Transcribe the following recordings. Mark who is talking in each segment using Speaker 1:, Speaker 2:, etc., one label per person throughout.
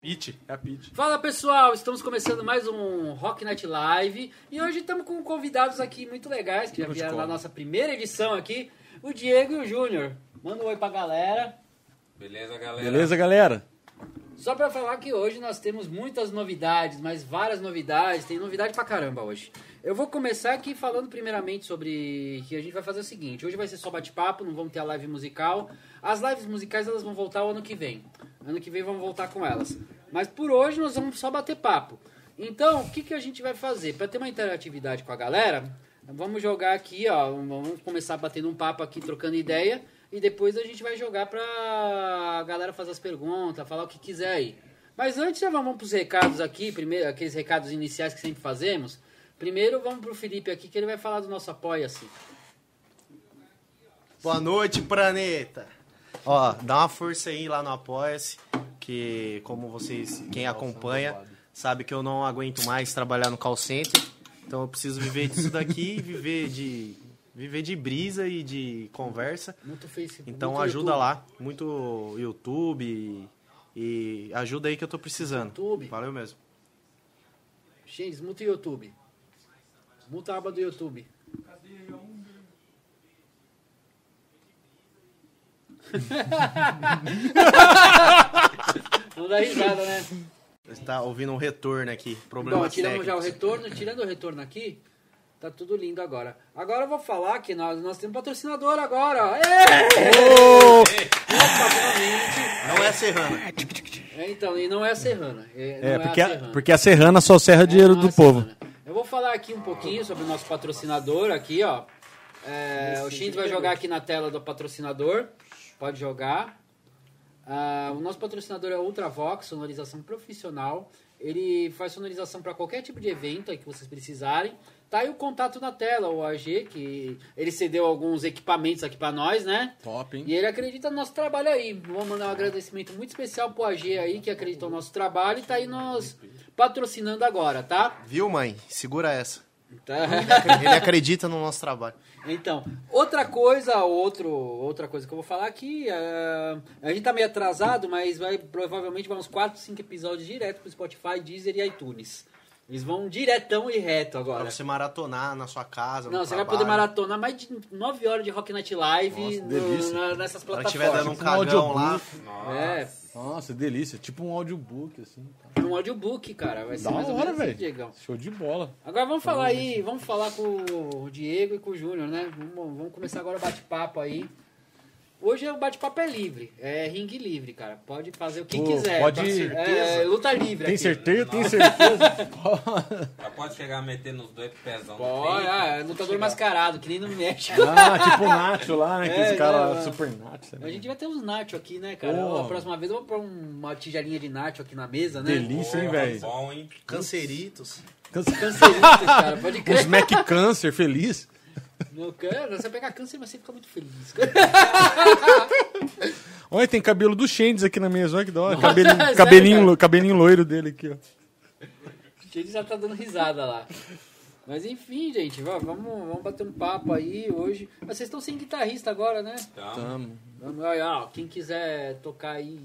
Speaker 1: Pete, é a Pete.
Speaker 2: Fala pessoal, estamos começando mais um Rock Night Live e hoje estamos com convidados aqui muito legais que já
Speaker 1: Muito
Speaker 2: vieram
Speaker 1: bom.
Speaker 2: na nossa primeira edição aqui, o Diego e o Júnior. Manda um oi pra galera.
Speaker 3: Beleza, galera?
Speaker 4: Beleza, galera?
Speaker 2: Só pra falar que hoje nós temos muitas novidades, mas várias novidades, tem novidade pra caramba hoje. Eu vou começar aqui falando primeiramente sobre que a gente vai fazer o seguinte, hoje vai ser só bate-papo, não vamos ter a live musical. As lives musicais elas vão voltar o ano que vem. Ano que vem vamos voltar com elas. Mas por hoje nós vamos só bater papo. Então, o que, que a gente vai fazer? Pra ter uma interatividade com a galera, Então, vamos jogar aqui, ó, vamos começar batendo um papo aqui, trocando ideia. E depois a gente vai jogar pra galera fazer as perguntas, falar o que quiser aí. Mas antes já vamos pros recados aqui, primeiro, aqueles recados iniciais que sempre fazemos. Primeiro vamos pro Felipe aqui, que ele vai falar do nosso apoia-se.
Speaker 5: Boa noite, planeta! Ó, dá uma força aí lá no Apoia-se, que como vocês, quem acompanha, sabe que eu não aguento mais trabalhar no call center, então eu preciso viver disso daqui e viver de, viver de brisa e de conversa.
Speaker 2: Muito Facebook.
Speaker 5: Então
Speaker 2: muito
Speaker 5: ajuda
Speaker 2: YouTube.
Speaker 5: lá, muito YouTube e, e ajuda aí que eu tô precisando.
Speaker 2: YouTube.
Speaker 5: Valeu mesmo.
Speaker 2: Gente, desmuta o YouTube. Desmuta a aba do YouTube. Não dá risada, né?
Speaker 5: Está ouvindo um retorno aqui, problema
Speaker 2: Bom, Então, tiramos já o
Speaker 5: técnicos.
Speaker 2: retorno, tirando o retorno aqui, tá tudo lindo agora. Agora eu vou falar que nós, nós temos patrocinador agora. Ê! Opa,
Speaker 5: Não é serrano.
Speaker 2: finalmente. É, então, e não é a Serrana. É, não
Speaker 4: É, porque,
Speaker 2: é a
Speaker 4: a,
Speaker 2: Serrana.
Speaker 4: porque a Serrana só serra dinheiro
Speaker 2: Não é
Speaker 4: do
Speaker 2: a
Speaker 4: povo.
Speaker 2: Serrana. Eu vou falar aqui um pouquinho sobre o nosso patrocinador aqui, ó. É, o Shinto vai jogar aqui na tela do patrocinador. Pode jogar. Ah, o nosso patrocinador é Ultravox, sonorização profissional. Ele faz sonorização para qualquer tipo de evento aí que vocês precisarem. Tá aí o contato na tela, o AG, que ele cedeu alguns equipamentos aqui para nós, né?
Speaker 1: Top, hein?
Speaker 2: E ele acredita no nosso trabalho aí. Vou mandar um agradecimento muito especial pro AG aí, que acreditou no nosso trabalho e tá aí nos patrocinando agora, tá?
Speaker 5: Viu, mãe? Segura essa.
Speaker 2: Tá.
Speaker 5: Ele acredita no nosso trabalho.
Speaker 2: Então, outra coisa, outro, outra coisa que eu vou falar aqui, é, a gente tá meio atrasado, mas vai provavelmente vai uns 4, 5 episódios direto pro Spotify, Deezer e iTunes. Eles vão diretão e reto
Speaker 5: Pra
Speaker 2: agora.
Speaker 5: você maratonar na sua casa.
Speaker 2: Não,
Speaker 5: no
Speaker 2: você vai
Speaker 5: é um trabalho.
Speaker 2: poder maratonar mais de 9 horas de Rock Night Live no- na- nessas
Speaker 5: Na hora
Speaker 2: plataformas.
Speaker 5: que tiver dando um
Speaker 4: Um
Speaker 5: cagão
Speaker 4: audiobook.
Speaker 5: lá.
Speaker 2: É,
Speaker 4: Nossa, delícia. Tipo um audiobook, assim.
Speaker 2: um audiobook, cara. Vai ser
Speaker 4: Da
Speaker 2: mais ou
Speaker 4: hora,
Speaker 2: menos assim,
Speaker 4: velho.
Speaker 2: Diegão.
Speaker 4: Show de bola.
Speaker 2: Agora vamos falar aí, vamos falar com o Diego e com o Júnior, né? Vamos, vamos começar agora o bate-papo aí. Hoje o bate-papo é livre, é ringue livre, cara. Pode fazer o que
Speaker 4: Pô,
Speaker 2: quiser.
Speaker 4: pode-
Speaker 2: tá certo? É, luta livre.
Speaker 4: Tem
Speaker 2: aqui.
Speaker 4: certeza? Tem certeza?
Speaker 3: Já pode chegar metendo os dois pezão no
Speaker 2: Pode,
Speaker 3: peito.
Speaker 2: ah, é lutador mascarado, que nem no México.
Speaker 4: ah, tipo o Nacho lá, né? Aqueles
Speaker 2: É,
Speaker 4: cara
Speaker 2: não, não.
Speaker 4: super Nacho.
Speaker 2: A
Speaker 4: Né?
Speaker 2: gente vai ter uns nacho aqui, né, cara?
Speaker 4: Pô.
Speaker 2: Ó, A próxima vez eu vou pôr uma tigelinha de nacho aqui na mesa, né?
Speaker 4: Delícia, hein,
Speaker 3: Porra,
Speaker 4: velho?
Speaker 3: Tá Bom, hein?
Speaker 5: Canceritos.
Speaker 2: Canceritas, cara, pode
Speaker 4: Os
Speaker 2: crer.
Speaker 4: Mac Câncer, feliz.
Speaker 2: Não, cara, você pegar câncer, mas você fica muito feliz.
Speaker 4: Olha, tem cabelo do Shendes aqui na mesa. Olha que da hora.
Speaker 2: Nossa,
Speaker 4: Cabelinho,
Speaker 2: sério,
Speaker 4: cabelinho,
Speaker 2: cara?
Speaker 4: lo- cabelinho loiro dele aqui, ó.
Speaker 2: Ele já tá dando risada lá. Mas enfim, gente, vá- vamos, vamos bater um papo aí hoje. Mas vocês estão sem guitarrista agora, né?
Speaker 4: Tá.
Speaker 3: Então,
Speaker 2: Vamos, aí, ó, quem quiser tocar aí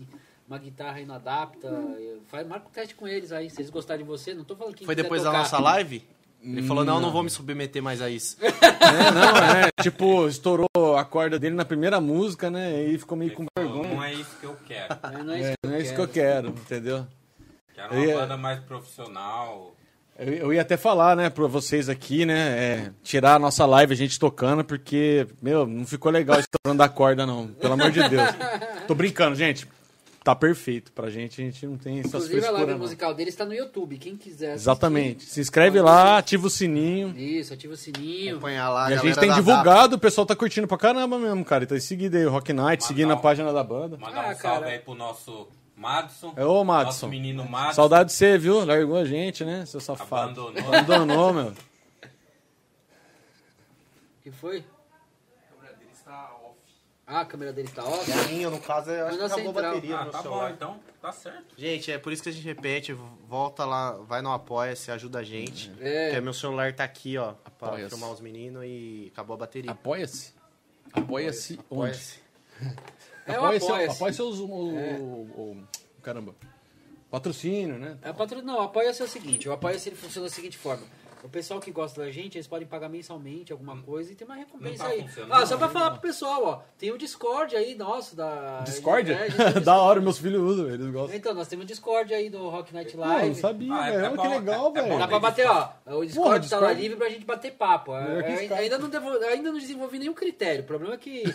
Speaker 2: uma guitarra aí na Adapta, eu- faz, marca um teste com eles aí. Se eles gostarem de você, não tô falando que
Speaker 5: Foi depois da nossa live? Ele falou, não, eu não vou me submeter mais a isso.
Speaker 4: É, não, é. Tipo, estourou a corda dele na primeira música, né? E ficou meio com vergonha.
Speaker 3: não é isso que eu quero.
Speaker 2: Não é isso,
Speaker 4: É,
Speaker 2: que, eu
Speaker 4: não é isso que eu
Speaker 2: quero.
Speaker 4: quero, entendeu?
Speaker 3: Quero uma
Speaker 4: E é-
Speaker 3: banda mais profissional.
Speaker 4: Eu, eu ia até falar, né, pra vocês aqui, né, é, tirar a nossa live, a gente tocando, porque, meu, não ficou legal estourando a corda, não. Pelo amor de Deus. Tô brincando, gente. Tá perfeito pra gente, a gente não tem essas
Speaker 2: Inclusive a
Speaker 4: frescuras,
Speaker 2: live
Speaker 4: não.
Speaker 2: musical deles tá no YouTube, quem quiser. assistir.
Speaker 4: Exatamente. Se inscreve lá, ativa o sininho.
Speaker 2: Isso, ativa o sininho.
Speaker 5: Acompanhar lá,
Speaker 4: e a gente
Speaker 5: galera
Speaker 4: tem
Speaker 5: da
Speaker 4: divulgado, o pessoal tá curtindo pra caramba mesmo, cara. Então seguida aí o Rock Night,
Speaker 3: Mandar
Speaker 4: seguindo a
Speaker 3: um-
Speaker 4: página da banda.
Speaker 3: Mandar
Speaker 2: Ah,
Speaker 3: um salve
Speaker 2: cara.
Speaker 3: aí pro nosso Madison.
Speaker 4: É, ô, Madison.
Speaker 3: Nosso menino Madison.
Speaker 4: Saudade de você, viu? Largou a gente, né, seu safado.
Speaker 3: Abandonou.
Speaker 4: Abandonou meu.
Speaker 2: O que foi? A câmera deles tá off. Ah, a câmera deles tá off.
Speaker 5: Data. Minha, no caso, eu acho que
Speaker 2: Mas na
Speaker 5: acabou a
Speaker 2: central.
Speaker 5: bateria
Speaker 3: Ah,
Speaker 5: no
Speaker 3: tá bom,
Speaker 5: celular.
Speaker 3: então. Tá certo.
Speaker 5: Gente, é por isso que a gente repete, volta lá, vai no Apoia-se, ajuda a gente.
Speaker 2: É.
Speaker 5: Porque meu celular tá aqui, ó, pra
Speaker 1: Apoia-se.
Speaker 5: filmar os meninos e acabou a bateria.
Speaker 1: Apoia-se? Apoia-se onde?
Speaker 5: Apoia-se.
Speaker 2: É o
Speaker 1: Apoia-se
Speaker 2: Apoia-se.
Speaker 1: apoia-se os- o, o- o- Caramba.
Speaker 4: Patrocínio, né?
Speaker 2: A patro... Não, apoia-se é o seguinte, o apoia-se ele funciona da seguinte forma. O pessoal que gosta da gente, eles podem pagar mensalmente alguma coisa e tem uma recompensa
Speaker 3: Hum. tá
Speaker 2: aí.
Speaker 3: funcionando,
Speaker 2: Ah, só pra
Speaker 3: não,
Speaker 2: falar pro pessoal, ó, tem o Discord aí nosso da...
Speaker 4: Discord?
Speaker 2: É, a gente tem o Discord.
Speaker 4: da hora, meus filhos usam, eles gostam.
Speaker 2: Então, nós temos o Discord aí do Rock Night
Speaker 4: Não, eu
Speaker 2: Live.
Speaker 4: não sabia,
Speaker 3: Ah, é-
Speaker 4: velho.
Speaker 3: é
Speaker 4: Olha
Speaker 3: bom,
Speaker 4: que
Speaker 3: é-
Speaker 4: legal,
Speaker 3: é bom
Speaker 2: Dá
Speaker 4: velho.
Speaker 2: pra bater, ó. O Discord,
Speaker 4: Porra,
Speaker 2: tá lá
Speaker 4: Discord.
Speaker 2: livre pra gente bater papo.
Speaker 4: Melhor que
Speaker 2: É,
Speaker 4: Skype.
Speaker 2: ainda, não devo- ainda não desenvolvi nenhum critério. O problema é que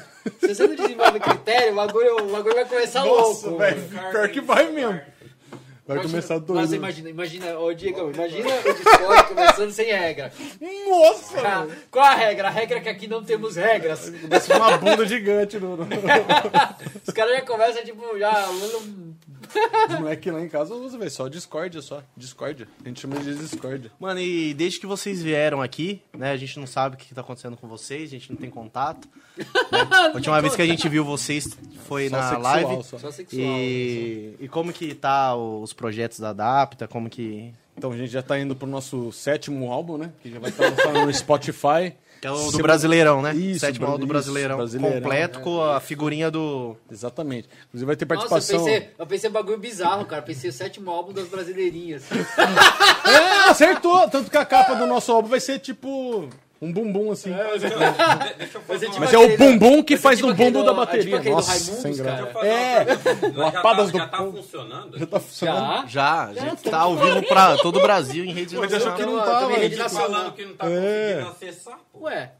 Speaker 2: se você não desenvolve critério, o bagulho, o bagulho vai começar
Speaker 4: Nossa,
Speaker 2: louco.
Speaker 4: velho. Pior que vai mesmo. Vai começar doido.
Speaker 2: Nossa, imagina, imagina, ô Diego, imagina o Discord começando sem regra.
Speaker 4: Nossa,
Speaker 2: Ah,
Speaker 4: velho.
Speaker 2: Qual a regra? A regra é que aqui não temos regras.
Speaker 4: Parece uma bunda gigante no, no,
Speaker 2: Os caras já começam, tipo, já. lendo-
Speaker 4: Os moleques lá em casa usam, velho. Só Discord, só. Discord. A gente chama de Discord.
Speaker 5: Mano, e desde que vocês vieram aqui, né? A gente não sabe o que que tá acontecendo com vocês, a gente não tem contato. né? A última vez que a gente viu vocês foi
Speaker 4: Só
Speaker 5: na
Speaker 4: sexual,
Speaker 5: live.
Speaker 4: só.
Speaker 2: Só sexual. assim.
Speaker 5: E, e como que tá os projetos da Adapta? Como que.
Speaker 4: Então a gente já tá indo pro nosso sétimo álbum, né? Que já vai estar lançando no Spotify.
Speaker 5: Que é o do
Speaker 4: Sema-
Speaker 5: Brasileirão, né?
Speaker 4: Isso,
Speaker 5: Sétimo álbum do
Speaker 4: isso,
Speaker 5: Brasileirão. né?
Speaker 4: Brasileirão, É.
Speaker 5: completo com a figurinha do.
Speaker 4: Exatamente. Inclusive vai ter
Speaker 2: Nossa,
Speaker 4: participação.
Speaker 2: eu pensei, eu pensei um bagulho bizarro, cara. Pensei o sétimo álbum das brasileirinhas.
Speaker 4: É, acertou! Tanto que a capa do nosso álbum vai ser tipo um bumbum assim.
Speaker 3: De- Deixa eu fazer
Speaker 2: é tipo
Speaker 4: Mas
Speaker 3: uma-
Speaker 4: é o
Speaker 2: É, aquele do-
Speaker 4: bumbum que
Speaker 2: mas é
Speaker 4: faz
Speaker 2: tipo
Speaker 4: o
Speaker 2: aquele
Speaker 4: bumbo
Speaker 2: do-
Speaker 4: da
Speaker 2: é tipo
Speaker 4: bateria.
Speaker 2: aquele do
Speaker 4: Nossa,
Speaker 2: Raimundos,
Speaker 4: sem
Speaker 2: cara.
Speaker 4: graça.
Speaker 3: Deixa eu fazer
Speaker 4: É,
Speaker 3: uma pergunta. Já
Speaker 4: Lapadas
Speaker 3: tá-
Speaker 4: do
Speaker 3: Já tá
Speaker 4: povo.
Speaker 3: funcionando?
Speaker 4: já tá funcionando.
Speaker 2: Já?
Speaker 5: Já, a gente
Speaker 2: tá
Speaker 5: tá ao vivo pra todo o Brasil em rede
Speaker 4: Mas achou
Speaker 5: nacional.
Speaker 4: que não
Speaker 2: Eu
Speaker 4: tava,
Speaker 2: também rede
Speaker 4: gente.
Speaker 3: Tá
Speaker 2: nacional.
Speaker 3: falando que não tá
Speaker 4: É.
Speaker 3: conseguindo acessar, pô.
Speaker 2: Ué,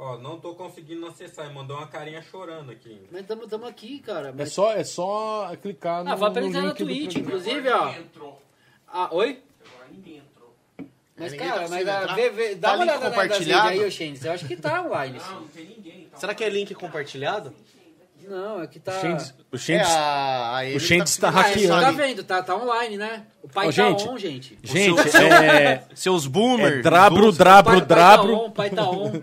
Speaker 3: Ó, não tô conseguindo acessar. E mandou uma carinha chorando aqui ainda.
Speaker 2: mas estamos aqui, cara.
Speaker 4: É
Speaker 2: Mas...
Speaker 4: só, é só clicar no.
Speaker 2: Ah, vai pra
Speaker 4: no
Speaker 2: entrar na
Speaker 4: link do
Speaker 2: Twitch,
Speaker 4: programa.
Speaker 2: inclusive, ó. Ah, oi? Mas,
Speaker 5: Ninguém
Speaker 2: cara, mas
Speaker 5: consegue
Speaker 2: ah,
Speaker 5: entrar?
Speaker 2: vê, vê, dá
Speaker 5: Tá
Speaker 2: uma
Speaker 5: link
Speaker 2: olhada na- nas redes
Speaker 5: compartilhado?
Speaker 2: aí, ô Shane. Eu acho que tá online. sim.
Speaker 5: Será que é link compartilhado?
Speaker 2: Não, é que tá.
Speaker 4: O Shendes- O
Speaker 5: É,
Speaker 4: Shendes-
Speaker 5: a- a Emily
Speaker 4: Shades tá
Speaker 2: Ah, você
Speaker 4: hackeando.
Speaker 2: tá
Speaker 5: funcionando.
Speaker 2: vendo, tá, tá online, né? O pai
Speaker 4: Ô,
Speaker 2: tá
Speaker 4: gente.
Speaker 2: on, gente.
Speaker 4: Gente, é.
Speaker 5: Seus
Speaker 4: É
Speaker 5: boomers.
Speaker 4: drabro,
Speaker 2: O pai,
Speaker 4: drabro,
Speaker 2: o pai tá on,
Speaker 4: drabro.
Speaker 2: o pai tá on.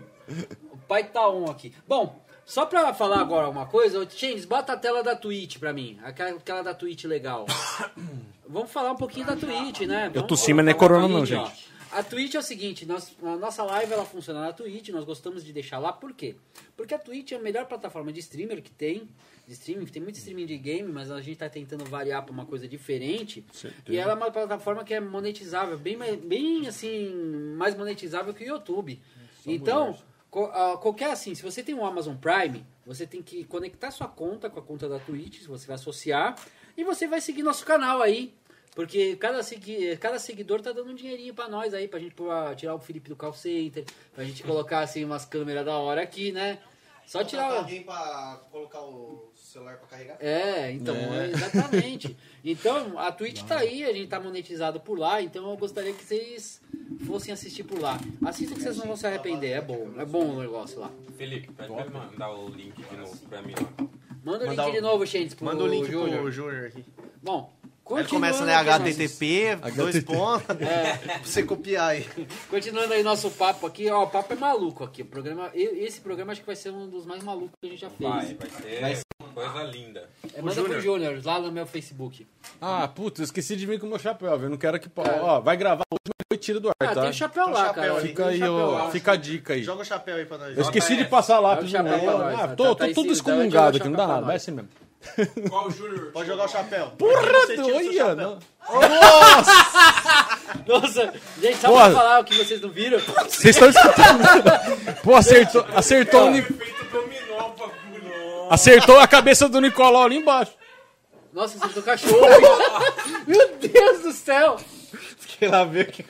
Speaker 2: O pai tá on aqui. Bom, só pra falar agora uma coisa, ô, Chains, bota a tela da Twitch pra mim. Aquela, aquela da Twitch legal. Vamos falar um pouquinho da Twitch, né? Vamos
Speaker 4: tossi, mas não é
Speaker 2: falar da
Speaker 4: corona não,
Speaker 2: Twitch, ó.
Speaker 4: gente.
Speaker 2: A Twitch é o seguinte, nós, a nossa live ela funciona na Twitch, nós gostamos de deixar lá, por quê? Porque a Twitch é a melhor plataforma de streamer que tem, de streaming, tem muito streaming de game, mas a gente tá tentando variar pra uma coisa diferente. E ela é uma plataforma que é monetizável, bem, mais- bem assim, mais monetizável que o YouTube. então, co- ah, qualquer assim, se você tem um Amazon Prime, você tem que conectar sua conta com a conta da Twitch, você vai associar, e você vai seguir nosso canal aí. Porque cada, segui- cada seguidor tá dando um dinheirinho pra nós aí, pra gente pôr a- tirar o Felipe do call center, pra gente colocar assim umas câmeras da hora aqui, né? Só tirar. o-
Speaker 5: pra colocar o celular pra carregar?
Speaker 2: É, então, é, exatamente. Então, a Twitch tá aí, a gente tá monetizado por lá, então eu gostaria que vocês fossem assistir por lá. Assistam que vocês não vão se arrepender, é bom, é bom o negócio lá.
Speaker 3: Felipe, pede pra ele mandar o link de novo pra mim lá.
Speaker 2: Manda o
Speaker 5: Mandar
Speaker 2: link de
Speaker 5: o-
Speaker 2: novo, gente, pro
Speaker 5: Manda o link
Speaker 2: Júnior.
Speaker 5: pro Júnior aqui.
Speaker 2: Bom,
Speaker 5: Ele
Speaker 2: continuando
Speaker 5: começa, né?
Speaker 2: aqui nossos-
Speaker 5: HTTP, dois pontos.
Speaker 2: É.
Speaker 5: pra você copiar aí.
Speaker 2: Continuando aí nosso papo aqui, ó, o papo é maluco aqui. O programa, e- esse programa acho que vai ser um dos mais malucos que a gente já fez.
Speaker 3: Vai, vai ser coisa linda.
Speaker 2: É, manda pro Júnior, lá no meu Facebook.
Speaker 4: Ah, putz, eu esesqueci de vir com o meu chapéu, velho. Não quero que. Ó, vai gravar hoje, mas tira do ar,
Speaker 2: É. Ah,
Speaker 4: tá?
Speaker 2: tem o chapéu lá,
Speaker 5: Tem o chapéu
Speaker 2: cara.
Speaker 5: ali.
Speaker 4: Fica aí,
Speaker 5: Tem um chapéu
Speaker 4: ó.
Speaker 5: lá.
Speaker 4: Fica a dica aí.
Speaker 5: Joga o chapéu aí pra nós.
Speaker 4: Eu esqueci de
Speaker 3: JS.
Speaker 4: passar lápis
Speaker 2: Joga
Speaker 4: no
Speaker 2: o chapéu pra nós,
Speaker 4: Ah,
Speaker 2: tá-
Speaker 4: tô,
Speaker 2: tá
Speaker 4: tô
Speaker 2: aí
Speaker 4: tudo
Speaker 2: sim, joga o
Speaker 4: excomungado aqui, não
Speaker 2: chapéu
Speaker 4: dá
Speaker 2: pra
Speaker 4: nada,
Speaker 2: nós.
Speaker 4: vai assim mesmo.
Speaker 3: Qual o Júnior?
Speaker 5: Pode jogar o chapéu.
Speaker 4: Porra,
Speaker 5: Você tira o seu
Speaker 4: doia!
Speaker 5: chapéu.
Speaker 4: não.
Speaker 2: Nossa, gente, só pra
Speaker 4: Porra.
Speaker 2: falar o que vocês não viram.
Speaker 4: Vocês estão escutando? Pô, acertou, acertou, o Ni-
Speaker 3: Feito dominó, bagulho.
Speaker 4: acertou a cabeça do Nicolau ali embaixo.
Speaker 2: Nossa, vocês são cachorro. hein? Meu Deus do céu.
Speaker 5: Quer lá ver o que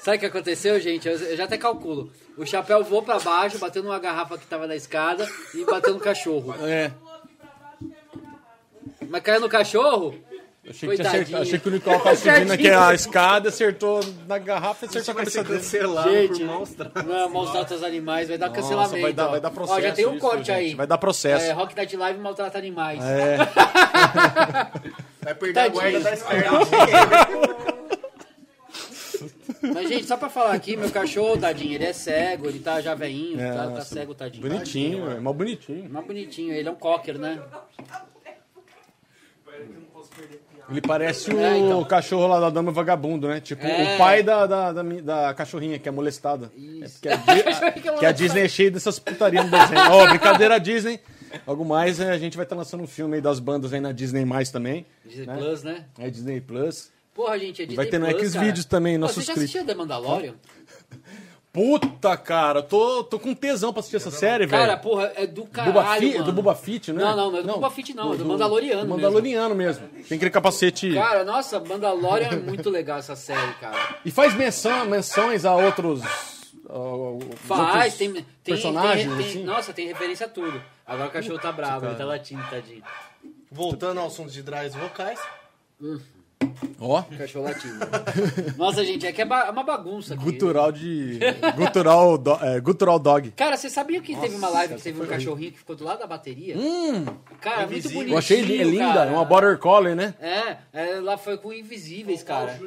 Speaker 2: Sabe o que aconteceu, gente? Eu, eu já até calculo. O chapéu voou pra baixo, bateu numa garrafa que tava na escada e bateu no cachorro.
Speaker 4: É.
Speaker 2: Mas caiu no cachorro?
Speaker 4: Achei que, tinha
Speaker 2: Coitadinho. Tá
Speaker 4: acertado- achei que o Nicolau tava subindo aqui a escada, acertou na garrafa e acertou a
Speaker 5: vai
Speaker 4: cabeça
Speaker 5: ser
Speaker 4: dele.
Speaker 5: cancelado
Speaker 2: Gente,
Speaker 5: por maus tratos.
Speaker 2: não, maus tratos aos animais, vai dar cancelamento.
Speaker 4: vai dar-
Speaker 2: ó.
Speaker 4: vai dar
Speaker 2: Ó, já
Speaker 4: processo
Speaker 2: tem um
Speaker 4: isso,
Speaker 2: corte
Speaker 4: gente,
Speaker 2: aí.
Speaker 4: vai dar processo.
Speaker 2: É, Rock Night Live maltrata animais.
Speaker 4: É.
Speaker 5: Vai perder
Speaker 2: Tadinho.
Speaker 5: a guarda tá da esquerda.
Speaker 2: Mas, gente, só pra falar aqui, meu cachorro, tadinho, ele é cego, ele tá já veinho,
Speaker 4: É,
Speaker 2: tá, tá
Speaker 4: nossa,
Speaker 2: cego, tadinho.
Speaker 4: Bonitinho, velho. Mó bonitinho.
Speaker 2: Mas bonitinho, ele é um cocker, né?
Speaker 4: Ele parece o
Speaker 2: É, então.
Speaker 4: cachorro lá da dama vagabundo, né? Tipo,
Speaker 2: É.
Speaker 4: o pai da, da, da mi- da cachorrinha que é molestada.
Speaker 2: Isso.
Speaker 4: É porque a, Di-
Speaker 2: Cachorrinho que é
Speaker 4: que a
Speaker 2: molestada.
Speaker 4: Disney é cheia dessas putarias no desenho. Ó, brincadeira Disney. Logo mais, é, a gente vai estar lançando um filme aí das bandas aí na Disney mais também.
Speaker 2: Disney
Speaker 4: né?
Speaker 2: Plus, né?
Speaker 4: É Disney Plus.
Speaker 2: Porra, gente, é Disney
Speaker 4: Vai ter no
Speaker 2: Plus, cara.
Speaker 4: Xvideos também,
Speaker 2: Pô,
Speaker 4: nosso
Speaker 2: Você já
Speaker 4: script.
Speaker 2: assistiu The Mandalorian?
Speaker 4: Puta, cara, tô, tô com tesão pra assistir essa série, velho.
Speaker 2: Cara, porra, é do caralho,
Speaker 4: Boba Fi-
Speaker 2: mano.
Speaker 4: do Boba Fett, né?
Speaker 2: Não, não, não é do Boba Fett, não, é do Mandaloriano
Speaker 4: do Mandaloriano mesmo. Tem aquele capacete.
Speaker 2: Cara, nossa, Mandalorian é muito legal essa série, cara.
Speaker 4: E faz menção, menções a outros. a- a-
Speaker 2: Faz,
Speaker 4: outros
Speaker 2: tem, tem,
Speaker 4: personagens,
Speaker 2: tem- tem-
Speaker 4: assim.
Speaker 2: Nossa, tem referência a tudo. Agora o cachorro tá bravo, ele tá latindo, tadinho.
Speaker 5: Voltando ao assunto de drives vocais.
Speaker 4: Ó,
Speaker 2: Cachorro latindo. nossa, gente, é que é, ba- é uma bagunça aqui.
Speaker 4: gutural de. gutural, do, é, gutural Dog.
Speaker 2: Cara, você sabia que teve uma live que teve um cachorrinho que ficou do lado da bateria? cara, muito
Speaker 5: Invisível.
Speaker 2: bonitinho.
Speaker 4: Hum, Eu achei li- é linda,
Speaker 2: cara.
Speaker 4: é uma border collie, né?
Speaker 2: É, é, lá foi com Invisíveis, cara.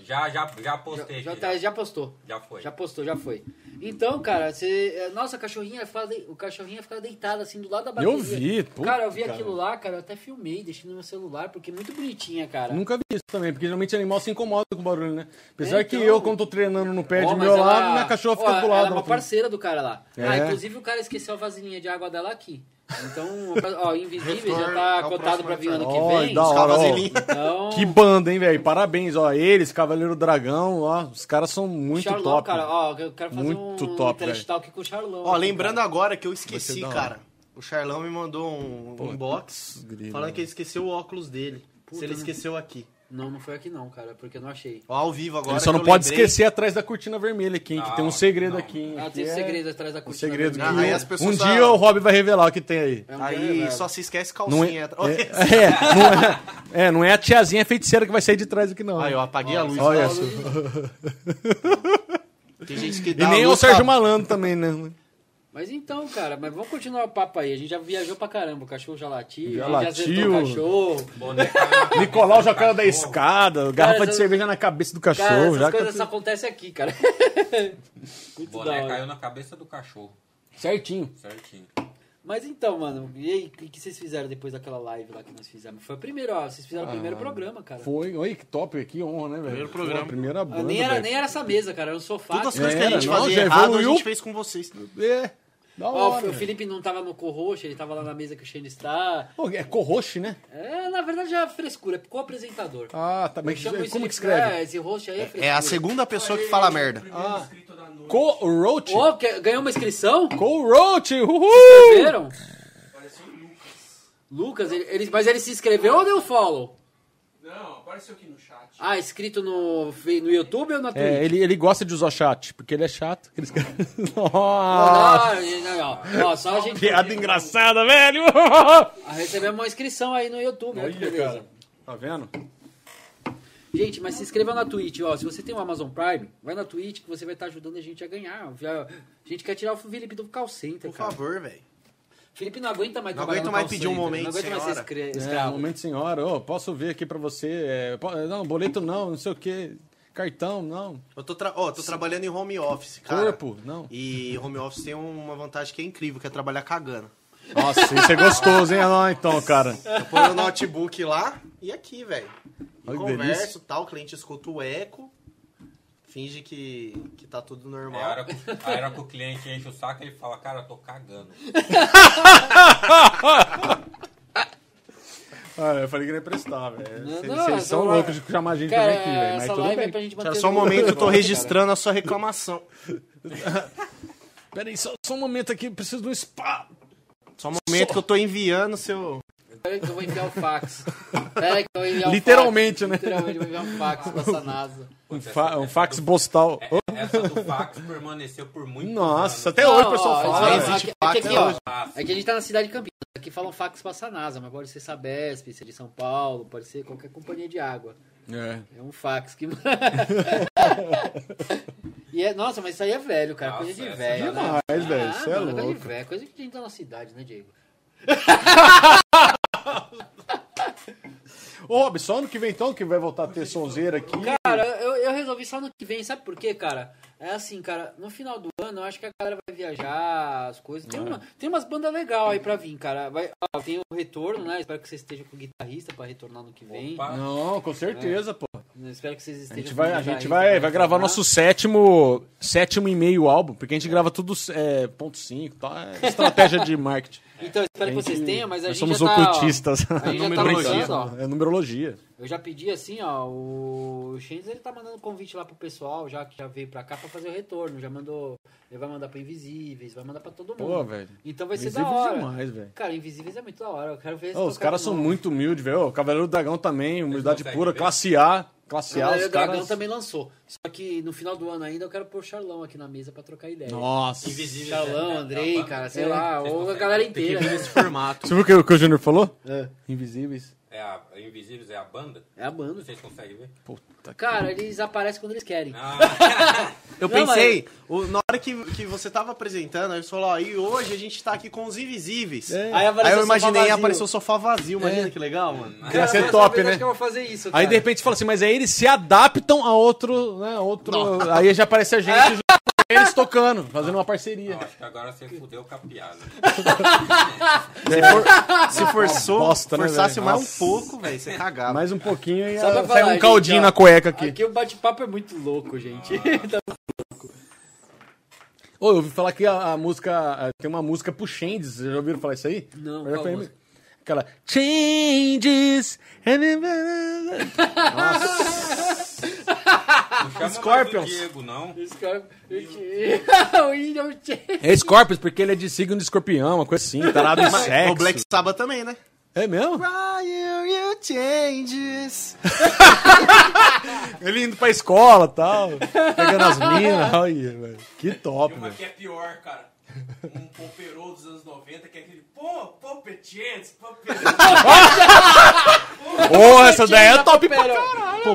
Speaker 3: Já, já, já postei
Speaker 2: Já,
Speaker 3: aqui.
Speaker 2: tá- já postou.
Speaker 3: Já foi.
Speaker 2: Já postou, já foi. Então, cara, você. é, Nossa, a cachorrinha ficava de- o cachorrinho ficava deitado assim do lado da bateria.
Speaker 4: Eu vi, puta,
Speaker 2: Cara, eu vi
Speaker 4: cara.
Speaker 2: aquilo lá, cara, eu até filmei, deixei no meu celular, porque é muito bonitinha, cara.
Speaker 4: Nunca vi isso também, porque geralmente animal se incomoda com barulho, né? Apesar que
Speaker 2: Então-
Speaker 4: eu, quando tô treinando no pé
Speaker 2: Ó,
Speaker 4: de
Speaker 2: mas
Speaker 4: meu lado,
Speaker 2: ela-
Speaker 4: minha cachorra
Speaker 2: ó,
Speaker 4: fica do lado.
Speaker 2: Ela é
Speaker 4: ela
Speaker 2: uma
Speaker 4: fala,
Speaker 2: parceira do cara lá.
Speaker 4: É.
Speaker 2: Ah, inclusive o cara esqueceu a vasilhinha de água dela aqui. Então, ó, Invisíveis já
Speaker 5: Retorno,
Speaker 2: tá
Speaker 5: é o
Speaker 2: cotado
Speaker 5: próximo
Speaker 2: pra vir ano que
Speaker 4: Ó,
Speaker 2: vem.
Speaker 4: da hora, ó.
Speaker 5: Cavazelinha.
Speaker 2: Então,
Speaker 4: Que banda, hein, velho? Parabéns, ó. Eles, Cavaleiro Dragão, ó. Os caras são muito
Speaker 2: Charlão,
Speaker 4: top.
Speaker 2: cara, ó, eu quero fazer
Speaker 4: Muito
Speaker 2: um
Speaker 4: top,
Speaker 2: trash
Speaker 4: velho.
Speaker 2: talk com o Charlão.
Speaker 5: Ó,
Speaker 2: aqui,
Speaker 5: lembrando agora que eu
Speaker 4: ser
Speaker 5: esqueci,
Speaker 4: da hora.
Speaker 5: cara. O Charlão me mandou um um inbox
Speaker 4: grilo.
Speaker 5: falando que ele esqueceu o óculos dele. se ele esqueceu aqui.
Speaker 2: cara. Não, não foi aqui não, cara, porque eu não achei.
Speaker 5: Ó, ao vivo agora.
Speaker 4: Ele só
Speaker 5: que
Speaker 4: não
Speaker 5: eu
Speaker 4: pode
Speaker 5: lembrei.
Speaker 4: esquecer atrás da cortina vermelha aqui, hein, que
Speaker 3: Não,
Speaker 4: tem um segredo
Speaker 3: não.
Speaker 4: aqui. hein,
Speaker 2: Ah,
Speaker 4: aqui
Speaker 2: tem
Speaker 4: é
Speaker 2: segredo atrás da
Speaker 4: Um
Speaker 2: cortina.
Speaker 4: segredo que
Speaker 2: vermelha.
Speaker 5: Ah, Aí as
Speaker 4: um
Speaker 5: pessoas só-
Speaker 4: dia o Rob vai revelar o que tem aí.
Speaker 2: É um
Speaker 5: Aí
Speaker 2: grande,
Speaker 5: só se esquece
Speaker 4: Não é,
Speaker 5: calcinha.
Speaker 4: é, é, não é, é, não é a tiazinha feiticeira que vai sair de trás aqui, não.
Speaker 5: Aí eu apaguei a luz.
Speaker 4: Olha
Speaker 5: Olha.
Speaker 4: só.
Speaker 5: Tem gente que dá
Speaker 4: E
Speaker 5: a
Speaker 4: nem
Speaker 5: luz
Speaker 4: o Sérgio
Speaker 5: pra-
Speaker 4: Malandro também, né?
Speaker 2: Mas então, cara, mas vamos continuar o papo aí. A gente já viajou pra caramba. O cachorro já latiu,
Speaker 4: Já
Speaker 2: a gente já acertou o
Speaker 4: latiu.
Speaker 2: cachorro.
Speaker 3: Boneca na cabeça
Speaker 4: Nicolau
Speaker 3: do
Speaker 4: já caiu da
Speaker 3: cachorro.
Speaker 4: escada, garrafa de
Speaker 2: essas-
Speaker 4: cerveja na cabeça do cachorro.
Speaker 2: Cara, essas
Speaker 4: já tá
Speaker 2: coisas só acontecem aqui, cara.
Speaker 3: O
Speaker 2: Muito da
Speaker 3: boneco
Speaker 2: hora.
Speaker 3: caiu na cabeça do cachorro.
Speaker 4: Certinho.
Speaker 3: Certinho.
Speaker 2: Mas então, mano, e aí, o que que vocês fizeram depois daquela live lá que nós fizemos? Foi o primeiro, ó, vocês
Speaker 4: Ah,
Speaker 2: fizeram o primeiro programa, cara.
Speaker 4: Foi, oi, que top, que honra, né, velho?
Speaker 5: Primeiro programa.
Speaker 4: Pô, primeira
Speaker 2: Ah,
Speaker 4: banda,
Speaker 2: nem, era,
Speaker 4: velho. assim,
Speaker 2: nem era essa mesa, cara, era um sofá.
Speaker 5: Todas as
Speaker 2: cara.
Speaker 5: coisas que a
Speaker 4: Era,
Speaker 5: gente
Speaker 4: não,
Speaker 5: fazia
Speaker 4: já
Speaker 5: errado, a
Speaker 4: evoluiu.
Speaker 5: gente fez com vocês.
Speaker 4: É, da hora.
Speaker 2: Ó, o
Speaker 4: velho.
Speaker 2: Felipe não tava no co-host, ele tava lá na mesa que o Shane está.
Speaker 4: Pô, é corroche, né?
Speaker 2: É, na verdade já é frescura, é co-apresentador.
Speaker 4: Ah, tá. Mas
Speaker 2: Chama isso
Speaker 4: como
Speaker 2: de-
Speaker 4: que escreve?
Speaker 2: É, esse host aí é frescura.
Speaker 5: É a segunda pessoa que fala merda.
Speaker 4: Co-roach?
Speaker 2: é. Ô, que- ganhou uma inscrição?
Speaker 4: Co-roach, uhul!
Speaker 2: Escreveram? Lucas, ele, ele- mas ele se inscreveu ou deu follow?
Speaker 6: Não, apareceu aqui no chat.
Speaker 2: Ah, escrito no, fe- no YouTube ou na Twitch?
Speaker 4: É, ele, ele gosta de usar chat, porque ele é chato. Ele escreve- Nossa,
Speaker 2: Ah, não, não, não. Ó, só a gente
Speaker 4: piada engraçada, velho!
Speaker 2: ah, recebemos uma inscrição aí no YouTube. olha que beleza.
Speaker 4: Tá vendo?
Speaker 2: Gente, mas se inscreva na Twitch, ó. Se você tem o Amazon Prime, vai na Twitch que você vai estar ajudando a gente a ganhar. Já- A gente quer tirar o Felipe do call center,
Speaker 5: Por
Speaker 2: cara.
Speaker 5: favor, velho.
Speaker 2: Felipe não aguenta mais
Speaker 5: Não
Speaker 2: trabalhar
Speaker 5: aguento
Speaker 2: no
Speaker 5: mais
Speaker 2: call
Speaker 5: pedir um
Speaker 2: center,
Speaker 5: momento,
Speaker 2: Não aguenta mais ser
Speaker 5: senhora.
Speaker 2: escra-
Speaker 4: É,
Speaker 2: escravo.
Speaker 4: momento senhora, ô, posso ver aqui pra você. é, po- não, boleto não, não sei o que. Cartão, não.
Speaker 5: Eu tô, tra- ó, tô trabalhando em home office, cara.
Speaker 4: Corpo, não.
Speaker 5: E home office tem uma vantagem que é incrível, que é trabalhar cagando.
Speaker 4: Nossa, isso é gostoso, hein? Não, então, cara.
Speaker 5: Eu ponho o notebook lá e aqui, velho. E
Speaker 4: Olha que delícia.
Speaker 5: Converso, tal, o cliente escuta o eco, finge que, que tá tudo
Speaker 3: É a hora,
Speaker 5: normal.
Speaker 3: que, a hora que o cliente enche o saco, ele fala, cara, eu tô cagando.
Speaker 4: Ah, eu falei que não ia prestar, velho.
Speaker 2: Não,
Speaker 4: Vocês
Speaker 2: não,
Speaker 4: vocês
Speaker 2: essa
Speaker 4: são
Speaker 2: live-
Speaker 4: loucos de chamar a gente
Speaker 2: Cara,
Speaker 4: também aqui, velho. Mas
Speaker 2: essa
Speaker 4: tudo
Speaker 2: live é
Speaker 4: bem.
Speaker 2: pra gente
Speaker 5: Cara,
Speaker 2: manter...
Speaker 5: só um
Speaker 2: o-
Speaker 5: momento, eu tô
Speaker 2: cara.
Speaker 5: registrando a sua reclamação.
Speaker 4: Pera aí, só, só um momento aqui, preciso de um spa.
Speaker 5: Só um momento que eu tô enviando seu...
Speaker 2: Pera aí que eu vou enviar o fax. Pera aí que eu vou enviar o
Speaker 4: Literalmente,
Speaker 2: fax.
Speaker 4: né?
Speaker 2: Literalmente, eu vou enviar um fax pra essa NASA.
Speaker 4: Um,
Speaker 3: é,
Speaker 4: fa- um fax postal.
Speaker 2: É.
Speaker 4: Ô,
Speaker 3: Essa do fax permaneceu por muito
Speaker 4: Nossa,
Speaker 3: anos.
Speaker 4: até hoje o
Speaker 2: ó,
Speaker 4: pessoal fala.
Speaker 2: é,
Speaker 4: né?
Speaker 5: existe
Speaker 2: é que-
Speaker 5: fax
Speaker 2: é que aqui,
Speaker 5: até
Speaker 2: ó,
Speaker 5: hoje.
Speaker 2: é que a gente tá na cidade de Campinas. Aqui falam fax pra Sanasa, mas pode ser Sabesp, ser de São Paulo, pode ser qualquer companhia de água.
Speaker 4: É.
Speaker 2: É um fax que. e é, nossa, mas isso aí é velho, cara. coisa
Speaker 3: Nossa,
Speaker 2: de
Speaker 3: essa
Speaker 2: velho.
Speaker 4: é demais,
Speaker 2: né?
Speaker 4: velho,
Speaker 2: Ah,
Speaker 4: isso é
Speaker 2: mano, Coisa
Speaker 4: louco.
Speaker 2: de velho, coisa que tem na nossa idade, né, Diego?
Speaker 4: Ô, Rob, só ano que vem então que vai voltar a ter sonzeira aqui.
Speaker 2: Cara, eu, eu eu resolvi só no que vem, sabe por quê, cara? É assim, cara, no final do ano eu acho que a galera vai viajar, as coisas.
Speaker 4: É.
Speaker 2: Tem, uma, tem umas bandas legais aí pra vir, cara. Vai, ó, tem o retorno, né? Espero que você esteja com o guitarrista pra retornar no que vem.
Speaker 3: Opa.
Speaker 4: Não, com certeza, pô.
Speaker 2: Espero que vocês
Speaker 4: A
Speaker 2: estejam tá
Speaker 4: gente
Speaker 2: com
Speaker 4: vai,
Speaker 2: o
Speaker 4: a
Speaker 2: guitarrista
Speaker 4: gente vai,
Speaker 2: pra
Speaker 4: vai gravar
Speaker 2: retornar.
Speaker 4: nosso sétimo, sétimo e meio álbum, porque a gente grava tudo é, ponto 5, tá? É estratégia de marketing.
Speaker 2: Então, espero
Speaker 4: A
Speaker 2: que vocês
Speaker 4: gente-
Speaker 2: tenham, mas a
Speaker 4: Nós
Speaker 2: gente
Speaker 4: somos
Speaker 2: já tá, ó,
Speaker 4: ocultistas.
Speaker 2: a gente já tá
Speaker 4: numerologia.
Speaker 2: lançando, ó.
Speaker 4: é numerologia.
Speaker 2: eu já pedi assim, ó, o Shenzhen ele tá mandando convite lá pro pessoal, já que já veio pra cá pra fazer o retorno, já mandou, ele vai mandar pra Invisíveis, vai mandar pra todo mundo.
Speaker 4: Pô, velho.
Speaker 2: Então vai ser da
Speaker 4: Invisíveis
Speaker 2: hora.
Speaker 4: demais, velho.
Speaker 2: Cara, Invisíveis é muito da hora. Eu quero ver
Speaker 4: Ô, os caras são muito humildes, velho. Ô, Cavaleiro do Dragão também, humildade
Speaker 3: conseguem
Speaker 4: pura,
Speaker 3: ver?
Speaker 4: classe A. Classe A,
Speaker 2: O
Speaker 4: os
Speaker 2: Dragão
Speaker 4: caras.
Speaker 2: também lançou. Só que no final do ano ainda eu quero pôr o Charlão aqui na mesa pra trocar ideia.
Speaker 4: Nossa.
Speaker 3: Invisível.
Speaker 2: Charlão,
Speaker 3: né?
Speaker 2: Andrei,
Speaker 3: Calma.
Speaker 2: cara, sei
Speaker 4: É.
Speaker 2: lá,
Speaker 3: Vocês
Speaker 2: ou a
Speaker 3: conseguem.
Speaker 2: galera
Speaker 5: Tem que
Speaker 2: inteira.
Speaker 5: vir
Speaker 2: né?
Speaker 5: nesse formato.
Speaker 4: Você viu o que, o que o Júnior falou?
Speaker 2: É.
Speaker 4: Invisíveis.
Speaker 3: É a a Invisíveis é a banda?
Speaker 2: É a banda.
Speaker 3: Vocês conseguem ver?
Speaker 4: Puta
Speaker 2: Cara, eles aparecem quando eles querem.
Speaker 3: Ah,
Speaker 2: Não,
Speaker 5: Eu pensei, o- na hora que, que você tava apresentando, eles falou, ó, e hoje a gente tá aqui com os invisíveis.
Speaker 4: É.
Speaker 2: Aí apareceu
Speaker 5: Aí eu
Speaker 2: o sofá
Speaker 5: imaginei,
Speaker 2: vazio.
Speaker 5: apareceu o sofá vazio, imagina que legal, mano.
Speaker 4: que ia ser
Speaker 2: mas
Speaker 4: top,
Speaker 2: eu acho
Speaker 4: né?
Speaker 2: que eu vou fazer isso,
Speaker 4: Aí
Speaker 2: cara.
Speaker 4: de repente fala assim, mas aí eles se adaptam a outro, né, outro... Aí já aparece a gente junto com eles tocando, fazendo uma parceria.
Speaker 3: eu acho que agora você fudeu com a piada.
Speaker 5: Se, for- se forçou,
Speaker 4: bosta, né,
Speaker 5: forçasse
Speaker 4: velho?
Speaker 5: mais
Speaker 4: Nossa.
Speaker 5: um pouco, velho, você cagava.
Speaker 4: Mais um pouquinho e
Speaker 2: Só pra
Speaker 4: sai
Speaker 2: falar,
Speaker 4: um
Speaker 2: gente,
Speaker 4: caldinho
Speaker 2: ó,
Speaker 4: na cueca aqui. Ah.
Speaker 2: Aqui o bate-papo é muito louco, gente. Tá
Speaker 4: Ô, eu ouvi falar que a, a música. a- tem uma música pro Changes, vocês já ouviram falar isso aí? Eu
Speaker 2: Não,
Speaker 4: já
Speaker 2: qual
Speaker 4: falei-
Speaker 2: música?
Speaker 4: Aquela. Changes.
Speaker 3: Não chama mais o
Speaker 4: Scorpions.
Speaker 3: Diego, não.
Speaker 2: Esse cara. eu te- o William Ch-
Speaker 4: É Scorpions, porque ele é de signo de escorpião, uma coisa assim, tarado em sexo.
Speaker 5: O Black Sabbath também, né?
Speaker 4: É mesmo?
Speaker 5: Prior you changes.
Speaker 4: Ele indo pra escola e tal, pegando as minas. Olha, velho. Que top,
Speaker 6: Tem uma
Speaker 4: velho.
Speaker 6: que é pior, cara. Um pompeiro dos anos 90, que é aquele... Pô, pompetientes, pompetientes.
Speaker 4: Ô, essa daí é
Speaker 2: Tira
Speaker 4: top pra
Speaker 2: papel.
Speaker 5: Popô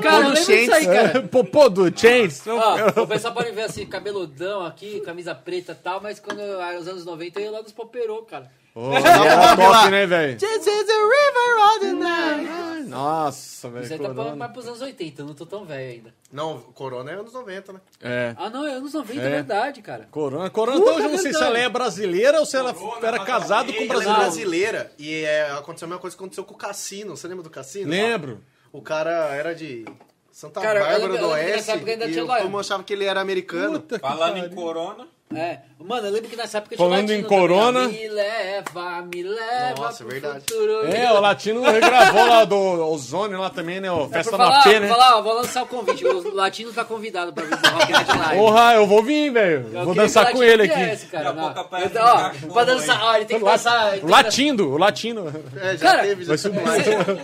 Speaker 2: Cara,
Speaker 5: do
Speaker 2: eu lembro disso aí, cara.
Speaker 4: caralho. É, Popô do Chains.
Speaker 2: Ó, o pessoal pode ver assim, cabeludão aqui, camisa preta e tal, mas quando eu era nos anos 90 eu ia lá nos Poperô, cara.
Speaker 4: Ô, era top, né, velho?
Speaker 5: This is the river of the night.
Speaker 2: tá
Speaker 4: Nossa,
Speaker 2: Isso
Speaker 4: velho.
Speaker 2: aí tá pra,
Speaker 4: corona.
Speaker 2: mais pros anos 80, eu não tô tão velho ainda.
Speaker 5: Não, Corona é anos 90, né?
Speaker 4: É.
Speaker 2: Ah, não, é anos 90, é,
Speaker 4: É.
Speaker 2: verdade, cara.
Speaker 4: Corona. Corona,
Speaker 2: Puta
Speaker 4: então, eu não sei se
Speaker 2: verdade.
Speaker 4: ela é brasileira ou se ela
Speaker 6: Corona,
Speaker 4: era casado com
Speaker 6: brasileira.
Speaker 5: Ela é
Speaker 4: brasileiro.
Speaker 5: brasileira e é, aconteceu a mesma coisa que aconteceu com o Cassino. Você lembra do Cassino?
Speaker 4: Lembro.
Speaker 5: O cara era de Santa
Speaker 2: Cara, eu
Speaker 5: Bárbara
Speaker 2: lembro- eu
Speaker 5: do
Speaker 2: lembro que
Speaker 5: Oeste
Speaker 2: nessa época ainda
Speaker 5: e
Speaker 2: tinha
Speaker 5: eu-
Speaker 2: lá-
Speaker 5: todo mundo achava que ele era americano.
Speaker 4: Puta que
Speaker 3: Falando em
Speaker 4: pariu.
Speaker 3: corona,
Speaker 2: É. Mano, eu lembro que nessa época eu
Speaker 4: Falando
Speaker 2: tinha
Speaker 4: em
Speaker 2: latino também,
Speaker 4: Corona-
Speaker 2: ó, Me leva, me leva.
Speaker 5: Nossa,
Speaker 2: pro
Speaker 5: verdade.
Speaker 2: Futuro.
Speaker 4: É, o Latino regravou lá do Ozone lá também, né? O
Speaker 2: Por
Speaker 4: Festa
Speaker 2: É falar,
Speaker 4: na P, né?
Speaker 2: por falar, ó, vou lançar o convite. O Latino tá convidado pra vir pro Rock Night Live.
Speaker 4: Porra, eu vou vir, velho.
Speaker 2: Eu
Speaker 4: Vou
Speaker 2: queria
Speaker 4: dançar
Speaker 2: que É o
Speaker 4: com ele
Speaker 2: Latino
Speaker 4: aqui.
Speaker 2: viesse, cara,
Speaker 3: Daqui a
Speaker 2: não.
Speaker 3: pouco aparece
Speaker 2: Eu- ó,
Speaker 3: um cachorro
Speaker 2: pra dançar,
Speaker 3: aí.
Speaker 2: ó, ele tem que dançar. é, ele tem que dançar-
Speaker 4: Latindo, o Latino.
Speaker 5: É, já
Speaker 2: Cara,
Speaker 5: teve, já
Speaker 4: vai ser
Speaker 5: teve.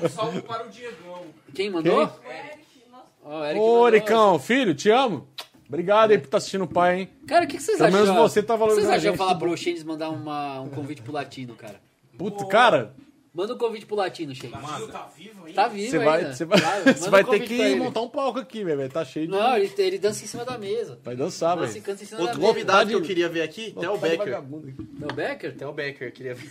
Speaker 2: Mas-
Speaker 6: Só um para o Diegão.
Speaker 2: Quem mandou?
Speaker 4: Quem?
Speaker 2: Ó, é o Eric
Speaker 4: Ô,
Speaker 2: mandou.
Speaker 4: Oricão, filho, te amo. Obrigado aí por estar assistindo o pai, hein?
Speaker 2: Cara, o que, que vocês
Speaker 4: Pelo
Speaker 2: acham?
Speaker 4: menos você tá valorizando
Speaker 2: Vocês
Speaker 4: a
Speaker 2: acham
Speaker 4: gente.
Speaker 2: falar pro Shanes mandar uma- um convite pro Latino, cara?
Speaker 4: Puta, cara,
Speaker 2: Manda um convite pro Latino, Shanes.
Speaker 6: Você
Speaker 3: manda.
Speaker 6: tá vivo ainda?
Speaker 2: Tá vivo
Speaker 4: você
Speaker 2: ainda.
Speaker 4: vai, você vai,
Speaker 2: Claro,
Speaker 4: você
Speaker 2: manda um
Speaker 4: vai ter
Speaker 2: convite
Speaker 4: que
Speaker 2: pra ele.
Speaker 4: montar um palco aqui, velho. velho. Tá cheio de.
Speaker 2: Não, ele, ele dança em cima da mesa.
Speaker 4: Vai dançar,
Speaker 2: Nossa,
Speaker 4: velho.
Speaker 2: ele dança em cima
Speaker 5: Outro
Speaker 2: da mesa.
Speaker 5: convidado que eu queria ver aqui, Theo
Speaker 4: Tá de
Speaker 5: Becker.
Speaker 4: vagabundo aqui.
Speaker 2: Não, Becker?
Speaker 5: Theo Becker, eu queria ver.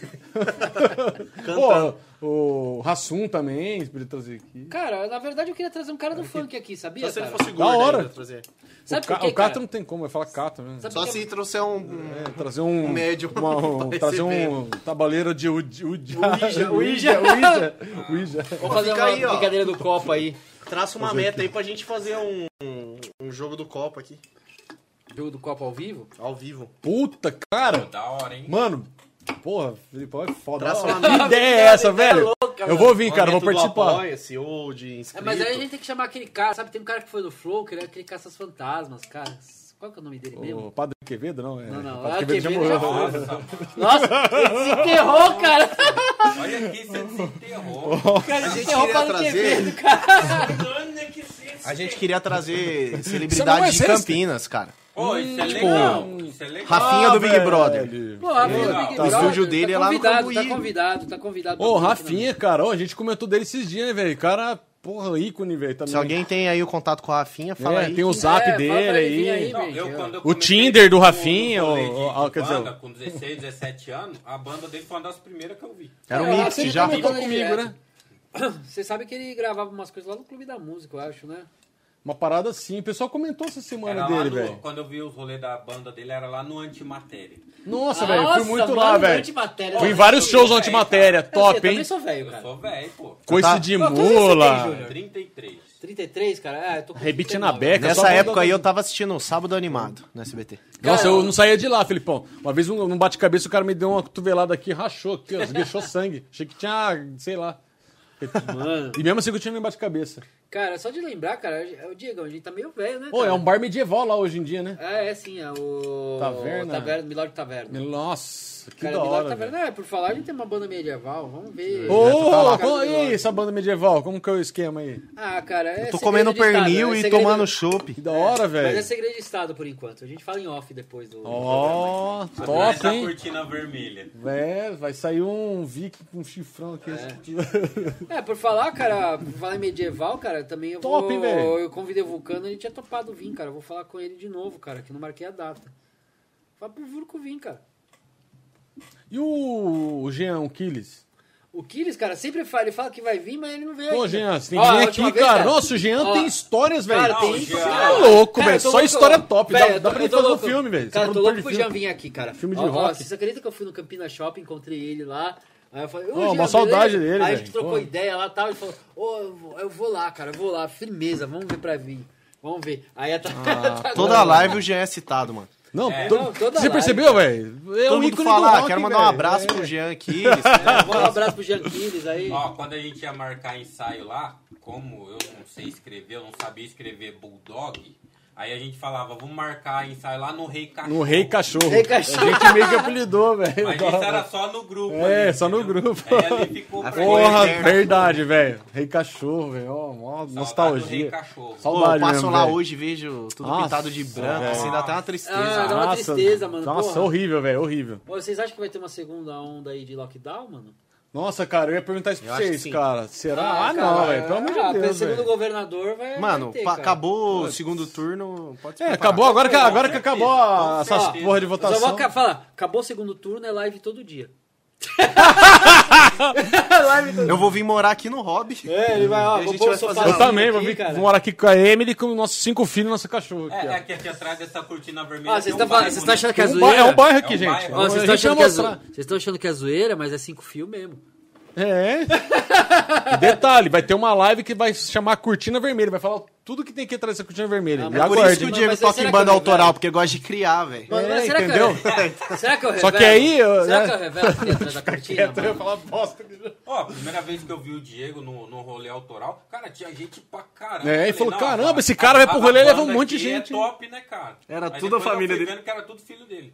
Speaker 4: Pô, o Rassum também, pra ele trazer aqui.
Speaker 2: Cara, na verdade eu queria trazer um cara do funk aqui, sabia?
Speaker 5: Só se ele
Speaker 2: cara?
Speaker 5: fosse
Speaker 4: Da
Speaker 5: gordo ainda,
Speaker 4: hora.
Speaker 5: trazer.
Speaker 2: Sabe
Speaker 4: o, ca-
Speaker 2: por quê,
Speaker 4: o Cato
Speaker 2: cara?
Speaker 4: não tem um como, eu falo Cato, né?
Speaker 2: Sabe
Speaker 5: Só
Speaker 2: por quê?
Speaker 5: se trouxer um...
Speaker 4: É, trazer um.
Speaker 5: Um médium
Speaker 4: uma- um-
Speaker 5: pra
Speaker 4: trazer
Speaker 5: receber.
Speaker 4: um tabuleiro de Uja.
Speaker 5: Ouija.
Speaker 4: Uija. Uija. Uija.
Speaker 2: Vou fazer
Speaker 5: Fica
Speaker 2: uma
Speaker 5: aí, ó.
Speaker 2: brincadeira do copo aí.
Speaker 5: Traça uma meta aí pra gente fazer um, um jogo do copo aqui,
Speaker 2: Jogo do copo ao vivo?
Speaker 5: ao vivo.
Speaker 4: Puta, cara.
Speaker 3: Da hora, hein?
Speaker 4: Mano, porra, Filipão é foda.
Speaker 5: Traça
Speaker 4: Olha,
Speaker 5: uma né?
Speaker 4: Que ideia é essa,
Speaker 5: tá
Speaker 4: velho? Eu vou vir, cara, eu vou
Speaker 5: Aumento do
Speaker 4: participar.
Speaker 5: Apoia-se ou de
Speaker 2: É,
Speaker 5: inscrito.
Speaker 2: mas aí a gente tem que chamar aquele cara, sabe? Tem um cara que foi no Flow, que ele é aquele caça-fantasmas, cara. Qual que é o nome dele mesmo?
Speaker 4: O Padre Quevedo, não? É.
Speaker 2: Não, não,
Speaker 4: O
Speaker 2: ah,
Speaker 4: Padre Quevedo já
Speaker 2: Quevedo já
Speaker 4: morreu.
Speaker 2: foi.
Speaker 4: né?
Speaker 2: Nossa, ele se enterrou, cara.
Speaker 3: Olha aqui, você se enterrou.
Speaker 2: cara ele se
Speaker 5: gente
Speaker 2: enterrou
Speaker 5: queria
Speaker 2: pra não ter
Speaker 5: trazer-
Speaker 2: vindo, cara.
Speaker 6: Dona que
Speaker 5: A gente queria
Speaker 4: Você
Speaker 5: trazer
Speaker 4: não é
Speaker 5: celebridades de
Speaker 4: sexta?
Speaker 5: Campinas, cara.
Speaker 3: Pô, isso é legal. Isso é legal.
Speaker 2: Ah,
Speaker 5: Rafinha do Big
Speaker 4: velho.
Speaker 5: Brother.
Speaker 2: Pô, Rafinha,
Speaker 3: Tá,
Speaker 2: do Big Brother,
Speaker 5: tá. O estúdio dele é lá no
Speaker 2: convidado,
Speaker 5: Cambuí.
Speaker 2: Tá convidado, tá convidado.
Speaker 4: Ô,
Speaker 2: Tá convidado.
Speaker 3: né,
Speaker 4: Rafinha, cara, ó, a gente comentou dele esses dias, né, velho? Cara, porra, ícone, velho. também.
Speaker 5: Se alguém tem aí o contato com a Rafinha, fala
Speaker 4: É,
Speaker 5: aí.
Speaker 4: Tem o
Speaker 5: que-
Speaker 4: zap
Speaker 2: É, fala pra
Speaker 4: dele
Speaker 2: ele vir
Speaker 4: aí.
Speaker 2: aí.
Speaker 3: Não, eu, quando eu
Speaker 4: O
Speaker 3: comecei
Speaker 4: Tinder do
Speaker 3: com-
Speaker 4: Rafinha,
Speaker 3: com o
Speaker 4: ou- ou-
Speaker 3: rolê de
Speaker 4: quer dizer-
Speaker 3: banda, Com 16, 17 anos, a banda dele foi uma das primeiras que eu vi.
Speaker 5: Era um
Speaker 2: É,
Speaker 5: mix
Speaker 2: você
Speaker 5: já.
Speaker 2: comentou
Speaker 4: comigo, né?
Speaker 2: Você sabe que ele gravava umas coisas lá no Clube da Música, eu acho, né?
Speaker 4: Uma parada assim. O pessoal comentou essa semana
Speaker 3: Era lá
Speaker 4: dele,
Speaker 3: no-
Speaker 4: velho.
Speaker 3: Quando eu vi os rolês da banda dele, era lá no Antimatéria.
Speaker 4: Nossa, velho, fui muito lá,
Speaker 2: mano,
Speaker 4: velho.
Speaker 2: antimatéria.
Speaker 4: Fui em
Speaker 2: Eu
Speaker 4: vários
Speaker 2: sou-
Speaker 4: shows antimatéria,
Speaker 2: eu
Speaker 4: top,
Speaker 2: também
Speaker 4: hein?
Speaker 2: sou velho,
Speaker 3: Eu
Speaker 2: cara.
Speaker 3: sou velho, pô.
Speaker 4: Coice
Speaker 5: Tá.
Speaker 4: de
Speaker 2: Qual que você tem,
Speaker 4: mula.
Speaker 2: Júnior?
Speaker 3: 33.
Speaker 2: 33, cara? Ah, eu tô com
Speaker 4: Rebite
Speaker 2: 39.
Speaker 4: na beca.
Speaker 5: Nessa
Speaker 4: só É, manda-
Speaker 5: época aí eu tava assistindo o Sábado Animado no SBT.
Speaker 4: Nossa,
Speaker 2: Cara,
Speaker 4: eu não saía de lá, Felipão. Uma vez um, num bate-cabeça o cara me deu uma cotovelada aqui, rachou aqui, ó, esguichou sangue. Achei que tinha, sei lá.
Speaker 2: Mano.
Speaker 4: E mesmo assim que eu tinha no cabeça
Speaker 2: Cara, só de lembrar, cara, o Diego, a gente tá meio velho, né?
Speaker 4: Pô, é
Speaker 2: cara?
Speaker 4: um bar medieval lá hoje em dia, né?
Speaker 2: É, é sim, é o.
Speaker 4: Taverna.
Speaker 2: Taverna, Milord Taverna.
Speaker 4: Nossa, que
Speaker 2: Cara,
Speaker 4: da
Speaker 2: Milord
Speaker 4: hora. velho.
Speaker 2: Taverna. É, por falar, a gente tem uma banda medieval, vamos ver.
Speaker 4: Ô,
Speaker 2: Vamos lá,
Speaker 4: ô,
Speaker 2: cara,
Speaker 4: ô,
Speaker 2: do
Speaker 4: e aí,
Speaker 2: Milord.
Speaker 4: essa banda medieval? Como que é o esquema aí?
Speaker 2: Ah, cara, é.
Speaker 5: Tô
Speaker 2: segredo
Speaker 5: comendo
Speaker 2: de estado,
Speaker 5: pernil
Speaker 2: é
Speaker 5: e
Speaker 2: segredo-
Speaker 5: tomando
Speaker 4: Que
Speaker 5: chopp.
Speaker 4: da hora,
Speaker 2: Mas é
Speaker 4: velho.
Speaker 2: segredo de estado por enquanto. A gente fala em off depois do.
Speaker 4: Ó,
Speaker 3: Atrás
Speaker 4: top,
Speaker 3: da
Speaker 4: hein?
Speaker 3: cortina vermelha.
Speaker 4: É, vai sair um Vic com um chifrão aqui.
Speaker 2: É, por falar, cara, por falar em medieval, cara, também eu
Speaker 4: Top,
Speaker 2: vou.
Speaker 4: hein, velho?
Speaker 2: Eu convidei o Vulcano, ele tinha topado vir, cara. Eu vou falar com ele de novo, cara, que eu não marquei a data. Fala pro Vurco vir, cara.
Speaker 4: E o, o Jean, o Quiles?
Speaker 2: O Kiris, cara, sempre fala, ele fala que vai vir, mas ele não veio
Speaker 4: Pô,
Speaker 2: ainda.
Speaker 4: Jean, você tem
Speaker 2: Ó,
Speaker 4: que
Speaker 2: a
Speaker 4: vir
Speaker 2: última
Speaker 4: aqui,
Speaker 2: vez, né?
Speaker 4: cara. Nossa, o Jean
Speaker 2: Ó,
Speaker 4: tem histórias, velho.
Speaker 2: Cara, tem
Speaker 3: Não,
Speaker 2: isso,
Speaker 3: Jean.
Speaker 2: cara.
Speaker 4: Você é louco,
Speaker 2: Cara,
Speaker 4: velho.
Speaker 2: eu tô
Speaker 4: Só
Speaker 2: louco.
Speaker 4: história top. Dá-
Speaker 2: Velho, eu
Speaker 4: dá
Speaker 2: tô-
Speaker 4: pra
Speaker 2: eu
Speaker 4: ele
Speaker 2: tô
Speaker 4: fazer um
Speaker 2: louco.
Speaker 4: filme, velho.
Speaker 2: Cara,
Speaker 4: Você
Speaker 2: eu
Speaker 4: é
Speaker 2: tô
Speaker 4: produtor
Speaker 2: louco pro
Speaker 4: de
Speaker 2: Jean
Speaker 4: filme.
Speaker 2: vir aqui, cara.
Speaker 4: Filme de
Speaker 2: Ó, ó,
Speaker 4: rock.
Speaker 2: Vocês acreditam que eu fui no Campina Shopping, encontrei ele lá. Aí eu falei, ô,
Speaker 4: Ó,
Speaker 2: Jean,
Speaker 4: uma
Speaker 2: beleza?
Speaker 4: saudade dele,
Speaker 2: Aí a gente
Speaker 4: velho.
Speaker 2: trocou
Speaker 4: Pô.
Speaker 2: ideia lá e tal. Ele falou, ô, eu vou- eu vou lá, cara, eu vou lá. Firmeza, vamos ver pra vir. Vamos ver. Aí a
Speaker 4: Ah,
Speaker 2: tá Tatá-
Speaker 5: Toda live o Jean é citado, mano.
Speaker 4: Não,
Speaker 3: É,
Speaker 4: to-
Speaker 2: não, toda
Speaker 4: você
Speaker 2: live,
Speaker 4: percebeu, velho? É
Speaker 5: Todo
Speaker 4: o
Speaker 5: mundo
Speaker 4: ícone
Speaker 5: fala,
Speaker 4: do
Speaker 5: ah,
Speaker 4: rock,
Speaker 5: quero mandar um
Speaker 4: velho.
Speaker 5: abraço
Speaker 4: É.
Speaker 5: pro Jean aqui. tá
Speaker 2: Vamos um abraço pro Jean Quiles aí.
Speaker 3: Ó, quando a gente ia marcar ensaio lá, como eu não sei escrever, eu não sabia escrever Bulldog, aí a gente falava, vamos marcar ensaio lá no Rei Cachorro.
Speaker 4: No Rei Cachorro.
Speaker 2: Rei Cachorro.
Speaker 4: A gente meio que apelidou, velho.
Speaker 3: Mas isso era só no grupo.
Speaker 4: É, só no grupo.
Speaker 3: Aí ali ficou pra
Speaker 4: Porra,
Speaker 3: ele.
Speaker 5: Eterno.
Speaker 4: verdade, velho. Rei Cachorro, velho. Ó, mó
Speaker 3: do Rei
Speaker 4: nostalgia.
Speaker 3: Cachorro.
Speaker 5: Pô,
Speaker 4: Saudade
Speaker 5: eu passo
Speaker 4: mesmo,
Speaker 5: lá
Speaker 4: velho.
Speaker 5: hoje e vejo tudo
Speaker 4: Nossa,
Speaker 5: pintado de branco,
Speaker 4: velho.
Speaker 5: assim, dá até uma tristeza.
Speaker 2: Ah, dá uma tristeza, mano,
Speaker 4: Nossa,
Speaker 2: porra.
Speaker 4: horrível, velho. Horrível.
Speaker 2: Pô, vocês acham que vai ter uma segunda onda aí de lockdown, mano?
Speaker 4: Nossa, cara, eu ia perguntar isso pra
Speaker 5: Eu acho que
Speaker 4: vocês,
Speaker 5: sim.
Speaker 4: cara. Será? Ah, não,
Speaker 2: cara,
Speaker 4: velho. Pelo amor
Speaker 2: ah,
Speaker 4: de Deus,
Speaker 2: Segundo o
Speaker 4: velho.
Speaker 2: governador vai.
Speaker 5: Mano,
Speaker 2: vai ter,
Speaker 5: pa-
Speaker 2: cara.
Speaker 5: acabou o segundo turno, pode se
Speaker 4: É,
Speaker 5: preparar.
Speaker 4: acabou
Speaker 2: né?
Speaker 4: agora que, agora que
Speaker 3: certeza,
Speaker 4: acabou
Speaker 3: com
Speaker 4: a- essas
Speaker 3: certeza.
Speaker 4: porra de
Speaker 2: Então, Eu só vou
Speaker 4: votação.
Speaker 2: aca- falar, acabou o segundo turno, é live todo dia. live todo dia.
Speaker 5: Eu vou vir morar aqui no Hobby.
Speaker 2: É, ele vai, ó,
Speaker 5: E a
Speaker 2: vou
Speaker 5: gente
Speaker 2: pôr
Speaker 5: vai
Speaker 2: o sofá
Speaker 5: fazer-
Speaker 2: lá.
Speaker 4: Eu também, vou
Speaker 2: aqui,
Speaker 4: vir
Speaker 2: cara.
Speaker 4: vou morar aqui com a Emily, com os nossos cinco filhos e nossa cachorra.
Speaker 3: É,
Speaker 4: aqui, ó.
Speaker 3: é que aqui atrás dessa cortina vermelha.
Speaker 2: Ó, Ah, vocês
Speaker 3: tem um
Speaker 2: estão falando-
Speaker 3: bairro,
Speaker 2: vocês estão
Speaker 3: né?
Speaker 2: achando que é
Speaker 4: É um, ba- é
Speaker 2: zoeira?
Speaker 4: um bairro aqui,
Speaker 3: É um
Speaker 4: gente.
Speaker 3: bairro.
Speaker 2: Ó, vocês
Speaker 4: A
Speaker 2: estão
Speaker 4: gente
Speaker 2: achando,
Speaker 4: vai
Speaker 2: que é zo-
Speaker 4: mostrar.
Speaker 2: vocês estão achando que é zoeira, mas é cinco fios mesmo.
Speaker 4: É. E detalhe, vai ter uma live que vai se chamar Cortina Vermelha. Vai falar tudo que tem aqui atrás dessa cortina vermelha.
Speaker 2: Ah,
Speaker 4: e
Speaker 2: mas
Speaker 5: Por isso
Speaker 4: aguarde.
Speaker 5: que o
Speaker 4: hein?
Speaker 2: mas-
Speaker 5: Diego
Speaker 2: mas
Speaker 5: toca
Speaker 2: será
Speaker 5: em
Speaker 2: que
Speaker 5: banda
Speaker 2: eu
Speaker 5: autoral,
Speaker 2: revelo?
Speaker 5: porque gosta de criar, velho.
Speaker 2: Mano,
Speaker 4: É,
Speaker 2: mas será
Speaker 4: entendeu?
Speaker 2: Que eu, revelo? será que eu revelo?
Speaker 4: é- Só que aí, eu-
Speaker 2: Será
Speaker 4: né?
Speaker 2: que eu revelo o que tem atrás da cortina,
Speaker 4: Eu ia
Speaker 2: mano?
Speaker 4: falar bosta.
Speaker 3: Ó, a primeira vez que eu vi o Diego no, no rolê autoral, cara, tinha gente pra caramba.
Speaker 4: É,
Speaker 3: Eu
Speaker 4: e
Speaker 3: falei,
Speaker 4: falou,
Speaker 3: "Não,
Speaker 4: "Caramba,
Speaker 3: a-
Speaker 4: esse cara vai pro
Speaker 3: a
Speaker 4: rolê e leva
Speaker 3: banda
Speaker 4: um monte de
Speaker 3: aqui
Speaker 4: gente."
Speaker 3: É top, né, cara?
Speaker 5: Era
Speaker 3: Aí
Speaker 5: tudo a
Speaker 3: depois eu
Speaker 5: família
Speaker 3: fui
Speaker 5: dele.
Speaker 3: vendo que era tudo filho dele.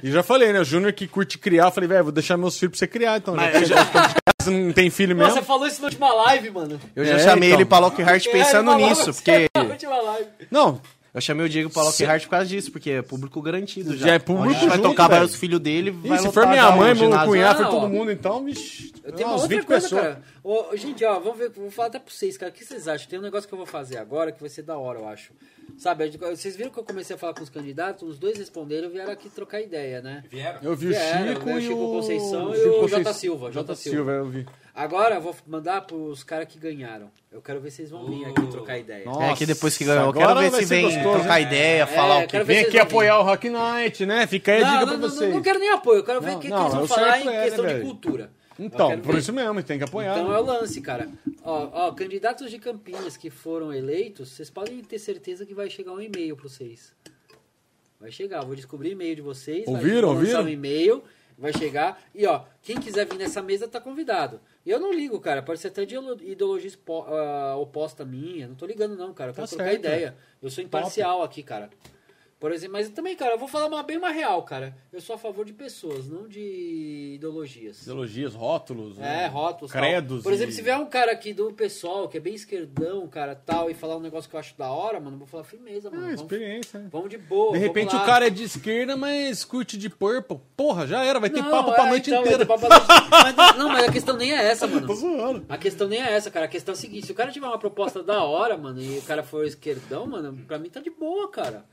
Speaker 4: E já falei, né? O Júnior que curte criar, eu falei, velho, vou deixar meus filhos pra você criar, então. Já
Speaker 5: Mas
Speaker 4: que
Speaker 5: eu
Speaker 4: você gosta de criar, você não tem filho
Speaker 2: Nossa, você
Speaker 4: mesmo.
Speaker 2: falou isso na última live, mano.
Speaker 5: Eu já
Speaker 4: É,
Speaker 5: chamei
Speaker 4: então.
Speaker 5: ele pra Lockhart pensando
Speaker 2: É, ele falou
Speaker 5: nisso,
Speaker 2: isso
Speaker 5: porque...
Speaker 2: Na última live.
Speaker 4: Não,
Speaker 5: Eu chamei o Diego pra Lockhart por causa disso, porque é público garantido já.
Speaker 4: Já é público
Speaker 5: Onde a gente vai
Speaker 4: junto,
Speaker 5: tocar, vai
Speaker 4: velho.
Speaker 5: os filhos dele, vai
Speaker 4: e se
Speaker 5: lotar
Speaker 4: for minha
Speaker 5: já o
Speaker 4: mãe, meu
Speaker 5: ginásio.
Speaker 4: cunhado,
Speaker 2: Não,
Speaker 4: for
Speaker 2: ó.
Speaker 4: todo mundo, então, vixi,
Speaker 2: Eu tenho
Speaker 4: umas
Speaker 2: uma outra
Speaker 4: 20
Speaker 2: coisa,
Speaker 4: pessoas.
Speaker 2: cara. Ô, gente, ó, vamos ver, vou falar até pra vocês, cara. O que vocês acham? Tem um negócio que eu vou fazer agora que vai ser da hora, eu acho. Sabe, eu digo- vocês viram que eu comecei a falar com os candidatos, os dois responderam e vieram aqui trocar ideia, né?
Speaker 3: Vieram?
Speaker 4: Eu vi o
Speaker 2: Vieram,
Speaker 4: Chico
Speaker 2: né?
Speaker 4: e
Speaker 2: Chico
Speaker 4: o...
Speaker 2: Conceição e
Speaker 4: Chico
Speaker 2: o
Speaker 4: Conceição.
Speaker 2: Jota Silva, Jota Silva,
Speaker 4: eu vi.
Speaker 2: Agora eu vou mandar pros caras que ganharam. Eu quero ver se vocês vão vir aqui
Speaker 3: Uh.
Speaker 2: trocar ideia.
Speaker 5: É que depois que ganhou, eu
Speaker 4: Nossa,
Speaker 5: quero
Speaker 4: agora
Speaker 5: ver
Speaker 4: vai
Speaker 5: se
Speaker 4: ser
Speaker 5: vem
Speaker 4: gostoso,
Speaker 5: trocar
Speaker 4: hein?
Speaker 5: ideia,
Speaker 2: É,
Speaker 5: falar o que
Speaker 2: quero ver
Speaker 4: Vem
Speaker 2: se
Speaker 4: aqui
Speaker 2: vocês vão vir.
Speaker 4: apoiar o Rock Night, né? Fica aí a
Speaker 2: Não,
Speaker 4: dica
Speaker 2: não,
Speaker 4: pra
Speaker 2: não,
Speaker 4: vocês.
Speaker 2: não quero nem apoio, eu quero ver
Speaker 4: Não,
Speaker 2: o que, que
Speaker 4: não,
Speaker 2: eles
Speaker 4: é
Speaker 2: vão
Speaker 4: o
Speaker 2: falar
Speaker 4: certo
Speaker 2: em
Speaker 4: é, né,
Speaker 2: questão de
Speaker 4: velho?
Speaker 2: cultura. Eu
Speaker 4: Então,
Speaker 2: quero
Speaker 4: por
Speaker 2: ver.
Speaker 4: isso mesmo, tem que apoiar.
Speaker 2: Então é o lance, cara. Ó, ó, candidatos de Campinas que foram eleitos, vocês podem ter certeza que vai chegar um e-mail para vocês. Vai chegar, vou descobrir o e-mail de vocês. vai
Speaker 4: Ouviram,
Speaker 2: lançar
Speaker 4: ouviram?
Speaker 2: um e-mail, vai chegar. E ó, quem quiser vir nessa mesa tá convidado. E Eu não ligo, cara. Pode ser até de ilo- ideologia expo- ah, oposta à minha. Não tô ligando, não, cara. Eu quero
Speaker 4: Tá
Speaker 2: trocar
Speaker 4: certo.
Speaker 2: ideia. Eu sou imparcial aqui, cara. Por exemplo, mas também, cara, eu vou falar uma, bem uma real, cara. Eu sou a favor de pessoas, não de ideologias.
Speaker 4: Elogios, rótulos. né?
Speaker 2: É, rótulos. tal.
Speaker 4: Credos.
Speaker 2: Por exemplo,
Speaker 4: e-
Speaker 2: se vier um cara aqui do pessoal, que é bem esquerdão, cara, tal, e falar um negócio que eu acho da hora, mano, eu vou falar firmeza, mano.
Speaker 4: É,
Speaker 2: vamos,
Speaker 4: experiência, né?
Speaker 2: um vamos de boa.
Speaker 4: De repente o cara é de esquerda, mas curte de purple. Porra, já era, vai ter
Speaker 2: é,
Speaker 4: papo pra noite
Speaker 2: então,
Speaker 4: inteira.
Speaker 2: mas, não, mas a questão nem é essa, mano.
Speaker 4: Tô zoando.
Speaker 2: A questão nem é essa, cara. A questão é a seguinte: se o cara tiver uma proposta da hora, mano, e o cara for esquerdão, mano, pra mim tá de boa, cara.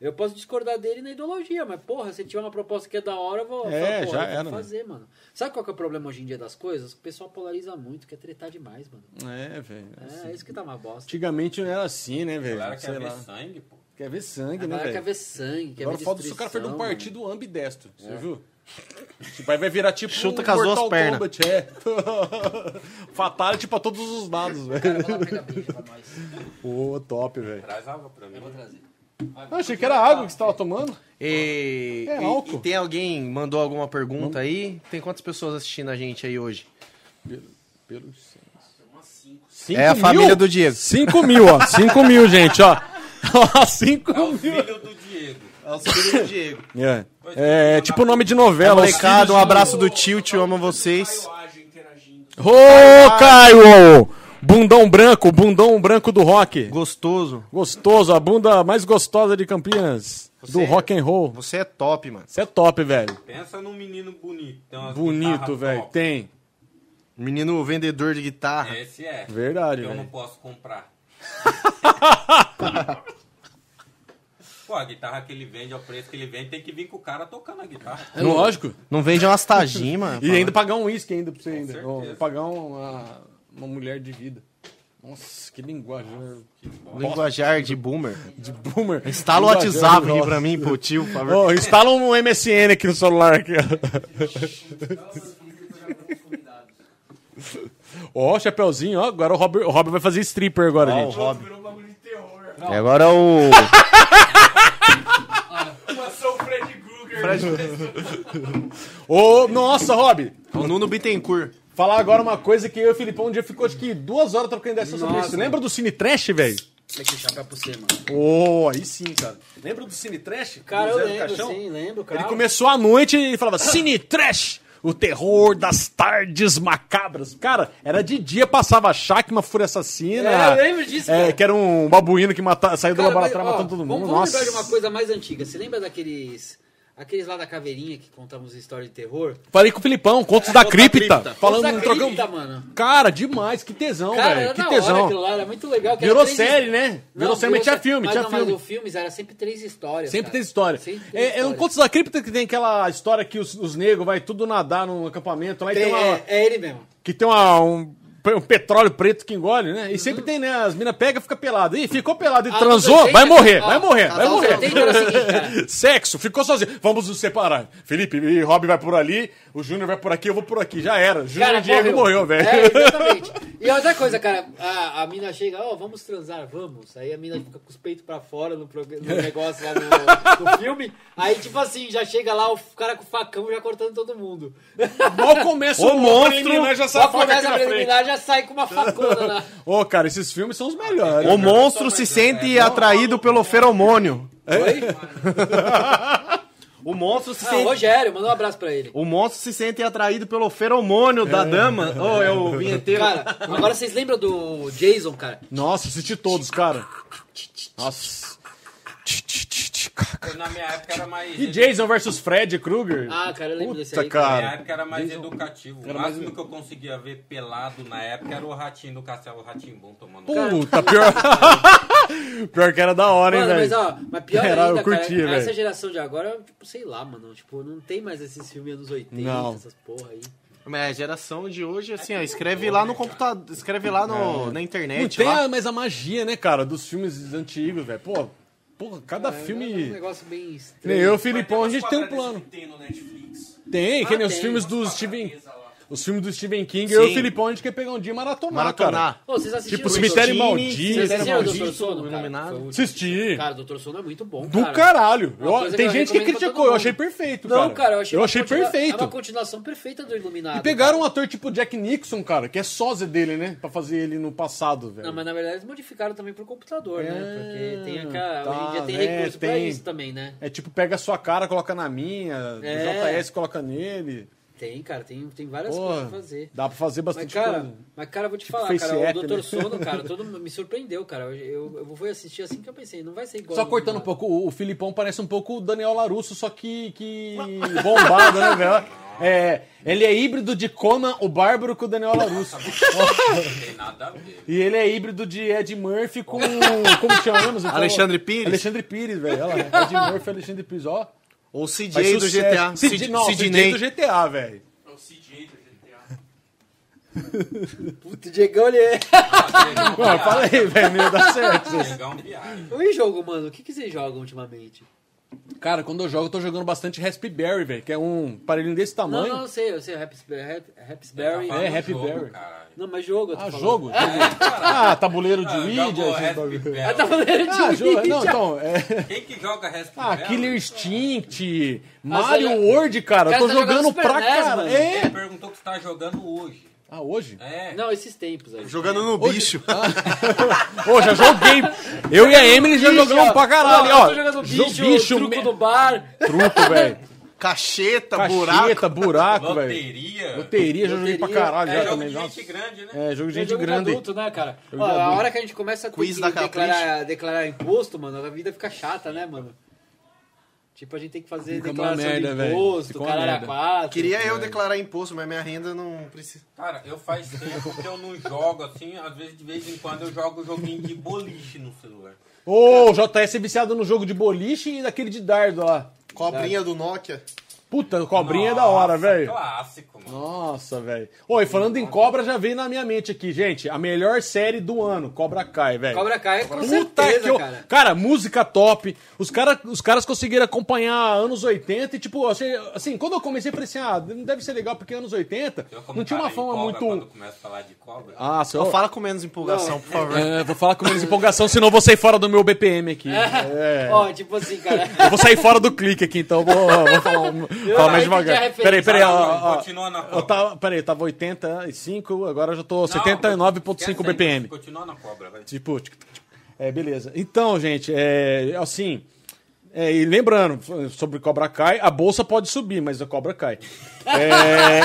Speaker 2: Eu posso discordar dele na ideologia, mas porra, se tiver uma proposta que é da hora, eu vou, eu
Speaker 4: É,
Speaker 2: falo, porra,
Speaker 4: já
Speaker 2: eu vou
Speaker 4: era, mano.
Speaker 2: fazer, mano. Sabe qual que é o problema hoje em dia das coisas? O pessoal polariza muito, quer tretar demais, mano.
Speaker 4: É, velho.
Speaker 2: É,
Speaker 4: Assim.
Speaker 2: isso que tá uma bosta.
Speaker 4: Antigamente não era assim, né,
Speaker 3: A
Speaker 4: velho?
Speaker 3: galera
Speaker 4: Sei
Speaker 3: quer ver
Speaker 4: lá.
Speaker 3: sangue, pô.
Speaker 4: Quer ver sangue, né,
Speaker 2: Agora quer
Speaker 4: velho?
Speaker 2: ver sangue, quer
Speaker 4: Agora
Speaker 2: ver
Speaker 4: foda se o cara foi de um
Speaker 2: destruição, É.
Speaker 4: partido ambidestro, você viu? Tipo, aí vai virar tipo
Speaker 5: Chuta
Speaker 4: um
Speaker 5: com as duas
Speaker 4: Mortal
Speaker 5: pernas.
Speaker 4: Kombat, é. Fatality pra todos os lados,
Speaker 2: mano.
Speaker 4: velho.
Speaker 2: Cara, vai lá pegar brinde pra nós.
Speaker 4: Pô, top, velho.
Speaker 3: Traz água pra mim.
Speaker 2: Eu vou trazer. Vai,
Speaker 4: Eu achei que
Speaker 2: tá
Speaker 4: era água que você tava tomando.
Speaker 5: E,
Speaker 4: É
Speaker 5: e-
Speaker 4: álcool.
Speaker 5: e tem alguém mandou alguma pergunta aí? Tem quantas pessoas assistindo a gente aí hoje?
Speaker 4: Pelo
Speaker 5: É a família do Diego.
Speaker 4: 5 mil, ó. 5 mil, gente, ó. Ó, 5
Speaker 3: É o
Speaker 4: mil.
Speaker 3: filho do Diego.
Speaker 5: É o filho do Diego.
Speaker 4: É, é, é tipo nome de novela. os
Speaker 5: Molecada, um
Speaker 4: filhos do-
Speaker 5: abraço do tio, te amo vocês.
Speaker 6: Caio Ágil interagindo.
Speaker 4: Ô, Caio! Bundão branco, bundão branco do rock.
Speaker 5: Gostoso.
Speaker 4: Gostoso, a bunda mais gostosa de Campinas. do
Speaker 5: Você-
Speaker 4: rock and roll.
Speaker 5: Você é top, mano.
Speaker 4: Você é top, velho.
Speaker 3: Pensa num menino bonito. Tem umas
Speaker 4: Bonito,
Speaker 3: guitarras
Speaker 4: velho.
Speaker 3: tá top.
Speaker 4: Tem.
Speaker 5: Menino vendedor de guitarra.
Speaker 3: Esse é.
Speaker 4: Verdade,
Speaker 3: que Eu não
Speaker 4: velho.
Speaker 3: posso comprar. Pô, a guitarra que ele vende, ao preço que ele vende, tem que vir com o cara tocando a guitarra.
Speaker 4: Lógico.
Speaker 5: Não vende umas tajima.
Speaker 4: E ainda pagar um uísque ainda pra você ainda.
Speaker 3: certeza.
Speaker 4: Ou pagar um, uma, uma mulher de vida. Nossa, que linguagem. né?
Speaker 5: Linguajar de boomer.
Speaker 4: De boomer.
Speaker 5: Instala o
Speaker 4: Linguajar
Speaker 5: WhatsApp
Speaker 4: do
Speaker 5: aqui
Speaker 4: rock.
Speaker 5: pra mim, pô, tio, por favor.
Speaker 4: Ô, instala um MSN aqui no celular. aqui, Ó, Ó, chapeuzinho, ó. Agora o Robert, o Robert vai fazer stripper agora,
Speaker 5: Ó, o
Speaker 4: gente.
Speaker 5: Rob.
Speaker 6: Virou um bagulho de terror.
Speaker 5: E agora o.
Speaker 6: Passou o Fred Krueger.
Speaker 4: Ô, nossa, Rob!
Speaker 5: o Nuno Bittencourt.
Speaker 4: Falar agora uma coisa que eu e o Filipão um dia ficou acho que duas horas trocando ideia sobre
Speaker 2: Nossa.
Speaker 4: isso. Lembra do Cine Trash, velho?
Speaker 2: Tem que chapéu pra você, mano.
Speaker 4: Ô, aí sim, cara. Lembra do Cine Trash?
Speaker 2: Cara,
Speaker 4: Do
Speaker 2: eu
Speaker 4: Zé do
Speaker 2: lembro,
Speaker 4: Caixão?
Speaker 2: sim, lembro, cara.
Speaker 4: Ele começou à noite e falava Cine Trash, o terror das tardes macabras. Cara, era de dia, passava Shakma, Fúria Assassina.
Speaker 2: É, eu lembro disso,
Speaker 4: É,
Speaker 2: cara.
Speaker 4: que era um babuíno que mata, saiu do
Speaker 2: Cara, mas,
Speaker 4: laboratório
Speaker 2: ó,
Speaker 4: matando todo
Speaker 2: vamos-
Speaker 4: mundo.
Speaker 2: Vamos
Speaker 4: Nossa.
Speaker 2: lembrar de uma coisa mais antiga. Você lembra daqueles... Aqueles lá da caveirinha que contamos história de terror?
Speaker 4: Falei com o Filipão, Contos da Cripta. Falando,
Speaker 2: Contos da
Speaker 4: trocamos-
Speaker 2: Cripta, mano.
Speaker 4: Cara, demais, que tesão,
Speaker 2: Cara,
Speaker 4: velho.
Speaker 2: era
Speaker 4: Que
Speaker 2: da hora
Speaker 4: tesão.
Speaker 2: aquilo lá, era muito legal. que era
Speaker 4: Virou
Speaker 2: três
Speaker 4: série,
Speaker 2: his-
Speaker 4: né?
Speaker 2: Não,
Speaker 4: Virou série, mas tinha filme,
Speaker 2: mas
Speaker 4: tinha
Speaker 2: não,
Speaker 4: filme.
Speaker 2: Mas os filmes era sempre três histórias,
Speaker 4: Sempre
Speaker 2: cara.
Speaker 4: tem história.
Speaker 2: Sempre tem
Speaker 4: É, é um
Speaker 2: história.
Speaker 4: Contos da Cripta que tem aquela história que os, os negros vai tudo nadar num acampamento lá e tem,
Speaker 2: Tem-
Speaker 4: uma,
Speaker 2: é, é ele mesmo.
Speaker 4: que tem uma- um, um petróleo preto que engole, né? E sempre tem, né? As minas pegam e fica pelada. Ih, ficou pelada e
Speaker 2: Ah,
Speaker 4: transou,
Speaker 2: não sei,
Speaker 4: vai
Speaker 2: gente,
Speaker 4: morrer,
Speaker 2: ó,
Speaker 4: vai morrer, vai
Speaker 2: Ah, casal
Speaker 4: morrer.
Speaker 2: solteiro era o seguinte, né? cara.
Speaker 4: Sexo, ficou sozinho. Vamos nos separar. Felipe e Rob vai por ali, o Júnior vai por aqui, eu vou por aqui. Já era. Júnior e Diego morreu, velho.
Speaker 2: É, exatamente. E outra coisa, cara, a, a mina chega, ó, vamos transar, vamos. Aí a mina fica com os peitos pra fora no, prog- no negócio lá no, no filme. Aí, tipo assim, já chega lá o cara com o facão já cortando todo mundo.
Speaker 4: Mal começa o, monstro, é, já sai
Speaker 2: Só
Speaker 4: a faca aqui
Speaker 2: começa a
Speaker 4: tá na frente.
Speaker 2: preliminar, já sai com uma facona lá.
Speaker 4: Ô, cara, esses filmes são os melhores.
Speaker 5: O monstro se sente atraído pelo feromônio.
Speaker 4: É?
Speaker 5: O monstro se
Speaker 2: Ah, o
Speaker 5: sente.
Speaker 2: Rogério, manda um abraço pra ele.
Speaker 5: O monstro se sente atraído pelo feromônio da dama. Ô, é o vinheteiro.
Speaker 2: Cara, agora vocês lembram do Jason, cara?
Speaker 4: Nossa, assisti todos, cara. Nossa.
Speaker 3: Eu, na minha época era mais.
Speaker 4: E Jason versus Fred Krueger?
Speaker 2: Ah, cara, eu lembro desse
Speaker 4: Puta,
Speaker 2: aí. Cara.
Speaker 3: Na
Speaker 4: cara.
Speaker 3: minha época era mais educativo.
Speaker 4: Era
Speaker 3: o
Speaker 4: mais
Speaker 3: máximo que eu conseguia ver pelado na época era o ratinho do Castelo Ratimbum tomando.
Speaker 4: Puta, pior. pior que era da hora, hein,
Speaker 2: Mano, mas
Speaker 4: velho.
Speaker 2: ó, mas pior
Speaker 4: Era,
Speaker 2: ainda,
Speaker 4: eu curti,
Speaker 2: cara, essa
Speaker 4: velho.
Speaker 2: geração de agora, tipo, sei lá, mano, tipo, não tem mais esses filmes anos 80,
Speaker 4: Não.
Speaker 2: essas porra aí.
Speaker 5: Mas É, a geração de hoje, assim, ó, escreve lá no computador, escreve lá no, na
Speaker 4: É. Não
Speaker 5: internet.
Speaker 4: tem
Speaker 5: lá.
Speaker 4: a- mais a magia, né, cara, dos filmes antigos, velho. Pô, porra, cada
Speaker 2: É um
Speaker 4: filme.
Speaker 2: negócio bem
Speaker 4: Nem
Speaker 2: estranho.
Speaker 4: eu,
Speaker 6: Vai ter
Speaker 4: Filipão, a
Speaker 6: umas
Speaker 4: gente tem um
Speaker 6: quadradas
Speaker 4: plano.
Speaker 6: é que Tem no Netflix.
Speaker 4: Tem, que nem os
Speaker 2: tem,
Speaker 4: filmes
Speaker 6: Umas
Speaker 4: do
Speaker 6: quadradezas
Speaker 4: Steven.
Speaker 6: lá.
Speaker 4: Os filmes do Stephen King, eu e o
Speaker 5: Sim.
Speaker 4: Filipão, a gente quer pegar um dia e maratonar, cara.
Speaker 5: Maratonar.
Speaker 2: Ô, vocês assistiram
Speaker 4: Tipo,
Speaker 2: o
Speaker 4: Cemitério
Speaker 2: Dr.
Speaker 4: Maldito.
Speaker 2: Vocês
Speaker 5: Cemitério
Speaker 2: assistiram o Doutor
Speaker 5: Maldito,
Speaker 2: Sono, cara?
Speaker 5: Iluminado.
Speaker 2: Foi o-
Speaker 4: Assisti.
Speaker 2: Cara, o Doutor Sono é muito bom,
Speaker 4: Do
Speaker 2: cara. é
Speaker 4: caralho.
Speaker 2: Uma
Speaker 4: Eu-
Speaker 2: coisa
Speaker 4: tem
Speaker 2: que eu
Speaker 4: gente que
Speaker 2: recomendo pra
Speaker 4: criticou,
Speaker 2: todo
Speaker 4: eu
Speaker 2: mundo.
Speaker 4: achei perfeito, cara.
Speaker 2: Não, cara, eu achei,
Speaker 4: Eu
Speaker 2: uma
Speaker 4: achei
Speaker 2: continua- É
Speaker 4: perfeito.
Speaker 2: uma continuação perfeita do Iluminado.
Speaker 4: E pegaram um
Speaker 2: cara.
Speaker 4: ator tipo Jack Nixon, cara, que é sósia dele, né? Pra fazer ele no passado, velho.
Speaker 2: Não, mas na verdade eles modificaram também pro computador, né? Porque tem aquela. hoje em
Speaker 4: tá,
Speaker 2: dia tem
Speaker 4: né,
Speaker 2: recurso pra
Speaker 4: tem.
Speaker 2: isso também, né?
Speaker 4: É tipo, pega a sua cara, coloca na minha, do
Speaker 2: É.
Speaker 4: JS coloca nele.
Speaker 2: Tem, cara, tem, tem várias coisas
Speaker 4: Pô,
Speaker 2: pra fazer.
Speaker 4: dá pra fazer
Speaker 2: Mas
Speaker 4: bastante
Speaker 2: cara,
Speaker 4: coisa.
Speaker 2: mas, cara, eu vou te
Speaker 4: Tipo
Speaker 2: falar,
Speaker 4: Face
Speaker 2: cara,
Speaker 4: App,
Speaker 2: o Dr.
Speaker 4: né?
Speaker 2: Sono, cara, todo mundo me surpreendeu, cara. Eu, eu fui assistir assim que eu pensei, não vai ser igual.
Speaker 4: Só
Speaker 2: ao
Speaker 4: cortando um
Speaker 2: original.
Speaker 4: pouco, o Filipão parece um pouco o Daniel Larusso, só que, que bombado, né, velho? É, ele é híbrido de Conan o Bárbaro com o Daniel Larusso.
Speaker 3: Não tem nada a ver.
Speaker 4: E ele é híbrido de Ed Murphy com. Como chamamos?
Speaker 5: Alexandre Pires?
Speaker 4: Alexandre Pires, velho. Olha lá. Ed Murphy e Alexandre Pires, ó.
Speaker 5: Ou CJ
Speaker 4: Faz
Speaker 5: do
Speaker 4: sucesso.
Speaker 5: GTA.
Speaker 4: Sid-
Speaker 5: Sid-
Speaker 4: não, Sidney
Speaker 5: Sidney.
Speaker 4: do GTA, velho.
Speaker 6: É o CJ do GTA.
Speaker 2: um Puta, Diegão, ele é.
Speaker 4: Pô, fala aí, velho. Não ia dar certo.
Speaker 3: Pegar um viagem.
Speaker 2: E jogo, mano? O que, que vocês jogam ultimamente?
Speaker 4: Cara, quando eu jogo, eu tô jogando bastante Raspberry, velho. Que é um aparelhinho desse
Speaker 2: Não,
Speaker 4: tamanho.
Speaker 2: não, eu sei, eu sei, Rapsberry. Rapsberry.
Speaker 4: É, Happy
Speaker 3: Tá jogo,
Speaker 4: Berry.
Speaker 3: caralho.
Speaker 2: Não, mas jogo, eu tô
Speaker 4: ah,
Speaker 2: falando.
Speaker 4: jogo? ah, tabuleiro de
Speaker 3: Ah,
Speaker 4: Ouija.
Speaker 3: jogou
Speaker 4: esses
Speaker 3: Happy
Speaker 4: bagulho.
Speaker 3: Berry.
Speaker 2: Ah, tá falando de
Speaker 4: Ah, jogo. Não,
Speaker 2: mídia.
Speaker 4: então. É...
Speaker 3: Quem que joga Happy
Speaker 4: Ah,
Speaker 2: É,
Speaker 3: Berry?
Speaker 4: Killer Instinct,
Speaker 2: você
Speaker 4: Mario
Speaker 2: joga-
Speaker 4: World, cara. Eu
Speaker 2: Cara,
Speaker 4: tô
Speaker 2: você tá jogando
Speaker 4: jogando
Speaker 2: é- Super
Speaker 4: pra
Speaker 2: NES,
Speaker 4: cara.
Speaker 2: mano.
Speaker 3: Ele
Speaker 4: É.
Speaker 3: perguntou o que você tá jogando hoje.
Speaker 4: Ah, hoje?
Speaker 3: É.
Speaker 2: Não, esses tempos aí.
Speaker 5: Jogando no bicho.
Speaker 4: Ô, já joguei. Eu e a Emily já jogamos pra caralho.
Speaker 2: Não, eu
Speaker 4: ó,
Speaker 2: Ah, tô jogando
Speaker 4: Jo-
Speaker 2: bicho, truco
Speaker 4: me-
Speaker 2: do bar.
Speaker 4: truco, velho.
Speaker 5: Cacheta, buraco.
Speaker 4: Cacheta, buraco, velho.
Speaker 3: Loteria.
Speaker 4: Loteria, já joguei pra
Speaker 2: Loteria.
Speaker 4: caralho.
Speaker 3: É
Speaker 4: já
Speaker 3: jogo
Speaker 4: também,
Speaker 3: de gente
Speaker 4: nossa.
Speaker 3: grande, né?
Speaker 4: É, jogo de
Speaker 2: É
Speaker 4: gente
Speaker 2: jogo de
Speaker 4: grande.
Speaker 2: adulto, né, cara?
Speaker 4: Jogo
Speaker 2: Ó,
Speaker 4: de
Speaker 2: a
Speaker 4: adulto.
Speaker 2: hora que a gente começa a ter
Speaker 5: Quiz
Speaker 2: que
Speaker 5: da
Speaker 2: declarar, declarar imposto, mano, a vida fica chata, né, mano? Tipo, a gente tem que fazer
Speaker 4: Fica uma
Speaker 2: declaração
Speaker 4: merda,
Speaker 2: de
Speaker 4: velho.
Speaker 2: imposto,
Speaker 4: Fica uma
Speaker 2: caralho, a
Speaker 4: merda.
Speaker 2: quatro.
Speaker 5: Queria eu declarar imposto, mas minha renda não precisa.
Speaker 3: Cara, eu faz tempo que eu não jogo assim. Às vezes, de vez em quando, eu jogo joguinho de boliche no celular.
Speaker 4: Ô, o JS é viciado no jogo de boliche e daquele de dardo lá.
Speaker 5: Cobrinha do Nokia.
Speaker 4: Puta, cobrinha é da hora,
Speaker 3: Nossa,
Speaker 4: velho.
Speaker 3: Clássico, mano.
Speaker 4: Nossa, velho. Oi, falando em cobra, já veio na minha mente aqui, gente. A melhor série do ano, Cobra Kai, velho.
Speaker 2: Cobra Kai, é com
Speaker 4: Puta
Speaker 2: certeza,
Speaker 4: que eu...
Speaker 2: cara.
Speaker 4: música top. Os, cara, os caras conseguiram acompanhar anos 80 e, tipo, achei- assim, quando eu comecei, eu falei assim, ah, deve ser legal, porque anos 80
Speaker 3: Eu, como
Speaker 4: não tinha uma
Speaker 3: cara de
Speaker 4: fama
Speaker 3: cobra, Quando
Speaker 4: muito...
Speaker 3: começa a falar de cobra.
Speaker 4: Ah, só...
Speaker 5: Só fala com menos empolgação, por favor.
Speaker 4: É, vou falar com menos empolgação, senão eu vou sair fora do meu BPM aqui. É.
Speaker 2: Ó, tipo assim, cara.
Speaker 4: Eu vou sair fora do clique aqui, então vou, vou falar, falar mais
Speaker 2: eu entendi a
Speaker 4: devagar.
Speaker 2: referência.
Speaker 4: Peraí, peraí.
Speaker 3: Ah,
Speaker 4: ó,
Speaker 3: não,
Speaker 4: ó.
Speaker 3: continua na
Speaker 4: eu
Speaker 3: cobra.
Speaker 4: tava, peraí, eu tava 85, agora eu já tô
Speaker 3: Não,
Speaker 4: 79,5
Speaker 3: esquece aí,
Speaker 4: BPM.
Speaker 3: Continua na cobra, velho.
Speaker 4: Tipo, tic, tic, tic. é, beleza. Então, gente, é, assim. é, e lembrando, f- sobre Cobra Kai, a bolsa pode subir, mas a Cobra cai. É...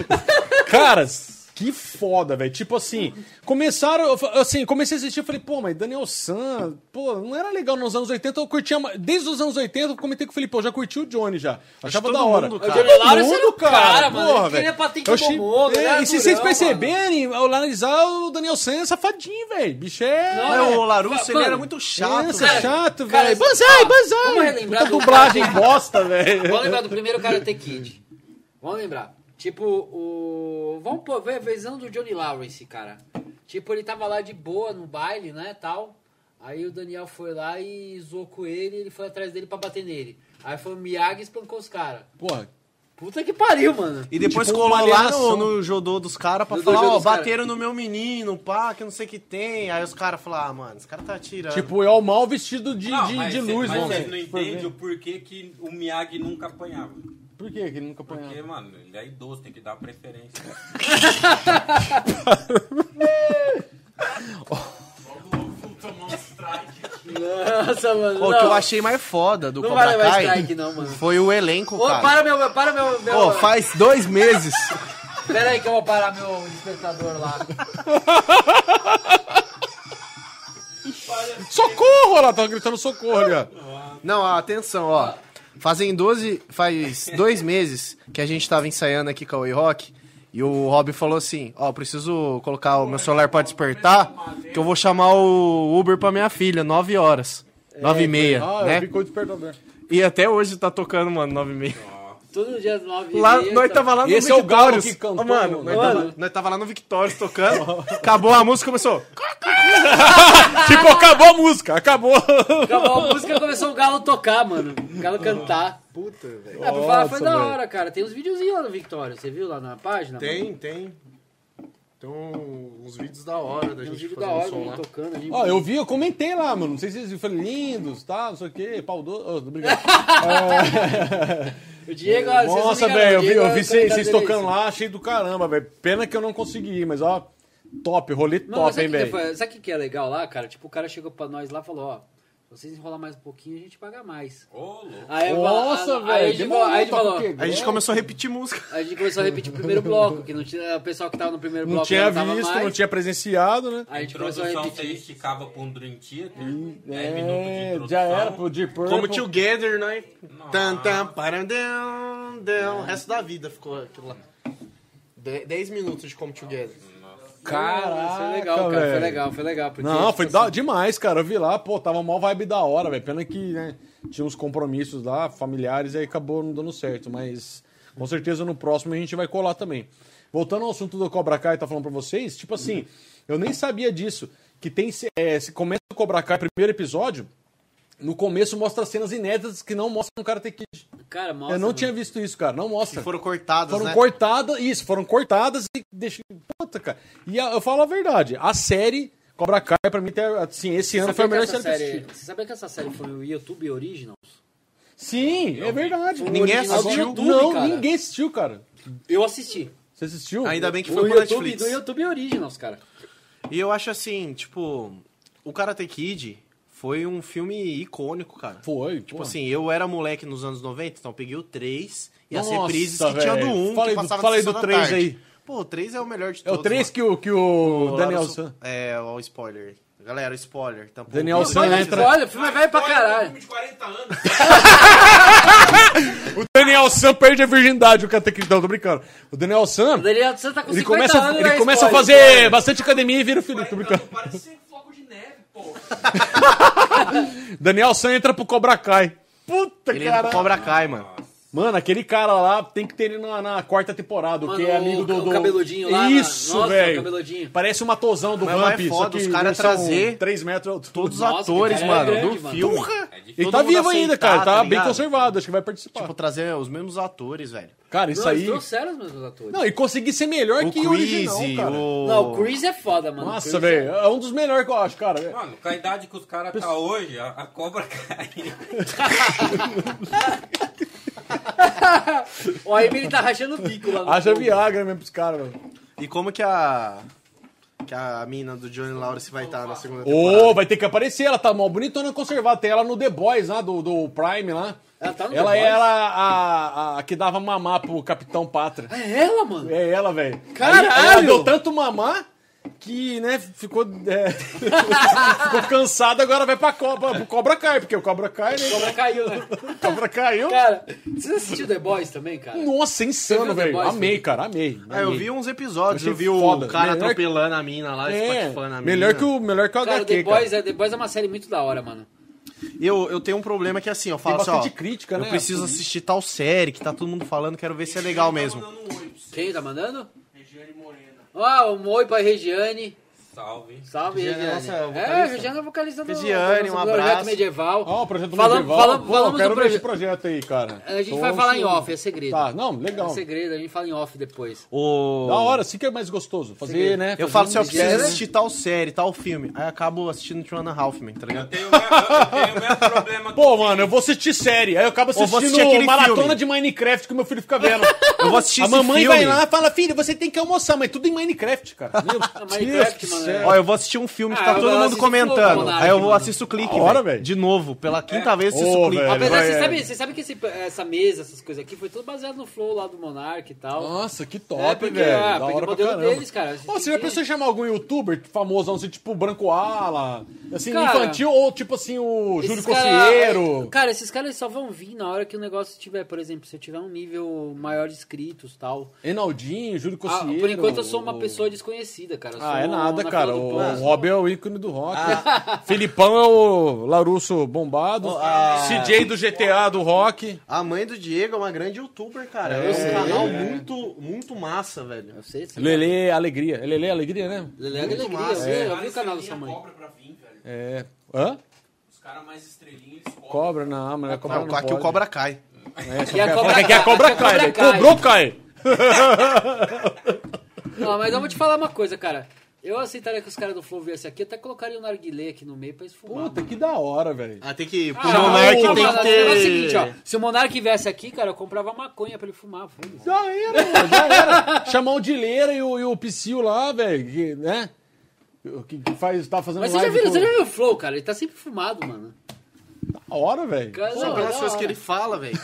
Speaker 4: Caras, que foda, velho. Tipo assim, começaram. eu fa- Assim, comecei a assistir e falei, pô, mas Daniel San, pô, não era legal nos anos 80. Eu curtia. ma- Desde os anos 80, eu comentei com o Felipe, pô, eu já curti o Johnny já. Achava
Speaker 5: todo
Speaker 4: da hora.
Speaker 5: mundo,
Speaker 2: O
Speaker 5: Cara,
Speaker 2: Johnny Lawrence
Speaker 4: Todo
Speaker 2: era o
Speaker 4: mundo,
Speaker 2: cara, mano. é
Speaker 4: porra,
Speaker 2: ele queria
Speaker 4: velho.
Speaker 2: Patrick
Speaker 4: Eu achei-
Speaker 2: Momodo, ele
Speaker 4: É,
Speaker 2: era
Speaker 4: e se vocês
Speaker 2: né? durão, mano.
Speaker 4: perceberem, ao analisar, o Daniel San é safadinho, velho. Bicho é...
Speaker 2: Não,
Speaker 5: Mas
Speaker 2: é.
Speaker 5: o Larusso, ele
Speaker 2: Mano, é
Speaker 5: era muito chato.
Speaker 4: Nossa,
Speaker 5: velho.
Speaker 4: chato,
Speaker 2: cara,
Speaker 4: velho.
Speaker 2: isso-
Speaker 4: Banzai,
Speaker 2: ó, vamos
Speaker 4: banzai.
Speaker 2: relembrar
Speaker 4: Puta
Speaker 2: do-
Speaker 4: dublagem bosta, velho.
Speaker 2: Vamos lembrar do primeiro Karate Kid. Vamos lembrar. Tipo, o. Vamos pôr, ver a visão do Johnny Lawrence, cara. Tipo, ele tava lá de boa no baile, né, tal. Aí o Daniel foi lá e zoou com ele, ele foi atrás dele pra bater nele. Aí foi o Miyagi e espancou os caras.
Speaker 4: Porra,
Speaker 2: Puta que pariu, mano.
Speaker 5: E depois
Speaker 4: Tipo,
Speaker 5: colou
Speaker 4: uma
Speaker 5: lá no,
Speaker 4: alienação.
Speaker 5: no Jodô dos caras pra
Speaker 2: No
Speaker 5: falar,
Speaker 2: dojo
Speaker 5: ó,
Speaker 2: dos cara.
Speaker 5: bateram no meu menino, pá, que eu não sei o que tem. Aí os caras falaram, ah, mano, esse cara tá atirando.
Speaker 4: tipo, é o mal vestido de,
Speaker 3: Não,
Speaker 4: de,
Speaker 3: mas
Speaker 2: é,
Speaker 4: de
Speaker 3: cê-
Speaker 4: luz,
Speaker 3: mas
Speaker 4: mano.
Speaker 3: vocês não entendem o porquê que o Miyagi nunca apanhava.
Speaker 4: Por que que ele nunca apanhava?
Speaker 3: Porque, mano, ele é idoso, tem que dar preferência.
Speaker 6: Logo, logo vou tomar um strike aqui.
Speaker 2: Nossa, mano.
Speaker 5: Pô, o que eu achei mais foda do
Speaker 2: Não vai
Speaker 5: Cobra
Speaker 2: levar
Speaker 5: Kai
Speaker 2: strike, não, mano.
Speaker 5: foi o elenco,
Speaker 2: Ô,
Speaker 5: cara.
Speaker 2: para meu. Para meu. meu
Speaker 5: tá. Pô, faz dois meses.
Speaker 2: Pera aí que eu vou parar meu despertador lá.
Speaker 4: Socorro! Ela tava gritando socorro ali, ó.
Speaker 5: não, ó, atenção, ó. Fazem 12, faz dois meses que a gente tava ensaiando aqui com a Way Rock. E o Rob falou assim, ó, preciso colocar o meu celular pra despertar, que eu vou chamar o Uber pra minha filha, 9 horas. 9 e meia,
Speaker 4: Ah,
Speaker 5: né?
Speaker 4: ficou despertador.
Speaker 5: E até hoje tá tocando, mano, 9 e meia.
Speaker 2: Todo dia às 9
Speaker 5: Lá, nós
Speaker 2: tá
Speaker 5: tava lá no
Speaker 4: Esse é o
Speaker 5: Victórios.
Speaker 4: galo que cantou,
Speaker 5: Ô, mano,
Speaker 4: mano.
Speaker 5: Nós, tava, nós tava lá no Victórios tocando. acabou a música, começou.
Speaker 4: Tipo, acabou a música, acabou.
Speaker 2: Acabou a música começou o galo tocar, mano. O galo cantar. Puta, velho. É, pra falar, foi
Speaker 4: Nossa,
Speaker 2: da
Speaker 4: velho.
Speaker 2: hora, cara. Tem uns videozinhos lá no Victória. Você viu lá na página? mano?
Speaker 5: tem. Tem um, uns vídeos da hora da
Speaker 2: Tem uns vídeos da hora, mano, tocando ali.
Speaker 4: Ó, eu vi, eu comentei lá, mano. Não sei se vocês viram. Falei, lindos, tá, não sei o quê. Pau doce. Ô, obrigado.
Speaker 2: O Diego, ó, vocês não
Speaker 4: Nossa,
Speaker 2: ligaram,
Speaker 4: velho, eu
Speaker 2: o
Speaker 4: vi,
Speaker 2: Diego
Speaker 4: eu vi
Speaker 2: é
Speaker 4: vocês
Speaker 2: comentário
Speaker 4: vocês
Speaker 2: dele,
Speaker 4: tocando
Speaker 2: isso.
Speaker 4: lá, achei do caramba, velho. Pena que eu não consegui ir, mas ó, top, rolê
Speaker 2: Mano,
Speaker 4: top,
Speaker 2: sabe
Speaker 4: hein,
Speaker 2: o que é
Speaker 4: velho.
Speaker 2: que foi- sabe o que, que é legal lá, cara? Tipo, o cara chegou pra nós lá e falou, ó. vocês enrolar mais um pouquinho, a gente paga mais.
Speaker 3: Ô, louco.
Speaker 2: Aí eu
Speaker 1: Nossa,
Speaker 2: falo- aí a
Speaker 1: velho.
Speaker 2: gente falou- aí a gente
Speaker 1: demorou,
Speaker 2: falou-
Speaker 1: tá, porque
Speaker 5: A gente
Speaker 1: agora-
Speaker 5: começou a repetir música.
Speaker 2: A gente começou a repetir o primeiro bloco, que não tinha, o pessoal que tava no primeiro
Speaker 4: Não
Speaker 2: bloco
Speaker 4: tinha
Speaker 2: não tava
Speaker 4: visto,
Speaker 2: mais.
Speaker 4: não tinha presenciado, né?
Speaker 2: Aí a
Speaker 3: A
Speaker 6: Tipo,
Speaker 2: gente começou a
Speaker 3: introdução você
Speaker 2: repetir.
Speaker 3: esticava pra um Dream Theater.
Speaker 6: né,
Speaker 3: 10 minutos de
Speaker 1: É,
Speaker 3: introdução.
Speaker 1: já era pro Deep Purple.
Speaker 5: Como Together, né?
Speaker 3: Nossa.
Speaker 5: Tan, tan, parandão, dão. O resto da vida ficou aquilo lá. De- Dez minutos de Come Together.
Speaker 2: Nossa,
Speaker 1: Caraca,
Speaker 2: foi legal, cara, foi
Speaker 4: velho.
Speaker 2: legal, foi legal. Porque,
Speaker 4: Não,
Speaker 2: tipo
Speaker 4: foi
Speaker 2: assim,
Speaker 4: da- demais, cara. Eu vi lá, pô, tava mó vibe da hora, velho. Pena que, né, tinha uns compromissos lá, familiares, e aí acabou não dando certo. Mas com certeza no próximo a gente vai colar também. Voltando ao assunto do Cobra Kai, tá falando pra vocês, tipo assim, eu nem sabia disso. Que tem. se- É, se começa o Cobra Kai, primeiro episódio, no começo mostra cenas inéditas que não mostram no Karate Kid.
Speaker 2: Cara, mostra,
Speaker 4: eu não
Speaker 2: mano.
Speaker 4: tinha visto isso, cara. Não mostra.
Speaker 5: Foram cortadas,
Speaker 4: Foram
Speaker 5: né?
Speaker 4: cortadas, isso, foram cortadas e deixa. Puta, cara. E a- eu falo a verdade, a série Cobra Kai, pra mim, até, assim, esse ano
Speaker 2: Sabia
Speaker 4: foi a
Speaker 2: que
Speaker 4: melhor
Speaker 2: essa
Speaker 4: série, que eu
Speaker 2: série
Speaker 4: assisti.
Speaker 2: Você sabia que essa série foi o YouTube Originals?
Speaker 4: Sim, é verdade.
Speaker 2: Foi
Speaker 5: Ninguém
Speaker 2: original do
Speaker 5: assistiu.
Speaker 2: YouTube,
Speaker 4: não,
Speaker 2: cara.
Speaker 4: ninguém assistiu, cara.
Speaker 2: Eu assisti.
Speaker 4: Você assistiu?
Speaker 5: Ainda bem que
Speaker 2: o
Speaker 5: foi pro
Speaker 2: YouTube
Speaker 5: Netflix.
Speaker 2: do YouTube Originals, cara.
Speaker 5: E eu acho assim, tipo, o Karate Kid foi um filme icônico, cara.
Speaker 4: Foi,
Speaker 5: Tipo assim, eu era moleque nos anos 90, então eu peguei o 3 e as
Speaker 4: Nossa,
Speaker 5: reprises que tinha do
Speaker 4: velho.
Speaker 5: 1
Speaker 4: Fala aí
Speaker 5: que
Speaker 4: do-
Speaker 5: passava
Speaker 4: fala aí
Speaker 5: na
Speaker 4: do
Speaker 5: sessão da
Speaker 4: 3
Speaker 5: tarde.
Speaker 4: aí.
Speaker 5: Pô, o 3 é o melhor de
Speaker 4: é
Speaker 5: todos.
Speaker 4: o 3
Speaker 5: mano.
Speaker 4: que o, que o
Speaker 5: Lá
Speaker 4: Daniel
Speaker 5: no su-
Speaker 4: San.
Speaker 5: É, ó, o spoiler. Galera, o spoiler. Tampou
Speaker 4: Daniel
Speaker 5: o-
Speaker 4: San-
Speaker 2: Olha,
Speaker 4: entra-
Speaker 2: olha, o filme é velho pra
Speaker 6: Um
Speaker 2: caralho.
Speaker 6: filme de 40 anos.
Speaker 4: O Daniel San perde a virgindade, o catequistão, tô brincando. O Daniel San,
Speaker 2: O Daniel San tá com
Speaker 4: ele
Speaker 2: 50
Speaker 4: começa,
Speaker 2: anos.
Speaker 4: ele
Speaker 2: é
Speaker 4: começa a
Speaker 2: spoiler,
Speaker 4: fazer
Speaker 2: cara.
Speaker 4: bastante academia e vira o Felipe, tô
Speaker 6: 40
Speaker 4: brincando.
Speaker 6: anos parece ser floco de neve, pô.
Speaker 4: Daniel San entra pro Cobra Kai. Puta,
Speaker 5: Ele entra
Speaker 4: cara.
Speaker 5: pro Cobra Kai, mano.
Speaker 4: Mano, aquele cara lá tem que ter ele na, na quarta temporada,
Speaker 2: Mano,
Speaker 4: que é amigo do.
Speaker 2: o
Speaker 4: do...
Speaker 2: cabeludinho lá, mano.
Speaker 4: Isso,
Speaker 2: Nossa, o
Speaker 4: velho.
Speaker 2: cabeludinho.
Speaker 4: Parece um matosão do
Speaker 5: Mas lá é
Speaker 4: Ramp.
Speaker 5: foda os caras trazer
Speaker 4: 3 metros.
Speaker 5: Todos os
Speaker 2: Nossa,
Speaker 5: atores,
Speaker 2: que cara
Speaker 5: mano,
Speaker 2: grande,
Speaker 5: do
Speaker 2: mano.
Speaker 5: filme.
Speaker 3: É difícil.
Speaker 4: Ele
Speaker 5: todo
Speaker 4: tá
Speaker 5: mundo
Speaker 4: vivo ainda, cara.
Speaker 5: aceitar,
Speaker 4: Tá,
Speaker 5: tá
Speaker 4: bem
Speaker 5: ligado?
Speaker 4: conservado, acho que vai participar.
Speaker 5: Tipo, trazer os mesmos atores, velho.
Speaker 4: cara, isso
Speaker 2: Não,
Speaker 4: aí.
Speaker 2: eles trouxeram os meus atores.
Speaker 4: Não, e conseguir ser melhor
Speaker 5: O
Speaker 4: É que
Speaker 5: Chris,
Speaker 4: o original, cara.
Speaker 5: o...
Speaker 2: Não, o Chris é foda, mano. O Chris
Speaker 4: Nossa,
Speaker 2: é-
Speaker 4: velho. É um dos melhores que eu acho, cara.
Speaker 3: Mano, com a idade que os caras tá hoje, a, a cobra cai.
Speaker 2: O Aime, ele tá rachando o bico lá no
Speaker 4: Haja
Speaker 2: fundo.
Speaker 4: Viagra mesmo pros caras, mano.
Speaker 5: E como que a... Que a mina do Johnny Lawrence vai estar na segunda temporada?
Speaker 4: Ô, vai ter que aparecer. Ela tá mal bonitona conservada. Tem ela no The Boys lá, do, do Prime lá.
Speaker 2: Ela tá no
Speaker 4: Ela
Speaker 2: The Boys?
Speaker 4: era a, a- a que dava mamar pro Capitão Pátria.
Speaker 2: É ela, mano.
Speaker 4: É ela, velho.
Speaker 2: Caralho!
Speaker 4: Aí Ela deu tanto mamar que, né, ficou. é, ficou cansada, agora vai pra Cobra, pro Cobra Kai, porque o Cobra Kai, né?
Speaker 2: Ela caiu, né?
Speaker 4: O Cobra caiu.
Speaker 2: Cara, você assistiu The Boys também, cara?
Speaker 4: Nossa,
Speaker 2: Você viu
Speaker 4: insano,
Speaker 2: The
Speaker 4: velho.
Speaker 2: Boys,
Speaker 4: Amei,
Speaker 2: filho?
Speaker 4: cara, amei.
Speaker 5: Ah, eu vi uns episódios,
Speaker 4: Achei
Speaker 5: eu vi o
Speaker 4: foda.
Speaker 5: cara
Speaker 4: Melhor-
Speaker 5: atropelando a mina lá,
Speaker 4: É,
Speaker 5: espatifando a mina.
Speaker 4: melhor que o, melhor que o
Speaker 2: né? Cara,
Speaker 4: HQ,
Speaker 2: The
Speaker 4: cara.
Speaker 2: Boys, é, The Boys é uma série muito da hora, mano.
Speaker 5: Eu, eu tenho um problema que assim, eu falo assim, ó...
Speaker 4: bastante crítica,
Speaker 5: eu
Speaker 4: né?
Speaker 5: preciso
Speaker 2: Uhum.
Speaker 4: Tudo.
Speaker 5: assistir tal série que tá todo mundo falando, quero ver se é legal mesmo.
Speaker 6: Tá mandando um oi pra você.
Speaker 2: Quem tá mandando?
Speaker 6: Regiane Morena.
Speaker 2: Ah, um oi pra Regiane.
Speaker 3: Salve.
Speaker 2: Salve,
Speaker 5: Regiane é
Speaker 2: Regiane.
Speaker 5: nossa vocalista?
Speaker 2: é, Regiane é vocalizando
Speaker 5: Regiane, um abraço.
Speaker 2: projeto medieval.
Speaker 4: Ó, o projeto
Speaker 2: Falam-
Speaker 4: medieval.
Speaker 2: falam-
Speaker 4: Pô,
Speaker 2: falamos
Speaker 4: eu quero
Speaker 2: do
Speaker 4: ver esse
Speaker 2: proje-
Speaker 4: projeto aí, cara.
Speaker 2: A gente
Speaker 4: Tô
Speaker 2: vai falar em
Speaker 4: ansioso.
Speaker 2: off, é segredo.
Speaker 4: Tá, não,
Speaker 2: É
Speaker 4: legal.
Speaker 2: segredo, a gente fala em off depois.
Speaker 5: O...
Speaker 4: Da hora, assim que é mais gostoso. Fazer,
Speaker 2: Segredo.
Speaker 4: né?
Speaker 5: Eu
Speaker 4: fazer
Speaker 5: falo assim, ó,
Speaker 4: um-
Speaker 5: eu preciso
Speaker 2: mistério, né?
Speaker 5: assistir tal série, tal filme. Aí eu acabo assistindo Joanna Halfman, tá
Speaker 3: Eu
Speaker 5: ligado?
Speaker 3: tenho, o me- eu tenho o mesmo problema que
Speaker 4: Pô,
Speaker 3: o
Speaker 4: mano, eu vou assistir série. Aí eu acabo
Speaker 5: Ou vou
Speaker 4: assistindo
Speaker 5: assistir aquele
Speaker 4: maratona
Speaker 5: filme.
Speaker 4: de Minecraft que meu filho fica vendo.
Speaker 5: Eu vou assistir
Speaker 4: a
Speaker 5: esse
Speaker 4: mamãe
Speaker 5: filme.
Speaker 4: vai lá e fala, filho, você tem que almoçar, mas tudo em Minecraft, cara. Meu
Speaker 2: Minecraft,
Speaker 4: Deus do céu.
Speaker 2: mano,
Speaker 5: Ó, eu vou assistir um filme que
Speaker 2: Ah,
Speaker 5: tá
Speaker 2: eu
Speaker 5: todo mundo
Speaker 2: assisto Flow,
Speaker 5: comentando.
Speaker 2: Monark,
Speaker 5: Aí eu vou
Speaker 2: mano.
Speaker 5: assistir o clique,
Speaker 4: Da hora,
Speaker 5: velho.
Speaker 4: velho.
Speaker 5: De novo, pela quinta vez eu assisto
Speaker 4: Ô,
Speaker 5: o clique.
Speaker 4: velho.
Speaker 2: Apesar,
Speaker 4: vai-
Speaker 2: você,
Speaker 4: é.
Speaker 2: sabe, você sabe que esse- essa mesa, essas coisas aqui, foi tudo baseado no flow lá do Monark e tal.
Speaker 4: Nossa, que top,
Speaker 2: É, porque-
Speaker 4: velho.
Speaker 2: ah,
Speaker 4: da hora
Speaker 2: porque o
Speaker 4: pra
Speaker 2: modelo
Speaker 4: caramba.
Speaker 2: deles, cara, a gente
Speaker 4: Pô, você
Speaker 2: tem
Speaker 4: já
Speaker 2: que-
Speaker 4: pensou em chamar algum youtuber famosão, assim, tipo Branco Ala, assim,
Speaker 2: Cara,
Speaker 4: infantil, ou tipo assim, o Júlio
Speaker 2: Esses cara- é,
Speaker 4: Cocieiro.
Speaker 2: Cara, esses caras só vão vir na hora que o negócio tiver, por exemplo, se eu tiver um nível maior de inscritos e tal.
Speaker 4: Enaldinho, Júlio
Speaker 2: Ah,
Speaker 4: Cocieiro.
Speaker 2: por enquanto eu sou uma
Speaker 4: o-
Speaker 2: pessoa desconhecida, cara. Eu
Speaker 4: Ah,
Speaker 2: sou um
Speaker 4: é nada,
Speaker 2: na
Speaker 4: cara.
Speaker 2: fila do
Speaker 4: O,
Speaker 2: pão.
Speaker 4: o Rob é o ícone do rock.
Speaker 5: Ah.
Speaker 4: Filipão é o Larusso bombado.
Speaker 5: Oh,
Speaker 4: CJ do GTA do rock.
Speaker 5: A mãe do Diego é uma grande youtuber, cara.
Speaker 2: É,
Speaker 5: É, um
Speaker 2: é,
Speaker 5: canal muito, muito massa, velho.
Speaker 2: Eu sei, sim.
Speaker 4: Lele Alegria. É Lele Alegria, né?
Speaker 2: Lele é alegria, eu
Speaker 5: massa.
Speaker 2: vi, eu vi
Speaker 6: Várias
Speaker 2: o canal da sua
Speaker 6: estrelinhas
Speaker 2: mãe.
Speaker 6: cobra pra vir, velho.
Speaker 4: É. Hã?
Speaker 6: Os caras mais estrelinhos, eles cobram.
Speaker 4: Cobra na ama, né? Cobra
Speaker 5: Não,
Speaker 4: não,
Speaker 5: aqui
Speaker 4: pode.
Speaker 5: o Cobra cai.
Speaker 4: É, só
Speaker 2: E a
Speaker 4: quer-
Speaker 2: cobra
Speaker 4: fala que aqui a
Speaker 2: cai,
Speaker 4: cobra
Speaker 2: aqui né? a
Speaker 4: cai.
Speaker 2: cobra
Speaker 4: velho.
Speaker 2: cai.
Speaker 4: Cobrou cai.
Speaker 2: Não, mas eu vou te falar uma coisa, cara. Eu aceitaria que os caras do Flow viessem aqui, até colocaria o narguilé aqui no meio pra esfumar.
Speaker 4: Puta, que da hora, velho.
Speaker 5: Ah, tem que.
Speaker 2: Ah,
Speaker 5: pro Monark
Speaker 2: não,
Speaker 5: tem
Speaker 2: mano,
Speaker 5: que
Speaker 2: o negócio é o seguinte,
Speaker 5: ter.
Speaker 2: ó. Se o Monark viesse aqui, cara, eu comprava maconha pra ele fumar. foda-se.
Speaker 4: Já era, mano, já era. Chamar o Dileira e o, e o Psyu lá, velho, que, né? O que que faz, tá fazendo
Speaker 2: Mas você já,
Speaker 4: é live
Speaker 2: viu,
Speaker 4: com-
Speaker 2: você já viu o Flow, cara? Ele tá sempre fumado, mano.
Speaker 4: Da hora, velho.
Speaker 2: Cara,
Speaker 5: São
Speaker 2: não, é
Speaker 5: aquelas
Speaker 2: da
Speaker 5: coisas que
Speaker 2: hora.
Speaker 5: ele fala, velho.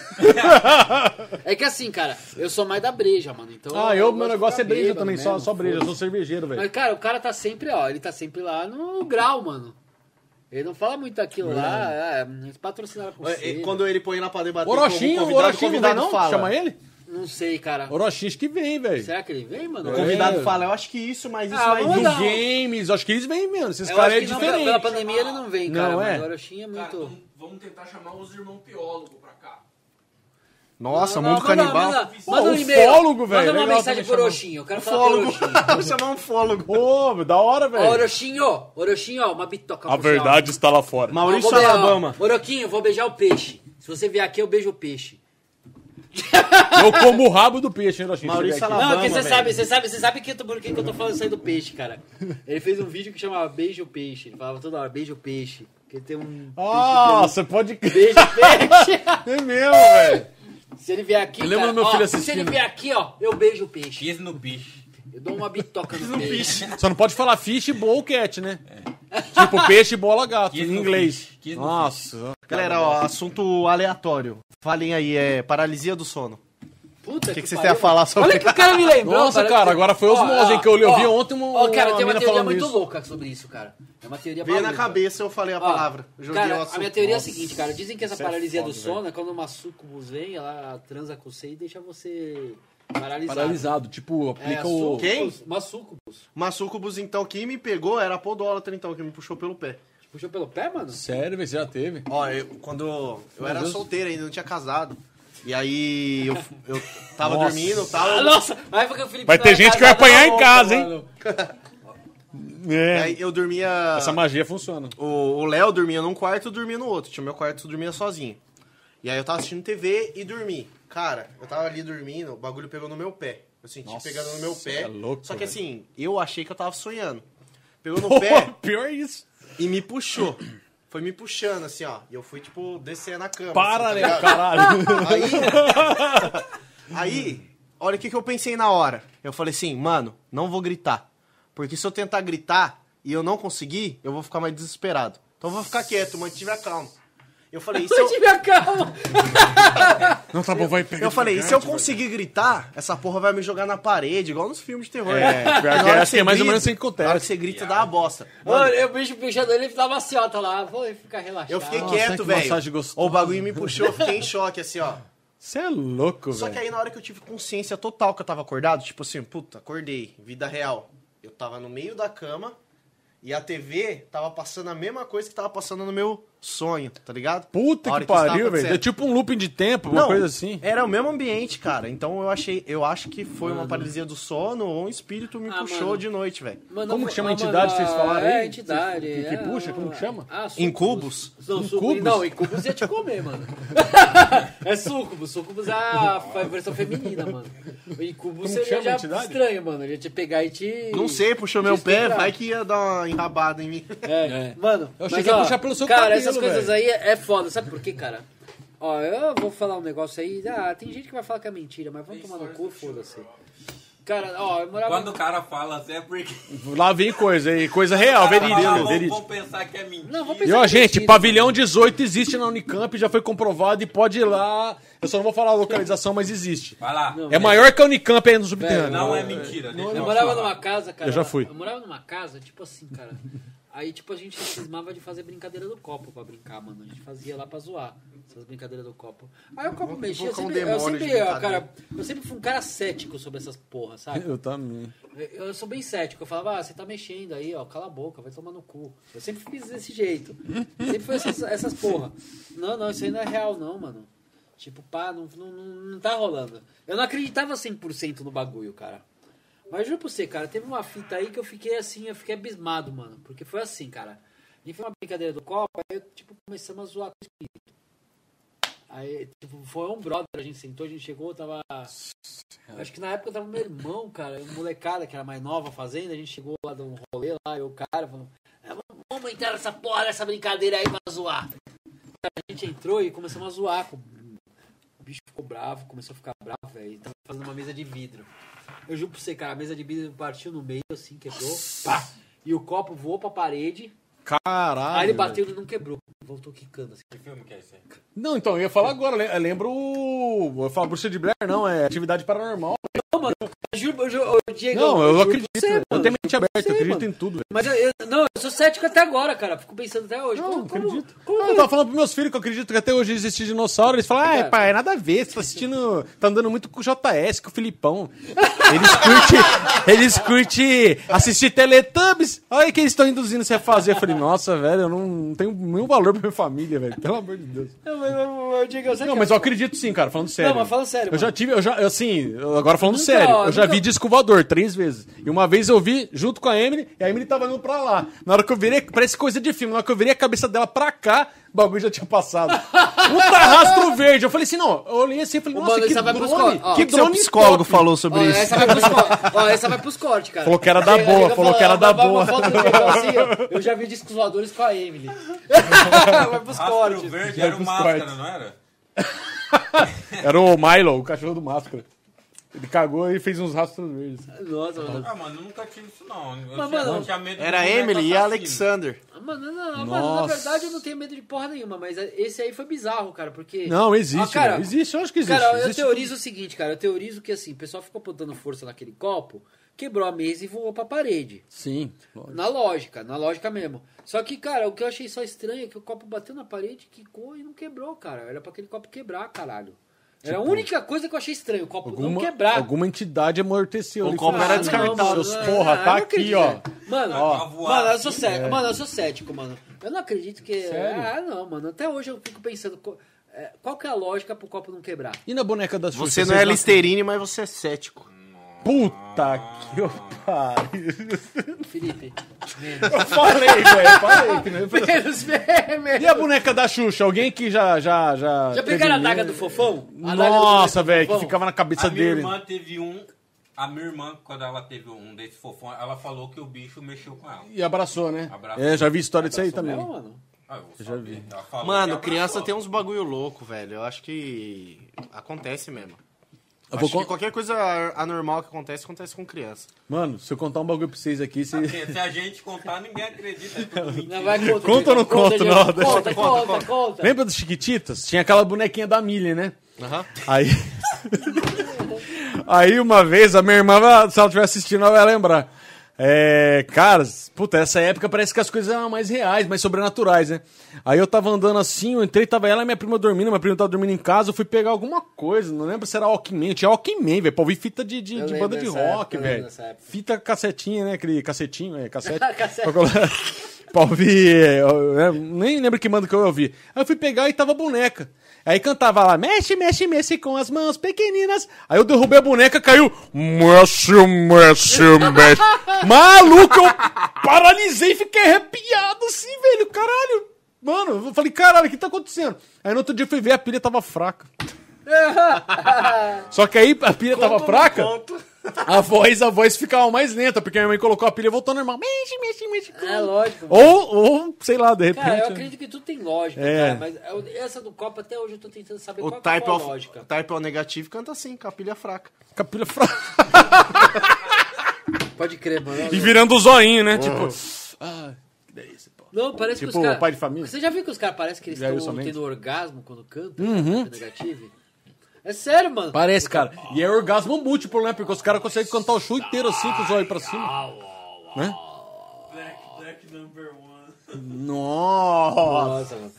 Speaker 2: É que assim, cara, eu sou mais da breja, mano. Então
Speaker 4: Ah, eu, meu
Speaker 2: gosto de
Speaker 4: negócio é
Speaker 2: ficar
Speaker 4: breja
Speaker 2: bêbado
Speaker 4: também, só,
Speaker 2: mesmo,
Speaker 4: só breja. Eu
Speaker 2: foda-se.
Speaker 4: sou cervejeiro, velho.
Speaker 2: Mas, cara, o cara tá sempre, ó, ele tá sempre lá no grau, mano. Ele não fala muito daquilo lá, é, eles patrocinaram por você.
Speaker 5: Quando ele põe na panela bater
Speaker 4: Orochinho,
Speaker 5: como convidado, o
Speaker 4: Orochinho não vem
Speaker 5: convidado
Speaker 4: não?
Speaker 5: fala.
Speaker 4: Chama ele?
Speaker 2: Não sei, cara.
Speaker 4: Orochinho, acho que vem, velho.
Speaker 2: Será que ele vem, mano?
Speaker 5: O
Speaker 4: É.
Speaker 5: convidado fala, eu acho que isso, mas isso é
Speaker 2: Ah,
Speaker 5: vai
Speaker 2: vamos
Speaker 5: vir.
Speaker 2: lá.
Speaker 4: Do games, acho que eles vêm mesmo. Esses
Speaker 2: Eu
Speaker 4: caras é
Speaker 2: acho que não, pela-
Speaker 4: diferente.
Speaker 2: pela pandemia ele não vem, cara.
Speaker 4: Não
Speaker 2: mas
Speaker 4: é?
Speaker 2: agora o Shin é
Speaker 6: Cara,
Speaker 2: muito.
Speaker 6: vamos, vamos tentar chamar os irmãos biólogos pra cá.
Speaker 5: Nossa,
Speaker 2: Não,
Speaker 5: mundo
Speaker 2: não,
Speaker 5: canibal.
Speaker 2: Manda, manda,
Speaker 4: Pô,
Speaker 2: manda um
Speaker 4: um
Speaker 2: e-mail.
Speaker 4: fólogo, velho,
Speaker 2: Manda uma
Speaker 4: legal
Speaker 2: mensagem
Speaker 4: também
Speaker 2: pro
Speaker 4: chamar.
Speaker 2: Orochinho. Eu quero falar pro
Speaker 5: Fólogo.
Speaker 2: Orochinho.
Speaker 5: Vou chamar um fólogo.
Speaker 4: Ô, meu, da hora,
Speaker 2: Ó,
Speaker 4: velho.
Speaker 2: Orochinho, Orochinho, ó, uma bitoca.
Speaker 4: A
Speaker 2: pro senhor.
Speaker 4: verdade é está lá fora.
Speaker 2: Ó,
Speaker 5: Maurício
Speaker 2: vou beijar-
Speaker 5: Alabama.
Speaker 2: ó, Oroquinho, vou beijar o peixe. Se você vier aqui, eu beijo o peixe.
Speaker 4: Eu como o rabo do peixe, hein, Orochinho?
Speaker 5: Maurício
Speaker 4: Chega aqui.
Speaker 5: Alabama.
Speaker 2: não, porque você
Speaker 5: velho.
Speaker 2: sabe, você sabe, você sabe que eu tô, por que que eu tô falando isso aí do peixe, cara. Ele fez um vídeo que chamava Beijo o Peixe. Ele falava toda hora, beijo o peixe. Porque ele tem um.
Speaker 4: Nossa, pode crer.
Speaker 2: Beijo o peixe.
Speaker 4: É meu, velho.
Speaker 2: Se ele vier aqui,
Speaker 4: Eu lembro
Speaker 2: cara,
Speaker 4: do meu
Speaker 2: ó,
Speaker 4: filho
Speaker 2: Se ele
Speaker 4: assistindo.
Speaker 2: vier aqui, ó, eu beijo o peixe.
Speaker 3: X no bicho.
Speaker 2: Eu dou uma bitoca
Speaker 4: um
Speaker 2: no peixe.
Speaker 4: Só não pode falar fish, bowl, cat, né? Tipo peixe, bola, gato,
Speaker 3: Kiss
Speaker 4: em
Speaker 3: no
Speaker 4: inglês.
Speaker 3: fish, kiss no
Speaker 4: Nossa.
Speaker 5: Galera, ó, assunto aleatório. Falem aí, é paralisia do sono.
Speaker 2: Puta
Speaker 5: O que,
Speaker 2: que
Speaker 5: que vocês têm
Speaker 2: pariu.
Speaker 5: a falar sobre
Speaker 2: Olha que o cara me lembrou.
Speaker 4: Nossa, cara, agora foi osmose, hein, que eu li- eu vi ontem uma-
Speaker 2: Ó, cara,
Speaker 4: uma
Speaker 2: tem
Speaker 4: mina
Speaker 2: uma teoria
Speaker 4: falando
Speaker 2: muito
Speaker 4: isso.
Speaker 2: louca sobre isso, cara. É uma teoria
Speaker 5: Veio na
Speaker 2: maluca.
Speaker 5: cabeça, eu falei a
Speaker 2: Ó,
Speaker 5: palavra. Joguei
Speaker 2: cara,
Speaker 5: o
Speaker 2: a
Speaker 5: assunto.
Speaker 2: minha teoria é a seguinte, cara. Dizem que essa
Speaker 4: isso é
Speaker 2: paralisia do
Speaker 4: foda,
Speaker 2: sono é quando uma sucubus vem, ela transa com você e deixa você paralisado.
Speaker 4: Paralisado, tipo,
Speaker 2: É,
Speaker 4: aplica
Speaker 2: a
Speaker 4: o.
Speaker 2: sucubus-
Speaker 5: Quem?
Speaker 2: Uma sucubus.
Speaker 5: Mas Sucubus, então, quem me pegou era a podólatra, então, que me puxou pelo pé.
Speaker 2: Puxou pelo pé, mano?
Speaker 4: Sério, velho, você já teve?
Speaker 5: Ó, eu, quando eu era
Speaker 4: Deus.
Speaker 5: solteiro ainda, não tinha casado. E aí eu, f- eu tava
Speaker 4: Nossa.
Speaker 5: dormindo e
Speaker 2: Ah,
Speaker 5: tal.
Speaker 2: nossa! Aí foi que o Felipe
Speaker 4: Vai
Speaker 2: tá
Speaker 4: ter gente que vai
Speaker 2: casado,
Speaker 4: apanhar
Speaker 2: tá
Speaker 4: em casa, hein?
Speaker 2: mano.
Speaker 5: E
Speaker 4: É.
Speaker 5: aí ah, eu dormia.
Speaker 4: Essa magia funciona.
Speaker 5: O o Léo dormia num quarto, eu dormia no outro. Tinha o meu quarto, eu dormia sozinho. E aí eu tava assistindo TV e dormi. Cara, eu tava ali dormindo, o bagulho pegou no meu pé. Eu senti
Speaker 4: Nossa,
Speaker 5: pegando no meu pé.
Speaker 4: é louco,
Speaker 5: só que
Speaker 4: velho.
Speaker 5: assim, eu achei que eu tava sonhando. Pegou no pé
Speaker 4: Pior é isso.
Speaker 5: e me puxou. Foi me puxando, assim, ó. E eu fui, tipo, descer na cama.
Speaker 4: Para,
Speaker 5: assim,
Speaker 4: né,
Speaker 5: tá ligado?
Speaker 4: caralho.
Speaker 5: Aí, aí, olha o que, que eu pensei na hora. Eu falei assim, mano, não vou gritar. Porque se eu tentar gritar e eu não conseguir, eu vou ficar mais desesperado. Então eu vou ficar quieto, mantive a calma. Eu falei, isso
Speaker 2: Eu
Speaker 5: eu...
Speaker 2: tive a calma.
Speaker 4: Não, tá bom, vai pegar.
Speaker 5: Eu falei, é e se eu conseguir gritar, essa porra vai me jogar na parede, igual nos filmes de terror.
Speaker 4: É, pior
Speaker 5: Na
Speaker 4: que
Speaker 5: hora
Speaker 4: acho
Speaker 5: você
Speaker 4: que é mais ou menos
Speaker 5: grita-
Speaker 4: assim que acontece.
Speaker 5: Na hora que você grita, dá a bosta.
Speaker 2: Mano, eu bicho puxando ele, tava assim, ó, tá lá. Vou ficar relaxado.
Speaker 5: Eu fiquei
Speaker 4: Nossa,
Speaker 5: quieto,
Speaker 4: que massagem
Speaker 5: velho.
Speaker 4: gostosa.
Speaker 5: O bagulho me puxou, eu fiquei em choque, assim, ó.
Speaker 4: Você é louco,
Speaker 5: Só que
Speaker 4: velho.
Speaker 5: aí na hora que eu tive consciência total que eu tava acordado, tipo assim, puta, acordei, vida real. Eu tava no meio da cama e a TV tava passando a mesma coisa que tava passando no meu sonho, tá ligado? A
Speaker 4: Puta
Speaker 5: hora
Speaker 4: que
Speaker 5: isso tava
Speaker 4: pariu, velho.
Speaker 5: acontecendo.
Speaker 4: É tipo um looping de tempo, uma
Speaker 5: Não,
Speaker 4: coisa assim.
Speaker 5: Era o mesmo ambiente, cara. Então eu achei, eu acho que foi uma paralisia do sono ou um espírito me
Speaker 2: Ah,
Speaker 5: puxou
Speaker 2: mano.
Speaker 5: de noite, velho.
Speaker 2: Mano,
Speaker 4: Como
Speaker 2: eu-
Speaker 4: que chama a
Speaker 2: ah,
Speaker 4: entidade
Speaker 2: mano,
Speaker 4: que vocês falaram
Speaker 2: é,
Speaker 4: aí?
Speaker 2: entidade.
Speaker 4: Que- que
Speaker 2: é,
Speaker 4: puxa? Como que chama?
Speaker 2: Ah, sucubus.
Speaker 5: Incubus?
Speaker 2: Não, sucubus?
Speaker 4: Incubus?
Speaker 2: Não, incubus ia te comer, mano. é sucubus. Sucubus é a a versão feminina, mano. O incubus
Speaker 4: que
Speaker 2: seria
Speaker 4: chama
Speaker 2: já
Speaker 4: a entidade?
Speaker 2: estranho, mano. Ele ia te pegar e te...
Speaker 5: Não sei, puxou meu
Speaker 2: te
Speaker 5: pé,
Speaker 2: estuprar.
Speaker 5: vai que ia dar uma enrabada em mim.
Speaker 2: É,
Speaker 4: É.
Speaker 2: mano.
Speaker 4: Eu
Speaker 2: mas,
Speaker 4: achei que ia
Speaker 2: ó,
Speaker 4: puxar pelo seu
Speaker 2: Cara,
Speaker 4: cabelo,
Speaker 2: essas coisas
Speaker 4: velho.
Speaker 2: aí é é foda. Sabe por quê, cara? Ó, eu vou falar um negócio aí. Ah, tem gente que vai falar que é mentira, mas vamos tomar no cu, foda-se. Cara, ó, eu morava...
Speaker 3: Quando o cara fala assim é porque.
Speaker 4: Lá vem coisa aí, coisa real, verídica,
Speaker 3: Vamos
Speaker 4: verídica.
Speaker 3: vamos pensar que é mentira.
Speaker 2: Não, vou
Speaker 4: E
Speaker 2: pensar que
Speaker 4: ó,
Speaker 2: é
Speaker 4: gente,
Speaker 2: mentira.
Speaker 4: pavilhão 18 existe na Unicamp, já foi comprovado e pode ir lá. Eu só não vou falar a localização, mas existe.
Speaker 3: Vai lá.
Speaker 2: Não.
Speaker 4: É maior que a Unicamp ainda no subterrâneo.
Speaker 3: Não é mentira. deixa
Speaker 2: Eu
Speaker 3: eu
Speaker 2: morava
Speaker 3: falar.
Speaker 2: numa casa, cara.
Speaker 4: Eu já fui.
Speaker 2: Eu morava numa casa, tipo assim, cara. Aí, tipo, a gente se cismava de fazer brincadeira do copo pra brincar, mano. A gente fazia lá pra zoar essas brincadeiras do copo. Aí o copo mexia, eu
Speaker 5: invocar um
Speaker 2: sempre, eu
Speaker 5: demônio de
Speaker 2: sempre, ó,
Speaker 5: brincadeira.
Speaker 2: cara, eu sempre fui um cara cético sobre essas porras, sabe?
Speaker 4: Eu também.
Speaker 2: Eu eu sou bem cético. Eu falava, ah, você tá mexendo aí, ó, cala a boca, vai tomar no cu. Eu sempre fiz desse jeito. sempre foi essas, essas porra. Não, não, isso aí não é real, não, mano. Tipo, pá, não, não, não, não tá rolando. Eu não acreditava 100% no bagulho, cara. Mas juro pra você, cara, teve uma fita aí que eu fiquei assim, eu fiquei abismado, mano. Porque foi assim, cara. A gente fez uma brincadeira do copo, aí eu, tipo, começamos a zoar com o espírito. Aí, tipo, foi um brother, a gente sentou, a gente chegou, tava Acho que na época tava meu irmão, cara, um molecada que era mais nova fazendo, a gente chegou lá de um rolê lá, eu, o cara, falou, "É, vamos- vamos entrar nessa porra, nessa brincadeira aí pra zoar. A gente entrou e começamos a zoar. com- O bicho ficou bravo, começou a ficar bravo, velho, e tava fazendo uma mesa de vidro. Eu juro pra você, cara, a mesa de vidro partiu no meio, assim, quebrou, pá, e o copo voou pra parede,
Speaker 4: Caralho.
Speaker 2: aí ele bateu e ele não quebrou. voltou quicando. Assim.
Speaker 3: Que filme que é esse? aí?
Speaker 4: Não, então, eu ia falar agora. le- Eu lembro. o- Eu ia falar bruxa de Blair, não, é atividade paranormal.
Speaker 2: Não, mano, eu juro, eu, juro- eu, Diego,
Speaker 4: Não, eu
Speaker 2: juro
Speaker 4: acredito.
Speaker 2: pra você,
Speaker 4: eu
Speaker 2: mano.
Speaker 4: tenho mente aberta,
Speaker 2: Você,
Speaker 4: eu acredito
Speaker 2: mano.
Speaker 4: em tudo, velho.
Speaker 2: Mas eu, eu- não, eu sou cético até agora, cara. Fico pensando até hoje.
Speaker 4: Não,
Speaker 2: como,
Speaker 4: não
Speaker 2: como-
Speaker 4: acredito.
Speaker 2: Como,
Speaker 4: Não, eu tava falando pros meus filhos que eu acredito que até hoje existe dinossauro. Eles falam, ah, é, pai, nada a ver. Você tá assistindo. Tá andando muito com o JS, com o Filipão. Eles curtem. eles curtem assistir Teletubbies. Olha o que eles estão induzindo você a fazer. Eu falei, nossa, velho, eu não, não tenho nenhum valor pra minha família, velho. Pelo amor de Deus.
Speaker 2: Não, mas, mas, mas, Diego, sabe
Speaker 4: Não,
Speaker 2: que
Speaker 4: mas eu é acredito sim, cara, falando sério.
Speaker 2: mas fala sério,
Speaker 4: Eu já
Speaker 2: mano.
Speaker 4: tive, eu já, assim, eu- agora falando
Speaker 2: Nunca,
Speaker 4: sério,
Speaker 2: ó,
Speaker 4: eu já
Speaker 2: nunca-
Speaker 4: vi disco voador três vezes. E uma vez eu vi junto com a Emily, e a Emily tava indo pra lá. Na hora que eu virei, parece coisa de filme, na hora que eu virei a cabeça dela pra cá, o bagulho já tinha passado. Um tarrastro verde. Eu falei assim, não, eu olhei assim e falei,
Speaker 7: Ô,
Speaker 4: nossa,
Speaker 7: mano,
Speaker 4: que
Speaker 7: essa vai
Speaker 4: drone,
Speaker 7: pros co- ó,
Speaker 4: que,
Speaker 5: O seu
Speaker 4: drone
Speaker 5: psicólogo
Speaker 4: top.
Speaker 5: falou sobre
Speaker 7: Ó,
Speaker 5: isso.
Speaker 7: essa vai pros cortes. Ó, essa vai pros cortes, cara.
Speaker 4: Falou que era da
Speaker 7: Chega-
Speaker 4: boa,
Speaker 7: chega
Speaker 4: falou que era
Speaker 7: fala-
Speaker 4: da
Speaker 7: vai-
Speaker 4: boa.
Speaker 7: vai- volta do Diego assim, ó. eu já vi discos voadores com a Emily. vai pros
Speaker 3: Rastro
Speaker 7: cortes.
Speaker 3: Verde
Speaker 4: Vai
Speaker 5: é
Speaker 3: era o
Speaker 4: pros
Speaker 3: Máscara,
Speaker 4: cortes.
Speaker 3: não era?
Speaker 4: Era o Milo, o cachorro do Máscara. Ele cagou e fez uns rastros verdes.
Speaker 2: Nossa, mano.
Speaker 3: Ah, mano, eu nunca tive isso, não. Eu
Speaker 2: Mas,
Speaker 3: tinha-
Speaker 2: mano,
Speaker 3: eu tinha medo do
Speaker 2: é
Speaker 5: Era
Speaker 3: boneco
Speaker 5: Emily e
Speaker 3: assassino.
Speaker 5: Alexander.
Speaker 2: ah, Mano, não, não, mano, na
Speaker 4: Nossa.
Speaker 2: verdade eu não tenho medo de porra nenhuma, mas esse aí foi bizarro, cara, porque.
Speaker 4: Não, existe,
Speaker 2: Ah, cara,
Speaker 4: velho, existe, eu acho que existe.
Speaker 2: Cara, eu
Speaker 4: existe.
Speaker 2: teorizo o seguinte, cara. Eu teorizo que assim, o pessoal ficou botando força naquele copo, quebrou a mesa e voou pra parede.
Speaker 4: Sim.
Speaker 2: Na lógica, na lógica mesmo. Só que, cara, o que eu achei só estranho é que o copo bateu na parede, quicou e não quebrou, cara. Era pra aquele copo quebrar, caralho. Era a única coisa que eu achei estranho, o copo não
Speaker 4: Tipo, Alguma,
Speaker 2: quebrar.
Speaker 4: é alguma entidade amorteceu.
Speaker 5: O
Speaker 4: Ele
Speaker 5: Um copo
Speaker 4: falou,
Speaker 5: era
Speaker 4: "Ah,
Speaker 5: descartável."
Speaker 4: não, Seus porra, tá aqui, ó. É.
Speaker 2: Mano,
Speaker 3: Ó.
Speaker 2: mano, eu sou cético, mano, eu sou cético, mano. Eu não acredito que. Ah, não, mano. Até hoje eu fico pensando. co- é, Qual que é a lógica pro copo não quebrar?
Speaker 4: E na boneca da Xuxa?
Speaker 5: Você não
Speaker 4: vocês
Speaker 5: é Listerine, mas você é cético.
Speaker 4: Puta que eu pariu.
Speaker 2: Felipe.
Speaker 4: Eu falei, velho. Falei que não ia fazer.
Speaker 2: Menos meme.
Speaker 4: E a boneca da Xuxa? Alguém que já. Já, já,
Speaker 2: Já pegaram a
Speaker 4: teve
Speaker 2: daga
Speaker 4: um?
Speaker 2: do fofão? A adaga do
Speaker 4: Nossa,
Speaker 2: boneco do
Speaker 4: velho, que
Speaker 2: Fofão?
Speaker 4: ficava na cabeça
Speaker 3: A minha
Speaker 4: dele.
Speaker 3: irmã teve um. A minha irmã, quando ela teve um desse fofão, ela falou que o bicho mexeu com ela.
Speaker 4: E abraçou, né?
Speaker 3: Abraçou.
Speaker 4: É, já vi história disso aí também.
Speaker 2: Não, mano.
Speaker 3: Ah, eu já vi.
Speaker 5: Mano, criança tem um uns bagulho louco, velho. Eu acho que acontece mesmo.
Speaker 4: Eu
Speaker 5: acho
Speaker 4: vou
Speaker 5: que
Speaker 4: con-
Speaker 5: qualquer coisa anormal que acontece, acontece com criança.
Speaker 4: Mano, se eu contar um bagulho pra vocês aqui, vocês.
Speaker 3: Se a gente contar, ninguém acredita. É tudo
Speaker 2: Não,
Speaker 3: mentira.
Speaker 2: vai, conta,
Speaker 4: Conta ou não
Speaker 2: Diego,
Speaker 4: conta,
Speaker 2: Diego.
Speaker 4: não?
Speaker 2: Conta,
Speaker 4: Deixa-
Speaker 2: conta, conta, conta,
Speaker 4: Lembra dos Chiquititas? Tinha aquela bonequinha da Millie, né?
Speaker 5: Aham.
Speaker 4: Aí. Aí uma vez a minha irmã, ela- se ela estiver assistindo, ela vai lembrar. É, cara, puta, essa época parece que as coisas eram mais reais, mais sobrenaturais, né? Aí eu tava andando assim, eu entrei, tava ela e minha prima dormindo, minha prima tava dormindo em casa, eu fui pegar alguma coisa, não lembro se era Walkman, tinha Walkman, velho, pra ouvir fita de, de,
Speaker 2: Eu
Speaker 4: de
Speaker 2: lembro
Speaker 4: banda de
Speaker 2: dessa época,
Speaker 4: rock,
Speaker 2: eu lembro
Speaker 4: velho.
Speaker 2: dessa época.
Speaker 4: Fita cassetinha, né, aquele cacetinho, é, cassete.
Speaker 2: Cassete.
Speaker 4: Pra colocar- pra ouvir, é, eu- eu nem lembro que manda que eu ouvi. Aí eu fui pegar e tava a boneca. Aí cantava lá, mexe, mexe, mexe com as mãos pequeninas. Aí eu derrubei a boneca, caiu, mexe, mexe, mexe. Maluco, eu paralisei, fiquei arrepiado assim, velho, caralho. Mano, eu falei, caralho, o que tá acontecendo? Aí no outro dia eu fui ver, a pilha tava fraca. Só que aí a pilha tava fraca, a voz, a voz ficava mais lenta, porque a minha mãe colocou a pilha e voltou normal. Mexe, mexe, mexe.
Speaker 2: É lógico.
Speaker 4: Ou, ou, sei lá, de repente.
Speaker 2: Cara, eu acredito que tudo tem lógica,
Speaker 4: né? É.
Speaker 2: cara, mas eu- essa do copo até hoje eu tô tentando saber
Speaker 5: O
Speaker 2: qual que é a
Speaker 5: type,
Speaker 2: tua
Speaker 5: of,
Speaker 2: lógica.
Speaker 5: type O negativo canta assim, com a pilha fraca.
Speaker 4: Com a pilha fraca.
Speaker 2: Pode crer, mano.
Speaker 4: E virando o zoinho, né? Tipo,
Speaker 2: Não, parece que
Speaker 4: Tipo,
Speaker 2: os caras...
Speaker 4: pai de família.
Speaker 2: Você já viu que os caras parecem que eles
Speaker 4: Já viu
Speaker 2: estão
Speaker 4: somente?
Speaker 2: tendo orgasmo quando cantam? Uhum. Negativo? É sério, mano.
Speaker 4: parece, cara. E é orgasmo múltiplo, né? Porque os caras conseguem cantar o show inteiro assim, com o zóio pra cima. Né?
Speaker 8: Black, black number one.
Speaker 4: Nossa.
Speaker 2: Nossa, mano.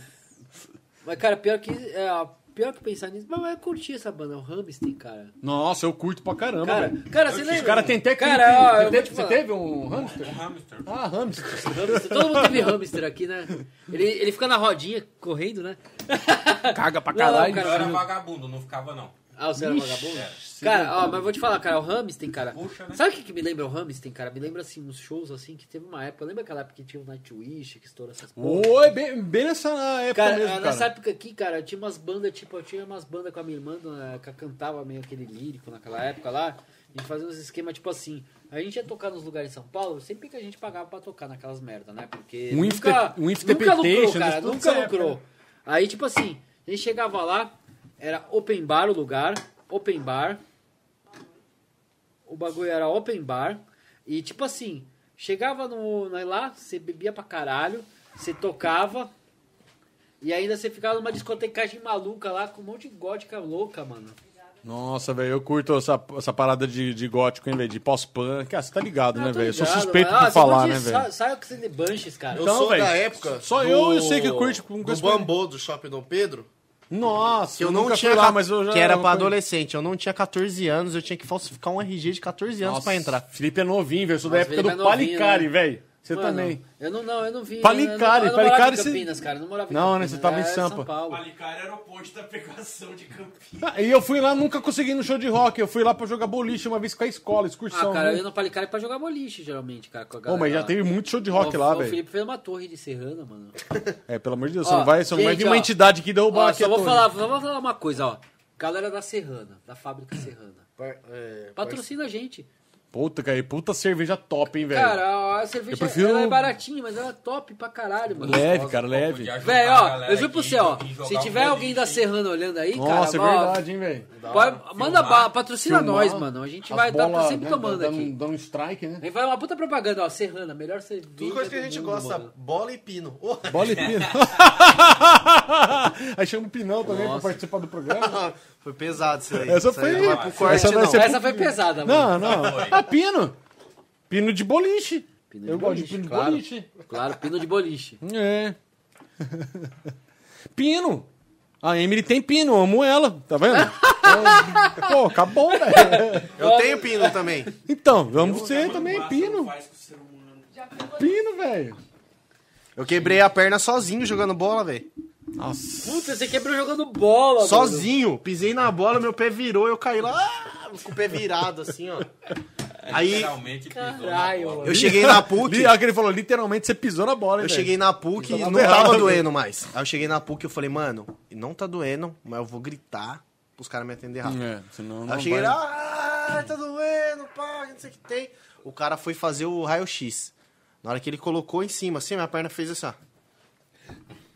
Speaker 2: Mas, cara, pior que... É, pior que pensar nisso... Mas eu curti essa banda, é o Hamstein, cara.
Speaker 4: Nossa, eu curto pra caramba,
Speaker 2: Cara,
Speaker 4: velho.
Speaker 2: cara, você lembra?
Speaker 4: Os caras têm até
Speaker 2: Cara,
Speaker 4: clipe.
Speaker 2: ó, eu
Speaker 4: Você
Speaker 2: vou
Speaker 4: teve-
Speaker 2: te
Speaker 4: Você
Speaker 2: falar.
Speaker 4: teve um hamster?
Speaker 3: Um hamster.
Speaker 4: Ah, hamster.
Speaker 2: Hamster. Todo mundo teve hamster aqui, né? Ele, ele fica na rodinha, correndo, né?
Speaker 4: Caga pra
Speaker 2: Não, não,
Speaker 4: caralho.
Speaker 2: cara.
Speaker 3: Eu era vagabundo, não ficava, não.
Speaker 2: Ah, você era vagabundo? Cara, ó, mas vou te falar, cara, o Hamilton, cara.
Speaker 3: Puxa, né?
Speaker 2: Sabe o que, que me lembra o Hamilton, cara? Me lembra, assim, uns shows, assim, que teve uma época. Lembra aquela época que tinha o Nightwish, que estourou essas porra?
Speaker 4: Oi, bem, bem nessa época
Speaker 2: Cara,
Speaker 4: é mesmo,
Speaker 2: nessa
Speaker 4: cara.
Speaker 2: época aqui, cara, tinha umas bandas, tipo, eu tinha umas bandas com a minha irmã, né, que cantava meio aquele lírico naquela época lá, e fazia uns esquemas, tipo assim, a gente ia tocar nos lugares em São Paulo, sempre que a gente pagava pra tocar naquelas merda, né? Porque
Speaker 4: Um
Speaker 2: nunca,
Speaker 4: infte- um
Speaker 2: nunca lucrou,
Speaker 4: inftepetation,
Speaker 2: cara,
Speaker 4: isso tudo
Speaker 2: nunca
Speaker 4: nessa
Speaker 2: lucrou.
Speaker 4: época.
Speaker 2: é, Aí, tipo assim, a gente chegava lá, era open bar o lugar, open bar, o bagulho era open bar. E tipo assim, chegava no, na- lá, você bebia pra caralho, você tocava. E ainda você ficava numa discotecagem maluca lá, com um monte de gótica louca, mano.
Speaker 4: Né, Nossa, velho, eu curto essa, essa parada de, de gótico, hein, velho? De pós-punk. Ah, você tá ligado, né,
Speaker 2: tô
Speaker 4: velho? Eu sou
Speaker 2: ligado,
Speaker 4: suspeito
Speaker 2: mano. Ah,
Speaker 4: pra
Speaker 2: você
Speaker 4: falar,
Speaker 2: curte
Speaker 4: né,
Speaker 2: sa-
Speaker 4: velho?
Speaker 2: Sabe o que você de Bunches, cara?
Speaker 4: Eu
Speaker 9: Eu
Speaker 4: Então,
Speaker 9: sou
Speaker 4: velho,
Speaker 9: da época.
Speaker 4: só eu- eu sei que curte com
Speaker 9: Do
Speaker 4: coisa-
Speaker 9: Bambô, do Shopping Dom Pedro.
Speaker 4: Nossa,
Speaker 5: Que eu
Speaker 4: nunca
Speaker 5: não tinha.
Speaker 4: fui lá,
Speaker 5: ca-
Speaker 4: mas eu já.
Speaker 5: Que era pra adolescente. Eu não tinha 14 anos, eu tinha que falsificar um RG de 14 anos
Speaker 4: Nossa,
Speaker 5: pra entrar.
Speaker 4: Felipe é novinho, velho. Eu sou da
Speaker 2: Nossa,
Speaker 4: época
Speaker 2: Felipe
Speaker 4: do
Speaker 2: é novinho,
Speaker 4: Palicari,
Speaker 2: né?
Speaker 4: velho. Você
Speaker 2: Mano,
Speaker 4: também.
Speaker 2: Eu não, não, eu não vi.
Speaker 4: Palicari,
Speaker 2: eu não, eu não morava
Speaker 4: Palicari,
Speaker 2: em
Speaker 4: você-
Speaker 2: Campinas, cara. Eu não morava em
Speaker 4: Não, né,
Speaker 2: Campinas,
Speaker 4: você tava em
Speaker 2: era
Speaker 4: Sampa.
Speaker 2: São Paulo.
Speaker 3: Palicário era o posto da pegação de Campinas.
Speaker 4: Ah, E eu fui lá, nunca consegui ir no show de rock. Eu fui lá pra jogar boliche uma vez com a escola,
Speaker 2: Ah,
Speaker 4: excursão.
Speaker 2: cara, eu
Speaker 4: né?
Speaker 2: ia no Palicari pra jogar boliche, geralmente, cara, com a
Speaker 4: Ô,
Speaker 2: galera.
Speaker 4: mas já teve muito show de rock
Speaker 2: Ó,
Speaker 4: lá,
Speaker 2: o
Speaker 4: velho.
Speaker 2: Felipe fez uma torre de serrana, mano.
Speaker 4: É, pelo amor de Deus,
Speaker 2: Ó,
Speaker 4: você não vai, você não vai
Speaker 2: gente,
Speaker 4: vir uma
Speaker 2: ó.
Speaker 4: entidade que derrubar
Speaker 2: Ó,
Speaker 4: aqui
Speaker 2: só
Speaker 4: a
Speaker 2: vou
Speaker 4: torre.
Speaker 2: falar, só vou falar uma coisa, ó. Galera da Serrana, da fábrica Serrana.
Speaker 9: Par- é,
Speaker 2: Patrocina a gente.
Speaker 4: Puta, cara, e puta cerveja top, hein, velho.
Speaker 2: Cara, a cerveja
Speaker 4: É. Eu prefiro-
Speaker 2: ela é baratinha, mas ela é top pra caralho, mano.
Speaker 4: Leve, cara, leve.
Speaker 2: Véi, ó, eu juro pro você, ó. Se
Speaker 3: um
Speaker 2: tiver alguém da Serrana olhando aí,
Speaker 4: Nossa,
Speaker 2: cara,
Speaker 4: é
Speaker 2: ó,
Speaker 4: verdade, hein, velho.
Speaker 2: pode- manda
Speaker 10: Filmar.
Speaker 2: bala, patrocina
Speaker 4: Filmar.
Speaker 2: nós, mano. A gente
Speaker 4: As
Speaker 2: vai estar
Speaker 4: bola,
Speaker 2: sempre
Speaker 4: né,
Speaker 2: tomando
Speaker 4: dando-
Speaker 2: aqui.
Speaker 4: Dando um strike, né?
Speaker 2: Aí vai uma puta propaganda, ó, Serrana, melhor cerveja.
Speaker 9: Duas coisas que a
Speaker 2: do
Speaker 9: gente
Speaker 2: mundo,
Speaker 9: gosta:
Speaker 2: mano.
Speaker 9: bola e pino. Ô,
Speaker 4: Bola e pino. Aí chama o Pinão também pra participar do programa.
Speaker 5: Foi pesado isso aí.
Speaker 4: Essa
Speaker 5: Isso aí é
Speaker 4: foi.
Speaker 5: não vai pro corte,
Speaker 4: essa vai
Speaker 5: não.
Speaker 4: ser-
Speaker 2: Essa foi pesada, mano.
Speaker 4: é Não, não. Ah, pino. Pino de boliche.
Speaker 2: Pino de
Speaker 4: Eu gosto de
Speaker 2: boliche,
Speaker 4: pino de
Speaker 2: claro.
Speaker 4: boliche.
Speaker 2: Claro, pino de boliche.
Speaker 4: É. Pino. A Emily tem pino, eu amo ela, tá vendo? Então, Pô, acabou, velho.
Speaker 5: Eu tenho pino também.
Speaker 4: Então, vamos você
Speaker 2: um
Speaker 4: também,
Speaker 3: Massa não
Speaker 4: pino.
Speaker 3: faz com o ser humano. né?
Speaker 4: Pino, velho.
Speaker 5: Eu quebrei a perna sozinho jogando bola, velho.
Speaker 4: Nossa.
Speaker 2: Puta, você quebrou jogando bola, mano.
Speaker 5: Sozinho. Pisei na bola, meu pé virou, eu caí lá. ah, Com o pé virado, assim, ó. Aí
Speaker 10: Literalmente pisou na
Speaker 2: Caralho,
Speaker 10: bola.
Speaker 5: eu cheguei na PUC.
Speaker 4: Li, ó, que ele falou, literalmente você pisou na bola, hein,
Speaker 5: Eu
Speaker 4: velho. Tá
Speaker 5: cheguei na PUC e não
Speaker 4: errado,
Speaker 5: tava
Speaker 4: velho.
Speaker 5: doendo mais. Aí eu cheguei na PUC e eu falei, mano, não tá doendo, mas eu vou gritar pros caras me atender rápido.
Speaker 4: É, senão
Speaker 5: Aí
Speaker 4: não
Speaker 5: eu cheguei
Speaker 4: vai-
Speaker 5: lá, ah, tá doendo, pá, não sei o que tem. O cara foi fazer o raio-x. Na hora que ele colocou em cima, assim, minha perna fez assim, ó.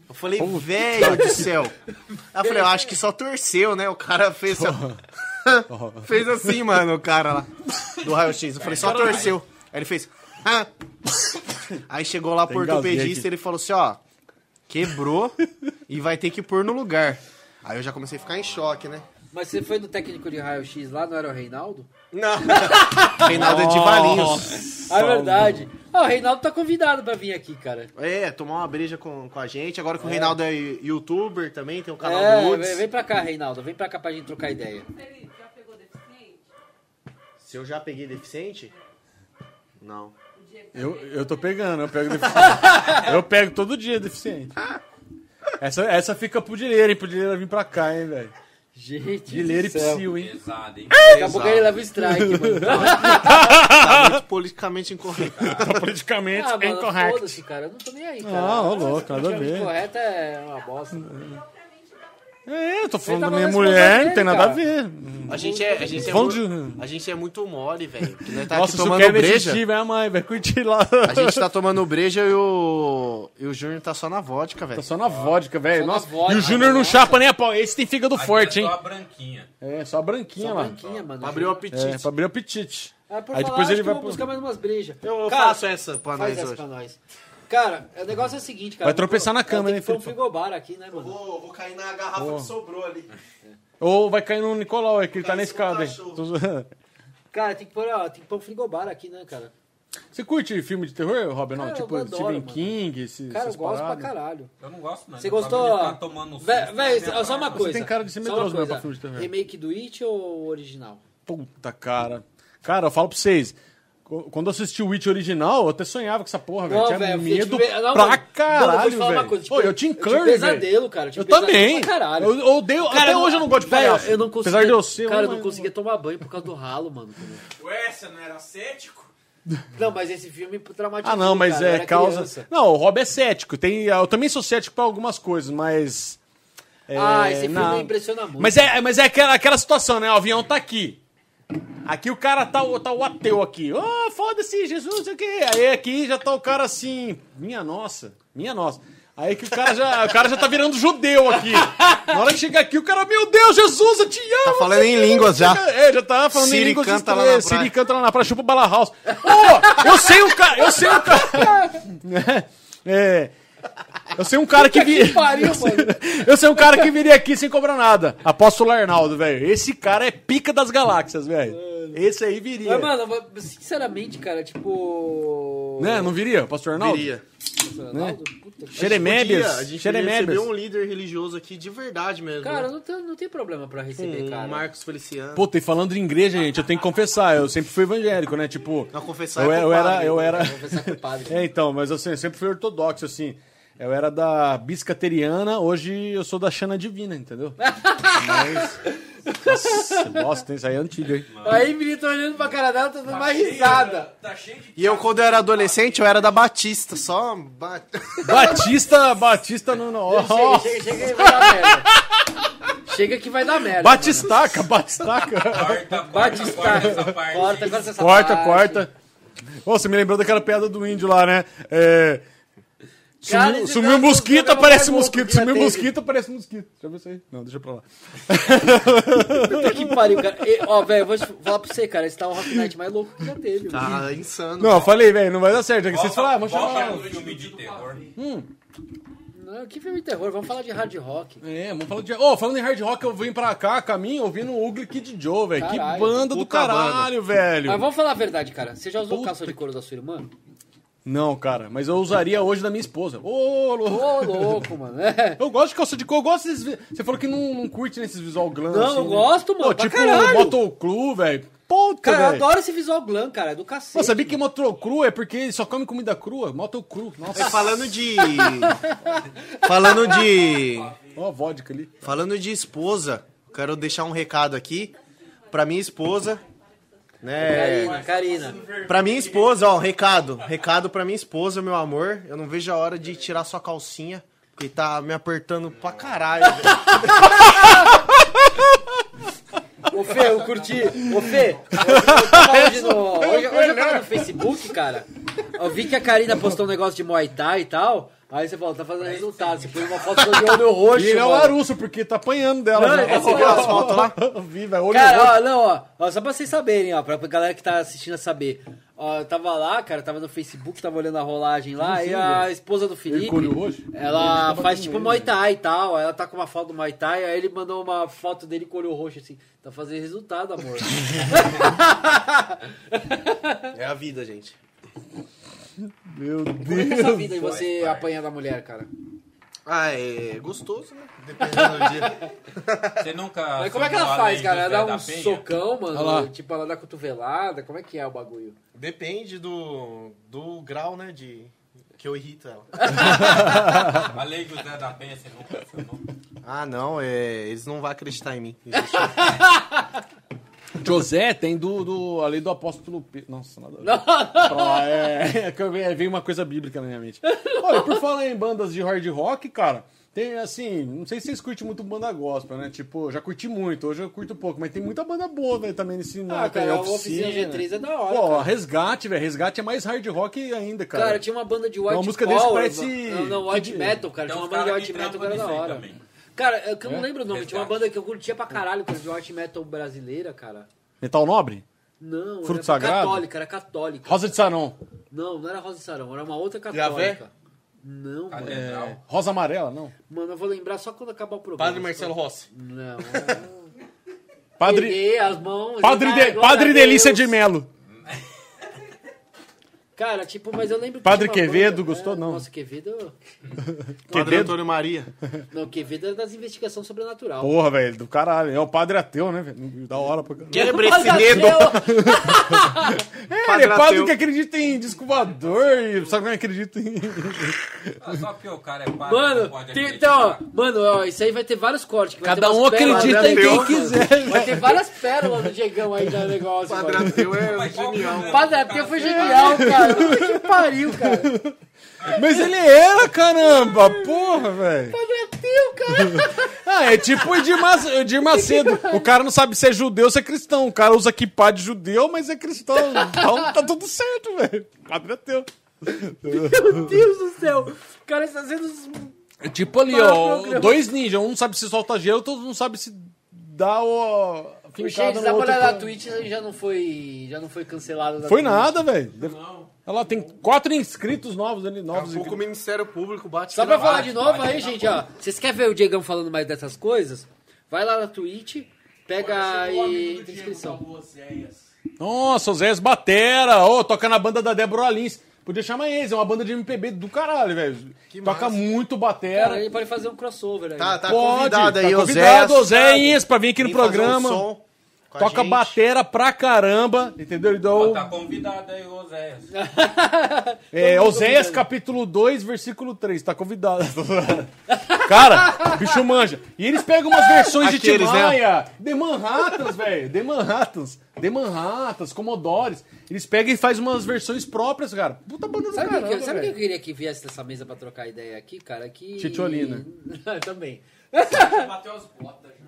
Speaker 5: Eu falei, velho do céu. Aí eu falei, eu acho que só torceu, né? O cara fez assim, ó. fez assim, mano, o cara lá do raio-x. Eu falei, só torceu. Aí ele fez. "Ah." Aí chegou lá pro
Speaker 4: Engasguei aqui.
Speaker 5: ortopedista ele falou assim, ó. Quebrou e vai ter que pôr no lugar. Aí eu já comecei a ficar em choque, né?
Speaker 2: Mas você foi no técnico de raio-x lá, não era o Reinaldo?
Speaker 5: Reinaldo é de Valinhos.
Speaker 2: Ah, é verdade. Ah, o Reinaldo tá convidado pra vir aqui, cara.
Speaker 5: É, tomar uma breja com, com a gente. Agora que o Reinaldo é youtuber também, tem o
Speaker 4: Tá
Speaker 5: canal do
Speaker 2: É, vem,
Speaker 5: Woods.
Speaker 2: vem pra cá, Reinaldo. Vem pra cá pra gente trocar ideia.
Speaker 11: Felipe, já pegou deficiente?
Speaker 5: Se eu já peguei deficiente? Não.
Speaker 4: Eu, eu tô pegando, eu pego deficiente. eu pego todo dia deficiente. Essa, essa fica pro Dileira, hein? Pro Dileira vir pra cá, hein, velho.
Speaker 2: Gente,
Speaker 4: Dileira e
Speaker 2: do céu.
Speaker 4: psiu, hein?
Speaker 10: Pesado, hein?
Speaker 2: Daqui a pouco ele leva o strike, mano.
Speaker 5: Tá muito politicamente incorreto.
Speaker 4: Tá politicamente
Speaker 2: Ah, mano,
Speaker 4: incorreto.
Speaker 2: foda-se, cara. Eu não tô nem aí, cara.
Speaker 4: Não, Ah, ô louco, nada a
Speaker 2: Politicamente
Speaker 4: ver.
Speaker 2: correto é uma bosta.
Speaker 4: É, eu tô falando
Speaker 2: Ele tá
Speaker 4: da minha
Speaker 2: falando
Speaker 4: mulher,
Speaker 2: dele,
Speaker 4: não tem nada
Speaker 2: cara.
Speaker 4: a ver.
Speaker 5: A gente é, a gente é,
Speaker 4: Vamos
Speaker 5: mu- a gente é muito mole, velho. Nós tá
Speaker 4: Nossa,
Speaker 5: aqui
Speaker 4: se eu
Speaker 5: tomando
Speaker 4: quero me
Speaker 5: breja.
Speaker 4: assistir, vai mãe, vai curtir lá.
Speaker 5: A gente tá tomando breja e o. E o Júnior tá só na vodka,
Speaker 4: Tá
Speaker 5: velho.
Speaker 4: só na vodka, velho.
Speaker 2: Só na
Speaker 4: Nossa,
Speaker 2: vodka,
Speaker 4: e o Júnior não
Speaker 2: nossa.
Speaker 4: chapa nem a pau. Esse tem fígado
Speaker 10: Aqui
Speaker 4: forte,
Speaker 10: é
Speaker 4: hein?
Speaker 10: só a branquinha.
Speaker 4: É, só a branquinha lá.
Speaker 2: Branquinha, mano.
Speaker 5: Abriu o
Speaker 4: É,
Speaker 5: apetite.
Speaker 4: pra abrir o apetite.
Speaker 2: Ah, por
Speaker 4: Aí
Speaker 2: falar,
Speaker 4: depois
Speaker 2: acho
Speaker 4: ele
Speaker 2: que
Speaker 4: vai
Speaker 2: eu vou
Speaker 4: pro-
Speaker 2: buscar mais umas brejas.
Speaker 5: Eu
Speaker 2: É, Cara,
Speaker 5: faço essa pra
Speaker 2: Faz
Speaker 5: nós
Speaker 2: essa
Speaker 5: hoje.
Speaker 2: pra nós. Cara, o negócio é o seguinte, cara.
Speaker 4: Vai tropeçar na cama,
Speaker 2: tem
Speaker 4: né,
Speaker 2: que pôr um
Speaker 4: Felipe?
Speaker 2: frigobar aqui, né, mano?
Speaker 9: Vou, vou cair na garrafa que sobrou ali.
Speaker 4: Ou vai cair no Nicolau, é que ele tá na
Speaker 9: Parece um
Speaker 4: escada, hein?
Speaker 9: cachorro.
Speaker 4: Tô zoando.
Speaker 2: Cara, tem que pôr, ó, tem que pôr um frigobar aqui, né, cara?
Speaker 4: Você curte filme de terror, Robin? Não,
Speaker 2: Cara, eu
Speaker 4: tipo
Speaker 2: adoro,
Speaker 4: Stephen
Speaker 2: mano.
Speaker 4: King, esse,
Speaker 2: Cara, eu
Speaker 4: essas
Speaker 2: gosto pra
Speaker 4: paradas.
Speaker 2: caralho.
Speaker 10: Eu não gosto, não.
Speaker 2: Você
Speaker 10: Eu gosto
Speaker 2: gostou?
Speaker 10: de
Speaker 3: tá
Speaker 10: ficar tomando
Speaker 2: Vé-
Speaker 10: susto
Speaker 2: Véi,
Speaker 10: na
Speaker 3: né?
Speaker 10: minha
Speaker 2: ó, só uma
Speaker 10: perna.
Speaker 2: coisa.
Speaker 4: tem cara de ser
Speaker 2: só uma
Speaker 4: medroso mesmo
Speaker 2: coisa.
Speaker 4: pra filme de terror.
Speaker 2: Remake do It ou original?
Speaker 4: Puta, cara. Cara, eu falo pra vocês. co- Quando eu assisti o Witch original, eu até sonhava com essa porra, velho. Eu Tinha
Speaker 2: velho, eu fiquei,
Speaker 4: medo
Speaker 2: tipo,
Speaker 4: pra
Speaker 2: não, mano, mano, eu vou te
Speaker 4: caralho,
Speaker 2: falar uma
Speaker 4: velho.
Speaker 2: coisa,
Speaker 4: Pô,
Speaker 2: tipo,
Speaker 4: eu te
Speaker 2: eu tive
Speaker 4: encargo,
Speaker 2: pesadelo, cara, eu tive
Speaker 4: Eu
Speaker 2: pesadelo
Speaker 4: também.
Speaker 2: pra caralho.
Speaker 4: Eu odeio...
Speaker 2: Cara,
Speaker 4: até hoje eu não gosto de
Speaker 2: velho,
Speaker 4: palhaço.
Speaker 2: Eu não conseguia,
Speaker 4: Apesar de eu ser...
Speaker 2: Cara, eu
Speaker 4: um-
Speaker 2: não conseguia tomar banho por causa do ralo, mano. cara.
Speaker 3: Ué, você não era cético?
Speaker 2: Não, mas esse filme traumatizou.
Speaker 4: Ah, não, mas
Speaker 2: cara, eu
Speaker 4: é
Speaker 2: era
Speaker 4: causa...
Speaker 2: criança.
Speaker 4: Não, o Rob é cético. Tem... Eu também sou cético pra algumas coisas, mas... é,
Speaker 2: ah, esse filme
Speaker 4: na-
Speaker 2: impressiona muito.
Speaker 4: Mas é, mas é aquela, aquela situação, né? O avião tá aqui. Aqui o cara tá, o- tá o ateu aqui. Ah, foda-se, Jesus, não sei o quê. Aí aqui já tá o cara assim. Minha nossa, minha nossa. Aí que o cara já, o cara já tá virando judeu aqui. Na hora que chegar aqui, o cara, meu Deus, Jesus, eu te amo. não sei
Speaker 5: Tá falando
Speaker 4: o quê,
Speaker 5: em
Speaker 4: não sei
Speaker 5: línguas
Speaker 4: o quê.
Speaker 5: já.
Speaker 4: É, já tá falando em
Speaker 5: Siri
Speaker 4: línguas.
Speaker 5: canta lá
Speaker 4: estranhas.
Speaker 5: na praia.
Speaker 4: Siri canta lá na praia, chupa o Bala House. um Ô, eu sei o cara, eu sei o cara. né? É, Eu sei um cara que viria.
Speaker 2: pariu, mano.
Speaker 4: Eu sei um cara que viria aqui sem cobrar nada. Apóstolo Arnaldo, velho. Esse cara é pica das galáxias, velho. Esse aí viria.
Speaker 2: Mas, Ah, mano, sinceramente, cara, tipo.
Speaker 4: Né? Não viria, Apóstolo Arnaldo?
Speaker 12: Viria.
Speaker 2: Ronaldo, puta que-
Speaker 4: Xeremébias.
Speaker 12: Podia, A gente podia
Speaker 4: Xeremébias.
Speaker 12: receber um líder religioso aqui de verdade mesmo.
Speaker 2: Cara, não tem, não tem problema pra receber,
Speaker 4: Hum,
Speaker 12: um
Speaker 2: cara.
Speaker 12: Marcos Feliciano.
Speaker 4: Puta, e falando de igreja, gente, eu tenho que confessar. Eu sempre fui evangélico, né? Tipo.
Speaker 12: Não confessar
Speaker 4: Eu,
Speaker 12: é
Speaker 4: era- eu
Speaker 12: culpado,
Speaker 4: era. Eu
Speaker 12: né?
Speaker 4: era...
Speaker 2: Confessar com o padre.
Speaker 4: É, então, mas assim, eu sempre fui ortodoxo, assim. Eu era da biscateriana, hoje eu sou da Xana Divina, entendeu? Mas. Nossa, bosta, hein? isso aí é antigo, hein?
Speaker 2: Aí, menino, tô olhando pra cara dela, tô dando mais risada.
Speaker 6: Tá cheio de.
Speaker 5: E eu, quando eu era adolescente, eu era da Batista, só. ba-
Speaker 4: Batista, Batista no. no-
Speaker 2: Chega, chega, chega que vai dar merda. Chega que vai dar merda.
Speaker 4: Batistaca, Batistaca.
Speaker 3: Corta, corta,
Speaker 2: Batista.
Speaker 3: corta essa parte.
Speaker 2: Corta, corta essa
Speaker 4: Corta,
Speaker 2: parte.
Speaker 4: corta. Ô, você me lembrou daquela piada do índio lá, né? É,
Speaker 2: Cara,
Speaker 4: Sumiu,
Speaker 2: esse
Speaker 4: sumiu
Speaker 2: cara
Speaker 4: mosquito,
Speaker 2: né? não
Speaker 4: aparece
Speaker 2: pega o
Speaker 4: mosquito.
Speaker 2: outro que já
Speaker 4: Sumiu
Speaker 2: teve.
Speaker 4: mosquito, aparece mosquito. Deixa eu ver isso aí. Não, deixa pra lá.
Speaker 2: Puta que pariu, cara. E, ó, velho, eu vou te falar pra você, cara. Esse tá o Rock Night mais louco que já teve. mano.
Speaker 5: Tá insano.
Speaker 4: Não, eu falei, velho, não vai dar certo. É que vocês
Speaker 3: Volta-
Speaker 4: falaram, ah, vamos
Speaker 3: volta
Speaker 4: chamar.
Speaker 3: pro filme de terror.
Speaker 2: Não, que filme de terror. Vamos falar de hard rock.
Speaker 4: É, vamos falar de. Ô, falando em hard rock, eu vim pra cá, caminho, ouvindo o Ugly Kid Joe, velho. Que
Speaker 2: Caralho.
Speaker 4: banda do
Speaker 5: Puta banda.
Speaker 4: caralho, velho.
Speaker 2: Mas vamos falar a verdade, cara. Você já usou
Speaker 4: Puta
Speaker 2: calça de couro da sua irmã?
Speaker 4: Não, cara, mas eu usaria hoje da minha esposa. Ô,
Speaker 2: Ô,
Speaker 4: louco.
Speaker 2: louco, mano. É.
Speaker 4: Eu gosto de calça de cor, eu gosto desses. vi- Você falou que não, não curte nesses visual glam.
Speaker 2: Não,
Speaker 4: assim,
Speaker 2: eu
Speaker 4: né?
Speaker 2: gosto, mano,
Speaker 4: Pô,
Speaker 2: pra
Speaker 4: tipo
Speaker 2: caralho.
Speaker 4: Motoclu, velho. Puta,
Speaker 2: Cara, eu
Speaker 4: velho.
Speaker 2: adoro esse visual glam, cara. É do cacete.
Speaker 4: Pô, sabia que Motocru é porque só come comida crua? Motocru. Nossa,
Speaker 5: É, falando de. falando de.
Speaker 4: ó, a vodka ali.
Speaker 5: Falando de esposa, quero deixar um recado aqui pra minha esposa. Né?
Speaker 2: Karina, Karina.
Speaker 5: Pra minha esposa, ó, recado. Recado pra minha esposa, meu amor. Eu não vejo a hora de tirar sua calcinha, porque tá me apertando pra caralho. velho.
Speaker 2: Ô Fê, eu curti. Ô Fê, eu- eu tava hoje, no, hoje, hoje eu
Speaker 4: Né?
Speaker 2: tava no Facebook, cara. Eu vi que a Karina postou um negócio de Muay Thai e tal. Aí você falou, tá fazendo resultado. Você pôs uma foto com o olho
Speaker 4: E
Speaker 2: roxo.
Speaker 4: ele é o
Speaker 2: mano.
Speaker 4: Larusso, porque tá apanhando dela.
Speaker 2: Não,
Speaker 4: né?
Speaker 2: é, você viu as fotos
Speaker 5: lá?
Speaker 4: Eu Vi, velho. Olho roxo.
Speaker 2: Cara, ó, não, ó, ó, Só pra vocês saberem, ó. Pra pra galera que tá assistindo saber. Ó, eu tava lá, cara, tava no Facebook, tava olhando a rolagem lá. E a esposa do Felipe.
Speaker 4: Ele com olho roxo?
Speaker 2: Ela faz tipo Muay Thai e tal. Ela tá com uma foto do Muay Thai. Aí ele mandou uma foto dele com o olho roxo assim. Tá fazendo resultado, amor.
Speaker 5: É a vida, gente.
Speaker 4: Meu
Speaker 2: Como é que é essa
Speaker 4: Deus.
Speaker 2: vida aí você apanha da mulher, cara?
Speaker 5: Ah, é gostoso, né? Dependendo do dia.
Speaker 3: Você nunca.
Speaker 2: Mas como é que
Speaker 3: subiu
Speaker 2: ela
Speaker 3: a
Speaker 2: faz,
Speaker 3: lei
Speaker 2: cara?
Speaker 3: José
Speaker 2: Ela dá
Speaker 3: da
Speaker 2: um
Speaker 3: Penha?
Speaker 2: socão, mano?
Speaker 4: Olha lá.
Speaker 2: Tipo, ela dá cotovelada? Como é que é o bagulho?
Speaker 5: Depende do, do grau, né? De, que eu irrito ela.
Speaker 3: A lei José da Penha, você nunca acionou?
Speaker 5: Ah, não, é, eles não vão acreditar em mim.
Speaker 4: José tem do, do. A lei do apóstolo. Pe- Nossa, nada. a ver. Pra lá, é, é que eu- é, veio uma coisa bíblica na minha mente. Olha, por falar em bandas de hard rock, cara. Tem assim, não sei se vocês curtem muito banda gospel, né? Tipo, eu já curti muito, hoje eu curto pouco, mas tem muita banda boa, velho, também nesse
Speaker 2: Ah,
Speaker 4: nome,
Speaker 2: cara,
Speaker 4: tem né?
Speaker 2: a oficina G3 é da hora,
Speaker 4: Pô,
Speaker 2: cara.
Speaker 4: resgate, velho. Resgate é mais hard rock ainda, cara.
Speaker 2: Cara, tipo- tinha uma banda de white
Speaker 4: uma música
Speaker 2: power,
Speaker 4: desse parece-
Speaker 2: mano. Não, não, white
Speaker 4: que-
Speaker 2: metal, cara. Tinha
Speaker 3: Tem
Speaker 2: uma
Speaker 3: uns
Speaker 2: banda de
Speaker 3: cara
Speaker 2: white
Speaker 3: que
Speaker 2: metal que
Speaker 3: trampa
Speaker 2: era da
Speaker 3: nisso aí
Speaker 2: hora.
Speaker 3: também.
Speaker 2: Cara, eu
Speaker 4: É?
Speaker 2: que eu não lembro o nome.
Speaker 3: Resgate.
Speaker 2: Tinha uma banda que eu curtia pra caralho, cara, de white metal brasileira, cara.
Speaker 4: Metal Nobre?
Speaker 2: Não,
Speaker 4: Fruto
Speaker 2: era
Speaker 4: Sagrado?
Speaker 2: católica, era católica.
Speaker 4: Rosa de Saron.
Speaker 2: Não, não era Rosa e Sarão, era uma outra católica. Não, mano.
Speaker 3: Catedral.
Speaker 4: Rosa Amarela, não.
Speaker 2: Mano, eu vou lembrar só quando acabar o programa.
Speaker 12: Padre Marcelo Rossi.
Speaker 2: Não.
Speaker 4: Padre,
Speaker 2: Erguer as mãos.
Speaker 4: padre,
Speaker 2: Ah,
Speaker 4: de,
Speaker 2: glória a
Speaker 4: padre Delícia
Speaker 2: Deus.
Speaker 4: de Melo.
Speaker 2: Cara, tipo, mas eu lembro que
Speaker 4: Padre
Speaker 2: tinha uma
Speaker 4: Quevedo, gostou?
Speaker 2: É,
Speaker 4: Não.
Speaker 2: Nossa, Quevedo.
Speaker 5: Padre
Speaker 4: Quevedo?
Speaker 5: Antônio Maria.
Speaker 2: Não, Quevedo é das investigações sobrenatural.
Speaker 4: Porra, velho, do caralho. É o padre ateu, né, velho? Da hora pra caralho.
Speaker 5: Quebre
Speaker 2: Mas
Speaker 5: esse dedo.
Speaker 2: ateu-
Speaker 4: É, ele
Speaker 5: Padre
Speaker 4: é padre
Speaker 5: ateu.
Speaker 4: que acredita em descobridor e só que não acredita em.
Speaker 3: Ah, Só porque o cara é padre, não
Speaker 2: Mano,
Speaker 3: pode
Speaker 2: tem,
Speaker 3: acreditar.
Speaker 2: então, ó, mano, ó, isso aí vai ter vários cortes. que vai
Speaker 4: Cada
Speaker 2: ter umas
Speaker 4: um
Speaker 2: pérolas,
Speaker 4: acredita
Speaker 2: né,
Speaker 4: em
Speaker 2: Deus,
Speaker 4: quem
Speaker 2: mano?
Speaker 4: quiser,
Speaker 2: Vai ter várias pérolas no Diegão aí no negócio.
Speaker 5: Padre
Speaker 2: mano.
Speaker 5: Ateu é
Speaker 3: Mas qual que é
Speaker 6: né?
Speaker 5: genial.
Speaker 3: o problema?
Speaker 2: Padre Ateu foi genial, cara. Puta Que pariu, cara. Padre
Speaker 4: Mas ele era, caramba! Porra, velho!
Speaker 2: Ateu, cara.
Speaker 4: Ah, é tipo o Edir, Mac- o Edir Macedo. O cara não sabe se é judeu ou se é cristão. O cara usa kippá de judeu, mas é cristão. Então tá tudo certo, velho. Padre ateu.
Speaker 2: Meu Deus do céu. O cara tá está sendo.
Speaker 4: É tipo ali,
Speaker 2: Fala,
Speaker 4: ó.
Speaker 2: programa.
Speaker 4: Dois ninjas. Um não sabe se solta gelo, outro não sabe se dá o. clicada
Speaker 2: Gente,
Speaker 4: no
Speaker 2: dá pra
Speaker 4: outro.
Speaker 2: olhar na
Speaker 4: can-
Speaker 2: Twitch, já não foi, já não foi cancelado. da
Speaker 4: Foi
Speaker 2: Twitch.
Speaker 4: nada, velho. Deve-
Speaker 6: Não.
Speaker 4: Olha lá, tem quatro inscritos novos ali. Novos
Speaker 12: Daqui a pouco o
Speaker 4: inscritos.
Speaker 12: Ministério Público bate
Speaker 2: Só pra
Speaker 12: na
Speaker 2: falar
Speaker 12: bate,
Speaker 2: de novo
Speaker 12: bate
Speaker 2: aí,
Speaker 12: na
Speaker 2: gente, ó. Vocês querem ver o Diegão falando mais dessas coisas? Vai lá na Twitch, pega
Speaker 6: Chegou o amigo
Speaker 2: e
Speaker 6: um do Diego,
Speaker 2: entra
Speaker 3: tá
Speaker 2: inscrição.
Speaker 6: Paulo Oséias.
Speaker 4: Nossa, o Zéias Batera. Ô, toca na banda da Débora Lins. Podia chamar eles, é uma banda de MPB do caralho, velho. Toca muito batera.
Speaker 2: Cara, ele pode fazer um crossover aí.
Speaker 5: Tá, tá
Speaker 4: Pode,
Speaker 5: convidado aí,
Speaker 4: tá
Speaker 5: o
Speaker 4: convidado,
Speaker 5: Zé,
Speaker 4: o Zéias, pra vir aqui no
Speaker 5: vem fazer um
Speaker 4: programa.
Speaker 5: som com a
Speaker 4: Toca
Speaker 5: gente.
Speaker 4: batera pra caramba, entendeu? Então,
Speaker 3: Tá convidado aí, ô Zé.
Speaker 4: é, Oséias capítulo 2, versículo 3, tá convidado. Cara, bicho manja. E eles pegam umas versões
Speaker 5: Aqueles,
Speaker 4: de
Speaker 5: né?
Speaker 4: Timaya, The Manhattans, velho, The Manhattans, The Manhattans, Comodores. Eles pegam e fazem umas versões próprias, cara. Puta banda do
Speaker 2: Sabe o que,
Speaker 4: caramba,
Speaker 2: eu- sabe o que eu
Speaker 4: Tá velho.
Speaker 2: queria que viesse dessa mesa pra trocar ideia aqui, cara? Que...
Speaker 4: Titiolina.
Speaker 2: Também.
Speaker 6: Bateu as botas né? já.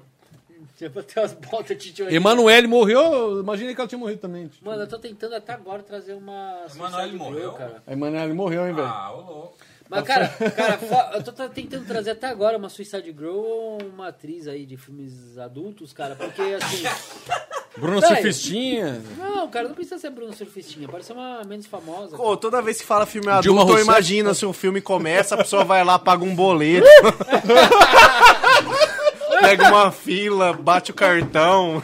Speaker 2: Tinha que ter umas botas titiolina.
Speaker 4: Emanuele morreu, imagina que ela tinha morrido também. Tipo.
Speaker 2: Mano, eu tô tentando até agora trazer uma... Suicide Girl,
Speaker 3: morreu?
Speaker 2: Cara.
Speaker 4: A Emanuele morreu, hein, velho.
Speaker 3: Ah, ô louco.
Speaker 2: Mas, cara, cara, fa- eu tô tra- tentando trazer até agora uma Suicide Girl ou uma atriz aí de filmes adultos, cara, porque, assim...
Speaker 4: Bruno
Speaker 2: Velho.
Speaker 4: Surfistinha.
Speaker 2: Não, cara, não precisa ser Bruno Surfistinha, pode ser uma menos famosa.
Speaker 5: Ô, toda vez que fala filme
Speaker 4: Dilma
Speaker 5: adulto, eu
Speaker 4: Rousseff.
Speaker 5: imagino se um filme começa, a pessoa vai lá, paga um boleto. Pega uma fila, bate o cartão,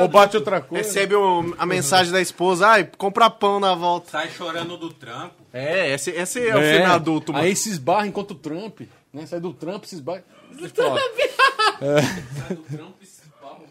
Speaker 4: Ou bate outra coisa.
Speaker 5: recebe um- a mensagem da esposa, ai, compra pão na volta.
Speaker 3: Sai chorando do trampo.
Speaker 5: É, esse, esse é, o filme adulto, mano.
Speaker 4: Aí se esbarra enquanto o Trump, né? Sai do Trump, se esbarra.
Speaker 6: Sai do trampo e se balta.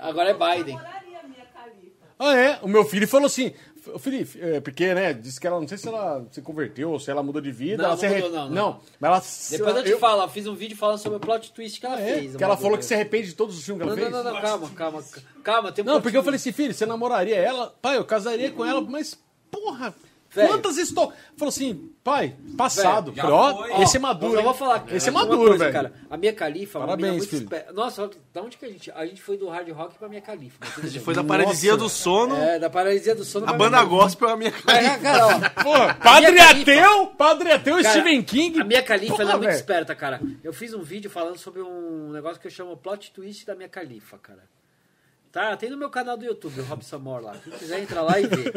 Speaker 2: Agora é Biden.
Speaker 13: Namoraria a minha califa.
Speaker 4: Ah, é? O meu filho falou assim. "F- Felipe, é, porque, né? Disse que ela, não sei se ela se converteu ou se ela mudou de vida.
Speaker 2: Não,
Speaker 4: ela
Speaker 2: não
Speaker 4: se arre-
Speaker 2: mudou, não, não.
Speaker 4: mas ela. se-
Speaker 2: Depois eu te
Speaker 4: eu-
Speaker 2: falo, eu fiz um vídeo falando sobre o plot twist que ela
Speaker 4: É,
Speaker 2: fez.
Speaker 4: que ela
Speaker 2: mano.
Speaker 4: falou que se arrepende de todos os filmes que
Speaker 2: Não,
Speaker 4: ela
Speaker 2: não,
Speaker 4: fez.
Speaker 2: não, não, calma, calma, calma, calma, tem um
Speaker 4: Não,
Speaker 2: plot
Speaker 4: porque eu
Speaker 2: twist.
Speaker 4: falei assim, filho, você namoraria ela? Pai, eu casaria com ela, mas, porra,
Speaker 2: Velho.
Speaker 4: quantas vezes to- Falou assim, pai, passado.
Speaker 3: Velho, já
Speaker 4: Falei, ó,
Speaker 3: foi.
Speaker 4: esse é maduro.
Speaker 2: Eu
Speaker 4: hein?
Speaker 2: vou falar, cara,
Speaker 4: Esse é
Speaker 2: uma
Speaker 4: maduro,
Speaker 2: coisa,
Speaker 4: velho.
Speaker 2: Cara, a minha califa, é uma
Speaker 4: Parabéns,
Speaker 2: mina muito
Speaker 4: filho.
Speaker 2: esperta. Nossa, da onde que a gente. A gente foi do hard rock pra minha califa. mas tudo
Speaker 5: A gente
Speaker 2: bem.
Speaker 5: foi da paralisia do sono,
Speaker 2: É, da paralisia do sono.
Speaker 5: a
Speaker 2: pra
Speaker 5: banda
Speaker 2: minha-
Speaker 5: gospel é a minha cara.
Speaker 2: Mas, cara, ó,
Speaker 4: Porra, padre
Speaker 2: minha tarifa-
Speaker 4: ateu, padre ateu,
Speaker 2: Cara,
Speaker 4: Stephen King.
Speaker 2: a minha califa
Speaker 4: Porra,
Speaker 2: ela é muito
Speaker 4: velho.
Speaker 2: esperta, cara. Eu fiz um vídeo falando sobre um negócio que eu chamo plot twist da minha califa, cara. Tá, tem no meu canal do YouTube, o Robson Moore lá. Quem quiser entrar lá e ver.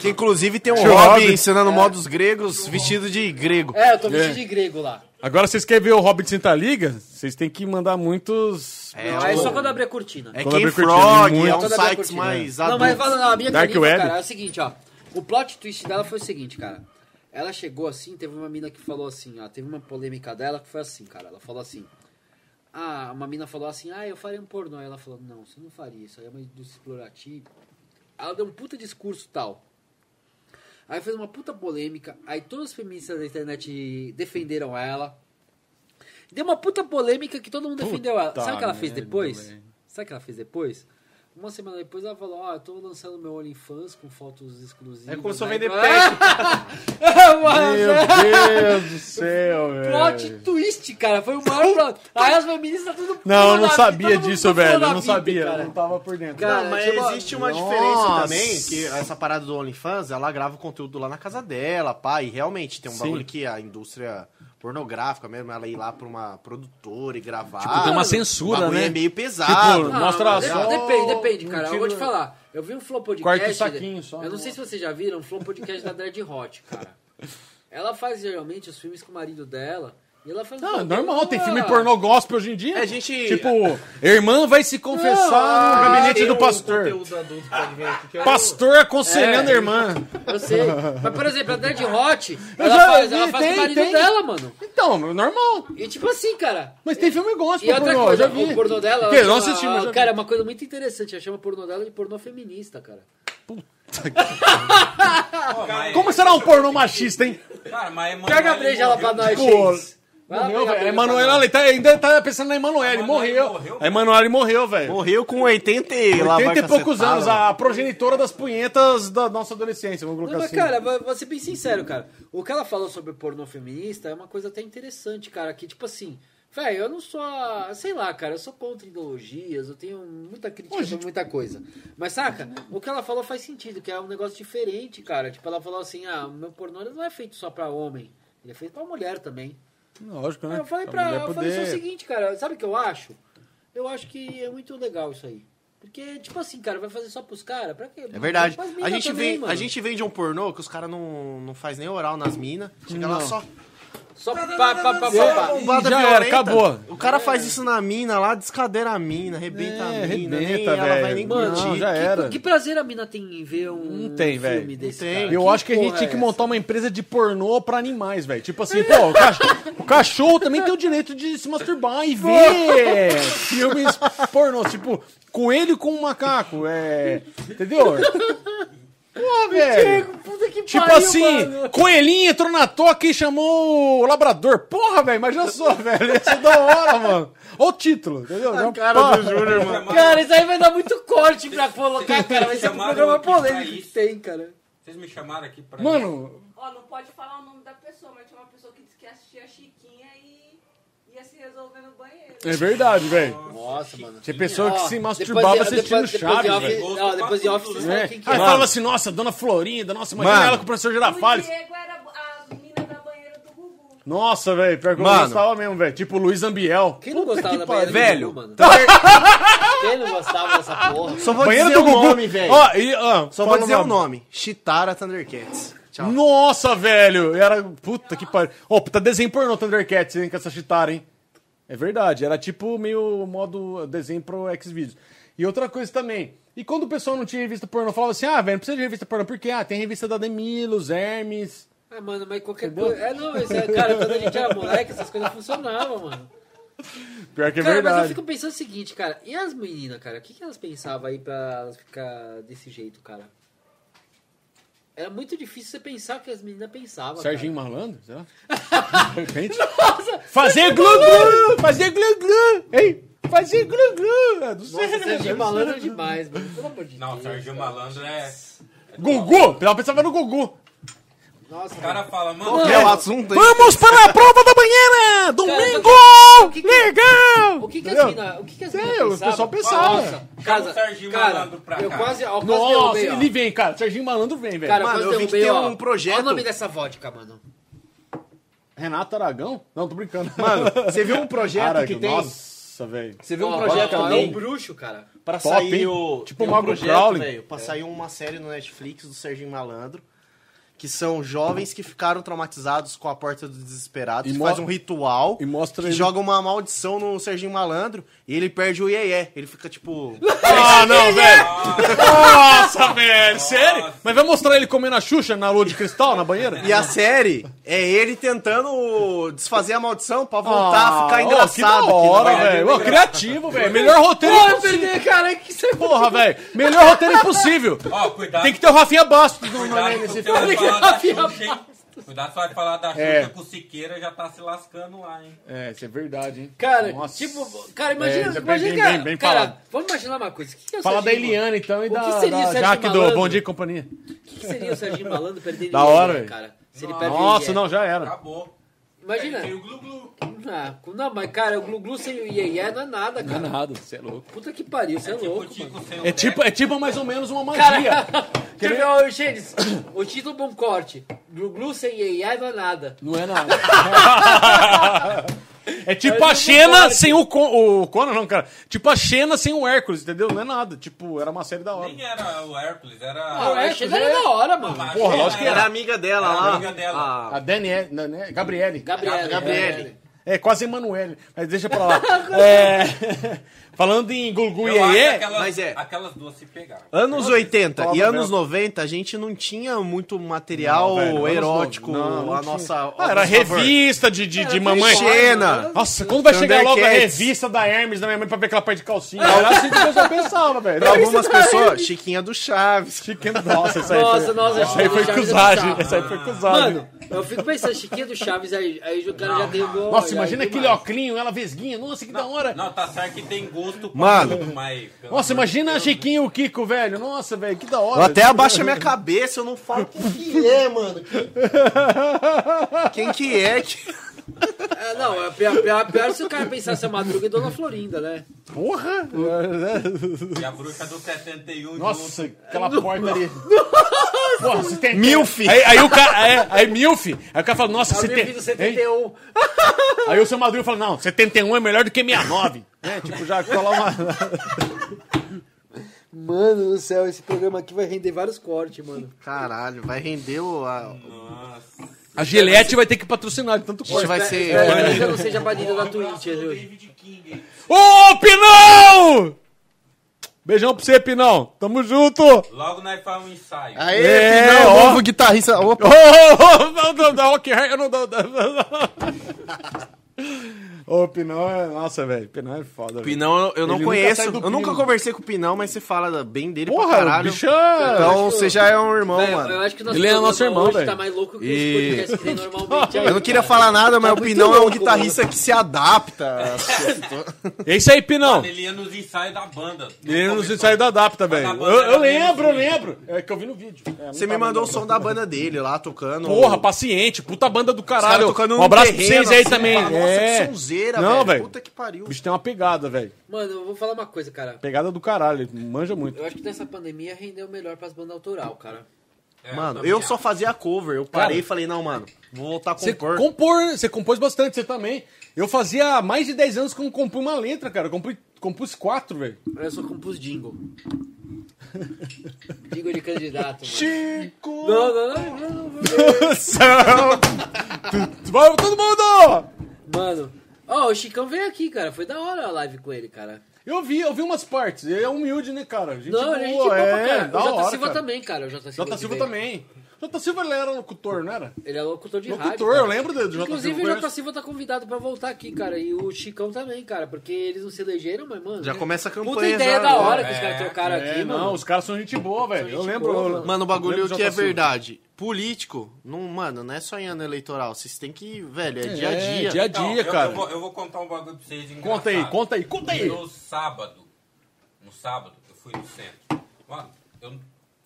Speaker 5: Que inclusive tem um
Speaker 4: Tio
Speaker 5: hobby
Speaker 4: Rob.
Speaker 5: ensinando modos gregos vestido de grego.
Speaker 2: É, eu tô vestido de grego lá.
Speaker 4: Agora, vocês querem ver o Hobbit Senta Liga? Vocês têm que mandar muitos.
Speaker 5: É,
Speaker 2: Aí só quando abrir a cortina.
Speaker 5: É
Speaker 4: Quando
Speaker 5: Ken
Speaker 4: abre cortina,
Speaker 5: Frog,
Speaker 4: muito.
Speaker 5: é um
Speaker 2: Toda a minha
Speaker 5: site
Speaker 2: cortina.
Speaker 5: mais
Speaker 2: né? Não, mas
Speaker 5: adulto.
Speaker 2: fala, não, a minha
Speaker 4: Dark
Speaker 2: Dark
Speaker 4: Web.
Speaker 2: cara, é o seguinte, ó. O plot twist dela foi o seguinte, cara. Ela chegou assim, teve uma mina que falou assim, ó. Teve uma polêmica dela que foi assim, cara. Ela falou assim. Ah, uma mina falou assim, ah, eu faria um pornô. Aí ela falou, não, você não faria isso. Aí é uma indústria explorativa. Ela deu um puta discurso tal. Aí fez uma puta polêmica. Aí todas as feministas da internet defenderam ela. Deu uma puta polêmica que todo mundo defendeu ela. Sabe o que ela fez
Speaker 4: merda,
Speaker 2: depois?
Speaker 4: velho.
Speaker 2: Sabe o que ela fez depois? Uma semana depois ela falou, ó, eu tô lançando meu OnlyFans com fotos exclusivas.
Speaker 5: Aí começou a
Speaker 2: né?
Speaker 5: vender
Speaker 2: Mas,
Speaker 4: Meu Deus do céu,
Speaker 2: Ah, Plot
Speaker 4: velho.
Speaker 2: twist, cara. Foi o maior plot. Aí as feministas tá tudo...
Speaker 4: Não, eu
Speaker 2: pulo na
Speaker 4: não
Speaker 2: vida,
Speaker 4: sabia
Speaker 2: todo mundo
Speaker 4: disso,
Speaker 2: tá pulo
Speaker 4: velho.
Speaker 2: na
Speaker 4: Eu não
Speaker 2: vida,
Speaker 4: sabia. Eu
Speaker 2: cara.
Speaker 4: não tava por dentro.
Speaker 2: Cara,
Speaker 5: Não, mas
Speaker 2: tipo,
Speaker 5: existe uma
Speaker 4: Nossa.
Speaker 5: diferença também, que essa parada do OnlyFans, ela grava o conteúdo lá na casa dela, pá, e realmente tem um
Speaker 4: Sim.
Speaker 5: bagulho que a indústria pornográfica mesmo, ela ir lá pra uma produtora e gravar.
Speaker 4: Tipo, tem uma
Speaker 5: O
Speaker 4: censura,
Speaker 5: bagulho
Speaker 4: né?
Speaker 5: é meio pesado.
Speaker 4: Tipo, Mostra
Speaker 2: Ah, mas
Speaker 4: só
Speaker 2: Depende, depende,
Speaker 4: um
Speaker 2: cara. Eu
Speaker 4: tiro-
Speaker 2: vou te falar. Eu vi um Flow Podcast.
Speaker 4: Corta o saquinho só, né?
Speaker 2: eu não
Speaker 4: não.
Speaker 2: sei se vocês já viram um Flow Podcast da Dread Hot, cara. Ela faz geralmente os filmes com o marido dela. E ela faz.
Speaker 4: Não,
Speaker 2: um
Speaker 4: é normal, tem filme
Speaker 2: programa-
Speaker 4: pornô gospel hoje em dia.
Speaker 12: É, gente-
Speaker 4: Tipo,
Speaker 2: Ah.
Speaker 4: irmã vai se confessar no gabinete do pastor. Ah,
Speaker 12: conteúdo adulto pode vir aqui, que é o-
Speaker 4: Pastor aconselhando
Speaker 2: É.
Speaker 4: a irmã.
Speaker 2: Eu sei. Mas, por exemplo, a Dread Hot,
Speaker 4: Eu
Speaker 2: ela
Speaker 4: já
Speaker 2: faz,
Speaker 4: vi,
Speaker 2: ela faz
Speaker 4: tem,
Speaker 2: com o marido
Speaker 4: tem.
Speaker 2: dela, mano.
Speaker 4: Então, é normal.
Speaker 2: E tipo assim, cara.
Speaker 4: Mas tem filme gospel,
Speaker 2: E outra
Speaker 4: é pornô, eu
Speaker 2: coisa,
Speaker 4: já vi.
Speaker 2: o pornô dela.
Speaker 4: Que?
Speaker 2: ela
Speaker 4: Não
Speaker 2: chama-
Speaker 4: assistimos, eu já vi.
Speaker 2: Cara, é uma coisa muito interessante. Ela chama o pornô dela de pornô feminista, cara.
Speaker 3: Pô, mas- é-
Speaker 4: Como será um pornô machista, hein?
Speaker 3: Cara, mas Emanuele
Speaker 2: Pega a breja lá pra nós,
Speaker 3: morreu.
Speaker 4: Pô,
Speaker 2: gente. Vai lá
Speaker 4: Morreu,
Speaker 2: pegar a
Speaker 4: velho. A
Speaker 2: breja pra
Speaker 4: Tipo, Emanuela
Speaker 2: nós.
Speaker 4: ela tá- ainda tá pensando na Emanuele.
Speaker 3: A Emanuele
Speaker 4: Morreu.
Speaker 3: morreu,
Speaker 4: A Emanuele morreu, velho.
Speaker 5: Morreu com 80 e lá vai
Speaker 4: 80 e poucos
Speaker 5: cacetada, né?
Speaker 4: anos,
Speaker 5: mano.
Speaker 4: a progenitora das punhetas da nossa adolescência, vamos
Speaker 2: Não,
Speaker 4: colocar
Speaker 2: mas,
Speaker 4: assim.
Speaker 2: cara, vou vou ser bem sincero, cara. O que ela falou sobre pornô feminista é uma coisa até interessante, cara. Que, tipo assim, velho, eu não sou. a- Sei lá, cara, eu sou contra ideologias, eu tenho muita crítica sobre muita coisa. Mas, saca, o que ela falou faz sentido, que é um negócio diferente, cara. Tipo, ela falou assim: ah, o meu pornô ele não é feito só pra homem, ele é feito pra mulher também.
Speaker 4: Lógico, né?
Speaker 2: Eu falei
Speaker 4: Pra
Speaker 2: pra
Speaker 4: mulher
Speaker 2: ela, eu falei só o
Speaker 4: poder-
Speaker 2: seguinte, cara, sabe o que eu acho? Eu acho que é muito legal isso aí. Porque, tipo assim, cara, vai fazer só pros caras? Pra quê?
Speaker 5: É verdade.
Speaker 2: Faz mina
Speaker 5: A gente,
Speaker 2: também,
Speaker 5: vem,
Speaker 2: mano.
Speaker 5: a gente vem de um pornô que os caras não, não faz nem oral nas minas. Chega lá
Speaker 4: Não.
Speaker 5: só.
Speaker 2: Só pá, pá, pá, pá, pá.
Speaker 5: bombada
Speaker 4: já
Speaker 5: violenta.
Speaker 4: era, acabou.
Speaker 5: O cara faz isso na mina lá, descadeira a mina, arrebenta
Speaker 4: É,
Speaker 5: a mina. nem
Speaker 4: arrebenta,
Speaker 5: ela vai
Speaker 4: velho.
Speaker 5: nem
Speaker 4: Mano,
Speaker 5: curtir.
Speaker 4: não, já
Speaker 2: Que-
Speaker 4: era.
Speaker 2: Que prazer a mina tem em ver um
Speaker 4: Não tem,
Speaker 2: filme
Speaker 4: velho.
Speaker 2: desse
Speaker 5: Não tem.
Speaker 2: cara?
Speaker 4: Eu acho que a gente
Speaker 2: porra
Speaker 4: tinha que
Speaker 2: é
Speaker 4: montar uma empresa de pornô pra animais, velho. Tipo assim, pô, o cachorro, o cachorro também tem o direito de se masturbar e ver filmes pornôs. Tipo, coelho com macaco, é... Entendeu? Pô, velho.
Speaker 2: essa? Puta que
Speaker 4: é. Tipo
Speaker 2: pariu,
Speaker 4: assim,
Speaker 2: mano.
Speaker 4: coelhinho entrou na toca e chamou o labrador. Porra, velho, imagina só, velho. Ia ser da hora, mano. Olha o título, entendeu? É uma porra.
Speaker 5: Júnior,
Speaker 2: Cara, isso aí vai dar muito corte pra colocar, cara. Vai ser um
Speaker 3: Chamaram
Speaker 2: programa
Speaker 3: aqui pra
Speaker 2: polêmico que
Speaker 3: isso.
Speaker 2: tem, cara.
Speaker 3: Vocês me chamaram aqui pra.
Speaker 4: Mano,
Speaker 13: Ó, não pode falar o nome da pessoa, mas tinha uma pessoa que disse que assistia a Chiquinha e ia se resolver no banheiro.
Speaker 4: é verdade, velho.
Speaker 2: Nossa, mano.
Speaker 4: Tinha pessoa que
Speaker 2: Ó,
Speaker 4: se
Speaker 2: depois-
Speaker 4: masturbava
Speaker 2: depois-
Speaker 4: assistindo
Speaker 2: depois-
Speaker 4: Chaves,
Speaker 2: depois de
Speaker 4: velho.
Speaker 2: Office- ó, Depois de Office, vocês
Speaker 4: É.
Speaker 2: sabem
Speaker 4: Aí
Speaker 2: quem que é.
Speaker 4: falava assim, nossa, dona Florinda, nossa, imagina
Speaker 5: Mano.
Speaker 4: ela com o professor
Speaker 13: o
Speaker 4: Girafales.
Speaker 13: Diego era a menina da banheira do Gugu.
Speaker 4: Nossa, velho, pior que eu
Speaker 5: Mano.
Speaker 4: gostava mesmo, velho. Tipo Luiz Ambiel.
Speaker 2: Quem não
Speaker 4: Puta
Speaker 2: gostava
Speaker 4: que
Speaker 2: da
Speaker 4: pariu. Tá.
Speaker 2: banheira do Gugu, mano? Quem não gostava dessa porra?
Speaker 5: Só vou
Speaker 4: Banheiro
Speaker 5: dizer
Speaker 4: do
Speaker 5: o
Speaker 4: Gugu.
Speaker 5: nome, velho.
Speaker 4: Ó, e, ó,
Speaker 5: Só
Speaker 4: fala
Speaker 5: vou dizer o
Speaker 4: nome.
Speaker 5: nome. Chitara Thundercats. Tchau.
Speaker 4: Nossa, velho! Era. Puta que pariu. Ô, puta desenho pornô Thundercats, hein, com essa chitara, hein? É verdade, era tipo meio modo desenho pro Xvideos. E outra coisa também. E quando o pessoal não tinha revista pornô, falava assim: ah, velho, não precisa de revista pornô, porque ah, tem revista da Demilos, Hermes.
Speaker 2: Ah, mano, mas qualquer coisa. É, não, mas, é, cara, quando a gente era moleque, essas coisas funcionavam, mano.
Speaker 4: Pior que é
Speaker 2: cara, mas eu
Speaker 4: verdade.
Speaker 2: fico pensando o seguinte, cara. E as meninas, cara? O que, que elas pensavam aí pra elas ficar desse jeito, cara? Era muito difícil você pensar o que as meninas pensavam.
Speaker 4: Serginho Malandro? Será? De repente.
Speaker 2: Cara. Nossa!
Speaker 4: Fazer glu-glu! Fazer glu-glu! Ei! Fazer glu-glu! É, Não sei,
Speaker 2: Nossa,
Speaker 4: né,
Speaker 2: Serginho
Speaker 4: velho?
Speaker 2: malandro é demais, mano. Pelo amor de
Speaker 3: Não,
Speaker 2: Deus.
Speaker 3: Sérgio
Speaker 2: cara.
Speaker 3: Malandro é.
Speaker 4: Gugu! O pessoal pensava no Gugu.
Speaker 2: Nossa,
Speaker 3: O
Speaker 2: cara.
Speaker 3: cara fala, mano,
Speaker 5: Qual que é o assunto aí?
Speaker 4: Vamos para a prova da banheira! Domingo!
Speaker 2: o que que-
Speaker 5: é?
Speaker 4: Legal!
Speaker 2: O que, que as
Speaker 4: Entendeu?
Speaker 5: assim,
Speaker 2: meninas. O que, que as
Speaker 4: É,
Speaker 2: meninas
Speaker 4: o pessoal
Speaker 2: pensavam?
Speaker 4: pensava.
Speaker 2: Nossa,
Speaker 3: Chama
Speaker 2: casa,
Speaker 3: o Serginho
Speaker 2: cara,
Speaker 3: Malandro pra
Speaker 2: Eu
Speaker 3: cá.
Speaker 2: quase, ó, quase
Speaker 4: Nossa,
Speaker 2: derrubei, ó.
Speaker 4: ele vem, cara. Serginho Malandro vem, velho.
Speaker 2: Cara,
Speaker 5: Mano,
Speaker 2: quase
Speaker 5: eu vi que
Speaker 2: derrubei, ó.
Speaker 5: tem um projeto-
Speaker 2: Olha o nome dessa vodka, mano.
Speaker 4: Renato Aragão? Não, tô brincando.
Speaker 5: Mano, você viu um projeto
Speaker 4: Cara,
Speaker 5: que tem?
Speaker 4: Nossa, velho.
Speaker 5: Você viu um
Speaker 2: Ó,
Speaker 5: projeto
Speaker 2: ó,
Speaker 5: que
Speaker 2: É um
Speaker 5: tem
Speaker 2: bruxo, cara.
Speaker 5: pra
Speaker 4: Tá Top,
Speaker 5: sair
Speaker 4: hein?
Speaker 5: o...
Speaker 4: Tipo
Speaker 3: um
Speaker 5: tem um
Speaker 4: Margot Crowley.
Speaker 5: velho, pra sair uma série no Netflix do Serginho Malandro, que são jovens que ficaram traumatizados com a Porta dos Desesperados,
Speaker 4: E
Speaker 5: que
Speaker 4: mo-
Speaker 5: faz um ritual,
Speaker 4: E mostra
Speaker 5: que
Speaker 4: ele.
Speaker 5: joga uma maldição no Serginho Malandro, e ele perde o iê Ele fica tipo...
Speaker 4: Ah, não, velho! Nossa, velho! Sério? Mas vai mostrar ele comendo a Xuxa na lua de cristal, na banheira?
Speaker 5: E a série é ele tentando desfazer a maldição pra voltar a tá, ficar
Speaker 4: Ah, Ó, que da
Speaker 5: engraçado. aqui,
Speaker 4: hora,
Speaker 5: né?
Speaker 4: velho. Ó, criativo, velho. Melhor roteiro
Speaker 2: Porra, eu
Speaker 4: impossível.
Speaker 2: perdi, cara. Que você
Speaker 4: Porra, velho. Melhor roteiro impossível.
Speaker 3: ó, cuidado.
Speaker 4: Tem que ter o Rafinha Bastos no
Speaker 3: Cuidado
Speaker 4: nome
Speaker 3: que
Speaker 4: nesse
Speaker 3: você vai
Speaker 4: filme.
Speaker 3: falar da
Speaker 2: Rafinha
Speaker 3: Xuxa, hein? tá Cuidado, você vai falar da Xuxa
Speaker 4: É.
Speaker 3: com o Siqueira já tá se lascando lá, hein?
Speaker 4: É, isso é verdade, hein?
Speaker 2: Cara,
Speaker 4: Nossa.
Speaker 2: tipo, cara, imagina,
Speaker 4: É, bem-
Speaker 2: imagina,
Speaker 4: bem-
Speaker 2: cara,
Speaker 4: bem- bem
Speaker 2: cara,
Speaker 4: falado.
Speaker 2: vamos imaginar uma coisa. O que que é o
Speaker 4: Fala da
Speaker 2: Serginho-
Speaker 4: Eliana, então, e
Speaker 2: O que
Speaker 4: da,
Speaker 2: seria o
Speaker 4: da
Speaker 2: Sérgio
Speaker 4: Jaque do
Speaker 2: Malandro?
Speaker 4: Bom Dia e Companhia.
Speaker 2: O que que seria o Serginho Malandro perdendo
Speaker 4: Da
Speaker 2: ele,
Speaker 4: hora,
Speaker 2: né,
Speaker 4: velho.
Speaker 2: cara? Se ele perde
Speaker 4: Nossa,
Speaker 2: ele,
Speaker 4: não, já era.
Speaker 3: Acabou.
Speaker 2: Imagina.
Speaker 3: Tem o Glu-Glu.
Speaker 2: Ah, não, mas cara, o glu-glu sem o iê não é nada, cara.
Speaker 4: Nada, você é louco.
Speaker 2: Puta que pariu, você é,
Speaker 3: Tipo, o
Speaker 2: louco, mano.
Speaker 3: Tico sem o
Speaker 4: É
Speaker 3: Teco.
Speaker 4: tipo, é tipo mais ou menos uma magia.
Speaker 2: Cara, quer ver, ô, Gênesis, o título bom corte. Glu-glu sem iê não é nada.
Speaker 4: Não é nada. É tipo a
Speaker 2: Mas eu não
Speaker 4: Xena
Speaker 2: gosto.
Speaker 4: sem o, Con- o Conan, não, cara. Tipo a Xena sem o Hércules, entendeu? Não é nada. Tipo, era uma série da hora.
Speaker 3: Nem era o Hércules,
Speaker 2: Ah,
Speaker 3: era.
Speaker 2: o Hercules era da hora, mano.
Speaker 4: Porra, lógico que
Speaker 5: Era amiga dela
Speaker 3: Era
Speaker 5: lá. Ah,
Speaker 3: amiga dela.
Speaker 5: a-
Speaker 4: A Daniele, não, né? Gabriele.
Speaker 2: Gabriela.
Speaker 5: Gabriele.
Speaker 2: Gabriele.
Speaker 4: É, quase Emanuele. Mas deixa pra lá. É, Falando em Gugu e
Speaker 3: Eu acho
Speaker 4: Iê,
Speaker 3: aquelas,
Speaker 5: mas é.
Speaker 3: aquelas duas se pegaram.
Speaker 5: Anos 80
Speaker 4: Fala
Speaker 5: e
Speaker 4: da
Speaker 5: anos
Speaker 4: Bel.
Speaker 5: 90, a gente não tinha muito material
Speaker 4: Não, velho, anos
Speaker 5: erótico.
Speaker 4: no- não, não
Speaker 5: a
Speaker 4: tinha.
Speaker 5: nossa.
Speaker 4: Ah, era revista de, de, de mamãe.
Speaker 5: Xena.
Speaker 4: Nossa, quando vai chegar logo a
Speaker 5: Thundercats.
Speaker 4: revista da Hermes da minha mãe pra ver aquela parte de calcinha? Era assim que o pessoal pensava, velho.
Speaker 5: Pra algumas pessoas, Chiquinha do Chaves.
Speaker 4: Chiquinha do- Nossa, essa aí
Speaker 2: Nossa,
Speaker 4: foi...
Speaker 2: nossa,
Speaker 4: Essa aí foi
Speaker 2: Chiquinha do
Speaker 4: cruzagem.
Speaker 2: Chaves. é
Speaker 4: Essa aí é foi cruzagem.
Speaker 2: Mano, eu fico pensando, Chiquinha do Chaves, aí, aí o cara já derrubou.
Speaker 4: nossa,
Speaker 2: aí,
Speaker 4: imagina
Speaker 2: aí,
Speaker 4: aquele
Speaker 2: é demais.
Speaker 4: oclinho, ela vesguinha. Nossa, que da hora.
Speaker 3: Não, tá certo que tem gosto pra
Speaker 5: Ah. Mano.
Speaker 3: tudo, mas. pelo
Speaker 4: Nossa,
Speaker 3: amor
Speaker 4: imagina a Chiquinha e o Kiko, velho. Nossa, velho, que da hora.
Speaker 5: Eu até abaixo a minha cabeça, eu não falo quem que é, mano. Quem que é que.
Speaker 2: É, não, é pior, pior, pior se o cara pensasse a Madruga e Dona Florinda, né?
Speaker 4: Porra!
Speaker 3: de Deus. E a bruxa do 71 junto.
Speaker 4: Nossa, aquela porta ali. Porra, se tem...
Speaker 5: Milf!
Speaker 4: Aí, aí o cara. É, aí Milf. Aí o cara fala, nossa,
Speaker 2: Eu
Speaker 4: você
Speaker 2: me fiz
Speaker 4: tem.
Speaker 2: o 71.
Speaker 4: Aí o seu Madruga fala, não, 71 é um melhor do que 69. É, tipo, já cola uma.
Speaker 2: Mano do céu, esse programa aqui vai render vários cortes, mano.
Speaker 5: Caralho, vai render o. A...
Speaker 3: Nossa.
Speaker 4: A Gillette vai ter que patrocinar de tanto
Speaker 5: A gente
Speaker 4: corte.
Speaker 5: vai ser.
Speaker 2: Espero que eu não seja banido da Twitch, Edu.
Speaker 14: David King aí.
Speaker 4: Ô, Pinão! Beijão pra você, Pinão. Tamo junto. Ô,
Speaker 3: Logo nós faz um ensaio.
Speaker 5: Aê,
Speaker 4: É,
Speaker 5: é,
Speaker 4: ó.
Speaker 5: novo guitarrista.
Speaker 4: ô,
Speaker 5: Opa,
Speaker 4: ô, não, não, não, ok, eu não dou. Ô, Pinão é. Nossa, velho. Pinão é foda. velho.
Speaker 5: Pinão, eu- eu não
Speaker 4: Ele nunca
Speaker 5: conheço.
Speaker 4: sai do
Speaker 5: eu nunca
Speaker 4: pino.
Speaker 5: conversei com o Pinão, mas você fala bem dele é pra
Speaker 4: Porra, o
Speaker 5: caralho.
Speaker 4: bicho
Speaker 5: Então você já é um irmão,
Speaker 2: Velho,
Speaker 5: mano.
Speaker 2: eu acho que o nosso
Speaker 4: Ele é
Speaker 2: programa
Speaker 4: nosso irmão,
Speaker 2: hoje
Speaker 4: velho.
Speaker 2: tá mais louco que
Speaker 5: E-
Speaker 2: os podcasts que tem normalmente.
Speaker 5: Eu não queria falar nada,
Speaker 2: Tá
Speaker 5: mas o Pinão é um guitarrista que se adapta.
Speaker 4: É isso aí, Pinão.
Speaker 3: Ele ia nos ensaios da banda.
Speaker 4: Ele não se saiu da adapta, velho.
Speaker 3: Mas a
Speaker 5: Tá
Speaker 4: Eu,
Speaker 3: banda
Speaker 4: eu
Speaker 3: era
Speaker 4: lembro, eu
Speaker 3: menos
Speaker 4: lembro. É que eu vi no vídeo. É, não
Speaker 5: Você
Speaker 4: tá
Speaker 5: me mandou o
Speaker 4: vendo.
Speaker 5: som da banda dele lá tocando.
Speaker 4: Porra, paciente, puta banda do
Speaker 5: Cara,
Speaker 4: caralho.
Speaker 5: tocando
Speaker 4: um abraço pra
Speaker 5: terreno,
Speaker 4: vocês aí
Speaker 5: assim,
Speaker 4: também.
Speaker 5: fala, Nossa, que
Speaker 4: É.
Speaker 5: sonzeira,
Speaker 4: Não,
Speaker 5: velho.
Speaker 4: velho.
Speaker 5: Puta que pariu.
Speaker 4: O bicho tem uma pegada, velho.
Speaker 2: Mano, eu vou falar uma coisa, cara.
Speaker 4: Pegada do caralho, ele manja muito.
Speaker 2: Eu acho que nessa pandemia rendeu melhor pras bandas autoral, cara.
Speaker 3: É,
Speaker 5: Mano,
Speaker 3: também
Speaker 5: eu
Speaker 3: acho.
Speaker 5: só fazia a cover. Eu parei e falei, não, mano, vou voltar a
Speaker 4: Você
Speaker 5: compor.
Speaker 4: compor, né? Você compôs bastante, você também. Eu fazia há mais de 10 anos que eu não compus uma letra, cara. Eu compus, compus quatro, velho.
Speaker 2: Eu só compus jingle. jingle de candidato, mano.
Speaker 4: Chico!
Speaker 2: Não, não, não, não, não, não.
Speaker 4: Vamos, todo mundo!
Speaker 2: Mano, ó, o Chicão veio aqui, cara. Foi da hora a live com ele, cara.
Speaker 4: Eu vi, eu vi umas partes. Ele é humilde, né, cara? Gente
Speaker 2: não, ele é gente
Speaker 4: boa,
Speaker 2: boa,
Speaker 4: é,
Speaker 2: pra
Speaker 4: da
Speaker 2: cara. O Jota
Speaker 4: hora,
Speaker 2: Silva tá
Speaker 4: cara.
Speaker 2: também, cara. O Jota Silva,
Speaker 4: Jota
Speaker 2: que
Speaker 4: Silva
Speaker 2: veio.
Speaker 4: também. Jota Silva ele era locutor, não era?
Speaker 2: Ele é locutor de rádio.
Speaker 4: Locutor,
Speaker 2: cara.
Speaker 4: eu lembro do Jota
Speaker 2: Inclusive,
Speaker 4: Silva.
Speaker 2: o Jota Silva tá convidado pra voltar aqui, cara. E o Chicão também, cara. Porque eles não se elegeram, mas, mano. né?
Speaker 5: Já começa a campanha.
Speaker 2: Puta ideia
Speaker 5: já,
Speaker 2: da hora
Speaker 5: né?
Speaker 2: que os caras
Speaker 3: É,
Speaker 2: trocaram
Speaker 4: É,
Speaker 2: aqui,
Speaker 4: não,
Speaker 2: mano.
Speaker 4: os caras são gente boa, velho. Eu
Speaker 2: gente
Speaker 4: lembro.
Speaker 2: boa,
Speaker 4: eu-
Speaker 2: mano.
Speaker 5: Mano, o bagulho
Speaker 4: Lembro do
Speaker 5: que é
Speaker 4: Jota Silva.
Speaker 5: verdade. Político, não, mano, não é só em ano eleitoral. Vocês têm que, velho, é dia a
Speaker 4: É,
Speaker 5: dia.
Speaker 4: dia a
Speaker 3: Então,
Speaker 4: dia,
Speaker 3: eu-
Speaker 4: cara.
Speaker 3: Eu vou, eu vou contar um bagulho pra vocês. Engraçado.
Speaker 4: Conta aí, conta aí, conta aí.
Speaker 3: No sábado, no sábado, eu fui no centro. Mano, eu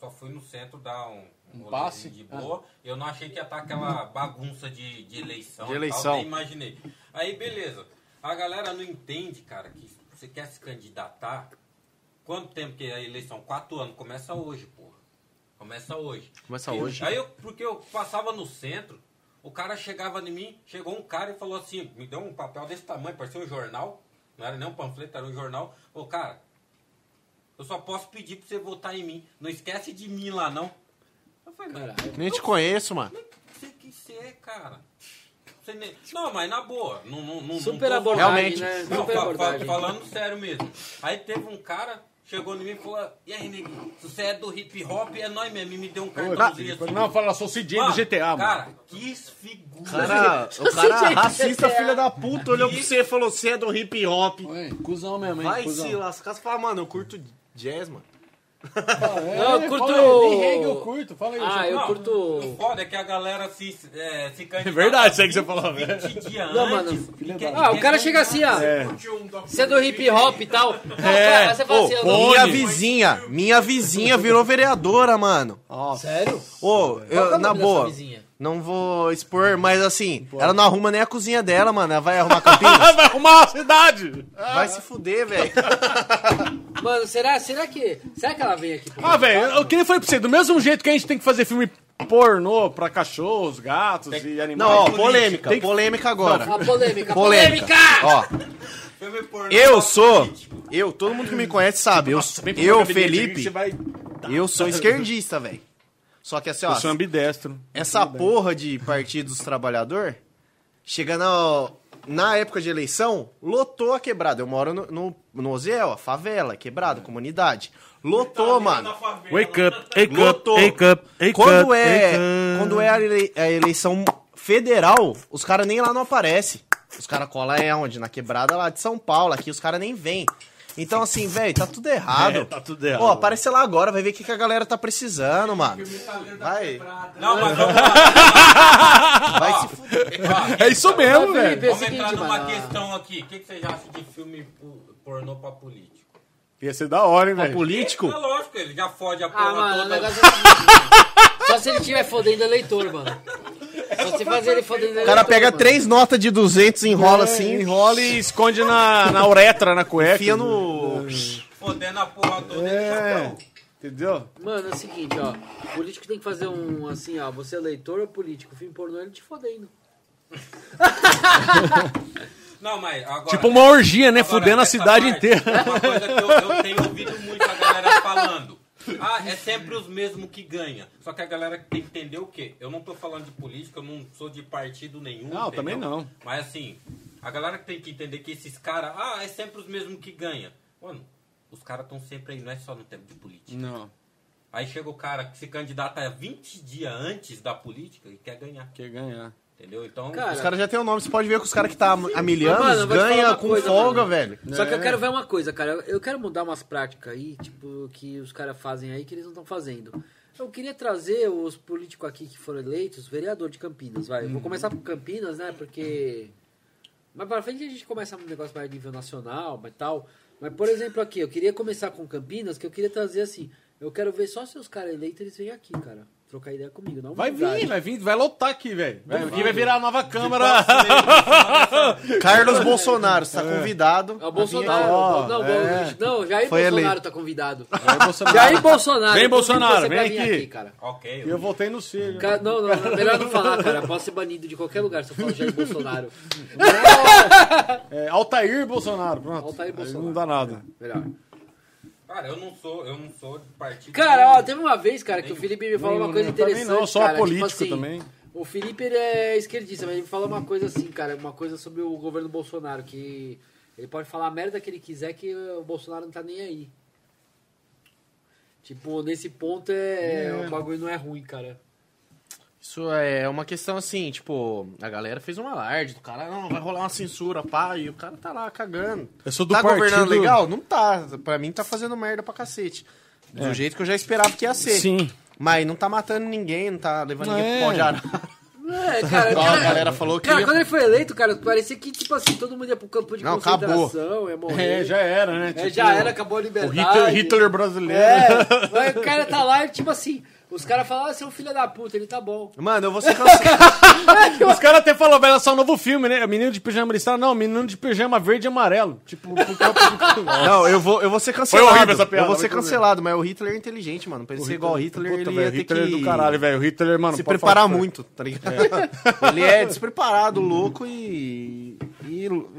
Speaker 3: só fui no centro dar um, um rolezinho
Speaker 4: passe? Ah.
Speaker 3: de boa. Eu não achei que ia estar aquela bagunça de, de eleição.
Speaker 5: De
Speaker 3: e tal,
Speaker 5: eleição.
Speaker 3: nem imaginei. Aí, beleza. A galera não entende, cara, que você quer se candidatar. Quanto tempo que é a eleição? Quatro anos. Começa hoje, porra. Começa hoje.
Speaker 5: Começa
Speaker 3: E-
Speaker 5: hoje.
Speaker 3: Aí eu, porque eu passava no centro, o cara chegava em mim, chegou um cara e falou assim, me deu um papel desse tamanho, parecia um jornal, não era nem um panfleto, era um jornal. Ô, cara, eu só posso pedir pra você votar em mim. Não esquece de mim lá, não. Eu falei, mas
Speaker 2: Caralho.
Speaker 5: Nem te conheço, mano.
Speaker 3: você que ser, cara. Você nem- Não, mas na boa. Não, não, não,
Speaker 2: é Super
Speaker 3: não tô-
Speaker 2: abordagem,
Speaker 5: Realmente.
Speaker 2: né?
Speaker 3: não,
Speaker 2: Super
Speaker 3: fa- fa-
Speaker 2: abordagem.
Speaker 3: falando sério mesmo. Aí teve um cara, chegou em mim e falou: E aí, nego, se você é do hip hop, é nóis mesmo. E me deu um cartãozinho assim.
Speaker 4: Não, fala, sou CJ do
Speaker 3: Mano,
Speaker 4: GTA, mano.
Speaker 3: Cara, que figura.
Speaker 5: Cara, o cara racista, filha da puta, olhou pra você e falou: você é do hip hop.
Speaker 4: Ué, cuzão mesmo, hein?
Speaker 5: Vai
Speaker 4: cuzão.
Speaker 5: se lascar. Você fala, mano, eu curto jazz, mano.
Speaker 4: É,
Speaker 2: Não,
Speaker 4: fala
Speaker 2: eu curto-
Speaker 4: aí, nem reggae eu curto, fala aí.
Speaker 2: Ah,
Speaker 4: Chico.
Speaker 2: eu
Speaker 3: Não,
Speaker 2: curto-
Speaker 3: O foda é que a galera se, é, se candidata.
Speaker 4: É verdade, isso aí que você falou, velho.
Speaker 3: 20 dias
Speaker 2: Não, mano.
Speaker 3: antes. e quer-
Speaker 2: Ah, o
Speaker 3: quer
Speaker 2: cara chega
Speaker 3: ganhar.
Speaker 2: assim, ó. Você é do hip hop e tal. Não, cara, você fala
Speaker 5: Ô,
Speaker 2: assim, eu não-
Speaker 5: minha vizinha, minha vizinha virou vereadora, mano.
Speaker 2: Sério?
Speaker 5: Ô,
Speaker 2: Qual que é
Speaker 5: eu,
Speaker 2: o
Speaker 5: na
Speaker 2: nome da sua
Speaker 5: boa,
Speaker 2: vizinha?
Speaker 5: não vou expor, mas assim, ela não arruma nem a cozinha dela, mano. Ela vai arrumar Campinas?
Speaker 4: Ah, Vai arrumar a cidade!
Speaker 5: vai se fuder, velho.
Speaker 2: Mano, será, será que. Será que ela vem aqui? pro-
Speaker 4: Ah, velho, eu queria falar pra você, do mesmo jeito que a gente tem que fazer filme pornô pra cachorros, gatos e
Speaker 5: Não,
Speaker 4: animais.
Speaker 5: ó,
Speaker 4: política.
Speaker 5: polêmica,
Speaker 4: Tem que-
Speaker 5: polêmica agora.
Speaker 2: Uma polêmica.
Speaker 5: Polêmica.
Speaker 2: Polêmica!
Speaker 5: Ó,
Speaker 3: Filme pornô
Speaker 5: eu
Speaker 3: pra
Speaker 5: sou,
Speaker 3: político.
Speaker 5: eu, todo mundo que me conhece sabe, eu,
Speaker 4: Nossa, vem pro
Speaker 5: eu
Speaker 4: meu gabinete aqui que
Speaker 5: Felipe,
Speaker 4: Você vai...
Speaker 5: eu sou esquerdista, velho. Só que assim, ó,
Speaker 4: Eu sou ambidestro.
Speaker 5: essa porra de Partido dos Trabalhador, chega na, na época de eleição, lotou a quebrada. Eu moro no, no, no Oziel, a favela, quebrada, comunidade. Lotou, mano.
Speaker 4: Wake up, wake
Speaker 5: Lotou. quando, é, quando é a ele- a eleição federal, os caras nem lá não aparecem. Os caras colam é onde? Na quebrada lá de São Paulo, aqui os caras nem vêm. Então, assim, velho, tá tudo errado.
Speaker 4: É, tá tudo errado.
Speaker 5: Ó, aparece lá agora, vai ver o que, que a galera tá precisando, mano. Vai,
Speaker 3: Não, mas vamos lá.
Speaker 5: vai se fuder.
Speaker 4: É isso mesmo,
Speaker 2: Felipe,
Speaker 4: velho.
Speaker 2: é o
Speaker 3: Vamos
Speaker 2: seguinte,
Speaker 3: entrar numa
Speaker 2: mano.
Speaker 3: questão aqui. O que, que vocês acham de filme po- pornô pra político?
Speaker 4: Ia ser da hora, hein, velho.
Speaker 5: Político?
Speaker 3: É lógico, ele já fode a porra
Speaker 2: Ah, mano, o
Speaker 3: toda.
Speaker 2: negócio é o seguinte, Só se ele tiver fodendo eleitor, mano. Só se fazer ele fodendo eleitor.
Speaker 5: O cara pega
Speaker 2: mano.
Speaker 5: três notas de 200, enrola assim,
Speaker 4: É, Enrola e esconde na, na uretra, na cueca.
Speaker 5: enfia no.
Speaker 3: Fodendo a porra toda.
Speaker 4: É,
Speaker 3: Ele
Speaker 4: entendeu?
Speaker 2: Mano, é o seguinte, ó. Político tem que fazer um assim, ó. Você é eleitor ou político? Filme pornô, ele te fodendo.
Speaker 3: Não, mas agora.
Speaker 4: Tipo uma orgia, né?
Speaker 3: Agora,
Speaker 4: Fudendo a
Speaker 3: essa
Speaker 4: cidade
Speaker 3: parte,
Speaker 4: inteira.
Speaker 3: Uma coisa que eu, eu tenho ouvido muito a galera falando. Ah, é sempre os mesmos que ganha. Só que a galera tem que entender o quê? Eu não tô falando de política, eu não sou de partido nenhum.
Speaker 4: Não,
Speaker 3: entendeu?
Speaker 4: também não.
Speaker 3: Mas assim, a galera tem que entender que esses caras, ah, é sempre os mesmos que ganha. Mano, os caras estão sempre aí, não é só no tempo de política.
Speaker 4: Não,
Speaker 3: Aí chega o cara que se candidata 20 dias antes da política e quer ganhar.
Speaker 4: quer ganhar.
Speaker 3: Entendeu? Então,
Speaker 5: Os caras já tem o nome, você pode ver que os caras que tá há mil anos
Speaker 2: Mano, eu vou te falar
Speaker 5: ganha
Speaker 2: uma
Speaker 5: com
Speaker 2: coisa,
Speaker 5: folga,
Speaker 2: mano.
Speaker 5: velho.
Speaker 4: Né?
Speaker 2: Só que eu quero ver uma coisa, cara. Eu quero mudar umas práticas aí, tipo, que os caras fazem aí que eles não estão fazendo. Eu queria trazer os políticos aqui que foram eleitos, vereador de Campinas, vai. Eu
Speaker 4: Hum.
Speaker 2: Vou começar por Campinas, né? Porque. Mas pra frente a gente começa um negócio mais nível nacional, mas tal. Mas, por exemplo, aqui, eu queria começar com Campinas, que eu queria trazer assim. Eu quero ver só se os caras eleitos eles vêm aqui, cara. Trocar ideia comigo, não
Speaker 4: Vai
Speaker 2: humildade.
Speaker 4: vir, vai vir, vai lotar aqui, velho. Vai- Aqui vai virar a nova Câmara.
Speaker 5: Carlos Bolsonaro, você tá convidado.
Speaker 2: É o Bolsonaro.
Speaker 4: Ó,
Speaker 2: não,
Speaker 5: é.
Speaker 2: Bol- não, Jair
Speaker 5: Foi
Speaker 2: Bolsonaro
Speaker 5: eleito.
Speaker 2: tá convidado.
Speaker 4: Vai, Bolsonaro.
Speaker 2: Jair Bolsonaro.
Speaker 4: Vem,
Speaker 2: eu convido
Speaker 4: Bolsonaro,
Speaker 2: você pra
Speaker 4: vem
Speaker 2: vir
Speaker 4: aqui.
Speaker 2: cara.
Speaker 3: ok.
Speaker 4: E eu voltei no Círio.
Speaker 2: Cara, não, não, não, melhor não falar, cara. Posso ser banido de qualquer lugar se eu falar Jair Bolsonaro.
Speaker 4: É, Altair Bolsonaro, pronto.
Speaker 2: Altair
Speaker 4: Aí
Speaker 2: Bolsonaro.
Speaker 4: Não dá nada.
Speaker 2: Melhor.
Speaker 3: Cara, eu não sou, eu não sou de partido.
Speaker 2: Cara, ó,
Speaker 3: nenhum.
Speaker 2: teve uma vez, cara, que o Felipe me falou uma coisa
Speaker 4: Eu também
Speaker 2: interessante.
Speaker 4: não, eu sou
Speaker 2: cara,
Speaker 4: apolítico
Speaker 2: tipo assim,
Speaker 4: também.
Speaker 2: O Felipe ele é esquerdista, mas ele me fala uma coisa assim, cara, uma coisa sobre o governo Bolsonaro, que ele pode falar a merda que ele quiser, que o Bolsonaro não tá nem aí. Tipo, nesse ponto é. O bagulho não é ruim, cara.
Speaker 5: Isso é uma questão assim, tipo, a galera fez um alarde do cara, não, vai rolar uma censura, pá, e o cara tá lá cagando.
Speaker 4: Eu sou do
Speaker 5: tá
Speaker 4: partido...
Speaker 5: governando legal? Não tá. Pra mim tá fazendo merda pra cacete. Do jeito que eu já esperava que ia ser.
Speaker 4: É. Sim.
Speaker 5: Mas não tá matando ninguém, não tá levando ninguém
Speaker 4: É.
Speaker 5: pro pau de arara.
Speaker 2: É, cara,
Speaker 5: Igual a galera falou que
Speaker 2: Cara,
Speaker 5: ia-
Speaker 2: quando ele foi eleito, cara, parecia que, tipo assim, todo mundo ia pro campo de
Speaker 5: Não, acabou.
Speaker 2: concentração, ia morrer.
Speaker 4: É, já era, né?
Speaker 2: É,
Speaker 4: Tipo,
Speaker 2: já era, acabou a
Speaker 4: O
Speaker 2: liberdade.
Speaker 4: Hitler, Hitler brasileiro.
Speaker 2: É, mas o cara tá lá e, tipo assim, os caras falam, ah, você é um filho da puta, ele tá bom.
Speaker 5: Mano, eu vou ser cancelado.
Speaker 4: Os caras até falam, vai lançar um novo filme, né? Menino de pijama listrado. Não, menino de pijama verde e amarelo. Tipo, porque
Speaker 5: não, eu vou, eu vou ser cancelado.
Speaker 4: horrível essa piada,
Speaker 5: Eu vou ser
Speaker 4: vai tudo bem.
Speaker 5: cancelado, mas o Hitler é inteligente, mano. Pra ele ser igual ao Hitler,
Speaker 4: Puta,
Speaker 5: ele
Speaker 4: velho,
Speaker 5: ia ter
Speaker 4: Hitler
Speaker 5: que
Speaker 4: é do caralho, velho. O Hitler, mano...
Speaker 5: se
Speaker 4: pode
Speaker 5: preparar
Speaker 4: falar-
Speaker 5: muito, tá ligado? ele é despreparado, louco e... e... e-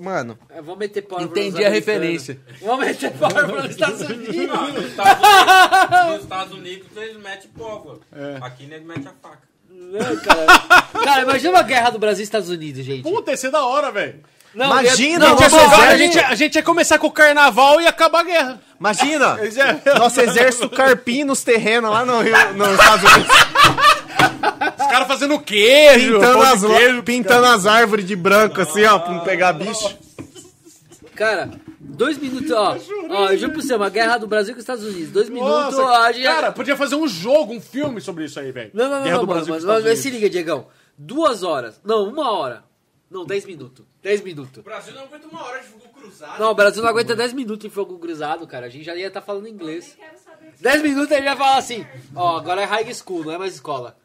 Speaker 5: Mano,
Speaker 2: É, vamos meter pau
Speaker 4: Entendi
Speaker 2: nos
Speaker 4: a
Speaker 2: americanos.
Speaker 4: referência.
Speaker 2: Vamos meter pau nos Estados Unidos.
Speaker 3: Não, nos, Estados Unidos, nos Estados Unidos eles metem povo.
Speaker 4: É.
Speaker 3: Aqui eles metem a faca.
Speaker 2: Cara, imagina uma guerra do Brasil e Estados Unidos, gente.
Speaker 4: Puta, ia ser da hora, velho.
Speaker 2: Não,
Speaker 5: imagina,
Speaker 2: ia-
Speaker 5: nosso
Speaker 2: não,
Speaker 5: exército-
Speaker 4: A gente, a gente ia começar com o carnaval e acabar a guerra.
Speaker 5: imagina!
Speaker 4: Eles iam-
Speaker 5: Nosso exército carpinho nos terrenos lá no Rio, nos Estados Unidos.
Speaker 4: Os caras fazendo queijo,
Speaker 5: Pintando,
Speaker 4: pão de
Speaker 5: as, lo- pintando as árvores de branco, assim, ó, pra não pegar bicho.
Speaker 2: Cara, dois minutos, ó. ó, eu juro pra você, uma guerra do Brasil com os Estados Unidos. Dois minutos, ó, a
Speaker 4: Nossa,
Speaker 2: gente-
Speaker 4: cara, podia fazer um jogo, um filme sobre isso aí, velho.
Speaker 2: Não, não, não,
Speaker 4: Guerra
Speaker 2: não,
Speaker 4: do
Speaker 2: mano,
Speaker 4: Brasil
Speaker 2: mas,
Speaker 4: com os
Speaker 2: mas- mas
Speaker 4: Estados
Speaker 2: se
Speaker 4: Unidos.
Speaker 2: liga, Diegão. Duas horas. Não, uma hora. Não, dez minutos. Dez minutos.
Speaker 15: O Brasil não aguenta uma hora de fogo cruzado.
Speaker 2: Não, o Brasil não aguenta dez minutos em fogo cruzado, cara. A gente já ia estar falando inglês.
Speaker 13: Nem quero saber disso.
Speaker 2: Dez minutos ele ia falar assim, ó, agora é high school, não é mais escola.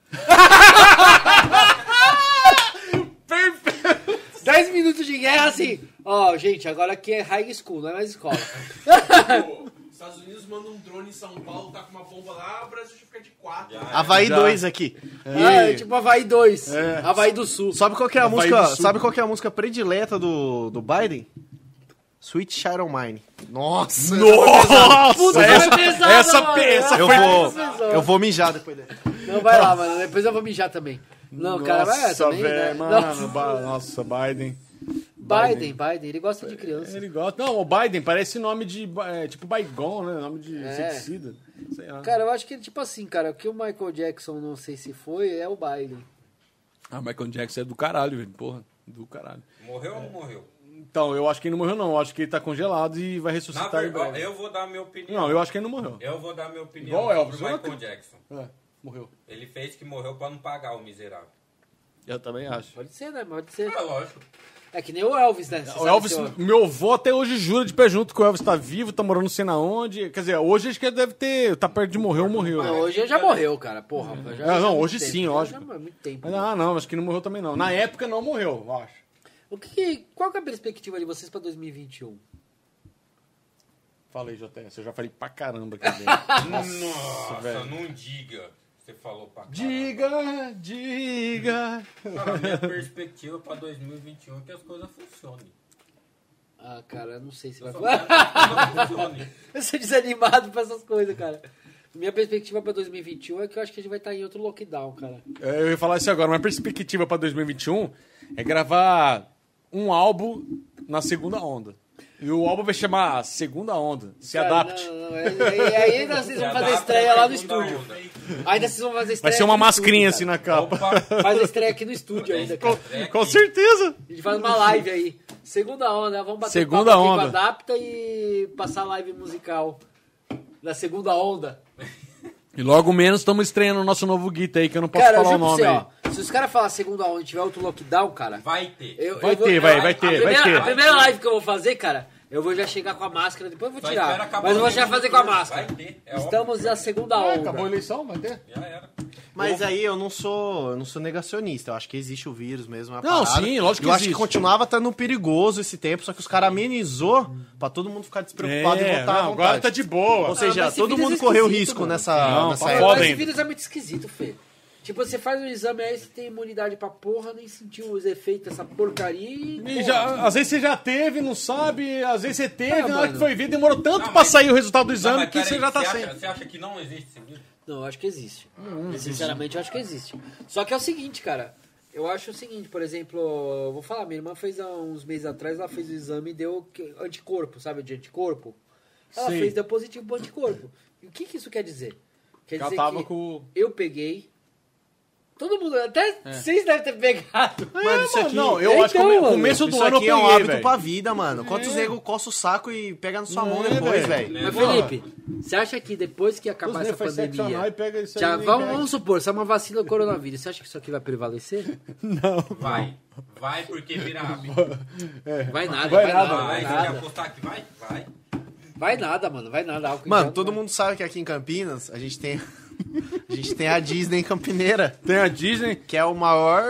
Speaker 2: Perfeito. Dez minutos de guerra assim, ó, gente, agora aqui é high school, não é mais escola.
Speaker 15: Os Estados Unidos mandam um drone em São Paulo, tá com uma bomba lá, o Brasil já fica de quatro. né?
Speaker 5: Havaí 2 aqui.
Speaker 2: Ah, é tipo Havaí 2,
Speaker 4: É.
Speaker 2: Havaí do Sul.
Speaker 5: Sabe qual que é a
Speaker 4: Havaí
Speaker 5: música?
Speaker 4: do Sul.
Speaker 5: Sabe qual que é a música predileta do, do Biden? Sweet Shadow Mine. Nossa!
Speaker 4: Nossa, essa,
Speaker 2: foi pesado,
Speaker 4: essa,
Speaker 2: mano.
Speaker 4: pe- essa
Speaker 5: Eu
Speaker 4: foi...
Speaker 5: vou, eu vou mijar depois dessa.
Speaker 2: Não, vai lá, mano, depois eu vou mijar também. Não, cara, vai essa também, né?
Speaker 4: velho, mano. Ba- Nossa, Biden.
Speaker 2: Não, Biden, Biden, ele gosta de criança.
Speaker 4: Ele gosta. Não, o Biden parece nome de. é, tipo Baigon, né? Nome de inseticida. Sei lá.
Speaker 2: É. Cara, eu acho que ele, tipo assim, cara, o que o Michael Jackson, não sei se foi, é o Biden.
Speaker 16: Ah, Michael Jackson é do caralho, velho. Porra, do caralho.
Speaker 3: Morreu
Speaker 4: É.
Speaker 3: ou não morreu?
Speaker 4: Então, eu acho que ele não morreu, não. Eu acho que ele tá congelado e vai
Speaker 3: Na
Speaker 4: ressuscitar. em
Speaker 3: verdade,
Speaker 4: breve.
Speaker 3: eu vou dar a minha opinião.
Speaker 4: Não, eu acho que ele tá não morreu.
Speaker 3: Eu vou dar a minha opinião
Speaker 4: Igual Elvis,
Speaker 3: sobre o Michael
Speaker 4: ontem.
Speaker 3: Jackson.
Speaker 4: É, morreu.
Speaker 3: Ele fez que morreu pra não pagar o miserável.
Speaker 4: Eu também acho.
Speaker 2: Pode ser, né? Pode ser.
Speaker 3: É lógico.
Speaker 2: É que nem o Elvis, né? Você
Speaker 4: O
Speaker 2: sabe
Speaker 4: Elvis,
Speaker 2: se o-
Speaker 4: meu avô até hoje jura de pé junto que o Elvis tá vivo, tá morando não sei na onde. Quer dizer, hoje acho que ele deve ter. Tá perto de morrer ou morreu.
Speaker 2: Não,
Speaker 4: né?
Speaker 2: Ah, hoje ele já morreu, cara. Porra. já-
Speaker 4: Ah, não,
Speaker 2: já há muito
Speaker 4: hoje sim,
Speaker 2: já-
Speaker 4: lógico.
Speaker 2: Já há muito tempo.
Speaker 4: Mas, ah, não, acho que não morreu também não. Na época não morreu, eu acho.
Speaker 2: O que, que- qual que é a perspectiva de vocês pra 2021?
Speaker 4: Falei, Joté. Você já falei pra caramba aqui dentro.
Speaker 3: Nossa,
Speaker 4: velho.
Speaker 3: não diga. Você Você falou pra caralho.
Speaker 4: Diga, diga.
Speaker 3: Cara, a minha perspectiva pra 2021 é que as coisas funcionem.
Speaker 2: Ah, cara, eu não sei se
Speaker 3: Eu
Speaker 2: vai
Speaker 3: só
Speaker 2: falar.
Speaker 3: quero que as coisas funcionem.
Speaker 2: Eu sou desanimado pra essas coisas, cara. Minha perspectiva pra 2021 é que eu acho que a gente vai estar em outro lockdown, cara.
Speaker 4: É, Eu ia falar isso agora, mas a perspectiva pra 2021 é gravar um álbum na segunda onda. E o álbum vai chamar Segunda Onda. Se
Speaker 2: Cara,
Speaker 4: adapte.
Speaker 2: Não, não, é- é- é- ainda vocês vão
Speaker 3: Já
Speaker 2: fazer
Speaker 3: dá
Speaker 2: estreia lá no
Speaker 3: segunda
Speaker 2: estúdio.
Speaker 3: onda.
Speaker 2: Ainda vocês vão fazer estreia.
Speaker 4: Vai ser uma
Speaker 2: aqui no
Speaker 4: mascrinha assim
Speaker 2: estúdio,
Speaker 4: na capa.
Speaker 3: Opa,
Speaker 2: cara. Faz a estreia aqui no estúdio ainda, cara.
Speaker 4: Com certeza.
Speaker 2: A gente faz uma live aí. Segunda onda, vamos bater
Speaker 4: Segunda
Speaker 2: papo aqui
Speaker 4: onda.
Speaker 2: com a Adapta e passar live musical da segunda onda.
Speaker 4: E logo menos estamos estreando o nosso novo guita aí, que eu não posso
Speaker 2: cara, eu
Speaker 4: falar o
Speaker 2: juro pra
Speaker 4: nome
Speaker 2: você,
Speaker 4: aí.
Speaker 2: ó. Se os caras falar segunda onda e tiver outro lockdown, cara,
Speaker 3: Vai ter.
Speaker 2: Eu-
Speaker 4: Vai
Speaker 2: eu vou-
Speaker 4: ter, vai, vai
Speaker 2: a
Speaker 4: ter, vai
Speaker 2: primeira-
Speaker 4: ter.
Speaker 2: A primeira live que eu vou fazer, cara, eu vou já chegar com a máscara, depois eu vou
Speaker 3: Só espera
Speaker 2: tirar.
Speaker 3: acabar
Speaker 2: Mas eu vou
Speaker 3: o
Speaker 2: já
Speaker 3: segundo
Speaker 2: fazer com a
Speaker 3: turno.
Speaker 2: máscara.
Speaker 3: Vai ter, é
Speaker 2: Estamos na segunda onda.
Speaker 17: É, acabou a eleição? Vai ter?
Speaker 3: óbvio. Já era.
Speaker 5: Mas aí eu não sou, eu não sou negacionista. Eu acho que existe o vírus mesmo. é uma
Speaker 4: Não,
Speaker 5: parada.
Speaker 4: sim, lógico que
Speaker 5: Eu acho que
Speaker 4: existe.
Speaker 5: continuava estando perigoso esse tempo, só que os caras amenizou pra todo mundo ficar despreocupado e
Speaker 4: É,
Speaker 5: votar à
Speaker 4: não,
Speaker 5: vontade.
Speaker 4: agora tá de boa.
Speaker 5: Ou seja,
Speaker 2: mas esse
Speaker 5: todo
Speaker 2: vírus
Speaker 5: mundo
Speaker 2: é
Speaker 5: correu
Speaker 2: esquisito,
Speaker 5: risco
Speaker 2: mano.
Speaker 5: nessa,
Speaker 4: Não,
Speaker 5: nessa
Speaker 4: tá
Speaker 5: época.
Speaker 4: foda
Speaker 2: Mas esse
Speaker 4: ainda.
Speaker 2: vírus é muito esquisito, Fê. Tipo, você faz um exame aí, você tem imunidade pra porra, nem sentiu os efeitos dessa porcaria e...
Speaker 4: E já- às vezes você já teve, não sabe, às vezes você teve,
Speaker 2: Ah,
Speaker 4: na hora
Speaker 2: mano.
Speaker 4: que foi ver, demorou tanto
Speaker 3: Não,
Speaker 4: pra
Speaker 3: mas-
Speaker 4: sair o resultado do exame
Speaker 3: Não, mas
Speaker 4: que você
Speaker 3: peraí,
Speaker 4: já tá
Speaker 3: acha-
Speaker 4: sem.
Speaker 3: Você acha que não existe esse vírus?
Speaker 2: Não, eu acho que existe. Sinceramente, eu acho que existe. Só que é o seguinte, cara. Eu acho o seguinte, por exemplo, eu vou falar, minha irmã fez há uns meses atrás, ela fez o exame e deu que- anticorpo, sabe? De anticorpo. Ela
Speaker 4: Sim.
Speaker 2: fez, deu positivo pro anticorpo. E o que, que isso quer dizer? Quer
Speaker 4: Já
Speaker 2: dizer
Speaker 4: tava
Speaker 2: que
Speaker 4: com.
Speaker 2: eu peguei. Todo mundo, até vocês devem ter pegado.
Speaker 5: Mano, isso
Speaker 4: mano,
Speaker 5: aqui,
Speaker 4: não, eu
Speaker 2: Então,
Speaker 4: acho que no
Speaker 2: mano,
Speaker 4: começo do
Speaker 5: isso
Speaker 4: ano eu
Speaker 5: aqui
Speaker 4: peguei,
Speaker 5: é um hábito
Speaker 4: velho.
Speaker 5: pra vida, mano. Quantos nego coça o saco e pega na sua mão
Speaker 4: É,
Speaker 5: depois,
Speaker 4: velho.
Speaker 5: velho?
Speaker 2: Mas, Felipe, você acha que depois que acabar essa
Speaker 17: faz sexo anal
Speaker 2: pandemia.
Speaker 17: e pega isso aí
Speaker 2: Já,
Speaker 4: né?
Speaker 17: e
Speaker 2: vamos,
Speaker 17: pega.
Speaker 2: vamos supor, se é uma vacina do coronavírus, você acha que isso aqui vai prevalecer?
Speaker 3: Vai. Vai porque vira hábito.
Speaker 4: É.
Speaker 2: Vai nada,
Speaker 17: Vai
Speaker 2: vai,
Speaker 17: nada,
Speaker 2: nada,
Speaker 3: Vai,
Speaker 2: vai
Speaker 3: você quer
Speaker 2: nada.
Speaker 3: apostar que vai? Vai.
Speaker 2: Vai nada, mano. Vai nada. álcool em
Speaker 5: Mano,
Speaker 2: gel, né?
Speaker 5: todo
Speaker 2: não vai.
Speaker 5: mundo sabe que aqui em Campinas a gente tem a gente tem a Disney Campineira,
Speaker 4: Tem a Disney,
Speaker 5: que é o maior,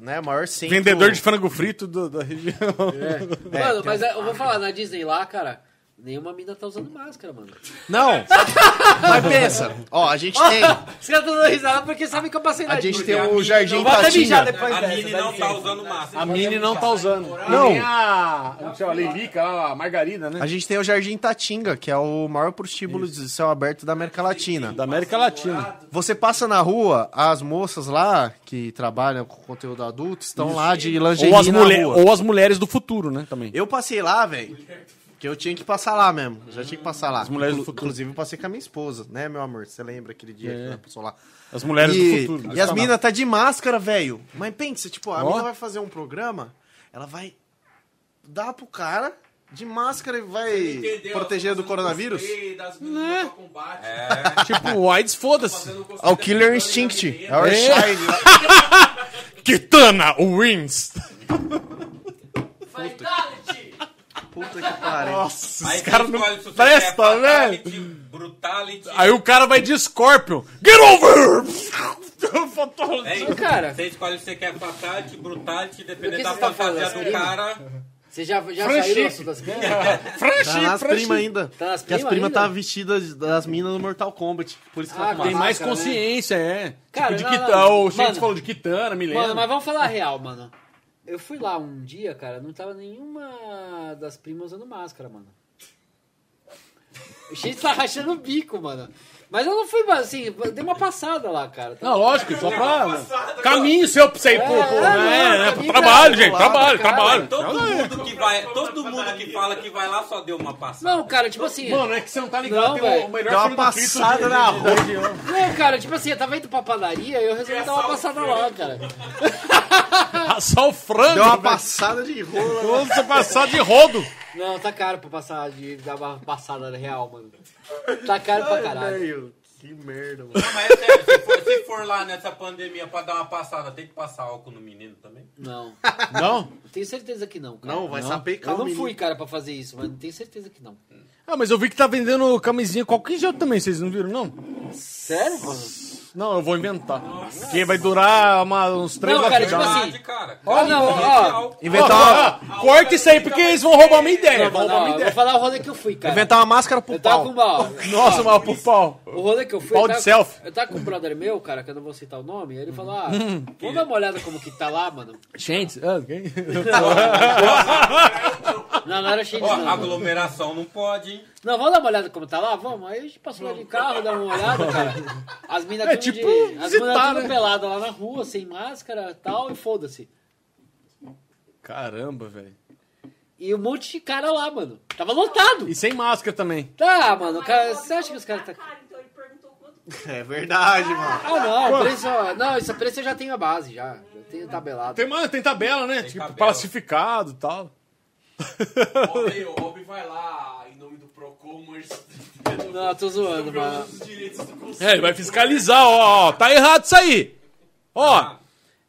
Speaker 5: né, o maior centro
Speaker 4: vendedor de frango frito do- da região.
Speaker 5: É,
Speaker 2: mano,
Speaker 5: tem
Speaker 2: mas eu vou falar, na Disney lá, cara, nenhuma mina tá usando máscara, mano.
Speaker 5: Não. Mas pensa, ó, a gente
Speaker 2: Os
Speaker 5: tem
Speaker 2: caras estão dando risada porque sabem que eu passei na
Speaker 5: a gente
Speaker 2: Disney.
Speaker 5: tem
Speaker 3: a
Speaker 5: o
Speaker 3: Mini
Speaker 5: Jardim
Speaker 2: não vai até mijar
Speaker 5: Patinha.
Speaker 17: Depois
Speaker 3: a
Speaker 17: dessa,
Speaker 3: Mini
Speaker 17: dá
Speaker 3: não tá
Speaker 17: licença.
Speaker 3: usando máscara.
Speaker 4: A Mini não tá usando.
Speaker 5: Não.
Speaker 4: Não. a. Não sei, a Lelica, lá, a Margarida, né?
Speaker 5: A gente tem o Jardim Tatinga, que é o maior prostíbulo de céu aberto da América Latina.
Speaker 4: Da América Latina.
Speaker 5: Você passa na rua, as moças lá que trabalham com conteúdo adulto estão lá de lingerie
Speaker 4: Ou as,
Speaker 5: na
Speaker 4: mulher,
Speaker 5: rua.
Speaker 4: ou as mulheres do futuro, né? Também.
Speaker 5: Eu passei lá, velho, que eu tinha que passar lá mesmo. Já tinha que passar lá. As
Speaker 4: mulheres do futuro. É.
Speaker 5: Inclusive, eu passei com a minha esposa, né, meu amor? Você lembra aquele dia que ela passou lá?
Speaker 4: As mulheres
Speaker 5: e,
Speaker 4: do futuro.
Speaker 5: e as minas tá de máscara, velho. Mas pensa, tipo, a
Speaker 4: Ó.
Speaker 5: mina vai fazer um programa, ela vai dar pro cara de máscara e vai
Speaker 18: Entendeu?
Speaker 5: proteger do
Speaker 18: Fazendo
Speaker 5: coronavírus?
Speaker 18: cosplay Das
Speaker 2: Né?
Speaker 18: meninas pra combate.
Speaker 4: Tipo, o AIDS, foda-se.
Speaker 18: fazendo cosplay da
Speaker 5: Ao
Speaker 3: tá
Speaker 5: Killer
Speaker 18: Vitória
Speaker 5: Instinct.
Speaker 18: Mineira.
Speaker 5: Our
Speaker 4: É.
Speaker 5: Child.
Speaker 4: Kitana wins.
Speaker 5: Puta que pariu.
Speaker 4: Nossa,
Speaker 3: Aí
Speaker 4: os
Speaker 3: você
Speaker 4: caras não
Speaker 3: escolhe se você quer
Speaker 4: presta, velho.
Speaker 3: fatality, Brutality.
Speaker 4: Aí o cara vai de Scorpion. Get over!
Speaker 3: É
Speaker 4: Fotógrafo.
Speaker 3: isso.
Speaker 2: cara.
Speaker 3: Você escolhe se você quer fatality, brutality, dependendo
Speaker 2: que
Speaker 3: da
Speaker 2: você tá
Speaker 3: fantasia
Speaker 2: falando,
Speaker 3: do
Speaker 2: primo?
Speaker 3: cara.
Speaker 2: Você já, já
Speaker 4: Franchi.
Speaker 2: saiu do assunto das minas?
Speaker 5: Tá nas primas ainda.
Speaker 2: Tá nas
Speaker 5: que as
Speaker 2: prima
Speaker 5: primas
Speaker 2: ainda?
Speaker 5: tá vestidas das minas no Mortal Kombat. Por isso que
Speaker 2: Ah,
Speaker 5: ela tá com
Speaker 4: Tem
Speaker 5: máscara.
Speaker 4: mais
Speaker 2: Máscara, né?
Speaker 4: consciência, é.
Speaker 2: Cara,
Speaker 4: tipo
Speaker 2: não,
Speaker 4: de
Speaker 2: não.
Speaker 4: Kitana. O Shakespeare
Speaker 2: Mano.
Speaker 4: falou de Kitana, me lembro.
Speaker 2: Mano, mas vamos falar a real, mano. Eu fui lá um dia, cara, não tava nenhuma das primas usando máscara, mano. O gente tá rachando o bico, mano. Mas eu não fui, assim, dei uma passada lá, cara.
Speaker 4: Não, lógico, só pra. Caminho seu pra você ir pro. pro-
Speaker 2: não,
Speaker 4: É, é,
Speaker 2: caminho,
Speaker 4: trabalho,
Speaker 2: cara,
Speaker 4: gente,
Speaker 5: lado,
Speaker 4: trabalho,
Speaker 2: cara.
Speaker 4: trabalho.
Speaker 3: Todo
Speaker 4: é.
Speaker 3: mundo que vai, todo mundo que fala que vai lá só deu uma passada.
Speaker 2: Não, cara, tipo assim.
Speaker 4: Mano, é que você não tá ligado,
Speaker 2: Não,
Speaker 4: tem o-
Speaker 2: velho.
Speaker 4: o melhor
Speaker 5: Dá uma
Speaker 4: frango frito
Speaker 5: passada
Speaker 4: de-
Speaker 5: na rua.
Speaker 2: Não, cara, tipo assim, eu tava indo pra padaria e eu resolvi dar uma passada lá, cara.
Speaker 4: Assar o frango.
Speaker 5: Deu uma
Speaker 4: velho.
Speaker 5: passada de rola.
Speaker 4: Quando você passar de rodo.
Speaker 2: Não, tá caro pra passar de dar uma passada real, mano. Tá caro pra caralho.
Speaker 5: Velho, que merda, mano.
Speaker 3: Não, mas é sério, se for, se for lá nessa pandemia pra dar uma passada, tem que passar álcool no menino também?
Speaker 2: Não.
Speaker 4: Não?
Speaker 2: Tenho certeza que não, cara.
Speaker 5: Não, vai sapecar
Speaker 2: Eu
Speaker 5: o
Speaker 2: não
Speaker 5: menino.
Speaker 2: fui, cara, pra fazer isso, mas não tenho certeza que não.
Speaker 4: Ah, mas eu vi que tá vendendo camisinha qualquer jeito também, vocês não viram, não?
Speaker 2: Sério, mano?
Speaker 4: Não, eu vou inventar. Porque vai durar uma- uns três
Speaker 2: Não, cara, tipo
Speaker 4: lockdowns.
Speaker 2: assim,
Speaker 3: Verdade, cara.
Speaker 2: Ó, não, ó.
Speaker 4: Inventar uma... Corta isso aí, porque eles vão roubar minha ideia.
Speaker 2: Não,
Speaker 4: Vão roubar
Speaker 2: não,
Speaker 4: minha
Speaker 2: eu vou
Speaker 4: ideia.
Speaker 2: falar o rolê que eu fui, cara.
Speaker 5: Inventar uma máscara pro
Speaker 2: Eu tava
Speaker 5: pau.
Speaker 2: com uma.
Speaker 4: Nossa, mal pro pau.
Speaker 2: O rolê que eu fui.
Speaker 4: Pau
Speaker 2: eu
Speaker 4: de
Speaker 2: tava-
Speaker 4: selfie.
Speaker 2: Eu tava com um brother meu, cara, que eu não vou citar o nome. Ele falou: ah,
Speaker 5: Uhum.
Speaker 2: vamos dar uma olhada como que tá lá, mano.
Speaker 4: Gente, ah, quem?
Speaker 2: Não, não era cheio de
Speaker 3: Ó,
Speaker 2: não.
Speaker 3: aglomeração não pode, hein?
Speaker 2: Não, vamos dar uma olhada como tá lá? Vamos. Aí a gente passou lá de carro, dá uma olhada, cara. As minas
Speaker 4: É
Speaker 2: tudo
Speaker 4: tipo
Speaker 2: de, As
Speaker 4: visitar,
Speaker 2: minas tudo
Speaker 4: né?
Speaker 2: pelada lá na rua, sem máscara e tal, e foda-se.
Speaker 4: Caramba, velho.
Speaker 2: E um monte de cara lá, mano. Tava lotado.
Speaker 4: E sem máscara também.
Speaker 2: Tá, mano, cara,
Speaker 13: Mas o
Speaker 2: você acha que os caras tá.
Speaker 13: Cara, então ele perguntou quanto.
Speaker 5: É verdade, mano.
Speaker 2: Ah, não, preço. Não, esse preço eu já tenho a base, já. Já tenho tabelado.
Speaker 4: Tem, mano, tem tabela, né? tipo,
Speaker 3: tabela.
Speaker 4: classificado e tal.
Speaker 6: Obi, Obi vai lá em nome do Procon, mas.
Speaker 2: Não, eu tô zoando, mano.
Speaker 6: Os direitos do consumidor.
Speaker 4: É, ele vai fiscalizar, ó, ó, tá errado isso aí. Ó,
Speaker 2: Ah.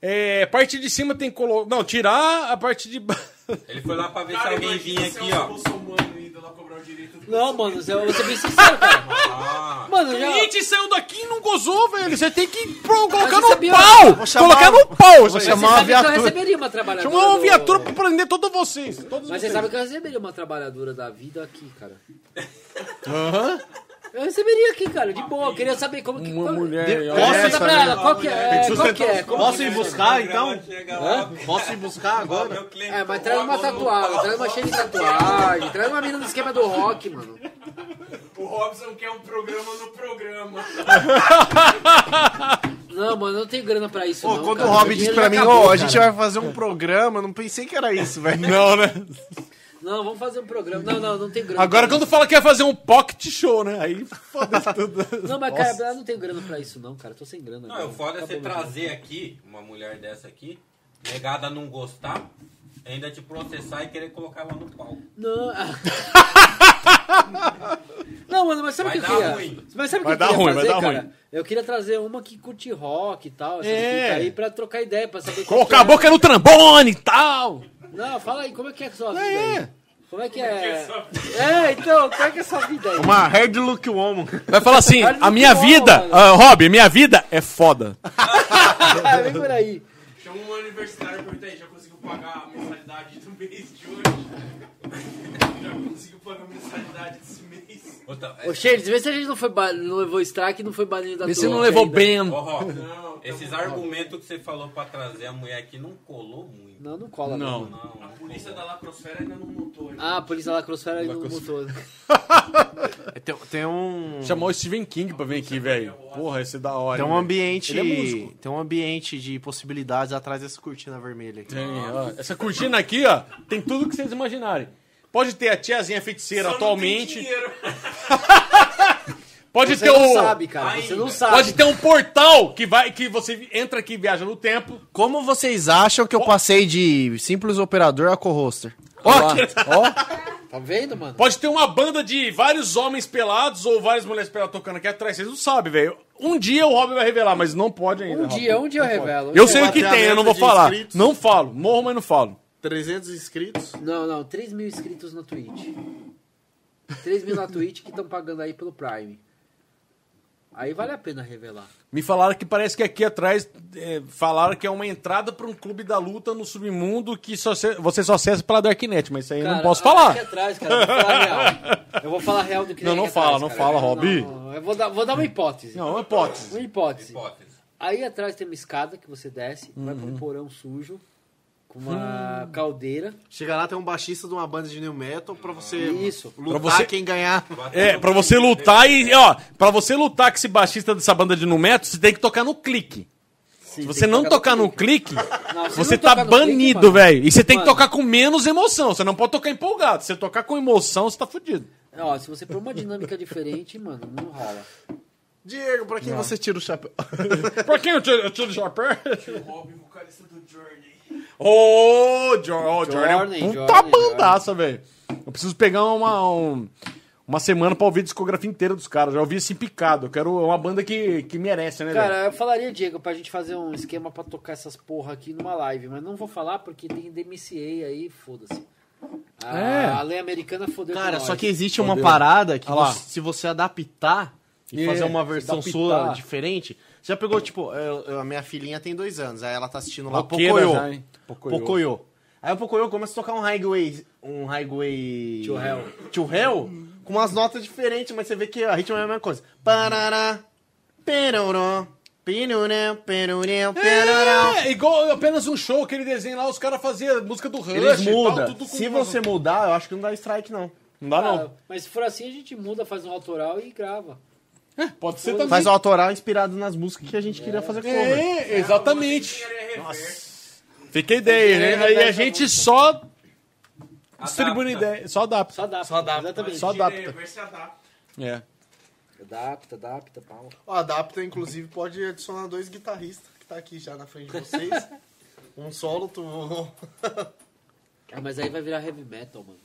Speaker 4: é, parte de cima tem que colocar... Não, tirar a parte de baixo.
Speaker 3: Ele foi lá pra ver
Speaker 6: Cara,
Speaker 3: se alguém
Speaker 6: imagina
Speaker 3: vinha
Speaker 6: se
Speaker 3: aqui,
Speaker 6: é um
Speaker 3: ó.
Speaker 6: muçulmano indo lá cobrar o direito do
Speaker 2: Não, mano, eu vou ser bem sincero, cara.
Speaker 3: Ah,
Speaker 2: Mano, eu já.
Speaker 4: Gente, saiu daqui e não gozou, velho. Você tem que pro-
Speaker 2: Mas você
Speaker 4: colocar no
Speaker 2: sabia-
Speaker 4: pau.
Speaker 5: Vou chamar-
Speaker 4: Colocar no pau.
Speaker 5: Vou
Speaker 4: Você
Speaker 5: chamar
Speaker 2: Você
Speaker 5: uma
Speaker 2: sabe que eu
Speaker 5: viatura.
Speaker 2: receberia uma trabalhadora.
Speaker 4: Chamar uma
Speaker 2: do-
Speaker 4: viatura pra prender todos vocês. Todos
Speaker 2: Mas você
Speaker 4: vocês.
Speaker 2: sabe que eu receberia uma trabalhadora da vida aqui, cara. Eu receberia aqui, cara, de boa. Eu queria saber como que.
Speaker 4: Uma
Speaker 2: qual-
Speaker 4: mulher...
Speaker 5: De-
Speaker 4: ó.
Speaker 2: Posso
Speaker 5: Essa,
Speaker 2: perguntar pra
Speaker 5: né?
Speaker 2: ela? Qual que é? Qual que é? Como-
Speaker 5: Posso ir buscar, então?
Speaker 3: chega lá,
Speaker 5: Posso ir buscar
Speaker 3: ó,
Speaker 5: agora?
Speaker 3: meu cliente.
Speaker 2: É, mas traz uma tatuagem, traz uma cheia de tatuagem, traz uma mina do esquema do rock, mano.
Speaker 6: O Robson quer um programa no programa.
Speaker 2: Não, mano, eu não tenho grana pra isso.
Speaker 5: Pô,
Speaker 2: não,
Speaker 5: quando
Speaker 2: cara.
Speaker 5: o
Speaker 2: Meu
Speaker 5: Rob disse
Speaker 2: dinheiro
Speaker 5: pra mim,
Speaker 2: já
Speaker 5: ó,
Speaker 2: acabou,
Speaker 5: a gente
Speaker 2: cara.
Speaker 5: vai fazer um programa, não pensei que era isso, velho.
Speaker 4: Não, né?
Speaker 2: Não, vamos fazer um programa. Não, não, não tem grana.
Speaker 4: Agora
Speaker 2: pra
Speaker 4: quando fala que ia fazer um pocket show, né? Aí foda-se tudo.
Speaker 2: isso. Não, mas cara, eu não tenho grana pra isso, não, cara. Eu tô sem grana.
Speaker 3: Não,
Speaker 2: cara.
Speaker 3: o foda é
Speaker 2: Acabou
Speaker 3: você
Speaker 2: meu dinheiro.
Speaker 3: trazer aqui uma mulher dessa aqui, negada a não gostar, ainda te processar e querer colocar ela no pau.
Speaker 2: Não. Não, mano, mas sabe o
Speaker 3: Vai
Speaker 2: que eu
Speaker 3: dar
Speaker 2: queria?
Speaker 3: ruim.
Speaker 2: Mas sabe o
Speaker 4: Vai
Speaker 2: que
Speaker 4: dar
Speaker 2: eu queria
Speaker 4: ruim, vai
Speaker 2: fazer,
Speaker 4: dar
Speaker 2: cara?
Speaker 4: ruim.
Speaker 2: Eu queria trazer uma que curte rock e tal, essas
Speaker 4: É.
Speaker 2: fitas aí, pra trocar ideia, pra saber... qual que é.
Speaker 4: Colocar a boca no trambone e tal.
Speaker 2: Não, fala aí, como é que é a sua vida
Speaker 4: É.
Speaker 2: aí? Como é que é... É, então, como é que é a sua vida aí?
Speaker 5: Uma Hard Look Woman.
Speaker 4: Vai falar assim,
Speaker 2: Olha
Speaker 4: a
Speaker 2: que
Speaker 4: minha
Speaker 2: bom,
Speaker 4: vida,
Speaker 2: mano.
Speaker 4: ah, Rob, minha vida é foda.
Speaker 2: Ah, vem por aí.
Speaker 6: Chama um universitário e pergunta aí, já conseguiu pagar a mensalidade do mês de hoje? Já conseguiu pagar a mensalidade desse mês?
Speaker 3: Outra, é,
Speaker 2: Ô, Shades, vê se a gente não foi ba... não levou strike e não foi banido da
Speaker 4: Vê se
Speaker 2: tua
Speaker 4: não
Speaker 2: loja
Speaker 4: levou
Speaker 2: ainda.
Speaker 4: Breno.
Speaker 3: Ô, Rob,
Speaker 6: Não, tá
Speaker 3: esses argumentos que você falou pra trazer a mulher aqui não colou muito.
Speaker 2: Não, não cola.
Speaker 4: Não.
Speaker 3: Não,
Speaker 6: a polícia da lacrosfera ainda não montou. ainda.
Speaker 2: Ah, a polícia da lacrosfera aí não mutou.
Speaker 5: Tem, tem um.
Speaker 4: Chamar o Steven King pra vir aqui, velho. Porra, ia ser da hora.
Speaker 5: Tem
Speaker 4: hein,
Speaker 5: um
Speaker 4: velho.
Speaker 5: ambiente.
Speaker 4: Ele é músico.
Speaker 5: tem um ambiente de possibilidades atrás dessa cortina vermelha aqui.
Speaker 4: Tem, ó. Essa cortina aqui, ó, tem tudo que vocês imaginarem. Pode ter a tiazinha feiticeira
Speaker 6: Só não tem
Speaker 4: atualmente.
Speaker 6: dinheiro.
Speaker 4: Pode
Speaker 2: Você
Speaker 4: ter
Speaker 2: não
Speaker 4: o.
Speaker 2: sabe, cara. Você não sabe.
Speaker 4: Pode ter um portal que vai que você entra aqui e viaja no tempo.
Speaker 5: Como vocês acham que eu passei de simples operador a co-hoster?
Speaker 4: Ó, que-
Speaker 2: Tá vendo, mano?
Speaker 4: Pode ter uma banda de vários homens pelados ou várias mulheres peladas tocando aqui atrás. Vocês não sabem, velho. Um dia o Rob vai revelar, mas não pode ainda.
Speaker 2: Um
Speaker 4: Rob.
Speaker 2: dia, um dia eu revelo. Um
Speaker 4: Eu
Speaker 2: dia
Speaker 4: sei o que tem, eu não vou
Speaker 5: de
Speaker 4: falar.
Speaker 5: inscritos.
Speaker 4: Não falo. Morro, mas não falo.
Speaker 5: 300 inscritos?
Speaker 2: Não, não, 3 mil inscritos na Twitch. 3 mil na Twitch que estão pagando aí pelo Prime. Aí vale a pena revelar.
Speaker 4: Me falaram que parece que aqui atrás é, falaram que é uma entrada pra um clube da luta no submundo que só se- você só acessa pela Darknet, mas isso aí eu não
Speaker 2: Cara,
Speaker 4: posso
Speaker 2: olha
Speaker 4: falar.
Speaker 2: aqui atrás, cara, eu vou falar real. Eu vou falar real do que
Speaker 4: Não,
Speaker 2: tem
Speaker 4: não
Speaker 2: aqui
Speaker 4: fala,
Speaker 2: atrás,
Speaker 4: não
Speaker 2: cara.
Speaker 4: fala, Robi.
Speaker 2: Não, não, Eu vou dar, vou dar uma hipótese.
Speaker 4: Não, é uma hipótese.
Speaker 2: Uma hipótese.
Speaker 3: hipótese.
Speaker 2: Aí atrás tem uma escada que você desce, vai
Speaker 4: Uhum.
Speaker 2: pra um porão sujo, com uma
Speaker 4: Hum.
Speaker 2: caldeira.
Speaker 5: Chega lá, tem um baixista de uma banda de new metal pra você
Speaker 2: Isso.
Speaker 5: lutar
Speaker 4: Pra você-
Speaker 5: quem ganhar.
Speaker 4: É, pra você lutar e, ó, pra você lutar com esse baixista dessa banda de Numeto, você tem que tocar no clique. Se você não tocar no clique,
Speaker 2: Não, se
Speaker 4: você
Speaker 2: não
Speaker 4: tá
Speaker 2: tocar no clique,
Speaker 4: banido,
Speaker 2: mano.
Speaker 4: velho. E você tem que
Speaker 2: Mano.
Speaker 4: tocar com menos emoção. Você não pode tocar empolgado. Se você tocar com emoção, você tá fudido.
Speaker 2: É, Ó, se você pôr uma dinâmica diferente, mano, não rola.
Speaker 5: Diego, pra quem você tira o chapéu?
Speaker 4: pra quem eu tiro, eu tiro o chapéu?
Speaker 6: O Rob, vocalista do Journey.
Speaker 4: Ô, Jordan, oh, Jordan,
Speaker 2: Jordan,
Speaker 4: é um puta
Speaker 2: Jordan,
Speaker 4: bandaça, velho. Eu preciso pegar uma, um- uma semana pra ouvir a discografia inteira dos caras. Já ouvi assim picado. Eu quero uma banda que, que merece, né, velho?
Speaker 2: Cara, eu falaria, Diego, pra gente fazer um esquema pra tocar essas porra aqui numa live, mas não vou falar porque tem DMCA aí, foda-se. A,
Speaker 4: É.
Speaker 2: a lei americana fodeu com
Speaker 5: Cara,
Speaker 2: nós.
Speaker 5: só que existe uma parada que
Speaker 4: Olha lá.
Speaker 5: você- se você adaptar e
Speaker 4: É,
Speaker 5: fazer uma versão
Speaker 4: adaptar.
Speaker 5: sua diferente, Já pegou, tipo, eu- eu- a minha filhinha tem dois anos, aí ela tá assistindo lá
Speaker 4: Roqueira
Speaker 5: Pocoyo.
Speaker 4: já, né? hein? Pocoyo.
Speaker 5: Pocoyo. Aí o Pocoyo começa a tocar um highway. Um highway.
Speaker 2: To Hell.
Speaker 5: To Hell? Com umas notas diferentes, mas você vê que a ritmo é a mesma coisa. Parará. Peroró. Pirurão, perurão, peroró.
Speaker 4: É, igual apenas um show, aquele desenho lá, os caras faziam música do Rush
Speaker 5: Eles
Speaker 4: e tal,
Speaker 5: mudam.
Speaker 4: tá tudo com um
Speaker 5: Se
Speaker 4: umas-
Speaker 5: você mudar, eu acho que não dá strike, não.
Speaker 4: Não dá
Speaker 2: Ah, mas se for assim, a gente muda, faz um autoral e grava.
Speaker 4: não. Pode ser também.
Speaker 5: Faz o autoral inspirado nas músicas que a gente queria fazer cover.
Speaker 4: É, exatamente.
Speaker 6: é
Speaker 19: Nossa.
Speaker 4: Fica a ideia, né? Aí a gente só distribui a
Speaker 3: Adapta.
Speaker 4: ideia, só adapta.
Speaker 2: Só adapta.
Speaker 20: Só adapta,
Speaker 2: Exatamente.
Speaker 4: Só adapta.
Speaker 19: Reverse adapta.
Speaker 4: É.
Speaker 2: Adapta, adapta, pau.
Speaker 5: O Adapta, inclusive, pode adicionar dois guitarristas que tá aqui já na frente de vocês. um solo, tu...
Speaker 2: Ah, mas aí vai virar heavy metal, mano.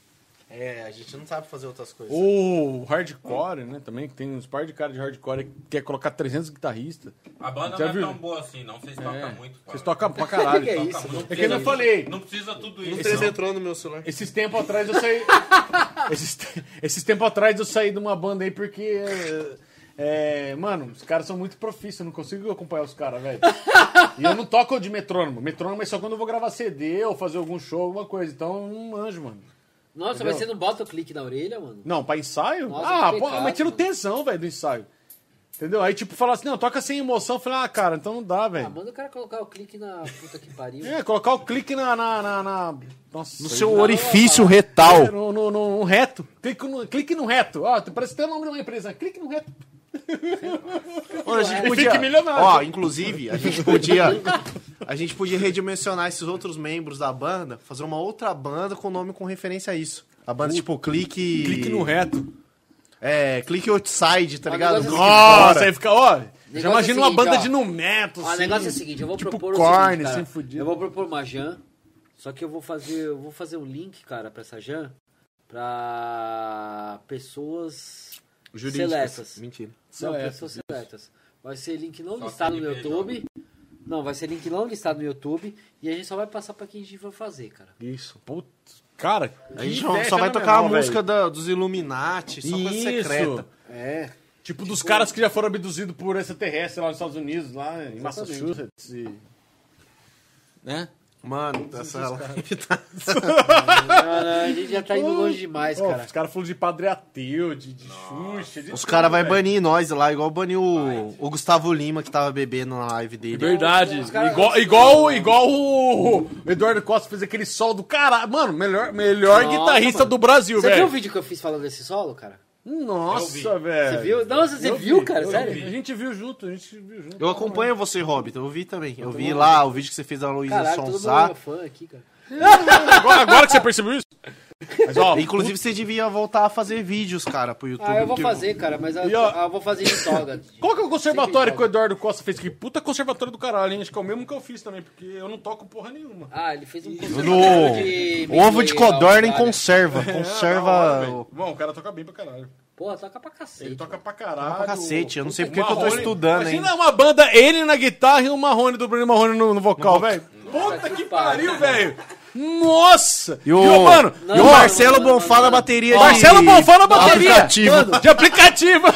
Speaker 5: É, a gente não sabe fazer outras coisas.
Speaker 4: Ou hardcore, né? Também que tem uns par de cara de hardcore que quer colocar 300 guitarristas.
Speaker 3: A banda
Speaker 4: Já
Speaker 3: não é
Speaker 4: viu?
Speaker 3: tão boa assim, não. Vocês tocam
Speaker 4: É.
Speaker 3: muito. cara.
Speaker 4: Vocês tocam pra caralho.
Speaker 2: Que é
Speaker 4: tocam.
Speaker 2: isso?
Speaker 3: Não
Speaker 4: É que eu
Speaker 3: precisa,
Speaker 4: não falei.
Speaker 3: não precisa tudo isso.
Speaker 5: Vocês
Speaker 3: não.
Speaker 5: entrou no meu celular.
Speaker 4: Esses tempos atrás eu saí. esses, te- esses tempos atrás eu saí de uma banda aí porque. é, é, mano, os caras são muito profícios, eu não consigo acompanhar os caras, velho. E eu não toco de metrônomo. Metrônomo é só quando eu vou gravar CD ou fazer algum show, alguma coisa. Então eu não manjo, mano.
Speaker 2: Nossa,
Speaker 4: Entendeu?
Speaker 2: mas você não bota o clique na orelha, mano?
Speaker 4: Não, pra ensaio?
Speaker 2: Nossa,
Speaker 4: ah,
Speaker 2: que
Speaker 4: pô,
Speaker 2: pecado,
Speaker 4: mas tira o
Speaker 2: mano.
Speaker 4: tesão, velho, do ensaio. Entendeu? Aí, tipo, falar assim, não, toca sem emoção. Eu falei, ah, cara, então não dá,
Speaker 2: Ah,
Speaker 4: velho.
Speaker 2: manda o cara colocar o clique na puta que pariu.
Speaker 4: É, colocar o clique na. na, na, na- Nossa,
Speaker 5: No seu
Speaker 2: Não,
Speaker 5: orifício
Speaker 2: não,
Speaker 4: É,
Speaker 5: retal.
Speaker 4: no, no, no- no reto. Clique no, clique no reto. Ó, parece que tem o nome de uma empresa. Clique no reto.
Speaker 5: Olha, a gente
Speaker 4: E fique milionário.
Speaker 5: Ó, inclusive, a gente podia... A gente podia redimensionar esses outros membros da banda, fazer uma outra banda com nome com referência a isso. A banda, tipo, clique...
Speaker 4: Clique no reto.
Speaker 5: É, clique outside, tá
Speaker 2: Mas
Speaker 5: ligado?
Speaker 2: negócio é
Speaker 4: Nossa, aí fica, ó. Já imagina
Speaker 2: Negócio é o
Speaker 4: uma
Speaker 2: seguinte,
Speaker 4: banda
Speaker 2: ó.
Speaker 4: de assim. numeto,
Speaker 2: Ó, o negócio é o seguinte, eu vou
Speaker 4: tipo
Speaker 2: propor o
Speaker 4: corne,
Speaker 2: seguinte, cara.
Speaker 4: assim, fudido.
Speaker 2: Eu vou propor uma Jan, só que eu vou fazer, eu vou fazer um link, cara, pra essa Jan, pra pessoas seletas.
Speaker 5: Mentira.
Speaker 2: Não,
Speaker 4: Seletas,
Speaker 2: pessoas seletas. Vai ser link não
Speaker 3: Só
Speaker 2: listado no
Speaker 3: CNPJ.
Speaker 2: YouTube. Não, vai ser link não listado no YouTube e a gente só vai passar pra quem a gente for fazer, cara.
Speaker 4: Isso. Putz, cara.
Speaker 5: A gente
Speaker 4: que
Speaker 5: só-
Speaker 4: ideia
Speaker 5: só vai tocar
Speaker 4: fenomenal,
Speaker 5: a música
Speaker 4: né, velho.
Speaker 5: da- dos Illuminati, só coisa
Speaker 4: Isso.
Speaker 5: secreta.
Speaker 2: É.
Speaker 4: Tipo, dos caras que já foram abduzidos por extraterrestre lá nos Estados Unidos, lá em Massachusetts. e- Né?
Speaker 5: Mano, essa live tá...
Speaker 2: Não, não, a gente já tá indo longe demais,
Speaker 4: Ó,
Speaker 2: cara.
Speaker 4: Os caras falam de padre ateu, de, de Xuxa. de
Speaker 5: Os
Speaker 4: tudo,
Speaker 5: caras vão
Speaker 4: velho.
Speaker 5: banir nós lá, igual baniu o, o Gustavo Lima, que tava bebendo na live dele.
Speaker 4: É Verdade.
Speaker 2: Os caras-
Speaker 4: Igual, igual, igual o o Eduardo Costa fez aquele sol do caralho. Mano, melhor, melhor
Speaker 2: Nossa,
Speaker 4: guitarrista
Speaker 2: mano.
Speaker 4: do Brasil,
Speaker 2: Você viu o
Speaker 4: velho.
Speaker 2: vídeo que eu fiz falando desse solo, cara?
Speaker 4: Nossa, velho.
Speaker 2: Você viu? Nossa, você
Speaker 4: É, Eu
Speaker 2: viu,
Speaker 4: vi,
Speaker 2: cara?
Speaker 4: eu
Speaker 2: Sério?
Speaker 4: vi. A gente viu junto, a gente viu junto.
Speaker 5: Eu acompanho você, Robert, eu vi também. Eu vi lá o vídeo que você fez da Luísa
Speaker 2: Caralho, todo mundo é
Speaker 5: Sonzá.
Speaker 2: meu fã aqui, cara.
Speaker 4: Agora, agora que você percebeu isso? Mas, ó,
Speaker 5: Inclusive, você devia voltar a fazer vídeos, cara, pro YouTube.
Speaker 2: Ah, eu vou
Speaker 5: porque-
Speaker 2: fazer, cara, mas eu,
Speaker 4: E, ó,
Speaker 2: ah, eu vou fazer de toga.
Speaker 4: Qual que é o
Speaker 2: Sempre
Speaker 4: conservatório
Speaker 2: joga.
Speaker 4: que o Eduardo Costa fez? Que puta conservatório do caralho, hein? Acho que é o mesmo que eu fiz também, porque eu não toco porra nenhuma.
Speaker 2: Ah, ele fez um conservatório de um
Speaker 5: No... Ovo de
Speaker 2: Midway,
Speaker 5: codorna em
Speaker 2: Austrália.
Speaker 5: conserva.
Speaker 4: É, da hora,
Speaker 5: Conserva...
Speaker 4: velho. Bom, o cara toca bem pra caralho.
Speaker 2: Porra, toca pra cacete.
Speaker 4: Ele tá- toca pra caralho.
Speaker 5: Pra cacete, eu não sei
Speaker 4: O
Speaker 5: porque que eu tô
Speaker 4: Marrone-
Speaker 5: estudando, hein.
Speaker 4: Imagina uma banda, ele na guitarra e o Marrone do Bruno Marrone no, no vocal, velho. Puta que pariu, velho. Nossa!
Speaker 5: E o,
Speaker 4: mano,
Speaker 5: e
Speaker 2: não,
Speaker 5: o
Speaker 2: não,
Speaker 5: Marcelo
Speaker 2: não, não,
Speaker 5: Bonfá
Speaker 2: não,
Speaker 5: na
Speaker 2: não.
Speaker 5: bateria de...
Speaker 4: Marcelo Bonfá na bateria!
Speaker 5: aplicativo.
Speaker 4: Mano, De aplicativo!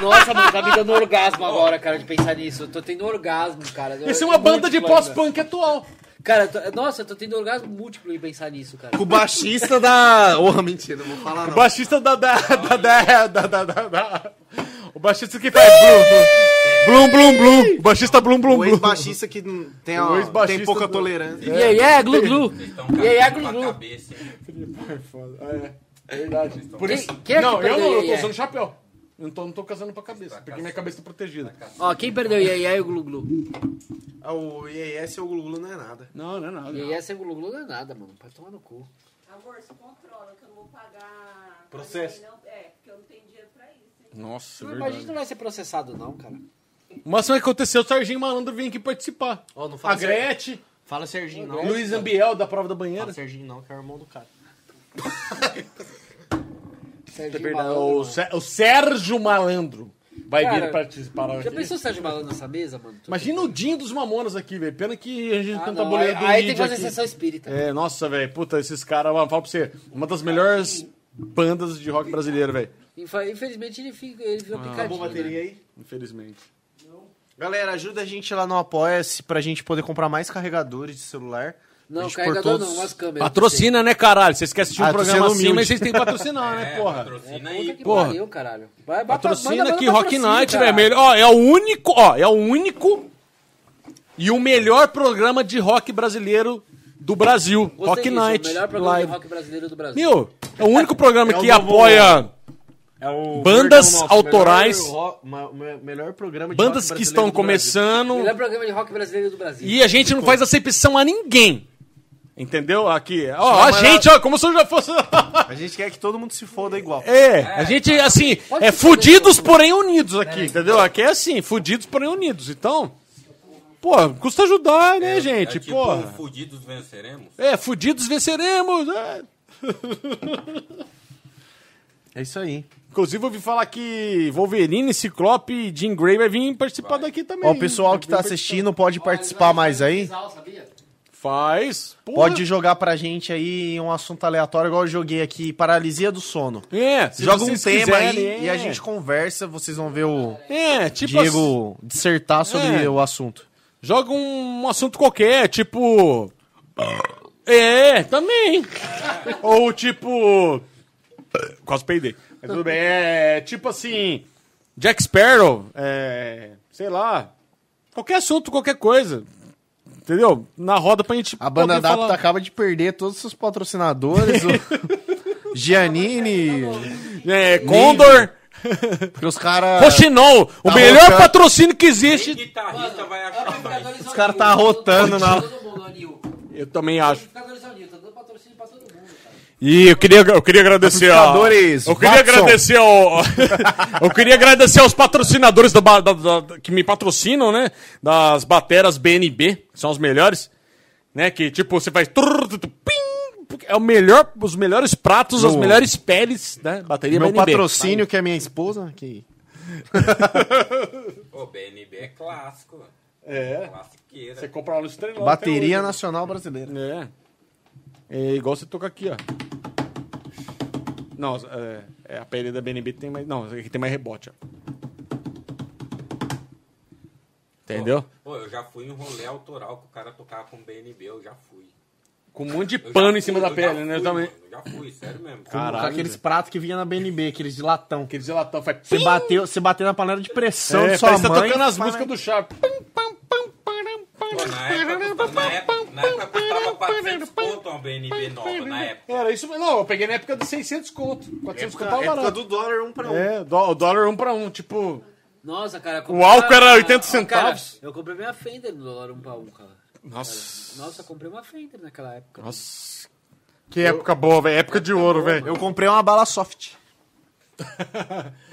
Speaker 2: Nossa, mano, tá me dando orgasmo agora, cara, de pensar nisso. Eu tô tendo orgasmo, cara. Eu-
Speaker 4: Essa é
Speaker 2: eu-
Speaker 4: uma banda de
Speaker 2: múltiplo
Speaker 4: pós-punk atual.
Speaker 2: ainda. Cara, eu tô- nossa, eu tô tendo orgasmo múltiplo em pensar nisso, cara.
Speaker 5: O baixista da... Oh, mentira, não vou falar
Speaker 4: O
Speaker 5: não.
Speaker 4: baixista da. da. da. da. da. da, da, da. O baixista que faz blum, blum. Blum, blum, blum. O baixista blum, blum,
Speaker 5: O
Speaker 4: blum.
Speaker 5: ex-baixista que não tem,
Speaker 4: O
Speaker 5: a,
Speaker 4: ex-baixista
Speaker 5: tem pouca
Speaker 4: do-
Speaker 5: tolerância.
Speaker 2: Yeah, yeah, glu glu.
Speaker 3: Então,
Speaker 2: E aí,
Speaker 3: cara,
Speaker 2: Agro
Speaker 3: com a
Speaker 2: Blue?
Speaker 3: cabeça.
Speaker 4: É verdade. Por
Speaker 2: Quem-
Speaker 4: isso.
Speaker 2: quem é que
Speaker 4: não, eu
Speaker 2: perdeu
Speaker 4: não, eu
Speaker 2: aí,
Speaker 4: tô
Speaker 2: é?
Speaker 4: usando chapéu. Eu não tô, não tô casando pra cabeça, porque minha cabeça tá protegida.
Speaker 2: Ó, quem perdeu Iê Iê e o Glu Glu?
Speaker 5: Ah, o IES ou o Gluglu não é nada.
Speaker 4: Não, não é nada.
Speaker 2: Iê Iê sem Glu Glu não é nada, mano. Pode tomar no cu.
Speaker 13: Amor, se controla, que eu não vou pagar.
Speaker 5: Processo.
Speaker 13: Não, é, porque eu não tenho dinheiro pra isso. hein?
Speaker 4: Nossa,
Speaker 2: Mas a gente não vai ser processado, não, cara.
Speaker 4: O máximo é que aconteceu, o Serginho Malandro vem aqui participar.
Speaker 5: Ó, não
Speaker 4: A
Speaker 5: fala Serginho.
Speaker 4: Gretchen,
Speaker 5: Fala Serginho, não.
Speaker 4: Luiz Ambiel da prova da
Speaker 5: Fala
Speaker 4: banheira.
Speaker 5: Serginho, não, que é o irmão do cara.
Speaker 2: Sérgio
Speaker 4: É O, Sé- o Sérgio Malandro vai
Speaker 2: Cara,
Speaker 4: vir participar
Speaker 2: Já
Speaker 4: aqui.
Speaker 2: pensou o Sérgio Malandro nessa mesa, mano? Tô-
Speaker 4: Imagina o Dinho dos Mamonas aqui, velho. Pena que a gente não
Speaker 2: Ah, não,
Speaker 4: tá boleto
Speaker 2: aí, aí tem que fazer sessão espírita.
Speaker 4: É, nossa, velho. Puta, esses caras, mano, falo pra você, uma das melhores bandas de rock brasileiro, velho.
Speaker 2: Infa- Infelizmente ele, fica, ele virou picadinho. né?
Speaker 5: aí?
Speaker 4: Infelizmente.
Speaker 5: Galera, ajuda a gente lá no Apoia-se pra gente poder comprar mais carregadores de celular. A
Speaker 16: Não,
Speaker 5: gente pôr
Speaker 16: carregador
Speaker 5: todos-
Speaker 16: não, umas câmeras.
Speaker 4: Patrocina, né, caralho? Vocês querem assistir um
Speaker 5: Ah, tô
Speaker 4: programa
Speaker 5: sendo
Speaker 4: assim,
Speaker 5: humilde.
Speaker 4: mas vocês têm que patrocinar, né,
Speaker 3: É,
Speaker 4: porra?
Speaker 3: patrocina
Speaker 16: Puta
Speaker 3: aí.
Speaker 16: que
Speaker 4: porra.
Speaker 16: pariu, caralho. Vai, vai pra-
Speaker 4: Patrocina
Speaker 16: manda-
Speaker 4: aqui,
Speaker 16: manda
Speaker 4: Rock
Speaker 16: patrocínio,
Speaker 4: Night,
Speaker 16: caralho.
Speaker 4: velho. Melhor- Ó, é o único, ó, é o único e o melhor programa de rock brasileiro do Brasil.
Speaker 16: Gostei
Speaker 4: rock
Speaker 16: disso,
Speaker 4: Night.
Speaker 16: O melhor programa
Speaker 4: live.
Speaker 16: de rock brasileiro do Brasil.
Speaker 4: Meu, é o único programa
Speaker 5: É o
Speaker 4: que
Speaker 5: novo-
Speaker 4: apoia
Speaker 5: É o
Speaker 4: Bandas
Speaker 5: Verdão
Speaker 4: autorais.
Speaker 5: Melhor, ro- ma- ma- melhor programa de
Speaker 4: bandas
Speaker 5: rock
Speaker 4: que estão
Speaker 5: brasileiro do Brasil. é
Speaker 16: O
Speaker 4: começando
Speaker 16: melhor programa de rock brasileiro do Brasil.
Speaker 4: e a gente não faz acepção a ninguém. Entendeu? Aqui, ó, a
Speaker 5: mas-
Speaker 4: gente, ó, como se eu já fosse.
Speaker 5: A gente quer que todo mundo se foda igual.
Speaker 4: É, a gente, assim, é fudidos, porém unidos aqui, entendeu? Aqui é assim, fudidos, porém unidos. Então, pô, custa ajudar, né, gente?
Speaker 3: é tipo,
Speaker 4: porra.
Speaker 3: fudidos venceremos.
Speaker 4: É, fudidos venceremos. é.
Speaker 5: É isso aí.
Speaker 4: Inclusive, eu ouvi falar que Wolverine, Ciclope e Jean Grey vai vir participar daqui também.
Speaker 5: Ó, o pessoal que tá assistindo pode participar mais aí.
Speaker 4: Faz. porra.
Speaker 5: Pode jogar pra gente aí um assunto aleatório, igual eu joguei aqui, paralisia do sono.
Speaker 4: É, se
Speaker 5: Joga um
Speaker 4: vocês
Speaker 5: tema aí
Speaker 4: quiserem,
Speaker 5: e a
Speaker 4: é.
Speaker 5: gente conversa, vocês vão ver o
Speaker 4: É, tipo assim,
Speaker 5: Diego dissertar sobre
Speaker 4: É.
Speaker 5: o assunto.
Speaker 4: joga um assunto qualquer, tipo. É, também. Ou tipo. Quase peidei. Mas tudo bem, é tipo assim. Jack Sparrow, é. Sei lá. Qualquer assunto, qualquer coisa. Entendeu? Na roda pra gente.
Speaker 5: A banda tá
Speaker 4: poder
Speaker 5: Adapta
Speaker 4: falar.
Speaker 5: acaba de perder todos os seus patrocinadores, o Giannini,
Speaker 4: É, Condor.
Speaker 5: porque os caras
Speaker 4: Roxinol, o
Speaker 5: Tá
Speaker 4: melhor
Speaker 5: roncando.
Speaker 4: patrocínio que
Speaker 3: Que
Speaker 4: existe.
Speaker 3: guitarrista vai achar mais?
Speaker 5: os cara tá rotando na-
Speaker 16: Todo mundo, ó, Nil.
Speaker 4: Eu também acho.
Speaker 16: Amplificadores é o Nil, tá dando patrocínio pra todo mundo, cara.
Speaker 4: E eu queria, eu queria agradecer a.
Speaker 5: Patrocinadores,
Speaker 4: Eu queria
Speaker 5: é Watson.
Speaker 4: agradecer ao. eu queria agradecer aos patrocinadores da, ba- da- da- que me patrocinam, né? Das bateras BNB, que são os melhores. Né? Que tipo, você faz. trrr, tu, tu, pim, porque é o melhor, os melhores pratos, as
Speaker 5: No-
Speaker 4: melhores peles, né? Bateria
Speaker 5: meu
Speaker 4: BNB.
Speaker 5: patrocínio que é minha esposa, que
Speaker 3: O BNB é clássico. É. Classiqueira.
Speaker 4: Você compra lá um no Estrelão.
Speaker 5: bateria nacional brasileira.
Speaker 4: É. É igual você toca aqui, ó. Não, é, é, a pele da BNB tem mais. Não, aqui tem mais rebote, ó. Entendeu?
Speaker 3: Pô, eu já fui em rolê autoral que o cara tocava com BNB, eu já fui.
Speaker 4: Com um monte de
Speaker 3: Eu já
Speaker 4: pano
Speaker 3: fui,
Speaker 4: em cima da
Speaker 3: eu já
Speaker 4: pele, né?
Speaker 3: fui,
Speaker 4: Também.
Speaker 3: mano, Eu já fui, sério mesmo.
Speaker 4: Caralho.
Speaker 5: Com aqueles pratos que vinha na BNB, aqueles de latão.
Speaker 4: Aquele gelatão faz.
Speaker 5: Você bateu, você bateu na panela de pressão de
Speaker 4: é,
Speaker 5: sua
Speaker 4: parece que tá
Speaker 5: mãe.
Speaker 4: tocando as músicas do Chaves.
Speaker 3: Pô, na época, custa- na época, na época custava 400 conto uma BNB nova, na época.
Speaker 4: Era isso mesmo. Não, eu peguei na época de 600 conto. 400 conto tava barato.
Speaker 5: É, dólar um pra
Speaker 4: É, dó- o dólar um pra um. Tipo,
Speaker 16: Nossa, cara. eu
Speaker 4: o
Speaker 16: comprei
Speaker 4: álcool
Speaker 16: uma-
Speaker 4: era 80
Speaker 16: Cara,
Speaker 4: centavos.
Speaker 16: eu comprei minha Fender no dólar um pra um, cara.
Speaker 4: Nossa.
Speaker 16: Nossa, eu comprei uma Fender naquela época.
Speaker 4: Nossa. Que época boa, velho. Época de ouro, velho.
Speaker 5: Eu comprei uma bala soft.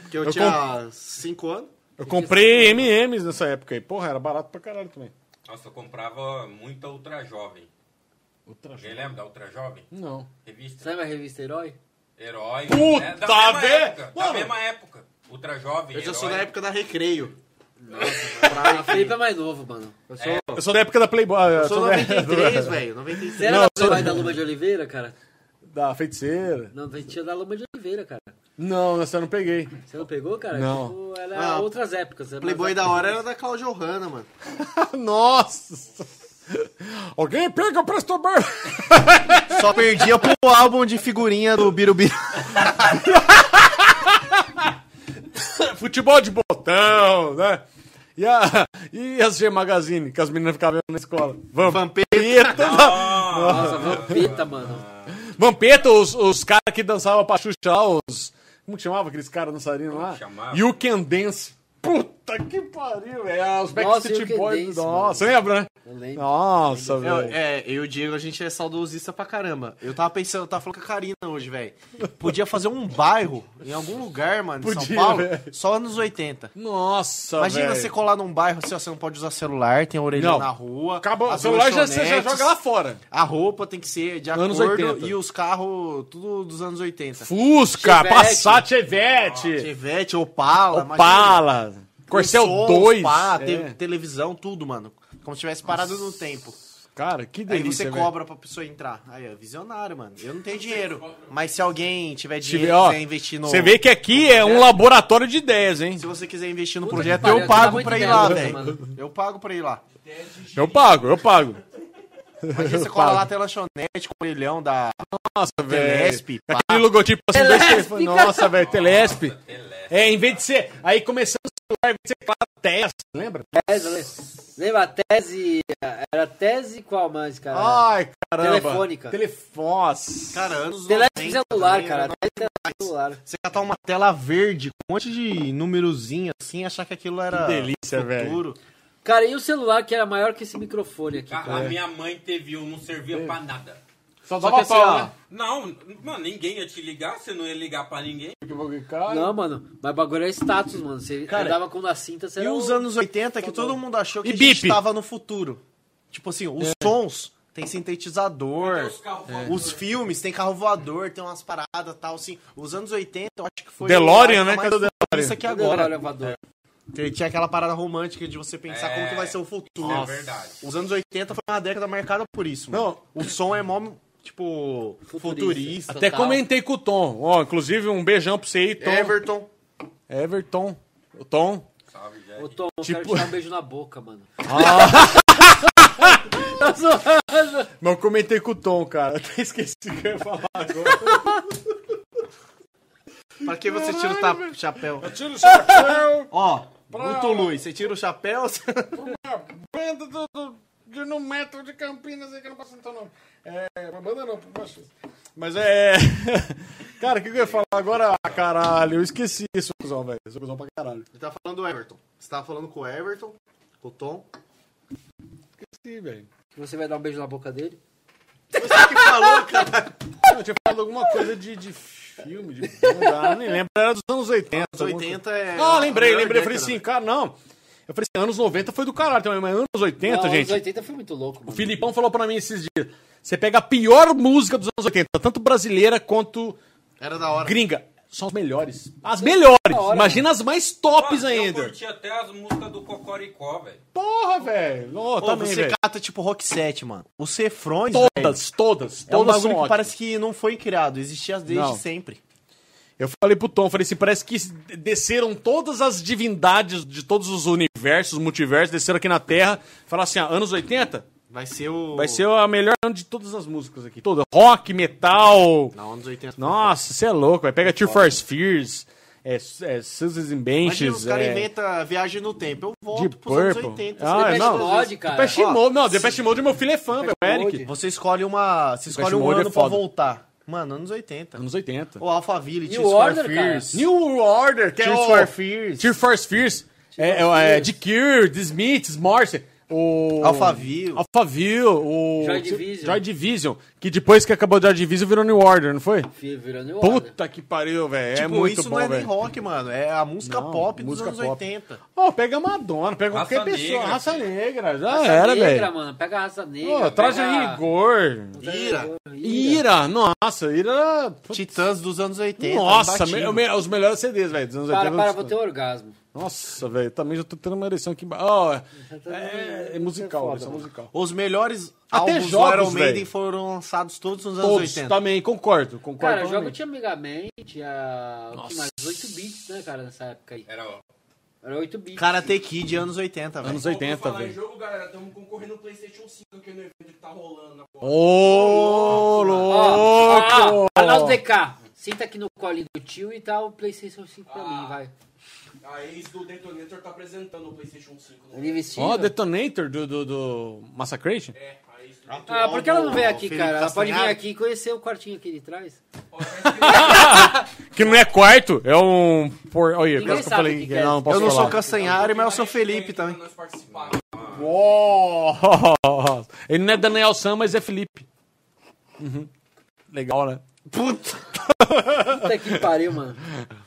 Speaker 5: Porque eu,
Speaker 4: Eu
Speaker 5: tinha 5 anos.
Speaker 4: Eu comprei MMs nessa época aí. Porra, era barato pra caralho também.
Speaker 3: Nossa, eu comprava muita Ultra Jovem.
Speaker 4: Ultra
Speaker 3: Alguém lembra da Ultra Jovem?
Speaker 4: Não.
Speaker 3: Revista.
Speaker 16: Sabe a revista Herói?
Speaker 3: Herói.
Speaker 4: Puta
Speaker 3: né? da mesma
Speaker 4: ve-
Speaker 3: época. Da
Speaker 4: Mano.
Speaker 3: mesma época. Ultra Jovem,
Speaker 5: Eu já sou da
Speaker 3: Herói.
Speaker 5: época da Recreio.
Speaker 16: Ah, o Felipe é mais novo, mano. Eu sou...
Speaker 4: Eu sou da época da Playboy. Eu
Speaker 5: Eu sou 93, velho. 93.
Speaker 16: Você era
Speaker 4: Não,
Speaker 16: da
Speaker 4: eu sou-
Speaker 16: Playboy da Luma de Oliveira, cara?
Speaker 4: Da feiticeira.
Speaker 16: Não, a gente tinha da Luma de Oliveira, cara.
Speaker 4: Não, essa eu não peguei.
Speaker 16: Você não pegou, cara?
Speaker 4: Não.
Speaker 16: Tipo, era
Speaker 5: Ah,
Speaker 16: outras épocas. né? era
Speaker 5: Playboy
Speaker 16: mais
Speaker 5: da
Speaker 16: épocas.
Speaker 5: hora era da Cláudia Johanna, mano.
Speaker 4: Nossa! Alguém pega pra estoubar!
Speaker 5: Só perdia pro álbum de figurinha do Birubiru.
Speaker 4: Futebol de botão, né? E, a, e as G Magazine, que as meninas ficavam vendo na escola.
Speaker 5: Vampeta.
Speaker 4: Vampeta!
Speaker 16: Nossa, vampeta, mano.
Speaker 4: Vampeta, os, os caras que dançavam pra Xuxa, lá, os. Como que chamava aqueles caras dançarinos lá?
Speaker 3: Chamava.
Speaker 4: You Can Dance. Puta que pariu, é os
Speaker 16: Nossa, You
Speaker 4: Backstreet
Speaker 16: Can
Speaker 4: Boys.
Speaker 16: Dance,
Speaker 4: Nossa, lembra, né?
Speaker 16: Eu lembro.
Speaker 4: Nossa, velho.
Speaker 5: É, eu e o Diego, a gente é saudosista pra caramba. Eu tava pensando, eu tava falando com a Karina hoje, velho. Podia fazer um bairro em algum lugar, mano, em São
Speaker 4: Podia,
Speaker 5: Paulo,
Speaker 4: velho.
Speaker 5: só anos 80.
Speaker 4: Nossa,
Speaker 5: Imagina
Speaker 4: Tá velho.
Speaker 5: você colar num bairro assim, ó, você não pode usar celular, tem orelhão
Speaker 4: Não.
Speaker 5: na rua.
Speaker 4: Acabou, o
Speaker 5: as
Speaker 4: celular já, você já
Speaker 5: lanchonetes,
Speaker 4: joga lá fora.
Speaker 5: A roupa tem que ser de
Speaker 4: Anos
Speaker 5: acordo
Speaker 4: 80.
Speaker 5: e os carros tudo dos anos 80.
Speaker 4: Fusca,
Speaker 16: Chevette.
Speaker 4: Passat, Chevette,
Speaker 5: Chevette, Opala, imagina.
Speaker 4: Opala, Corcel
Speaker 5: Com som,
Speaker 4: 2.
Speaker 5: pá,
Speaker 4: é.
Speaker 5: te- televisão, tudo, mano. Como se tivesse parado no tempo.
Speaker 4: Cara, que
Speaker 5: Aí
Speaker 4: delícia,
Speaker 5: você
Speaker 4: velho.
Speaker 5: cobra pra pessoa entrar. Aí, ó, visionário, mano. Eu não tenho dinheiro. Mas se alguém tiver
Speaker 4: Se
Speaker 5: dinheiro
Speaker 4: vê,
Speaker 5: e
Speaker 4: ó,
Speaker 5: quiser investir no.
Speaker 4: Você vê que aqui é um laboratório de ideias, hein?
Speaker 5: Se você quiser investir no
Speaker 2: Puta
Speaker 5: projeto,
Speaker 2: que pariu,
Speaker 5: eu
Speaker 2: você dá
Speaker 5: pago
Speaker 2: muito
Speaker 5: pra ir
Speaker 2: ideia,
Speaker 5: lá,
Speaker 2: né,
Speaker 5: velho.
Speaker 2: mano?
Speaker 5: Eu pago pra ir lá.
Speaker 4: Eu pago, eu pago.
Speaker 5: Imagina você
Speaker 4: Eu
Speaker 5: cola
Speaker 4: pago.
Speaker 5: lá até a lanchonete com o brilhão da
Speaker 4: Nossa,
Speaker 5: Telesp,
Speaker 4: velho.
Speaker 5: pá.
Speaker 4: É. Aquele logotipo assim da Stefano. Nossa, velho, Telesp. É, em vez de ser. Aí começando o celular, em vez de ser né? Claro, Tess, lembra?
Speaker 16: Tese, le- lembra a tese? Era tese qual mais, cara?
Speaker 4: Ai, caramba.
Speaker 16: Telefônica.
Speaker 4: Telefone.
Speaker 5: Cara, anos
Speaker 16: Telespe
Speaker 5: 90
Speaker 16: celular,
Speaker 5: também, né?
Speaker 16: cara.
Speaker 5: era-
Speaker 16: Tese celular.
Speaker 5: Você catar uma tela verde com um monte de númerozinho assim, achar que aquilo era
Speaker 4: delícia, velho.
Speaker 5: futuro.
Speaker 16: Cara, e o celular que era maior que esse microfone aqui?
Speaker 3: Cara, a minha mãe teve um, não servia pra nada.
Speaker 4: Só dava pau,
Speaker 3: Não, mano, ninguém ia te ligar, você não ia ligar pra ninguém.
Speaker 4: né?
Speaker 16: Não, mano. Mas o bagulho era status, mano. Você
Speaker 5: Cara,
Speaker 16: andava com na cinta, você
Speaker 5: E
Speaker 16: era um
Speaker 5: os
Speaker 16: o-
Speaker 5: anos 80 que todo mundo achou que
Speaker 4: E
Speaker 5: a gente
Speaker 4: bip.
Speaker 5: tava no futuro. Tipo assim, os
Speaker 16: É.
Speaker 5: sons tem sintetizador,
Speaker 6: Os carros
Speaker 5: É. os filmes tem carro voador, tem umas paradas tal assim. Os anos 80 eu acho que foi
Speaker 4: DeLorean, né? Cadê o
Speaker 5: Isso
Speaker 4: DeLorean?
Speaker 5: aqui
Speaker 16: Cadê o
Speaker 5: agora.
Speaker 16: elevador?
Speaker 5: Que tinha aquela parada romântica de você pensar
Speaker 3: É,
Speaker 5: como que vai ser o futuro.
Speaker 3: isso é verdade.
Speaker 5: Os anos 80 foi uma década marcada por isso, mano. o som é mó, tipo, futurista.
Speaker 16: Futurista.
Speaker 4: Até
Speaker 16: Total.
Speaker 4: comentei com o Tom. Ó, inclusive, um beijão pra você aí, Tom.
Speaker 5: Everton.
Speaker 4: Everton. O Tom.
Speaker 3: Salve, Jack.
Speaker 16: Ô, Tom, eu quero
Speaker 4: Tipo-
Speaker 16: te dar um beijo na boca, mano. Tá zoando.
Speaker 4: Mas eu comentei com o Tom, cara. Até esqueci o que eu ia falar agora.
Speaker 5: Pra que você tira o ta- chapéu?
Speaker 4: Tira o chapéu
Speaker 5: Ó, muito luz. Você tira o chapéu, você-
Speaker 4: banda do, do, de no metro de Campinas aí que eu não posso citar o nome. É, uma banda não, por baixo. Mas é. cara, o que, que eu ia falar agora? Ah, caralho, eu esqueci isso, cuzão, velho. Sou cuzão pra caralho.
Speaker 5: Ele tá falando do Everton. Você tá falando com o Everton, com o Tom.
Speaker 4: Esqueci, velho.
Speaker 16: Você vai dar um beijo na boca dele?
Speaker 5: Você que falou, cara.
Speaker 4: Não, eu tinha falado alguma coisa de, de filme, de banda. Eu nem lembro, era dos anos 80.
Speaker 5: Os
Speaker 4: alguma
Speaker 5: 80 é.
Speaker 4: coisa. Ah, lembrei,
Speaker 5: a melhor
Speaker 4: lembrei. Eu falei
Speaker 5: década. né?
Speaker 4: assim, cara, não. Eu falei assim, anos 90 foi do caralho também, mas anos 80,
Speaker 16: Não,
Speaker 4: gente.
Speaker 16: Os 80 foi muito louco,
Speaker 4: O
Speaker 16: mano.
Speaker 4: Filipão falou pra mim esses dias. Você pega a pior música dos anos 80, tanto brasileira quanto
Speaker 5: Era da hora.
Speaker 4: Gringa, são as melhores. As melhores.
Speaker 16: hora,
Speaker 4: Imagina as mais tops
Speaker 5: Ah,
Speaker 3: Mano, Eu
Speaker 4: ainda.
Speaker 3: curti até as músicas do Cocoricó, velho.
Speaker 4: Porra, velho. Ó,
Speaker 5: Pô,
Speaker 4: também,
Speaker 5: você
Speaker 4: velho.
Speaker 5: cata tipo Rock 7, mano. Os Cefrões. velho,
Speaker 4: Todas, todas,
Speaker 5: É um
Speaker 4: todas são
Speaker 5: bagulho que
Speaker 4: ótimas.
Speaker 5: parece que não foi criado. Existia desde
Speaker 4: Não.
Speaker 5: sempre.
Speaker 4: Eu falei pro Tom, falei assim, parece que desceram todas as divindades de todos os universos, multiversos, desceram aqui na Terra. Falaram assim, ah, anos 80
Speaker 5: Vai ser o.
Speaker 4: vai ser a melhor ano de todas as músicas aqui. Toda. Rock, metal.
Speaker 5: Não, anos 80. foi
Speaker 4: Nossa, você é louco, velho. Pega Tear for Fears, é, é, Susan
Speaker 5: Imagina, os
Speaker 4: Benches,
Speaker 5: caras
Speaker 4: é...
Speaker 5: inventam viagem no tempo. Eu volto
Speaker 4: Deep
Speaker 5: pros anos
Speaker 4: Purple.
Speaker 5: 80.
Speaker 4: Ah,
Speaker 5: Você-
Speaker 16: Depeche
Speaker 4: não.
Speaker 16: Mode, cara.
Speaker 4: Depeche
Speaker 5: Ó,
Speaker 4: Mode, não, Depeche Mode é meu filho é fã, velho,
Speaker 16: Depeche
Speaker 4: Eric.
Speaker 16: Mode.
Speaker 5: Você escolhe uma. Você escolhe um
Speaker 4: Mode é
Speaker 5: ano pra
Speaker 4: foda.
Speaker 5: voltar. Mano, anos 80.
Speaker 4: Anos 80.
Speaker 5: O Alphaville,
Speaker 16: New
Speaker 5: Tears for
Speaker 16: Order,
Speaker 5: Fears.
Speaker 4: New Order, que é
Speaker 5: Tears
Speaker 4: o...
Speaker 5: for Fears.
Speaker 4: Tear Force Fears. É, é, é, The Cure, The Smiths, Morse, o...
Speaker 5: Alphaville.
Speaker 4: Alphaville, o...
Speaker 16: Joy Division.
Speaker 4: Joy Division, que depois que acabou o Joy Division virou New Order, não foi?
Speaker 16: Filho, virou New Order.
Speaker 4: Puta que pariu, velho. é
Speaker 5: Tipo,
Speaker 4: muito
Speaker 5: isso
Speaker 4: bom,
Speaker 5: não é nem
Speaker 4: velho.
Speaker 5: rock, mano. É a música
Speaker 4: Não,
Speaker 5: pop
Speaker 4: música
Speaker 5: dos anos
Speaker 4: pop.
Speaker 5: 80.
Speaker 4: Ó, pega Madonna, pega
Speaker 3: Raça
Speaker 4: qualquer pessoa.
Speaker 3: negra,
Speaker 4: raça
Speaker 3: filho.
Speaker 4: negra, já
Speaker 16: Raça
Speaker 4: era,
Speaker 16: negra,
Speaker 4: velho.
Speaker 16: mano. Pega a raça negra.
Speaker 4: Ô, traz
Speaker 16: pega-
Speaker 4: a rigor.
Speaker 5: Ira.
Speaker 4: Ira, nossa, Ira...
Speaker 5: Titãs dos anos 80.
Speaker 4: Nossa,
Speaker 5: imbatível.
Speaker 4: me- o me- os melhores CDs, velho, dos anos
Speaker 16: Para,
Speaker 4: 80.
Speaker 16: para, vou ter um orgasmo.
Speaker 4: Nossa, velho, também já tô tendo uma ereção aqui embaixo. Ó, é, é musical,
Speaker 16: Foda,
Speaker 4: isso é
Speaker 16: mano.
Speaker 4: musical.
Speaker 5: Os melhores
Speaker 4: Até
Speaker 5: álbuns
Speaker 4: jogos,
Speaker 5: do Iron Maiden
Speaker 4: velho.
Speaker 5: foram lançados todos nos anos
Speaker 4: Todos tá-
Speaker 5: 80.
Speaker 4: também, concordo, concordo.
Speaker 16: Cara, jogo
Speaker 4: totalmente.
Speaker 16: tinha Mega Man, tinha. O que
Speaker 4: Nossa.
Speaker 16: mais? 8 bits, né, cara, nessa época aí.
Speaker 3: Era, ó.
Speaker 16: Era 8 bits.
Speaker 5: Karate Kid, anos 80, velho.
Speaker 4: Anos
Speaker 6: Voltou a
Speaker 4: 80,
Speaker 6: falar em
Speaker 4: velho.
Speaker 6: jogo, galera, estamos concorrendo o PlayStation 5 aqui no evento que tá rolando agora.
Speaker 4: Ô,
Speaker 16: Ó,
Speaker 4: louco!
Speaker 16: ó, Manaus DK. Senta aqui no colinho do tio e dá o PlayStation 5 pra mim, vai.
Speaker 6: A ex do Detonator tá apresentando o PlayStation né? 5. no-
Speaker 16: Ele vestido.
Speaker 4: Ó, Detonator do, do, do Massacration?
Speaker 6: É, a ex do
Speaker 16: Ah, por que ela não vem aqui,
Speaker 5: Felipe
Speaker 16: cara? Ela pode vir
Speaker 5: Castanhari.
Speaker 16: aqui e conhecer o quartinho que ele traz.
Speaker 4: Que não é quarto, é um... Por... Olha,
Speaker 16: Ninguém
Speaker 4: quase que eu
Speaker 16: sabe o
Speaker 4: falei
Speaker 16: que
Speaker 4: que
Speaker 16: que é.
Speaker 4: não, não posso
Speaker 5: Eu não
Speaker 4: falar.
Speaker 5: sou Castanhari, mas eu
Speaker 6: é
Speaker 5: sou Felipe também.
Speaker 6: né, Nós participar.
Speaker 4: Nossa. Ele não é Daniel Sam, mas é Felipe. Uhum. Legal, né?
Speaker 5: Puta.
Speaker 16: Puta que pariu, mano.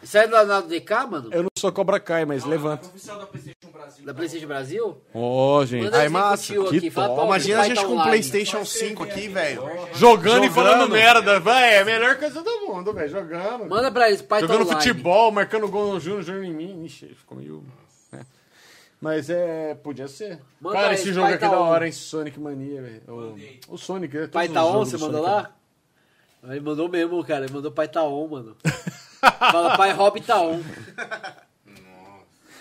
Speaker 16: Isso é do lado DK, mano?
Speaker 4: Eu não sou Cobra Kai, mas levanta.
Speaker 6: Oficial da PlayStation Brasil.
Speaker 16: Da PlayStation Brasil?
Speaker 4: Ô, gente.
Speaker 16: Manda
Speaker 5: Aí,
Speaker 16: esse
Speaker 5: massa,
Speaker 16: tio
Speaker 4: que
Speaker 16: aqui. Fala,
Speaker 4: top.
Speaker 16: pô, meu
Speaker 5: Imagina a
Speaker 16: pai
Speaker 5: gente
Speaker 2: um
Speaker 16: tá
Speaker 5: com o
Speaker 16: online.
Speaker 5: PlayStation 5 aqui, velho.
Speaker 4: Jogando, e
Speaker 5: Jogando.
Speaker 4: falando merda, vai, é a melhor coisa do mundo, Então, velho, jogando.
Speaker 16: Manda pra eles, pai tá
Speaker 4: jogando
Speaker 16: online.
Speaker 4: futebol, marcando gol no Júnior, Júnior em mim. Ixi, ficou meio... né? Mas é. Podia ser.
Speaker 2: Manda
Speaker 4: Cara,
Speaker 2: aí,
Speaker 4: esse jogo
Speaker 2: Pai
Speaker 4: aqui é
Speaker 2: tá
Speaker 4: da
Speaker 2: on.
Speaker 4: hora, hein? Sonic Mania, velho. O- O, Sonic, é
Speaker 2: Pai tá on, você mandou lá? Ele mandou mesmo, cara. Ele mandou pai tá on, mano. Fala, pai Rob tá on.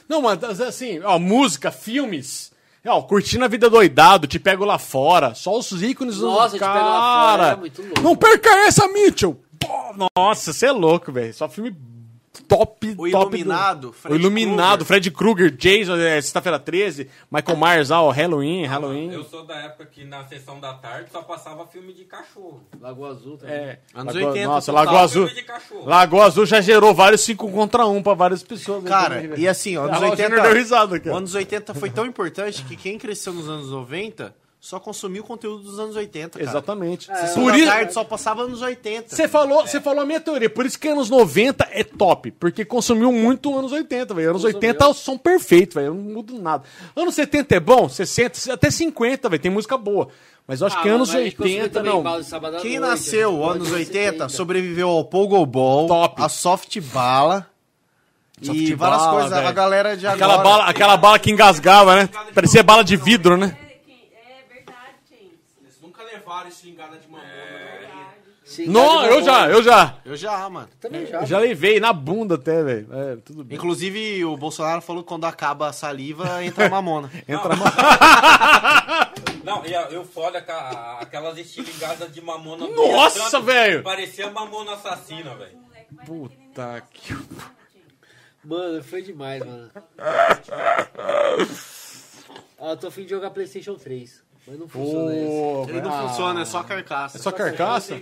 Speaker 4: Não, mas assim, ó, música, filmes. Ó, curtindo a vida doidado, te pego lá fora. Só os ícones
Speaker 2: Nossa,
Speaker 4: do
Speaker 2: Te
Speaker 4: cara.
Speaker 2: Pego Lá Fora é muito louco.
Speaker 4: Não perca essa, Mitchell! Pô, nossa, você é louco, velho. Só filme top,
Speaker 5: O
Speaker 4: top. do-
Speaker 5: Iluminado, Fred
Speaker 4: o Iluminado, Fred Krueger, Jason, é, sexta-feira 13, Michael Myers, ah, ó, Halloween, Halloween.
Speaker 3: Eu sou da época que na sessão da tarde só passava filme de cachorro.
Speaker 2: Lagoa Azul também.
Speaker 4: É,
Speaker 5: Anos
Speaker 4: Lagoa-
Speaker 5: 80
Speaker 4: Nossa,
Speaker 5: total.
Speaker 4: Lagoa Azul.
Speaker 3: Filme de cachorro.
Speaker 4: Lagoa Azul já gerou vários 5 contra 1 pra várias pessoas. né, também,
Speaker 5: Cara,
Speaker 4: velho.
Speaker 5: e assim, ó,
Speaker 4: Ah,
Speaker 5: anos
Speaker 4: o Júnior deu
Speaker 5: 80,
Speaker 4: risada,
Speaker 5: o
Speaker 4: cara.
Speaker 5: anos 80 foi tão importante que quem cresceu nos anos 90 só consumiu conteúdo dos anos 80, cara.
Speaker 4: Exatamente.
Speaker 5: Por
Speaker 4: Por isso,
Speaker 5: É. tarde só passava anos 80.
Speaker 4: Você falou, você falou a minha teoria, por isso que anos 90 é top, porque consumiu muito anos 80, velho. Anos é 80 são perfeitos, velho, eu não mudo nada. Anos 70 é bom, 60, até 50, velho, tem música boa. Mas
Speaker 2: Ah,
Speaker 4: eu acho que anos 80 não.
Speaker 5: Quem
Speaker 2: né?
Speaker 5: nasceu anos 80 sobreviveu ao Pogobol,
Speaker 4: Top.
Speaker 5: a Soft Bala
Speaker 4: Soft
Speaker 5: e várias
Speaker 4: Bala,
Speaker 5: coisas. A
Speaker 4: velho.
Speaker 5: galera de
Speaker 4: Aquela
Speaker 5: agora...
Speaker 4: bala, aquela bala que engasgava, né? Parecia bala de vidro, né?
Speaker 13: É, quem- é verdade, James.
Speaker 21: Eles nunca levaram esse lingada de mamona.
Speaker 3: É.
Speaker 21: né?
Speaker 4: Não, eu já, eu já.
Speaker 5: Eu já, mano.
Speaker 2: Também já.
Speaker 4: Eu já levei na bunda até, velho. É, tudo bem.
Speaker 5: Inclusive, o Bolsonaro falou que quando acaba a saliva, entra a mamona.
Speaker 4: Entra
Speaker 3: Não, e a- eu foda que a- aquelas estilingadas de mamona.
Speaker 4: Nossa,
Speaker 3: Tanto-
Speaker 4: velho!
Speaker 3: Parecia mamona assassina, velho.
Speaker 4: Puta que.
Speaker 2: Mano, foi demais, mano. ah, eu tô afim de jogar Playstation 3. Mas não funciona isso.
Speaker 4: Pô,
Speaker 5: Ele
Speaker 4: velho.
Speaker 5: não funciona, é só carcaça.
Speaker 4: É só carcaça?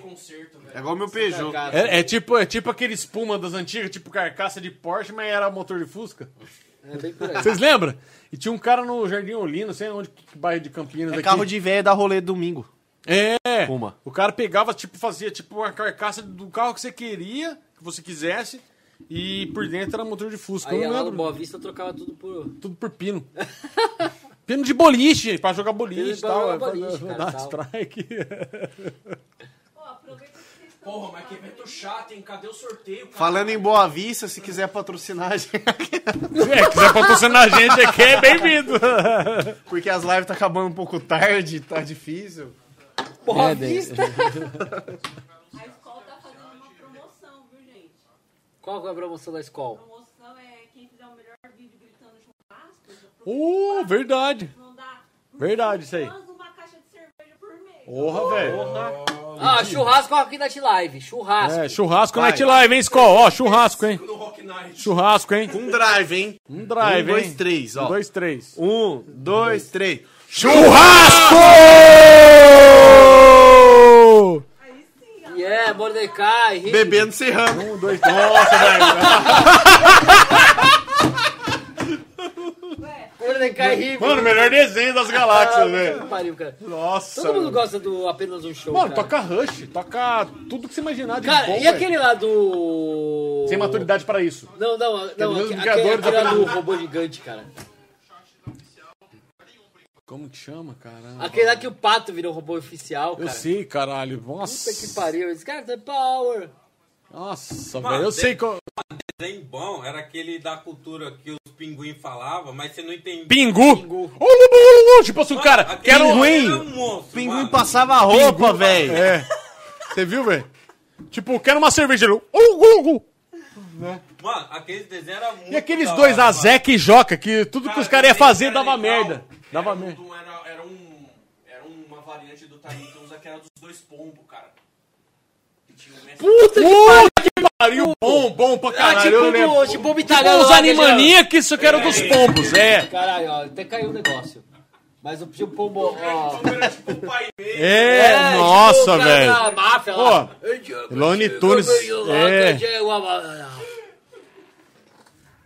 Speaker 5: É igual meu Peugeot.
Speaker 4: É, é tipo, é tipo aquele espuma das antigas, tipo carcaça de Porsche, mas era motor de Fusca.
Speaker 2: É bem por aí.
Speaker 4: Vocês lembram? E tinha um cara no Jardim Olino, não sei onde, que bairro de Campinas.
Speaker 5: É
Speaker 4: aqui.
Speaker 5: carro de velho da rolê domingo.
Speaker 4: É!
Speaker 5: Puma.
Speaker 4: O cara pegava, tipo, fazia tipo uma carcaça do carro que você queria, que você quisesse, e por dentro era motor de Fusca.
Speaker 2: Aí
Speaker 4: eu não
Speaker 2: lá no
Speaker 4: lembro.
Speaker 2: Boa Vista eu trocava tudo por.
Speaker 4: Tudo por pino. pino de boliche, pra jogar boliche e
Speaker 2: Pino pra
Speaker 4: tal.
Speaker 2: jogar
Speaker 4: é, pra-
Speaker 2: boliche,
Speaker 4: pra dar
Speaker 2: cara, tal.
Speaker 4: strike.
Speaker 13: Ó, aproveita que vocês estão.
Speaker 21: Porra, mas que evento chato, hein? Cadê o sorteio, cara?
Speaker 5: Falando em Boa Vista, se quiser patrocinar, a gente,
Speaker 4: é, quiser patrocinar a gente aqui, é bem-vindo.
Speaker 5: porque as lives tá acabando um pouco tarde, tá difícil.
Speaker 2: Boa Vista!
Speaker 13: A escola tá fazendo uma promoção, viu, gente?
Speaker 2: Qual que é a promoção da
Speaker 13: A
Speaker 2: escola?
Speaker 13: promoção é quem fizer o melhor vídeo gritando churrasco. já aproveita
Speaker 4: Uh, verdade.
Speaker 13: e não dá.
Speaker 4: Verdade, isso aí.
Speaker 13: Manda uma caixa de cerveja por mês.
Speaker 4: Porra, velho.
Speaker 2: Ah, churrasco aqui na Live. Churrasco.
Speaker 4: É, churrasco Night Live, hein, Skol? Ó, churrasco, hein?
Speaker 21: No Rock Night.
Speaker 4: Churrasco, hein?
Speaker 5: Um drive, hein?
Speaker 4: Um
Speaker 5: Um,
Speaker 4: drive, hein?
Speaker 5: dois, três, ó.
Speaker 4: Um, dois, três.
Speaker 5: Um, dois, três.
Speaker 4: Churrasco!
Speaker 2: Yeah, é, Mordecai, Henrique.
Speaker 5: Bebendo serrano.
Speaker 4: Um, dois, nossa, velho.
Speaker 2: Mordecai Ribeiro.
Speaker 4: Mano, melhor desenho das
Speaker 2: Ah,
Speaker 4: galáxias,
Speaker 2: que
Speaker 4: velho.
Speaker 2: pariu, cara. Todo
Speaker 4: Nossa.
Speaker 2: mundo gosta do apenas um show.
Speaker 4: Mano,
Speaker 2: cara.
Speaker 4: toca Rush, toca tudo que você imaginar de
Speaker 2: Cara,
Speaker 4: bom,
Speaker 2: e
Speaker 4: velho.
Speaker 2: aquele lá do.
Speaker 4: Sem maturidade pra isso.
Speaker 2: Não, não, não.
Speaker 4: mesmo
Speaker 2: Aquele,
Speaker 4: criador
Speaker 2: aquele,
Speaker 4: do
Speaker 2: aquele lá do
Speaker 4: Apenas
Speaker 2: robô gigante, cara.
Speaker 4: Como que chama, caralho?
Speaker 2: Aquele lá que o pato virou robô oficial,
Speaker 4: Eu
Speaker 2: Ah, cara.
Speaker 4: sei, caralho. Nossa.
Speaker 2: Puta que pariu. Esse cara tem power.
Speaker 4: Nossa,
Speaker 3: Mano,
Speaker 4: velho. Eu
Speaker 3: de-
Speaker 4: sei qual...
Speaker 3: Bem bom, era aquele da cultura que os pinguim falavam, mas você não entendia.
Speaker 4: Pingu. Ô, Lubu, Lubu. Tipo assim, o cara...
Speaker 3: Aquele
Speaker 4: Quero
Speaker 3: era
Speaker 4: ruim.
Speaker 3: um monstro,
Speaker 5: Pinguim
Speaker 3: mano.
Speaker 5: passava roupa, velho.
Speaker 4: É. Você viu, velho? Tipo, quero uma cerveja. Ele, Uh, uh, uh.
Speaker 3: Mano, aqueles desenhos eram muito.
Speaker 4: E aqueles
Speaker 3: da
Speaker 4: dois,
Speaker 3: hora,
Speaker 4: a Zeca e Joca, que tudo que os caras iam fazer dava merda. Dava
Speaker 21: era um
Speaker 4: merda.
Speaker 21: do- Era, era um, era uma variante do Tarantuns, aquela dos dois pombos, cara. Que tinha um mestre.
Speaker 4: Puta que pariu! Bom, bom pra
Speaker 2: Ah,
Speaker 4: caralho.
Speaker 2: tipo
Speaker 4: eu
Speaker 2: do.
Speaker 4: lembro.
Speaker 2: Tipo o
Speaker 4: Tipo
Speaker 2: Bitalhão
Speaker 4: os
Speaker 2: lá,
Speaker 4: Animaniacs, isso que era dos pombos, é.
Speaker 2: aquele- Caralho, ó, até caiu o negócio. Mas o tipo o pombo. Ó.
Speaker 21: Era tipo um pai meio.
Speaker 4: É,
Speaker 2: tipo, o
Speaker 4: nossa,
Speaker 2: cara
Speaker 4: velho.
Speaker 2: da máfia
Speaker 4: Ó,
Speaker 2: lá. Eu-
Speaker 4: Lone
Speaker 2: eu-
Speaker 4: Tunes,
Speaker 2: eu- eu-
Speaker 4: é.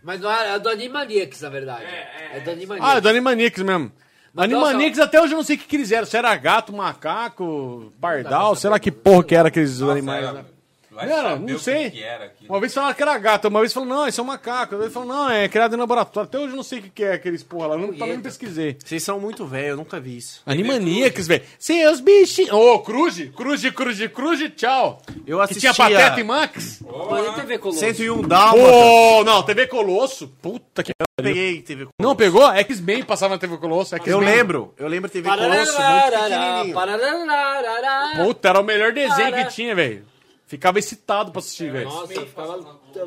Speaker 2: Mas não é, é do Animaniacs, na verdade. É, do Animaniacs.
Speaker 4: Ah, é do Animaniacs mesmo. Animaniacs até hoje eu não sei o que, que eles eram. Se era gato, macaco, pardal, sei lá que porra que era aqueles
Speaker 3: Nossa,
Speaker 5: né?
Speaker 4: animais.
Speaker 3: era-
Speaker 4: lá.
Speaker 3: Vai
Speaker 4: Não,
Speaker 3: saber
Speaker 4: não
Speaker 3: o que
Speaker 4: sei.
Speaker 3: que era aquilo.
Speaker 4: Uma vez falaram que era gato, uma vez falaram, não, esse é um macaco. Outra vez falaram, não, é criado em laboratório. Até hoje eu não sei o que que é aqueles porra lá, eu nunca nem pesquisei.
Speaker 5: Vocês são muito velho, eu nunca vi isso.
Speaker 4: Animaniacs, velho. Seus bichinhos. Ô, Cruz, Cruz, Cruz, Cruz, tchau.
Speaker 5: Eu
Speaker 4: Que
Speaker 5: assistia
Speaker 4: tinha Pateta e Max? Ô,
Speaker 2: Olha TV Colosso.
Speaker 5: 101 Dálmatas.
Speaker 4: não, TV Colosso? Puta que
Speaker 5: Eu peguei TV Colosso.
Speaker 4: Não pegou? X-Men passava na TV Colosso. X-Men.
Speaker 5: Eu lembro, eu lembro TV Colosso muito
Speaker 2: Pararararará,
Speaker 5: pequenininho.
Speaker 2: pararararará.
Speaker 4: Puta, era o melhor desenho que tinha, velho. Ficava excitado pra assistir, velho.
Speaker 2: Nossa, eu ficava,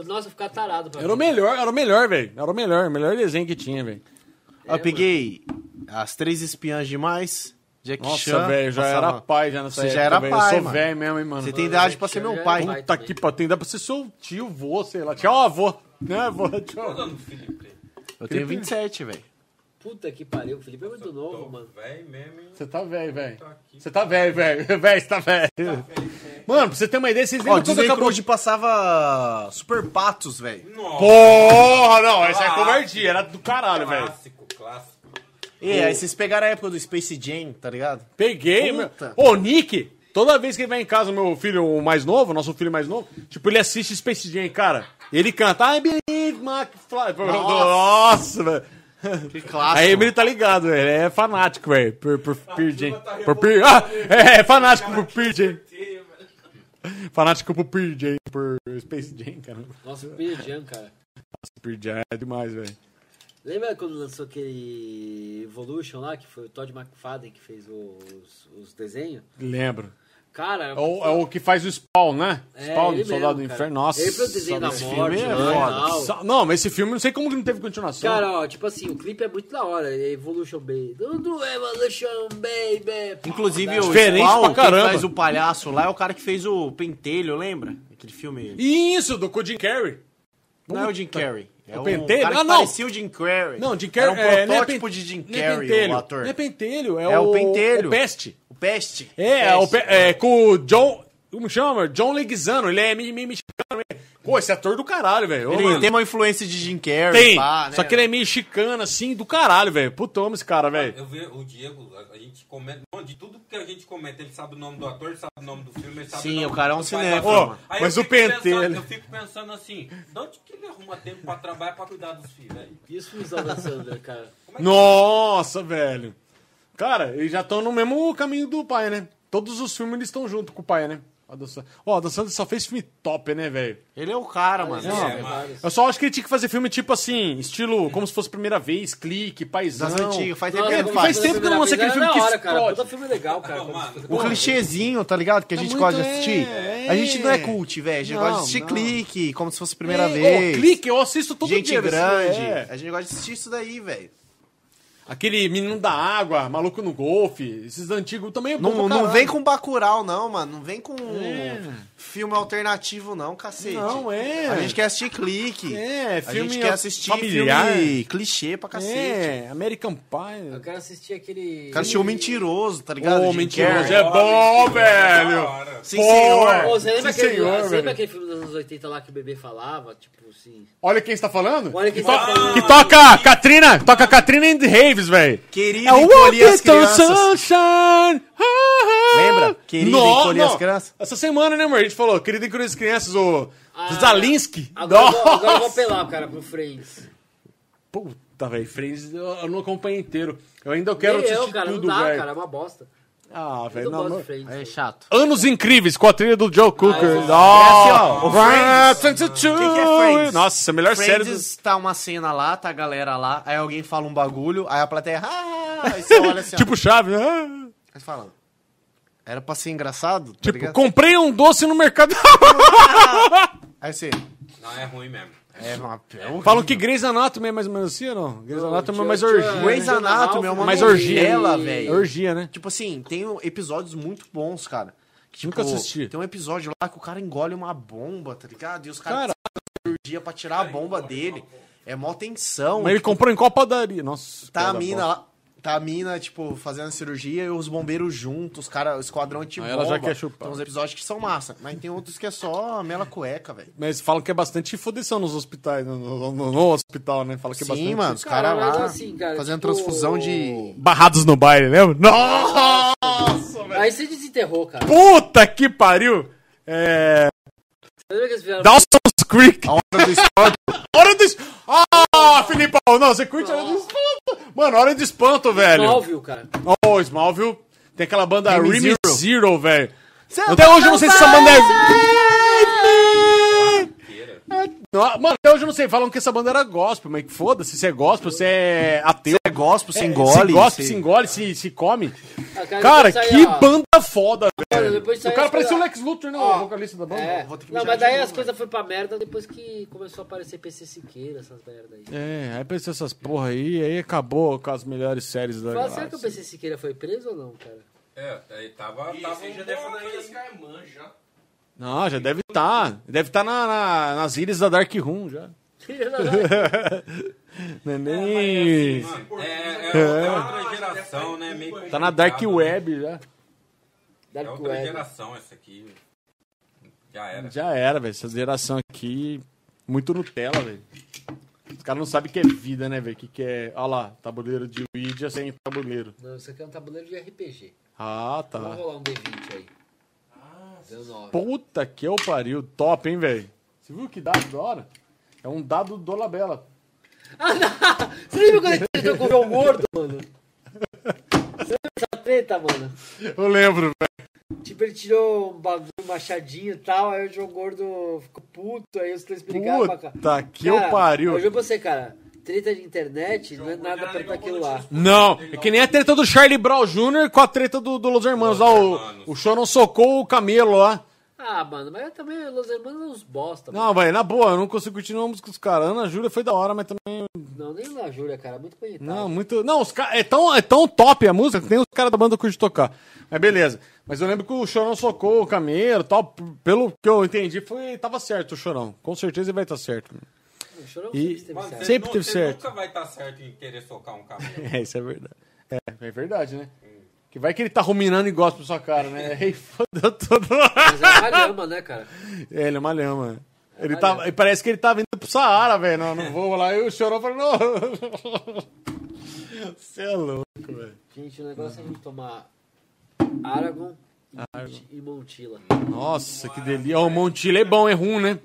Speaker 2: nossa, eu ficava tarado pra
Speaker 4: Era o
Speaker 2: ver.
Speaker 4: melhor, era o melhor, velho. Era o melhor, o melhor desenho que tinha, velho.
Speaker 5: Eu peguei As Três Espiãs Demais, Jack Chan.
Speaker 4: Nossa, velho, já
Speaker 5: passava-
Speaker 4: era pai já nessa
Speaker 5: Você
Speaker 4: época,
Speaker 5: já era
Speaker 4: velho.
Speaker 5: pai,
Speaker 4: Eu sou
Speaker 5: mano.
Speaker 4: velho mesmo, hein, mano.
Speaker 5: Você tem idade pra ser
Speaker 2: Jack Chan
Speaker 5: meu
Speaker 2: já
Speaker 5: pai.
Speaker 2: era pai.
Speaker 4: Puta que pariu, tem dá pra ser seu tio, vô, sei lá. Tchau, avô. Né, avô?
Speaker 3: Qual o
Speaker 4: Tchau.
Speaker 3: nome do Felipe?
Speaker 5: Eu tenho 27, velho.
Speaker 2: Puta que pariu, o Felipe é muito novo, mano.
Speaker 3: Véi mesmo, hein?
Speaker 4: Você tá velho, velho.
Speaker 3: Tá aqui.
Speaker 4: Você tá velho, velho. Velho, você tá velho. Mano, pra você ter uma ideia, vocês
Speaker 5: Ó,
Speaker 4: lembram quando
Speaker 5: Disney
Speaker 4: acabou...
Speaker 5: Cruise passava Super Patos, velho.
Speaker 3: Nossa,
Speaker 4: Porra, não, essa é covardia. Era do caralho, velho.
Speaker 3: clássico, clássico.
Speaker 5: E aí vocês pegaram a época do Space Jam, tá ligado?
Speaker 4: Peguei, meu.
Speaker 5: Puta.
Speaker 4: Ô, Nick, toda vez que ele vai em casa, meu filho o mais novo, nosso filho mais novo, tipo, ele assiste Space Jam, cara. E ele canta, I believe, Mac Fly. Nossa, velho.
Speaker 5: Que clássico.
Speaker 4: Aí ele tá ligado, velho. Ele é fanático, velho. Por, por Pearl Jam. Por Pearl- Ah, é, é fanático por Pearl Jam. Fanático por Pearl Jam, por Space Jam, cara. Nossa,
Speaker 2: Nossa, o Pearl Jam, cara.
Speaker 4: Pearl Jam é demais, velho.
Speaker 2: Lembra quando lançou aquele Evolution lá, que foi o Todd McFadden que fez os, os desenhos?
Speaker 4: Lembro.
Speaker 2: Cara,
Speaker 4: É o, é o que faz o Spawn, né?
Speaker 2: É,
Speaker 4: Spawn,
Speaker 2: ele
Speaker 4: Soldado do
Speaker 2: mesmo, cara.
Speaker 4: Inferno. Nossa.
Speaker 2: Ele foi o desenho da
Speaker 4: esse
Speaker 2: morte,
Speaker 4: filme é
Speaker 2: né,
Speaker 4: foda.
Speaker 2: e
Speaker 4: Sa- Não, mas esse filme, não sei como que não teve continuação.
Speaker 2: Cara, ó, tipo assim, o clipe é muito da hora. é Evolution Baby. Tudo é Evolution Baby. Pô,
Speaker 5: Inclusive, o
Speaker 4: é Diferente
Speaker 5: Spawn,
Speaker 4: pra caramba.
Speaker 5: quem faz o palhaço lá, é o cara que fez o Pentelho, lembra? Aquele filme.
Speaker 4: Isso, do com o Jim Carrey.
Speaker 5: Não é o Jim Carrey. É
Speaker 4: O
Speaker 5: o
Speaker 4: Pentelho?
Speaker 5: cara que
Speaker 4: Ah, não.
Speaker 5: parecia o Jim Carrey.
Speaker 4: Não, Jim Carrey
Speaker 5: Era um
Speaker 4: não é
Speaker 5: protótipo
Speaker 4: pen-
Speaker 5: de Jim
Speaker 4: não é
Speaker 5: Carrey,
Speaker 4: pentelho,
Speaker 5: o ator.
Speaker 4: Não é pentelho, é,
Speaker 5: É o Pentelho.
Speaker 4: O Peste.
Speaker 5: O Peste.
Speaker 4: É,
Speaker 5: Peste.
Speaker 4: o Pe- é, com o John. Como chama? John Leguizano. Ele é mi- mi- mexicano. ele- Pô, esse ator do caralho, velho. Ô,
Speaker 5: Ele
Speaker 4: mano,
Speaker 5: tem uma influência de Jim Carrey.
Speaker 4: é tem.
Speaker 5: pá, né?
Speaker 4: Só que ele é mexicano, assim, do caralho, velho. Puta, eu amo esse cara, velho.
Speaker 3: Eu vi o Diego, a, a gente comenta. Bom, de tudo que a gente comenta, ele sabe o nome do ator, ele sabe o nome do filme, ele sabe
Speaker 5: Sim,
Speaker 3: o nome
Speaker 5: o cara é um
Speaker 3: do pai,
Speaker 5: cinéfilo,
Speaker 3: da-
Speaker 5: mano.
Speaker 3: Aí
Speaker 4: Mas
Speaker 3: eu
Speaker 4: o
Speaker 3: fico pensando-
Speaker 4: pentelho-
Speaker 3: Eu fico pensando assim, de onde que ele arruma tempo pra trabalhar pra cuidar dos filhos aí?
Speaker 2: E os filmes da Adam Sandler, cara?
Speaker 4: Nossa, velho. Cara, eles já estão no mesmo caminho do pai, né? Todos os filmes eles estão junto com o pai, né? Ó, oh, a Dan Sandler só fez filme top, né, velho?
Speaker 5: Ele é o cara, mano.
Speaker 2: Não,
Speaker 5: Esse-
Speaker 2: vários.
Speaker 4: Eu só acho que ele tinha que fazer filme tipo assim, estilo como se fosse primeira vez, clique, paisão.
Speaker 5: Das antigas. Faz tempo
Speaker 2: Nossa,
Speaker 5: que ele
Speaker 2: quando
Speaker 5: faz.
Speaker 4: tempo que eu não é lanço
Speaker 2: fez a
Speaker 4: aquele
Speaker 2: primeira
Speaker 4: filme
Speaker 2: vez,
Speaker 4: que
Speaker 2: era da hora, cara.
Speaker 4: explode.
Speaker 2: Todo filme é legal, cara.
Speaker 3: Não, mano.
Speaker 5: O clichêzinho, tá ligado? Que a
Speaker 4: Tá
Speaker 5: gente
Speaker 4: muito-
Speaker 5: gosta de assistir.
Speaker 4: é,
Speaker 5: A gente não é
Speaker 4: é.
Speaker 5: cult, velho. A gente
Speaker 4: Não,
Speaker 5: gosta de assistir
Speaker 4: não.
Speaker 5: clique, como se fosse a primeira
Speaker 4: Ei,
Speaker 5: vez.
Speaker 4: ô, clique, eu assisto todo
Speaker 5: gente
Speaker 4: dia. desse-
Speaker 5: grande.
Speaker 4: é.
Speaker 5: A gente gosta de assistir isso daí, velho.
Speaker 4: Aquele menino da água, maluco no golfe, esses antigos também é bom
Speaker 5: Não,
Speaker 4: pra
Speaker 5: não
Speaker 4: caralho.
Speaker 5: vem com Bacurau, não, mano. Não vem com
Speaker 4: É.
Speaker 5: filme alternativo, não, cacete.
Speaker 4: Não, é.
Speaker 5: A gente quer assistir clique.
Speaker 4: É,
Speaker 5: a
Speaker 4: filme
Speaker 5: gente quer assistir
Speaker 4: familiar.
Speaker 5: filme clichê pra cacete.
Speaker 4: É, American
Speaker 2: Eu
Speaker 4: Pie.
Speaker 2: quero assistir aquele.
Speaker 5: O cara
Speaker 4: é
Speaker 5: assistiu o Mentiroso, tá ligado?
Speaker 4: Ô,
Speaker 5: Jim
Speaker 4: mentiroso,
Speaker 5: Carrey.
Speaker 4: é bom,
Speaker 3: Da
Speaker 4: velho.
Speaker 3: hora.
Speaker 5: Sim,
Speaker 4: Pô.
Speaker 2: Ô,
Speaker 5: senhor.
Speaker 2: você lembra,
Speaker 4: Sim,
Speaker 2: aquele,
Speaker 4: senhor,
Speaker 2: você
Speaker 4: velho.
Speaker 2: lembra aquele filme dos anos 80 lá que o bebê falava? Tipo assim.
Speaker 4: Olha quem está falando.
Speaker 2: Olha quem
Speaker 4: que, to-
Speaker 2: está falando.
Speaker 4: que toca Katrina, toca Katrina and the Raves, velho.
Speaker 5: Querido,
Speaker 4: É o
Speaker 5: encolhi as
Speaker 4: Little
Speaker 5: crianças.
Speaker 4: Sunshine. Ah, ah.
Speaker 5: Lembra? Querido,
Speaker 4: Nó,
Speaker 5: encolhi
Speaker 4: nó.
Speaker 5: as crianças.
Speaker 4: Essa semana, né, amor? A gente falou, querido, encolhi as crianças, o Zalinski.
Speaker 2: Agora, eu vou-
Speaker 4: Nossa.
Speaker 2: agora eu vou apelar, cara, pro Friends.
Speaker 4: Puta, velho, Friends, eu eu não acompanho inteiro. Eu ainda quero
Speaker 2: Nem
Speaker 4: assistir
Speaker 2: eu, cara,
Speaker 4: tudo,
Speaker 2: não dá,
Speaker 4: velho.
Speaker 2: cara, é uma bosta.
Speaker 4: Ah,
Speaker 2: Eu
Speaker 4: velho,
Speaker 2: não
Speaker 4: não,
Speaker 2: gosto
Speaker 4: não.
Speaker 2: de Friends. Ah, é
Speaker 5: É
Speaker 2: velho.
Speaker 5: chato.
Speaker 4: Anos Incríveis, com a trilha do Joe Cooker.
Speaker 2: assim,
Speaker 5: ó, o Friends.
Speaker 4: O
Speaker 5: Que que é Friends?
Speaker 4: Nossa, a melhor série do...
Speaker 5: Friends tá uma cena lá, tá a galera lá, aí alguém fala um bagulho, aí a plateia. "Ah", aí você olha assim, ó.
Speaker 4: Tipo chave, né?
Speaker 5: Aí você fala, Era pra ser engraçado? Tá
Speaker 4: Tipo,
Speaker 5: ligado?
Speaker 4: comprei um doce no mercado.
Speaker 5: Aí você.
Speaker 3: Não, é ruim mesmo.
Speaker 5: É uma é um
Speaker 4: Falam que Grey's Anatomy é mais ou menos assim ou não? Grey's Anatomy é mais orgia.
Speaker 5: Grey's
Speaker 4: né?
Speaker 5: Anatomy é uma
Speaker 4: Mais
Speaker 5: novela,
Speaker 4: orgia.
Speaker 5: velho.
Speaker 4: Orgia, né?
Speaker 5: Tipo assim, tem um- episódios muito bons, cara. Que,
Speaker 4: Nunca assisti.
Speaker 5: Tem um episódio lá que o cara engole uma bomba, tá ligado? E os caras
Speaker 4: Cara.
Speaker 5: precisam de cirurgia pra tirar a bomba dele. É mó tensão.
Speaker 4: Mas ele comprou em qual padaria? Nossa.
Speaker 5: Tá a
Speaker 4: piada
Speaker 5: mina
Speaker 4: bosta.
Speaker 5: lá. Tá a mina, tipo, fazendo a cirurgia e os bombeiros juntos, os cara, o esquadrão de
Speaker 4: Aí Ah, ela já quer chupar.
Speaker 5: Tem uns episódios que são massa, mas tem outros que é só a mela cueca, velho.
Speaker 4: Mas falam que é bastante fodição nos hospitais, no, no- no- no hospital, né? Fala que é bastante.
Speaker 5: Sim, mano, os
Speaker 2: Cara,
Speaker 5: caras
Speaker 2: mas
Speaker 5: lá
Speaker 2: assim, cara,
Speaker 5: fazendo
Speaker 2: tipo-
Speaker 5: transfusão de.
Speaker 4: Barrados no baile, lembra? Nossa!
Speaker 2: Aí você desenterrou, cara.
Speaker 4: Puta que pariu! É.
Speaker 2: Lembra que eles fizeram?
Speaker 4: Dawson's Creek.
Speaker 5: A hora do esporte.
Speaker 4: Hora do espanto. Ah, Filipão, não, você curte a hora do espanto. Mano, hora do espanto, velho.
Speaker 2: Smallville, cara.
Speaker 4: Oh, Smallville. Tem aquela banda
Speaker 5: Remix
Speaker 4: Remix Zero, tá
Speaker 5: Zero.
Speaker 4: velho. Até hoje eu não sei se essa banda é...
Speaker 3: Queira.
Speaker 4: Não, Mano, até hoje eu não sei. Falam que essa banda era gospel, mas que foda-se. Se é gospel, se é ateu.
Speaker 5: É gospel, se engole.
Speaker 4: se gospel,
Speaker 5: se-
Speaker 4: se engole, se, se come.
Speaker 2: Ah,
Speaker 4: Cara,
Speaker 2: depois saiu
Speaker 4: que
Speaker 2: a-
Speaker 4: banda foda,
Speaker 2: Olha,
Speaker 4: velho.
Speaker 2: depois
Speaker 4: O
Speaker 2: saiu
Speaker 4: cara
Speaker 2: as
Speaker 4: parecia o
Speaker 2: coisas-
Speaker 4: Lex Luthor, né?
Speaker 2: é- Ó,
Speaker 4: O vocalista da banda.
Speaker 2: É.
Speaker 5: vou ter que
Speaker 2: Não,
Speaker 5: mijar
Speaker 2: mas
Speaker 5: de
Speaker 2: daí
Speaker 5: novo,
Speaker 2: as coisas foram pra merda depois que começou a aparecer PC Siqueira, essas merda aí.
Speaker 4: É, aí apareceu essas porra aí, aí acabou com as melhores séries da
Speaker 2: Fala, será assim que o
Speaker 4: galáxia.
Speaker 2: PC Siqueira foi preso ou não, cara?
Speaker 3: É, aí tava.
Speaker 22: Ih,
Speaker 3: tava
Speaker 22: você já
Speaker 3: um
Speaker 22: deve
Speaker 3: bom
Speaker 22: falar
Speaker 3: aquele
Speaker 22: isso, Skyman já.
Speaker 4: Não, já deve estar. Deve estar nas ilhas da Dark Room já.
Speaker 2: é.
Speaker 4: Não é nem...
Speaker 2: assim,
Speaker 3: É, é, é, outra geração, né? Meio
Speaker 4: tá na Dark
Speaker 3: complicado, né?
Speaker 4: Web já.
Speaker 3: É
Speaker 2: Dark
Speaker 3: outra
Speaker 2: Web.
Speaker 3: geração essa aqui. Já era.
Speaker 4: Já era, velho. Essa geração aqui, muito Nutella, velho. Os caras não sabem o que é vida, né, velho? O que, que é. Olha lá, tabuleiro de Ouija sem tabuleiro.
Speaker 2: Não, isso aqui é um tabuleiro de RPG.
Speaker 4: Ah,
Speaker 2: Vamos
Speaker 4: tá.
Speaker 2: rolar um D20 aí. Deu 9.
Speaker 4: Puta que eu pariu. Top, hein, velho? Você viu que dado da hora? É um dado do Dolabella.
Speaker 2: Você lembra quando ele tretou com o João um Gordo, mano? Você lembra dessa treta, mano?
Speaker 4: Eu lembro, velho.
Speaker 2: Tipo, ele tirou um bagulho um machadinho e tal, aí o João Gordo ficou puto, aí os três brigaram pra cá.
Speaker 4: Puta que eu pariu.
Speaker 2: Eu juro pra você, cara. Treta de internet não é nada perto daquilo lá.
Speaker 4: Não, é que nem a treta do Charlie Brown Jr. com a treta do, do Los Hermanos. Lá, o, o show não socou o camelo lá.
Speaker 2: Ah, mano, mas também Los Hermanos é uns bosta, mano.
Speaker 4: Não, velho, na boa, eu não consigo continuar a música dos caras. Ana Júlia foi da hora, mas também.
Speaker 2: Não, nem na Júlia, cara. é Muito bonitado.
Speaker 4: Não, muito. Não, os ca... é, tão, é tão top a música que nem os caras da banda curte tocar. Mas beleza. Mas eu lembro que o Chorão socou o Cameiro tal. p- Pelo que eu entendi, foi... tava certo o Chorão. Com certeza ele vai estar certo.
Speaker 2: O Chorão
Speaker 4: E-
Speaker 2: sempre teve
Speaker 3: Mano,
Speaker 2: certo.
Speaker 3: você
Speaker 4: Sempre
Speaker 3: nu-
Speaker 4: teve
Speaker 3: você
Speaker 4: certo.
Speaker 3: nunca vai estar certo em querer socar um cabelo.
Speaker 4: É, isso é verdade. É, é verdade, né? Que vai que ele tá ruminando e gosta pra sua cara, né? Aí fodeu tudo.
Speaker 2: Mas é uma lama, né, cara?
Speaker 4: É, ele é uma lhama. Ele
Speaker 2: uma
Speaker 4: tava,
Speaker 2: lhama.
Speaker 4: e parece que ele tava indo pro Saara, velho. Não, não vou lá. E o chorão falou: não. Você é louco, velho.
Speaker 2: Gente, o negócio é a gente tomar Aragon e, e Montila.
Speaker 4: Nossa, que delícia. Ó, o Montila é bom, é ruim, né?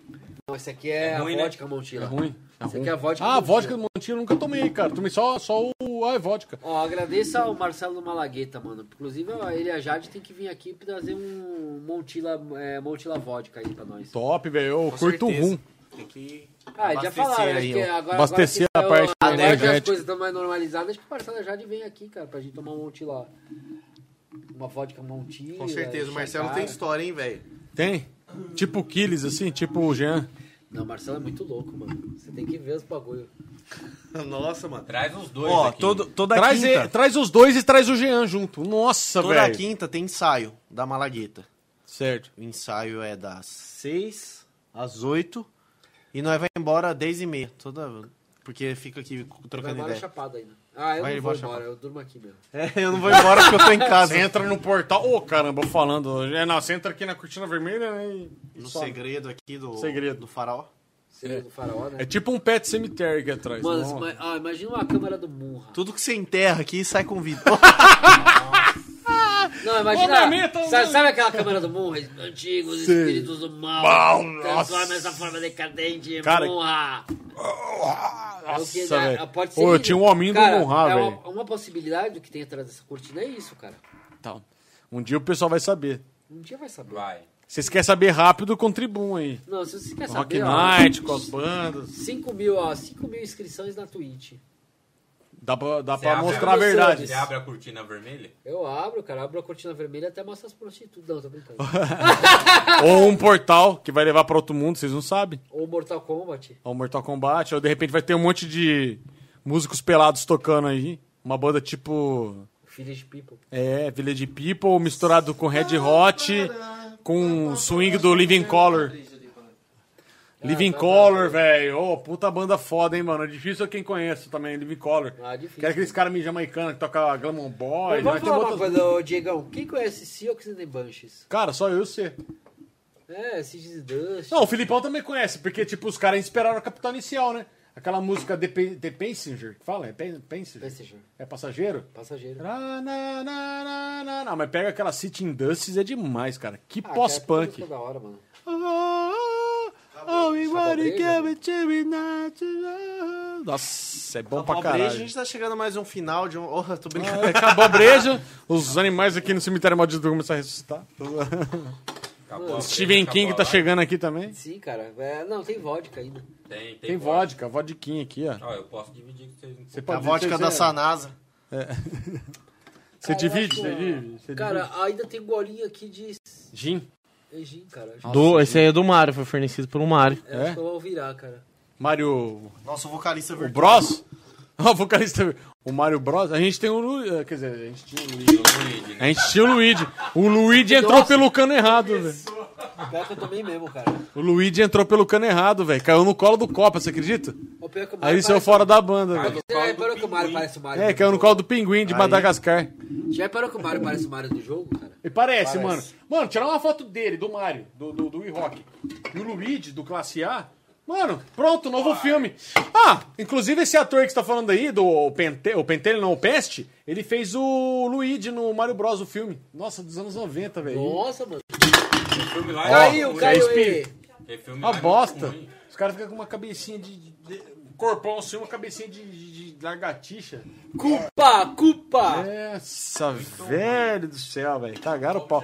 Speaker 2: Não, esse aqui é,
Speaker 3: ruim,
Speaker 2: a
Speaker 3: né?
Speaker 2: vodka Montila.
Speaker 4: É ruim. É
Speaker 2: Você
Speaker 4: ruim.
Speaker 2: quer a vodka
Speaker 4: Ah,
Speaker 2: do
Speaker 4: a vodka
Speaker 2: Montila?
Speaker 4: do Montila eu nunca tomei, cara. Tomei só, só o a vodka.
Speaker 2: Ó, agradeço ao Marcelo Malagueta, mano. Inclusive, ó, ele e a Jade tem que vir aqui trazer um Montila, é, Montila Vodka aí pra nós.
Speaker 4: Top, velho. Eu
Speaker 5: Com
Speaker 4: curto o
Speaker 5: certeza.
Speaker 4: rum.
Speaker 5: Tem que
Speaker 2: Ah, já
Speaker 5: abastecer
Speaker 2: falaram, acho
Speaker 5: aí,
Speaker 2: que
Speaker 5: ó.
Speaker 2: agora,
Speaker 4: Abastecer
Speaker 2: agora
Speaker 4: a
Speaker 2: que
Speaker 4: parte
Speaker 2: saiu- agora que as
Speaker 4: energética.
Speaker 2: coisas estão mais normalizadas, acho que o Marcelo Jade vem aqui, cara, pra gente tomar um Montila. Uma vodka Montila.
Speaker 5: Com certeza, o Marcelo
Speaker 2: Chagara.
Speaker 5: tem história, hein, velho?
Speaker 4: Tem? Tipo o Killis, assim, tipo o Jean.
Speaker 2: Não, o Marcelo é muito louco, mano. Você tem que ver os bagulho.
Speaker 5: Nossa, mano.
Speaker 3: Traz os dois
Speaker 5: Ó,
Speaker 3: aqui.
Speaker 5: todo, toda
Speaker 4: Traz,
Speaker 5: quinta,
Speaker 4: e- traz os dois e traz o Jean junto. Nossa,
Speaker 5: toda
Speaker 4: velho.
Speaker 5: quinta tem ensaio da Malagueta.
Speaker 4: Certo.
Speaker 5: O ensaio é das 6 às 8 e nós vai embora às 10 e meia. Toda... Porque fica aqui
Speaker 2: Vai
Speaker 5: trocando
Speaker 2: embora
Speaker 5: ideia.
Speaker 2: chapado ainda. Ah, eu
Speaker 5: Vai
Speaker 2: não vou
Speaker 5: embora
Speaker 2: embora,
Speaker 5: chapado.
Speaker 2: eu durmo aqui mesmo.
Speaker 5: É, eu não vou embora porque eu tô em casa.
Speaker 4: Você entra no portal. Ô, caramba, eu falando. É, não, você entra aqui na cortina vermelha né, e. e
Speaker 5: No
Speaker 4: some.
Speaker 5: segredo aqui do,
Speaker 4: Segredo.
Speaker 5: do farol.
Speaker 2: Segredo do faraó, né?
Speaker 4: É tipo um pet cemitério aqui atrás. né?
Speaker 2: Mano,
Speaker 4: Nossa.
Speaker 2: ima- ah, imagina uma câmera do Munra.
Speaker 5: Tudo que você enterra aqui sai com vida.
Speaker 2: Não,
Speaker 4: Ô,
Speaker 2: imagina.
Speaker 4: Marmita, ô,
Speaker 2: sabe, sabe aquela câmera do Munra? Antigos espíritos do mal.
Speaker 4: Mal,
Speaker 2: transforma
Speaker 4: um, nossa.
Speaker 2: essa forma decadente em
Speaker 4: Cara,
Speaker 2: Munra. É o que-
Speaker 4: Nossa,
Speaker 2: é-
Speaker 4: velho.
Speaker 2: pode ser
Speaker 4: Ô, eu
Speaker 2: que-
Speaker 4: tinha um hominho do
Speaker 2: cara,
Speaker 4: Munra,
Speaker 2: é uma-
Speaker 4: velho.
Speaker 2: Uma, possibilidade que tem atrás dessa cortina é isso, cara.
Speaker 4: Tá. Um dia o pessoal vai saber.
Speaker 2: Um dia vai saber.
Speaker 3: Vai.
Speaker 4: Vocês querem saber rápido, contribuam aí.
Speaker 2: Não, se você quer
Speaker 4: Rock
Speaker 2: saber. ó,
Speaker 4: Night, com as bandas.
Speaker 2: 5 mil, ó, 5 mil inscrições na Twitch.
Speaker 4: Dá pra, dá
Speaker 3: Você
Speaker 4: pra
Speaker 3: abre
Speaker 4: mostrar a
Speaker 2: você,
Speaker 4: verdade.
Speaker 3: Você abre a cortina vermelha?
Speaker 2: Eu abro, cara, abro a cortina vermelha até mostra as prostitutas. Não, tô brincando.
Speaker 4: Ou um portal que vai levar pra outro mundo, vocês não sabem.
Speaker 2: Ou Mortal Kombat.
Speaker 4: Ou Mortal Kombat. Ou de repente vai ter um monte de músicos pelados tocando aí. Uma banda tipo.
Speaker 2: Village People.
Speaker 4: É, Village People misturado com Red Hot, com swing do Living Color. Living
Speaker 2: tá, tá,
Speaker 4: Color, velho. Ô, puta banda foda, hein, mano. É difícil quem conhece também, Living Color.
Speaker 2: Ah, difícil.
Speaker 4: Que era aqueles caras meio jamaicano que toca Glamour Boy.
Speaker 2: Mas vamos
Speaker 4: mas tem
Speaker 2: falar uma
Speaker 4: outras-
Speaker 2: coisa, ô, Diegão. Quem conhece Seahawks and the Bunches?
Speaker 4: Cara, só eu e você.
Speaker 2: É, Seeds and Dust.
Speaker 4: Não, o Filipão também conhece, porque, tipo, os caras inspiraram a Capital Inicial, né? Aquela música The, Pe- The Passenger, que fala? É Pe- Passenger?
Speaker 2: Passenger.
Speaker 4: É passageiro?
Speaker 2: Passageiro.
Speaker 4: Na, na, na, na, na. Não, mas pega aquela City Industries, é demais, cara. Que
Speaker 2: Ah, cara,
Speaker 4: pós-punk.
Speaker 2: tudo isso é da hora, mano.
Speaker 4: Ah, Oh, we wanna
Speaker 2: Salva-breja?
Speaker 4: give it to me natural. Nossa, é bom pra
Speaker 5: Salvabreja, a
Speaker 4: caralho. Ah,
Speaker 5: gente tá chegando a mais um final de um. Oh, tô brincando.
Speaker 4: Acabou a breja, os animais aqui no cemitério maldito vão começar a ressuscitar.
Speaker 3: Acabou a
Speaker 4: Stephen
Speaker 3: breja,
Speaker 4: King
Speaker 3: acabou a
Speaker 4: tá chegando aqui também.
Speaker 2: Sim, cara. É, não, tem vodka ainda.
Speaker 3: live. Tem, tem,
Speaker 4: Tem vodka, vodquinha aqui, ó.
Speaker 3: Ó, eu posso dividir com vocês. um
Speaker 4: Você
Speaker 5: a
Speaker 4: pode- é.
Speaker 5: vodka
Speaker 4: você-
Speaker 5: da Sanasa.
Speaker 4: Você divide?
Speaker 2: acho-
Speaker 4: Você divide? Você divide?
Speaker 2: Cara, ainda tem golinho aqui de
Speaker 4: Gin?
Speaker 2: é gin, cara. Acho
Speaker 12: Do, esse aí é do Mario, foi fornecido pelo Mario.
Speaker 2: é, acho
Speaker 4: É?
Speaker 2: que eu vou virar, cara.
Speaker 4: Mário
Speaker 5: Nossa, o vocalista
Speaker 4: O Bros?
Speaker 5: virtuoso.
Speaker 4: Ó, o vocalista. O Mário Bros? A gente tem o Lu... eh, Quer dizer, a gente tinha o Luigi. A gente tinha o Luigi. O Luigi entrou pelo cano errado, velho.
Speaker 2: Pior é que eu tomei mesmo, cara.
Speaker 4: O Luigi entrou pelo cano errado, velho. Caiu no colo do Copa, você acredita?
Speaker 2: O pior é que o Mario
Speaker 4: Aí ele saiu
Speaker 2: parece-
Speaker 4: fora da banda,
Speaker 3: Caiu
Speaker 4: velho.
Speaker 3: no
Speaker 2: Você
Speaker 3: colo
Speaker 2: já
Speaker 3: do
Speaker 2: reparou que o Mario
Speaker 3: pinguim.
Speaker 2: parece o Mario?
Speaker 4: É,
Speaker 2: do
Speaker 4: caiu no
Speaker 2: jogo?
Speaker 4: colo do pinguim de Madagascar.
Speaker 2: Já reparou que o Mario parece o Mario do jogo, cara?
Speaker 4: E parece, mano. Mano, tirar uma foto dele, do Mario, do, do, do rock E o Luigi, do Classe A. Mano, pronto, novo filme. Ah, inclusive esse ator que você tá falando aí, do Pente, o Pentelho, não, o Peste, ele fez o Luigi no Mario Bros, o filme. Nossa, dos anos 90, velho.
Speaker 2: Nossa, mano.
Speaker 3: Tem filme lá, é
Speaker 2: Caiu,
Speaker 3: ruim.
Speaker 2: caiu
Speaker 4: é
Speaker 2: aí.
Speaker 3: Tem filme
Speaker 4: Uma
Speaker 3: lá, é muito
Speaker 4: bosta.
Speaker 3: ruim.
Speaker 4: Os caras ficam com uma cabecinha de... de- um corpão assim, uma cabecinha de, de, de lagartixa.
Speaker 2: Culpa,
Speaker 4: É,
Speaker 2: culpa.
Speaker 4: Nossa, velho do céu, velho. Cagaram o pau.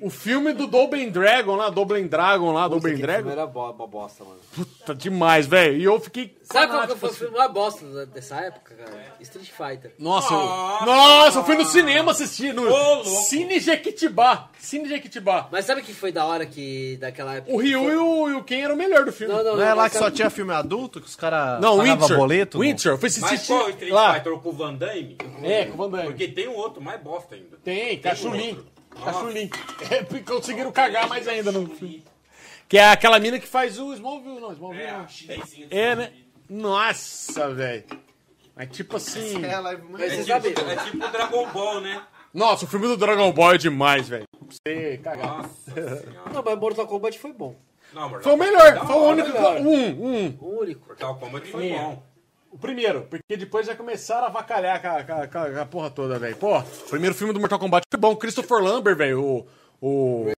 Speaker 4: O filme do Double Dragon lá, Double Dragon lá, Double Dragon.
Speaker 2: Era bo- uma bosta, mano.
Speaker 4: Tá demais, velho. E eu fiquei.
Speaker 2: Sabe qual que
Speaker 4: fanático,
Speaker 2: foi o
Speaker 4: assim.
Speaker 2: filme mais bosta da- dessa época, cara? Street Fighter.
Speaker 4: Nossa, eu... Nossa, eu fui no cinema assistir. No Cine Jequitibá. Cine Jequitibá.
Speaker 2: Mas sabe o que foi da hora que daquela época?
Speaker 4: O Ryu e o, e o Ken eram o melhor do filme.
Speaker 2: Não, não,
Speaker 5: Não é lá
Speaker 2: mas
Speaker 5: que
Speaker 2: sabe-
Speaker 5: só tinha filme adulto, que os caras
Speaker 4: Não,
Speaker 5: pagavam
Speaker 4: Winter.
Speaker 5: boleto? não?
Speaker 4: Winter, eu fui
Speaker 3: Mas
Speaker 4: assistir
Speaker 3: qual o Street
Speaker 4: lá.
Speaker 3: Fighter com o Van Damme?
Speaker 4: É, com o Van Damme.
Speaker 3: Porque tem um outro mais bosta ainda.
Speaker 4: Tem, um Cachulim.
Speaker 3: outro.
Speaker 4: Cachulim. É, porque conseguiram cagar mais ainda no filme. Que é aquela mina que faz o Smallville, não. Smallville não. É, né? Nossa, velho. Mas tipo assim.
Speaker 5: É, lá-
Speaker 2: Mas
Speaker 3: É
Speaker 2: você
Speaker 3: tipo,
Speaker 2: sabe,
Speaker 3: é tipo o Dragon Ball, né?
Speaker 4: Nossa, o filme do Dragon Ball é demais, velho. Pra Você cagar.
Speaker 3: Nossa senhora.
Speaker 2: não, mas Mortal Kombat foi bom.
Speaker 3: Não, Mortal
Speaker 4: Foi o
Speaker 3: Kombat da
Speaker 4: melhor, foi o
Speaker 3: hora.
Speaker 4: único. Um, um.
Speaker 2: O único.
Speaker 3: Mortal Kombat foi bom.
Speaker 4: O primeiro, porque depois já começaram a avacalhar com a, com a- com a porra toda, velho. Pô, o primeiro filme do Mortal Kombat foi bom. Christopher Lambert, velho. O. O.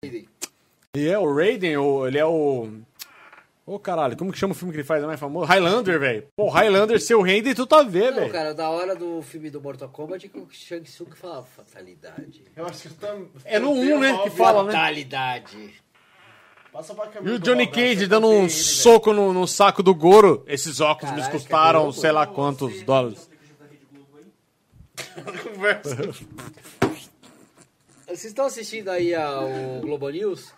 Speaker 4: E é o Raiden, o, ele é o. Ô caralho, como que chama o filme que ele faz? É mais famoso? Highlander, velho. Pô, Highlander, seu Raiden, tu tá vendo,
Speaker 2: Não,
Speaker 4: velho.
Speaker 2: cara, da hora do filme do Mortal Kombat é que o Shang Tsung fala fatalidade.
Speaker 5: Eu acho que tá...
Speaker 4: É no 1, um, né? Que fala, né?
Speaker 2: Fatalidade.
Speaker 5: Passa pra câmera
Speaker 4: E o
Speaker 5: do
Speaker 4: Johnny
Speaker 5: Baldassi,
Speaker 4: Cage
Speaker 5: eu
Speaker 4: dando
Speaker 5: tenho
Speaker 4: um
Speaker 5: ele,
Speaker 4: soco no, no saco do Goro. Esses óculos me
Speaker 2: Caraca,
Speaker 4: custaram
Speaker 2: Goro.
Speaker 4: sei lá quantos dólares.
Speaker 2: Vocês estão assistindo aí ao Globo News?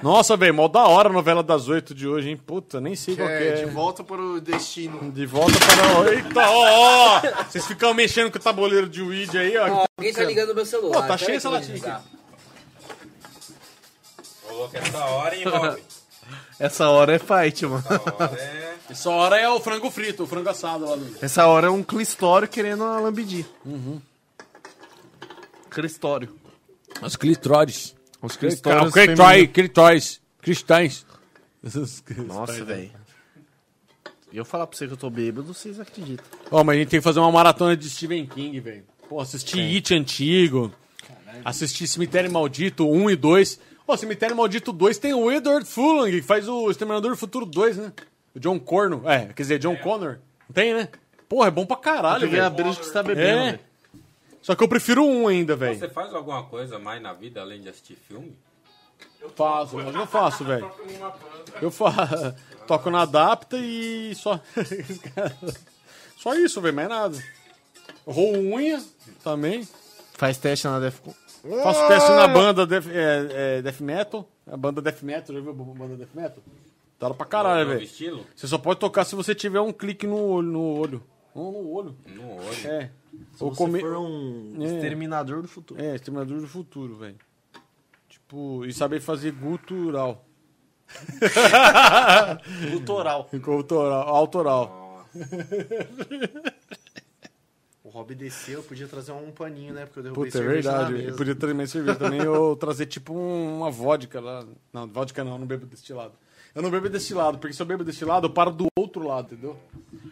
Speaker 4: Nossa, velho, mó da hora a novela das oito de hoje, hein? Puta, nem sei qual que
Speaker 5: velho. É, de
Speaker 2: tipo,
Speaker 4: é.
Speaker 5: volta pro destino.
Speaker 4: De volta para. Eita, ó, ó! Vocês ficam mexendo com o tabuleiro de weed aí, ó.
Speaker 2: Ó, Alguém tá ligando no meu celular.
Speaker 4: Pô, tá
Speaker 2: Pera
Speaker 4: cheio
Speaker 2: aí
Speaker 4: essa
Speaker 2: que eu vou
Speaker 4: latinha
Speaker 2: desligar.
Speaker 3: Ô, louco, essa hora, hein, Bob?
Speaker 5: Essa hora é fight, mano.
Speaker 3: Essa hora é...
Speaker 4: Essa hora é o frango frito, o frango assado lá do.
Speaker 5: Essa hora é um clistório querendo uma lambidinha. Uhum. Cristório.
Speaker 1: Os clitrodes.
Speaker 5: Os
Speaker 4: Cara,
Speaker 5: cristórios
Speaker 4: Critróis, Critróis, Cristãs.
Speaker 5: Nossa, velho. E eu falar pra você que eu tô bêbado, vocês acreditam.
Speaker 4: Ó, mas a gente tem que fazer uma maratona de Stephen King, velho. Pô, assistir It antigo, assistir Cemitério Maldito 1 e 2. Ó, Cemitério Maldito 2 tem o Edward Fullan, que faz o Exterminador do Futuro 2, né? O John Corno. É, quer dizer, John Connor. Tem, né? Porra, é bom pra caralho,
Speaker 5: Peguei a
Speaker 4: velho.
Speaker 5: breja que você tá bebendo,
Speaker 4: É.
Speaker 5: velho.
Speaker 4: Só que eu prefiro um ainda,
Speaker 3: Você
Speaker 4: velho.
Speaker 3: faz alguma coisa mais na vida além de assistir filme?
Speaker 4: Eu faço, mas eu faço, velho. Eu faço. Toco na adapta e só. só isso, velho, mais nada. Rou unha também.
Speaker 5: Faz teste na Defcon.
Speaker 4: Faço teste na banda Death, é, é, death Metal. A banda Death Metal, já viu a banda Death Metal? Tá pra caralho,
Speaker 3: Novo
Speaker 4: velho.
Speaker 3: estilo?
Speaker 4: Você só pode tocar se você tiver um clique no olho. No olho. Não, no olho.
Speaker 3: No olho.
Speaker 4: É.
Speaker 5: Se
Speaker 4: Ou
Speaker 5: você
Speaker 4: come...
Speaker 5: for um
Speaker 4: É.
Speaker 5: exterminador do futuro.
Speaker 4: É, Exterminador do Futuro, velho. Tipo, e saber fazer gutural.
Speaker 5: Cultural.
Speaker 4: Gutural, autoral.
Speaker 5: O Rob desceu, eu podia trazer um paninho, né? Porque eu derrubei
Speaker 4: Puta, é
Speaker 5: cerveja na
Speaker 4: verdade. Eu
Speaker 5: mesa.
Speaker 4: podia trazer mais cerveja também ou trazer tipo um- uma vodka lá. Não, vodka não, eu não bebo destilado. Eu não bebo destilado, porque se eu bebo destilado, eu paro do outro lado, entendeu?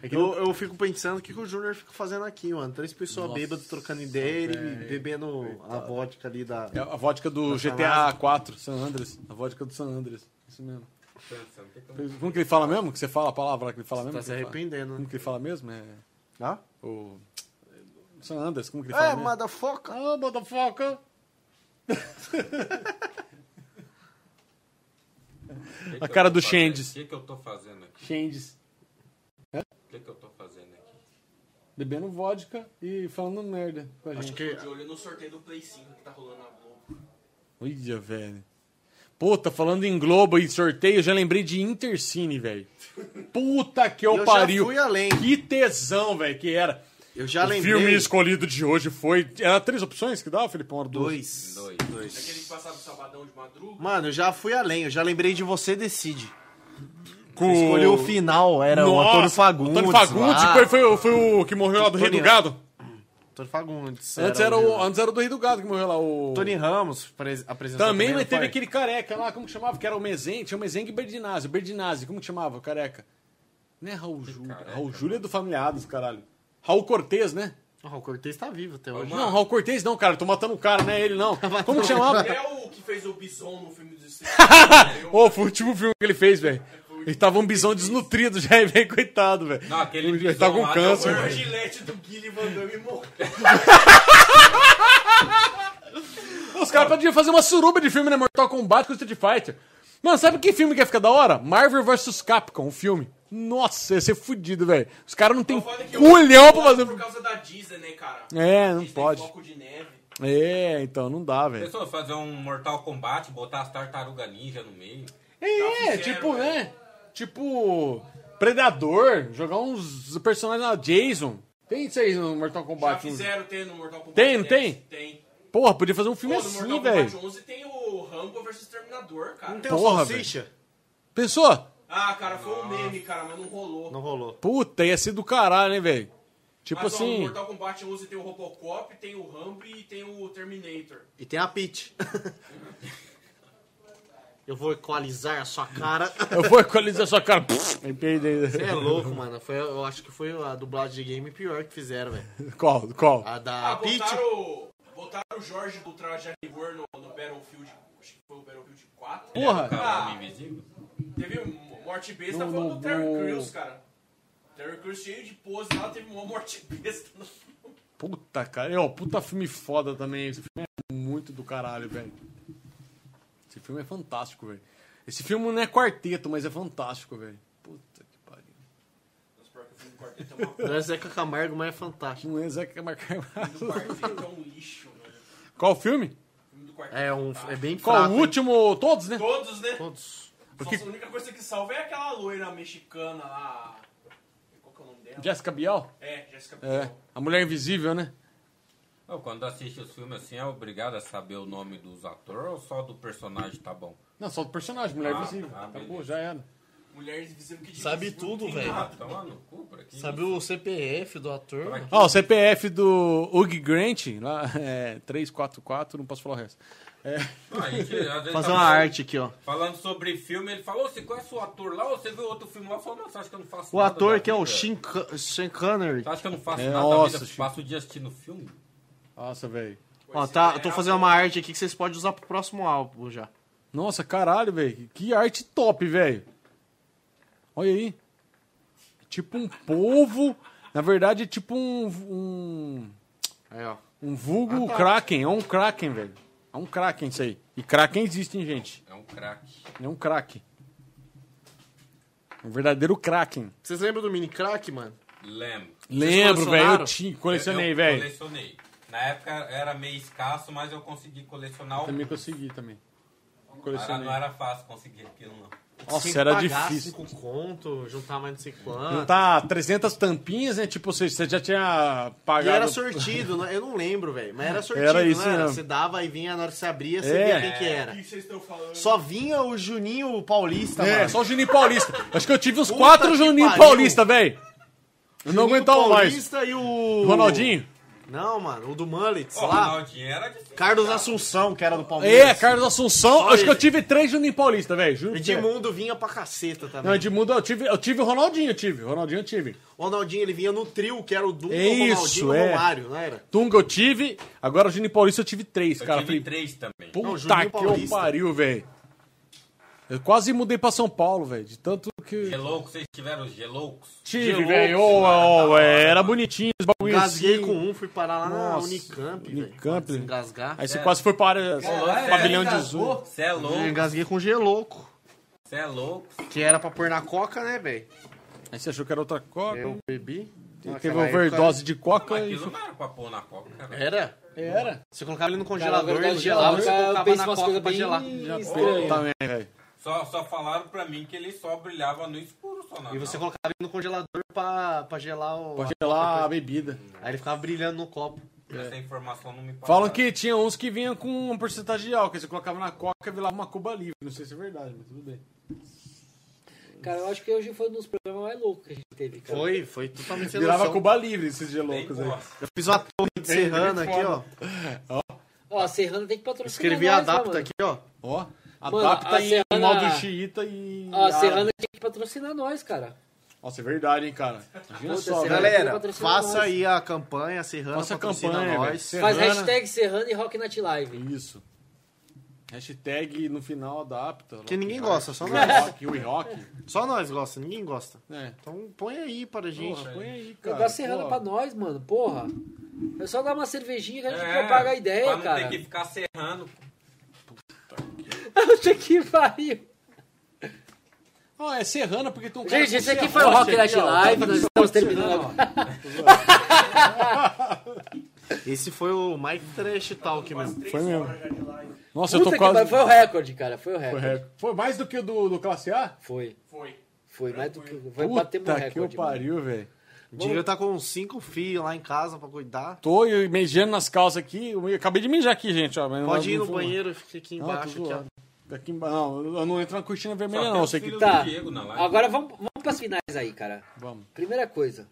Speaker 4: É que
Speaker 5: Eu, eu fico pensando o que, que o Júnior fica fazendo aqui, mano. Três pessoas bêbadas trocando ideia e bebendo a vodka ali da.
Speaker 4: É a vodka do
Speaker 5: Tá
Speaker 4: GTA
Speaker 5: chamado?
Speaker 4: 4, San Andreas. A vodka do San Andreas. Isso mesmo.
Speaker 3: pensando. o que que eu-
Speaker 4: Como que ele fala mesmo? Que você fala a palavra que ele fala mesmo?
Speaker 5: Tá se
Speaker 4: Que ele fala?
Speaker 5: arrependendo,
Speaker 4: Como
Speaker 5: né?
Speaker 4: que ele fala mesmo? É...
Speaker 5: Ah?
Speaker 4: O... Sam Anders, como que ele fala
Speaker 5: É,
Speaker 4: mesmo?
Speaker 5: motherfucker.
Speaker 4: Ah, motherfucker!
Speaker 3: o que que
Speaker 4: A cara
Speaker 3: eu tô
Speaker 4: do
Speaker 3: fazendo?
Speaker 4: Changes.
Speaker 3: O que, que eu tô fazendo aqui?
Speaker 4: Changes.
Speaker 3: O que, que eu tô fazendo aqui?
Speaker 4: Bebendo vodka e falando merda com a
Speaker 5: Acho
Speaker 4: gente.
Speaker 5: que
Speaker 6: De olho no sorteio do Play 5 que tá rolando na Globo.
Speaker 4: Olha, velho. Puta, falando em Globo e sorteio, eu já lembrei de Intercine, velho. Puta que eu,
Speaker 5: Eu já
Speaker 4: pariu.
Speaker 5: fui além.
Speaker 4: Que tesão, velho, que era.
Speaker 5: Eu já
Speaker 4: o
Speaker 5: lembrei.
Speaker 4: filme é escolhido de hoje foi. Era três opções que dava, Felipão? Era duas.
Speaker 5: Dois.
Speaker 3: Dois.
Speaker 6: Aquele que passava o sabadão de madruga.
Speaker 5: Mano, eu já fui além. Eu já lembrei de Você Decide.
Speaker 4: Com...
Speaker 5: Escolheu o final. Era o Antônio Fagundes.
Speaker 4: Antônio Fagundes,
Speaker 5: lá.
Speaker 4: foi, foi, o- foi o que morreu lá do Rei do
Speaker 5: Antônio-
Speaker 4: Gado.
Speaker 5: Antônio Fagundes.
Speaker 4: Antes era, o, antes era o do Rei do Gado que morreu lá. O...
Speaker 5: Tony Ramos pres- apresentou
Speaker 4: Também,
Speaker 5: não
Speaker 4: mas teve
Speaker 5: foi?
Speaker 4: aquele careca lá, como que chamava? Que era o Mezengue, tinha o Mezengue e Berdinazzi. O Berdinazzi, como que chamava o careca? Não é Raul Júlia. Raul Júlia é do Familiados, caralho. Raul Cortez, né?
Speaker 5: Ah, o Cortez tá vivo até hoje.
Speaker 4: Não, Raul Cortez não, cara. Eu tô matando o cara, né? Ele não.
Speaker 3: Tá
Speaker 4: Como que chamava?
Speaker 6: Ele é o que fez o Bison no filme do Steve.
Speaker 4: Ô, foi o último filme que ele fez, velho. Ele tava um bisão desnutrido já, e velho, coitado, velho.
Speaker 3: Não, aquele
Speaker 4: Ele
Speaker 3: bisão
Speaker 4: tá com
Speaker 3: lá
Speaker 4: câncer,
Speaker 3: deu um
Speaker 6: o
Speaker 4: velho.
Speaker 6: gilete do Guilherme Van Damme morreu.
Speaker 4: Os caras podiam fazer uma suruba de filme, né? Mortal Kombat com Street Fighter. Mano, sabe que filme que ia ficar da hora? Marvel vs Capcom, um filme. Nossa, ia ser fudido, velho. Os caras não tem
Speaker 6: Foda que eu-
Speaker 4: culhão pra fazer. um
Speaker 6: Por causa da Disney, né, cara?
Speaker 4: É, não
Speaker 6: Disney
Speaker 4: pode.
Speaker 6: Foco de neve.
Speaker 4: É, então não dá, velho.
Speaker 3: Pensou em fazer um Mortal Kombat, botar as tartarugas ninja no meio?
Speaker 4: É, é,
Speaker 6: fizeram,
Speaker 4: tipo,
Speaker 6: velho.
Speaker 4: né? Tipo, Predador, jogar uns personagens lá, Jason. Tem isso aí no Mortal
Speaker 6: Já
Speaker 4: Kombat.
Speaker 6: fizeram, tem no Mortal Kombat
Speaker 4: Tem, não
Speaker 6: 10,
Speaker 4: tem?
Speaker 6: Tem.
Speaker 4: Porra, podia fazer um filme
Speaker 6: Pô, no
Speaker 4: assim,
Speaker 6: Mortal
Speaker 4: velho.
Speaker 6: Kombat 11 tem o Rambo versus Terminador, cara.
Speaker 5: Não tem o
Speaker 4: Porra,
Speaker 5: Salsicha?
Speaker 4: Pensou?
Speaker 6: Ah, cara, foi um meme, cara, mas não rolou.
Speaker 5: Não rolou.
Speaker 4: Puta, ia ser do caralho, hein, velho? Tipo
Speaker 6: mas, ó, no
Speaker 4: assim.
Speaker 6: Mortal Kombat 11 tem o Robocop, tem o Rambo e tem o Terminator.
Speaker 5: E tem a Peach. eu vou equalizar a sua cara.
Speaker 4: Eu vou equalizar sua cara. Me perdi.
Speaker 5: Você é louco, mano. Foi, eu acho que foi a dublagem de game pior que fizeram, velho.
Speaker 4: Qual? Qual?
Speaker 5: A da
Speaker 6: Ah,
Speaker 5: Peach.
Speaker 6: botaram, botaram o Jorge do Traje de War no, no Battlefield, acho que foi o Battlefield 4.
Speaker 4: Porra.
Speaker 3: é Cara,
Speaker 6: Ah.
Speaker 3: homem invisível?
Speaker 6: Teve um morte besta,
Speaker 4: No-
Speaker 6: foi
Speaker 4: no-
Speaker 6: no Terry
Speaker 4: no-
Speaker 6: Crews, cara. Terry Crews cheio de pose lá, teve uma morte besta no filme.
Speaker 4: Puta, cara. E, ó, puta filme foda também. Esse filme é muito do caralho, velho. Esse filme é fantástico, velho. Esse filme não é quarteto, mas é fantástico, velho. Puta que pariu.
Speaker 6: Nossa, pior que o filme do quarteto é uma
Speaker 5: Não é Zeca Camargo, mas é fantástico.
Speaker 4: Não é Zeca Camargo.
Speaker 6: O quarteto é um lixo, mano.
Speaker 4: Qual filme?
Speaker 6: O filme do quarteto.
Speaker 5: É, um, é bem
Speaker 4: Qual
Speaker 5: fraco.
Speaker 4: o
Speaker 5: hein?
Speaker 4: último? Todos, né?
Speaker 6: Todos, né?
Speaker 5: Todos.
Speaker 4: Porque-
Speaker 6: Só, a única coisa que salva é aquela loira mexicana lá. Qual que é o nome dela?
Speaker 4: Jessica Biel?
Speaker 6: É, Jessica
Speaker 4: É.
Speaker 6: Biel.
Speaker 4: A Mulher Invisível, né?
Speaker 3: Ô, quando assiste os filmes assim, é obrigado a saber o nome dos atores ou só do personagem tá bom?
Speaker 4: Não, só do personagem, Mulher
Speaker 3: Ah,
Speaker 4: Invisível.
Speaker 5: tá,
Speaker 3: ah,
Speaker 4: Acabou,
Speaker 3: beleza.
Speaker 4: já era.
Speaker 6: Mulher invisível que
Speaker 5: Sabe
Speaker 6: diz, não
Speaker 5: tudo,
Speaker 6: tem
Speaker 5: velho.
Speaker 6: nada.
Speaker 3: Ah, toma no cu por aqui.
Speaker 5: Sabe o CPF do ator?
Speaker 3: Pra quê?
Speaker 4: Ó, o CPF do Hugh Grant, lá, é 344, não posso falar o resto. É,
Speaker 3: Ah, a gente, às vezes,
Speaker 5: Fazer
Speaker 3: tá
Speaker 5: uma arte aqui, ó.
Speaker 3: Falando sobre filme, ele falou, você conhece o ator lá ou você viu outro filme lá? Eu falo, nossa, acho que eu não faço
Speaker 5: O
Speaker 3: nada da
Speaker 5: ator que é o
Speaker 4: né,
Speaker 3: vida."
Speaker 5: Sean Con- Sean Connery.
Speaker 6: Tá,
Speaker 3: Você acha que eu não faço
Speaker 4: É,
Speaker 3: nada
Speaker 4: nossa,
Speaker 3: da vida?
Speaker 4: Chico.
Speaker 3: Passo o dia assistindo filme?
Speaker 4: Nossa, velho.
Speaker 5: Ó,
Speaker 6: é,
Speaker 5: tá, eu tô fazendo uma arte aqui que vocês podem usar pro próximo álbum já.
Speaker 4: Nossa, caralho, velho. Que arte top, velho. Olha aí. Tipo um polvo. Na verdade, é tipo um. um...
Speaker 5: Aí, ó.
Speaker 4: Um vulgo Kraken, é um Kraken, velho. É um Kraken isso aí. E Kraken existe, hein, gente?
Speaker 3: É um craque.
Speaker 4: É um Kraken. Um verdadeiro Kraken.
Speaker 5: Vocês lembram do Mini Crack, mano?
Speaker 3: Lembro.
Speaker 4: Lembro, velho. É, um Eu
Speaker 5: colecionaram?
Speaker 4: tinha, colecionei,
Speaker 3: Eu- eu
Speaker 4: velho.
Speaker 3: Colecionei. Na época era meio escasso, mas eu consegui colecionar o.
Speaker 4: Também consegui, também.
Speaker 3: Era, não
Speaker 4: Colecionei.
Speaker 3: era fácil conseguir aquilo, não.
Speaker 4: Nossa,
Speaker 5: Sem
Speaker 4: era
Speaker 5: pagar
Speaker 4: difícil.
Speaker 5: cinco conto, juntar mais não sei quanto.
Speaker 4: Não tá 300 tampinhas, né? Tipo, você, você já tinha
Speaker 5: E
Speaker 4: pagado...
Speaker 5: era sortido, né? eu não lembro, velho. Mas era sortido,
Speaker 4: Era isso
Speaker 5: não era?
Speaker 4: mesmo.
Speaker 5: Você dava e vinha, na hora que você abria, você
Speaker 4: É.
Speaker 5: via quem que
Speaker 6: O
Speaker 5: era.
Speaker 6: que vocês estão falando?
Speaker 5: Só vinha o Juninho Paulista,
Speaker 4: É,
Speaker 5: mano.
Speaker 4: só o Juninho Paulista. Acho que eu tive uns
Speaker 5: Puta
Speaker 4: quatro
Speaker 5: que
Speaker 4: Juninho
Speaker 5: pariu.
Speaker 4: Paulista, velho. Eu não
Speaker 5: Juninho
Speaker 4: aguentava mais.
Speaker 5: Paulista e o...
Speaker 4: Ronaldinho?
Speaker 5: Não, mano, o do Mullets
Speaker 3: O
Speaker 5: lá.
Speaker 3: Ronaldinho era difícil.
Speaker 5: Carlos Assunção, que era do Palmeiras.
Speaker 4: É, Carlos Assunção.
Speaker 5: Só
Speaker 4: acho que eu
Speaker 5: ele.
Speaker 4: tive três Juninho Paulista, velho. Juro pra você.
Speaker 5: Edmundo vinha pra caceta também.
Speaker 4: Não, Edmundo, eu tive, eu tive o Ronaldinho, eu tive. Ronaldinho eu tive.
Speaker 5: O Ronaldinho, ele vinha no trio, que era o Dunga,
Speaker 4: É
Speaker 5: o
Speaker 4: isso,
Speaker 5: Ronaldinho e
Speaker 4: é.
Speaker 5: o Romário, não era?
Speaker 4: Tunga eu tive. Agora o Juninho Paulista eu tive três,
Speaker 3: Eu
Speaker 4: cara.
Speaker 3: tive
Speaker 4: Falei,
Speaker 3: três também.
Speaker 4: puta
Speaker 5: Não, Juninho
Speaker 4: que eu
Speaker 5: Paulista.
Speaker 4: pariu, velho. Eu quase mudei pra São Paulo, velho. De tanto que.
Speaker 3: Geloucos, vocês tiveram os geloucos?
Speaker 4: Tive, velho. Ô, ô, ô, era bonitinho os bagulhos.
Speaker 5: Engasguei com um, fui parar lá na
Speaker 4: Nossa,
Speaker 5: Unicamp, velho.
Speaker 4: Unicamp.
Speaker 5: Se Engasgar.
Speaker 4: Aí você quase foi para
Speaker 3: Caralho,
Speaker 4: pavilhão
Speaker 3: é,
Speaker 4: de azul.
Speaker 3: Você é
Speaker 5: Eu
Speaker 3: louco,
Speaker 5: engasguei com geloco,
Speaker 3: você é louco.
Speaker 5: que era pra pôr na coca, né, velho?
Speaker 4: Aí você achou que era outra coca.
Speaker 5: Eu bebi.
Speaker 4: Teve
Speaker 5: Naquela época-
Speaker 4: overdose de coca
Speaker 3: Mas
Speaker 4: e
Speaker 3: aquilo não era pra pôr na coca, cara.
Speaker 5: Era? tá
Speaker 2: Era?
Speaker 5: Você colocava ele no
Speaker 2: Cara, na
Speaker 5: congelador,
Speaker 2: verdade,
Speaker 5: ele
Speaker 2: gelava,
Speaker 5: gelava, você
Speaker 2: eu
Speaker 5: colocava
Speaker 2: penso
Speaker 5: na
Speaker 2: umas
Speaker 5: coca
Speaker 2: coisas
Speaker 5: pra
Speaker 2: bem
Speaker 5: gelar.
Speaker 2: estranhas.
Speaker 4: também, velho.
Speaker 3: Só, só falaram pra mim que ele só brilhava no escuro, só na
Speaker 5: E você colocava ele no congelador pra, pra gelar o...
Speaker 4: Pra gelar a bebida.
Speaker 5: Aí ele ficava brilhando no copo.
Speaker 3: Essa informação não me
Speaker 4: Falam que tinha uns que vinham com uma porcentagem de álcool. Você colocava na coca e virava uma cuba livre. Não sei se é verdade, mas tudo bem.
Speaker 2: Cara, eu acho que hoje foi um dos problemas mais loucos que a gente teve, cara.
Speaker 5: Foi, foi totalmente sem
Speaker 4: Virava
Speaker 5: noção.
Speaker 4: cuba livre esses
Speaker 3: Bem
Speaker 4: geloucos aí.
Speaker 3: boa.
Speaker 5: Eu fiz uma torre de serrana aqui, ó.
Speaker 2: Ó, a Serrana tem que patrocinar
Speaker 5: Escrevi
Speaker 2: nós, né,
Speaker 5: adapta
Speaker 2: mano?
Speaker 5: aqui, ó.
Speaker 4: Ó,
Speaker 2: Mano,
Speaker 4: adapta
Speaker 2: a
Speaker 4: em
Speaker 2: Serrana-
Speaker 4: modo xiita e...
Speaker 2: Ó, a
Speaker 4: árabe.
Speaker 2: Serrana tem que patrocinar nós, cara.
Speaker 4: Nossa, é verdade, hein, cara. Imagina
Speaker 2: Puta,
Speaker 4: só,
Speaker 5: um
Speaker 2: Serrana
Speaker 4: velho.
Speaker 2: tem que
Speaker 5: Galera,
Speaker 2: patrocinar
Speaker 5: faça
Speaker 2: nós.
Speaker 5: aí a campanha, Serrana
Speaker 4: Faça a
Speaker 5: patrocina
Speaker 4: campanha,
Speaker 5: nós.
Speaker 4: velho.
Speaker 2: Faz
Speaker 4: Serrana.
Speaker 2: hashtag Serrana e Rock Night Live.
Speaker 5: é-
Speaker 4: Isso. Hashtag no final adapta.
Speaker 5: Que ninguém
Speaker 4: Rock,
Speaker 5: gosta, só
Speaker 4: Rock,
Speaker 5: nós.
Speaker 4: Rock, Will Rock.
Speaker 5: Só nós gosta, ninguém gosta.
Speaker 4: É.
Speaker 5: Então põe aí para a gente.
Speaker 4: Porra, põe aí, cara.
Speaker 2: Cara, dá Serrana
Speaker 4: Pô,
Speaker 2: pra nós, mano, porra. É só dar uma cervejinha que a gente
Speaker 3: É,
Speaker 2: propaga a ideia,
Speaker 3: pra não
Speaker 2: cara.
Speaker 3: ter que ficar serrando.
Speaker 2: Puta que pariu.
Speaker 4: Ó, é Serrana porque tem um cara
Speaker 2: Gente,
Speaker 4: com
Speaker 2: esse aqui foi o
Speaker 4: serrote
Speaker 2: Rock Night
Speaker 4: aqui, ó.
Speaker 2: Live, nós estamos terminando.
Speaker 5: Esse foi o Mike Trash Talk, mano.
Speaker 23: Três
Speaker 4: Foi mesmo.
Speaker 23: horas já de live.
Speaker 4: Nossa, eu
Speaker 2: Puta
Speaker 4: tô
Speaker 2: que
Speaker 4: quase...
Speaker 2: pariu, foi o recorde, cara, foi o
Speaker 4: Foi
Speaker 2: recorde.
Speaker 4: recorde. Foi mais do que o do, do Classe A?
Speaker 2: Foi,
Speaker 23: Foi.
Speaker 2: foi mais do que... Vai bater meu
Speaker 4: Puta que eu
Speaker 2: recorde, mano.
Speaker 4: pariu, velho.
Speaker 5: O Diego tá com cinco filhos lá em casa pra cuidar.
Speaker 4: Tô eu mijando nas calças aqui. Eu acabei de mijar aqui, gente. Ó, mas
Speaker 5: Pode
Speaker 4: não-
Speaker 5: ir no
Speaker 4: não-
Speaker 5: banheiro e fica aqui
Speaker 4: Não, tô
Speaker 5: embaixo. aqui, ó.
Speaker 4: zoando. Aqui embaixo. Não, eu não entro na cortina vermelha, não. Eu sei que.
Speaker 2: Tá.
Speaker 3: Tá. Diego na live.
Speaker 2: Agora vamos, vamos pras finais aí, cara.
Speaker 4: Vamos.
Speaker 2: Primeira coisa,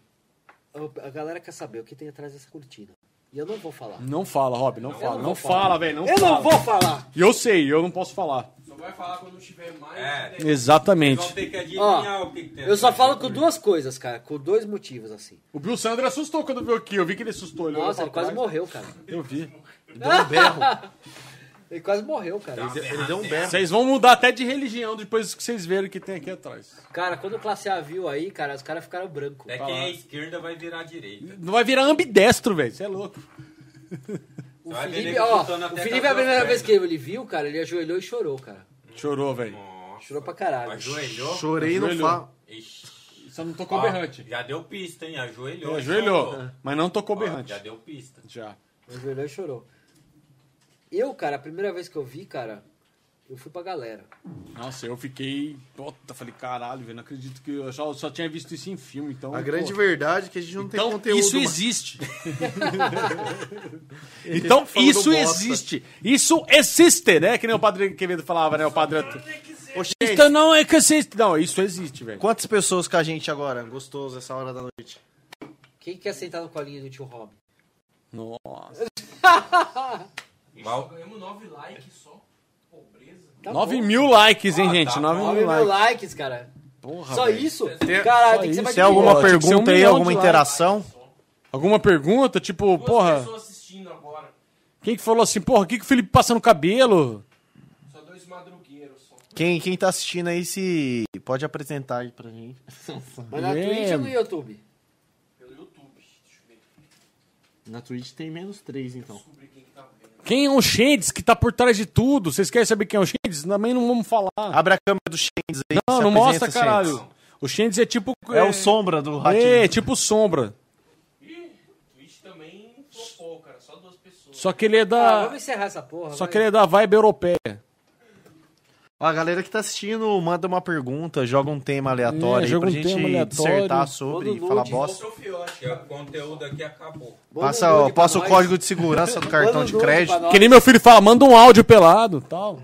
Speaker 2: a galera quer saber o que tem atrás dessa cortina. E eu não vou falar.
Speaker 4: Não fala, Rob, não fala.
Speaker 2: vou
Speaker 4: Não
Speaker 2: falar.
Speaker 4: fala, velho. Não
Speaker 2: eu
Speaker 4: fala.
Speaker 2: não vou falar!
Speaker 4: E eu sei, eu não posso falar.
Speaker 23: Só vai falar quando tiver mais.
Speaker 3: É.
Speaker 23: né?
Speaker 4: Exatamente.
Speaker 3: Vão ter que adivinhar o que, que tem.
Speaker 2: Eu só falo com duas coisas, cara. Com dois motivos, assim.
Speaker 4: O Bill Sandro assustou quando viu aqui. Eu vi que ele assustou. Ele olhou
Speaker 2: Nossa,
Speaker 4: pra
Speaker 2: ele
Speaker 3: tá
Speaker 2: quase
Speaker 4: trás.
Speaker 2: morreu, cara.
Speaker 4: Eu vi.
Speaker 3: um
Speaker 2: Ele quase morreu, cara.
Speaker 3: Tá.
Speaker 5: Ele deu um berro.
Speaker 4: Vocês vão mudar até de religião depois que vocês verem o que tem aqui atrás.
Speaker 2: Cara, quando o Classe A viu aí, cara, os caras ficaram branco.
Speaker 3: É quem é esquerda vai virar direita.
Speaker 4: Não vai virar ambidestro, velho. Você é louco.
Speaker 2: O
Speaker 3: Vai ver
Speaker 2: Felipe,
Speaker 3: nego
Speaker 2: ó,
Speaker 3: chutando
Speaker 2: o
Speaker 3: até
Speaker 2: Felipe, é
Speaker 3: com
Speaker 2: a
Speaker 3: as
Speaker 2: primeira
Speaker 3: duas
Speaker 2: vez
Speaker 3: pernas.
Speaker 2: que ele viu, cara, ele ajoelhou e chorou, cara.
Speaker 4: Chorou, velho.
Speaker 2: Chorou pra caralho.
Speaker 3: Ajoelhou.
Speaker 5: Chorei no
Speaker 4: Ajoelhou.
Speaker 5: falo.
Speaker 3: Ixi.
Speaker 4: Só não tocou
Speaker 3: Ó,
Speaker 4: berrante.
Speaker 3: já deu pista, hein? Ajoelhou.
Speaker 4: Ele ajoelhou,
Speaker 3: Chorou.
Speaker 4: mas não tocou
Speaker 3: Ó,
Speaker 4: berrante.
Speaker 3: Já deu pista.
Speaker 4: Já.
Speaker 2: Ajoelhou e chorou. Eu, cara, a primeira vez que eu vi, cara, eu fui pra galera.
Speaker 4: Nossa, eu fiquei. Puta, falei, caralho, velho. Não acredito que eu só, só tinha visto isso em filme. Então,
Speaker 5: A grande
Speaker 4: pô,
Speaker 5: verdade é que a gente não
Speaker 4: Então,
Speaker 5: tem conteúdo.
Speaker 4: isso
Speaker 5: mano.
Speaker 4: existe. então,
Speaker 5: Falando
Speaker 4: isso
Speaker 5: bosta.
Speaker 4: existe. Isso existe, né? Que nem o Padre Quevedo falava, né? O Padre... Arthur.
Speaker 5: Ô, gente,
Speaker 4: Isso não é que existe. Não, isso existe, velho.
Speaker 5: Quantas pessoas com a gente agora? Gostoso essa hora da noite.
Speaker 2: Quem quer sentar no colinho do tio Rob?
Speaker 4: Nossa.
Speaker 3: Mal-
Speaker 23: Só ganhamos 9 likes só. Pobreza.
Speaker 2: Tá
Speaker 4: 9
Speaker 2: bom.
Speaker 4: mil likes, hein,
Speaker 3: Ah,
Speaker 4: gente?
Speaker 3: tá
Speaker 4: 9
Speaker 3: bom.
Speaker 2: Nove
Speaker 4: mil likes.
Speaker 2: é likes, cara.
Speaker 4: Porra,
Speaker 2: Só
Speaker 4: velho.
Speaker 2: isso? Caralho, tem que ser
Speaker 4: isso.
Speaker 2: mais
Speaker 5: Tem
Speaker 2: de mil.
Speaker 5: alguma
Speaker 4: Pô, tinha que ser um
Speaker 5: pergunta aí,
Speaker 4: milhão
Speaker 5: alguma
Speaker 4: de
Speaker 5: interação?
Speaker 4: Alguma pergunta? Tipo,
Speaker 23: Duas
Speaker 4: porra,
Speaker 23: pessoas assistindo agora.
Speaker 4: quem que falou assim, porra, o que, que o Felipe passa no cabelo?
Speaker 23: Só dois madrugueiros só.
Speaker 5: Quem, quem tá assistindo aí se pode apresentar aí pra gente.
Speaker 2: Mas na
Speaker 4: É.
Speaker 2: Twitch ou no YouTube?
Speaker 23: Pelo YouTube. Deixa eu ver.
Speaker 5: Na Twitch tem menos três, então.
Speaker 23: Descobri quem que tá vendo.
Speaker 4: Quem é o Shades que tá por trás de tudo? Vocês querem saber quem é o Shades? Também não vamos falar.
Speaker 5: Abre a câmera do Shendes aí.
Speaker 4: não,
Speaker 5: Ah, se
Speaker 4: não
Speaker 5: apresenta,
Speaker 4: mostra,
Speaker 5: Shendes.
Speaker 4: caralho. O Shades é tipo...
Speaker 5: É o sombra do ratinho.
Speaker 4: É, tipo sombra.
Speaker 23: Twitch também flopou, cara. Só duas pessoas.
Speaker 4: Só que ele é
Speaker 2: Ah,
Speaker 4: da...
Speaker 2: vamos encerrar essa porra.
Speaker 4: Só
Speaker 2: vai.
Speaker 4: que ele é da vibe europeia.
Speaker 5: Ó, a galera que tá assistindo, manda uma pergunta, joga um tema aleatório
Speaker 4: É,
Speaker 5: aí
Speaker 4: joga
Speaker 5: pra
Speaker 4: um
Speaker 5: gente
Speaker 4: tema aleatório.
Speaker 5: dissertar sobre
Speaker 2: Manda
Speaker 5: e
Speaker 2: um
Speaker 5: falar
Speaker 2: nude.
Speaker 5: bosta.
Speaker 23: Só o fiote.
Speaker 3: que o conteúdo aqui acabou.
Speaker 2: Manda um
Speaker 5: Passa,
Speaker 2: nude
Speaker 5: ó,
Speaker 2: pra
Speaker 5: passa o
Speaker 2: nós.
Speaker 5: código de segurança do
Speaker 2: Manda um
Speaker 5: cartão de
Speaker 2: nude pra
Speaker 5: crédito.
Speaker 2: nós.
Speaker 4: Que nem meu filho fala, manda um áudio pelado tal.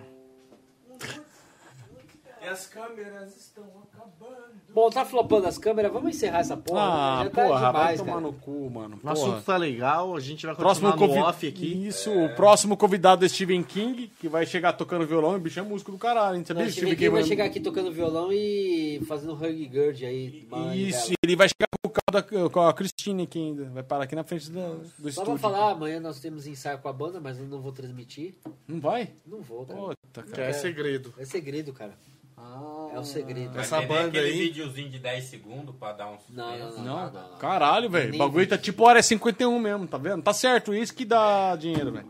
Speaker 23: E as câmeras estão acabando.
Speaker 2: Bom, tá flopando as câmeras, vamos encerrar essa porra.
Speaker 4: Ah,
Speaker 2: já tá
Speaker 4: porra, vai
Speaker 2: demais,
Speaker 4: tomar
Speaker 2: cara.
Speaker 4: no cu, mano.
Speaker 5: O assunto
Speaker 4: Porra.
Speaker 5: tá legal, a gente vai
Speaker 4: Próximo
Speaker 5: continuar no
Speaker 4: convidado.
Speaker 5: off aqui.
Speaker 4: Isso, o próximo convidado é Stephen King, que vai chegar tocando violão e o bicho é músico do caralho, hein? Sabia
Speaker 2: Não,
Speaker 4: que
Speaker 2: Stephen King vai chegar aqui tocando violão e fazendo hug gird aí. mano,
Speaker 4: Isso,
Speaker 2: dela.
Speaker 4: ele vai chegar com o carro da com a Cristine aqui ainda. Vai parar aqui na frente da, do
Speaker 2: Só pra
Speaker 4: estúdio.
Speaker 2: falar, amanhã nós temos ensaio com a banda, mas eu não vou transmitir.
Speaker 4: Não vai?
Speaker 2: Não vou, cara.
Speaker 4: Puta, cara.
Speaker 5: é segredo.
Speaker 2: É segredo, cara.
Speaker 4: Ah.
Speaker 2: É o segredo.
Speaker 3: Vai
Speaker 5: Essa
Speaker 3: ter nem
Speaker 5: banda
Speaker 3: aquele
Speaker 5: aí-
Speaker 3: videozinho de 10 segundos pra dar um
Speaker 2: Não, não,
Speaker 3: suspense.
Speaker 2: não.
Speaker 4: Não,
Speaker 2: não, não.
Speaker 4: caralho, velho. O bagulho tá tipo hora 51 mesmo, tá vendo? Tá certo, isso que dá dinheiro, velho.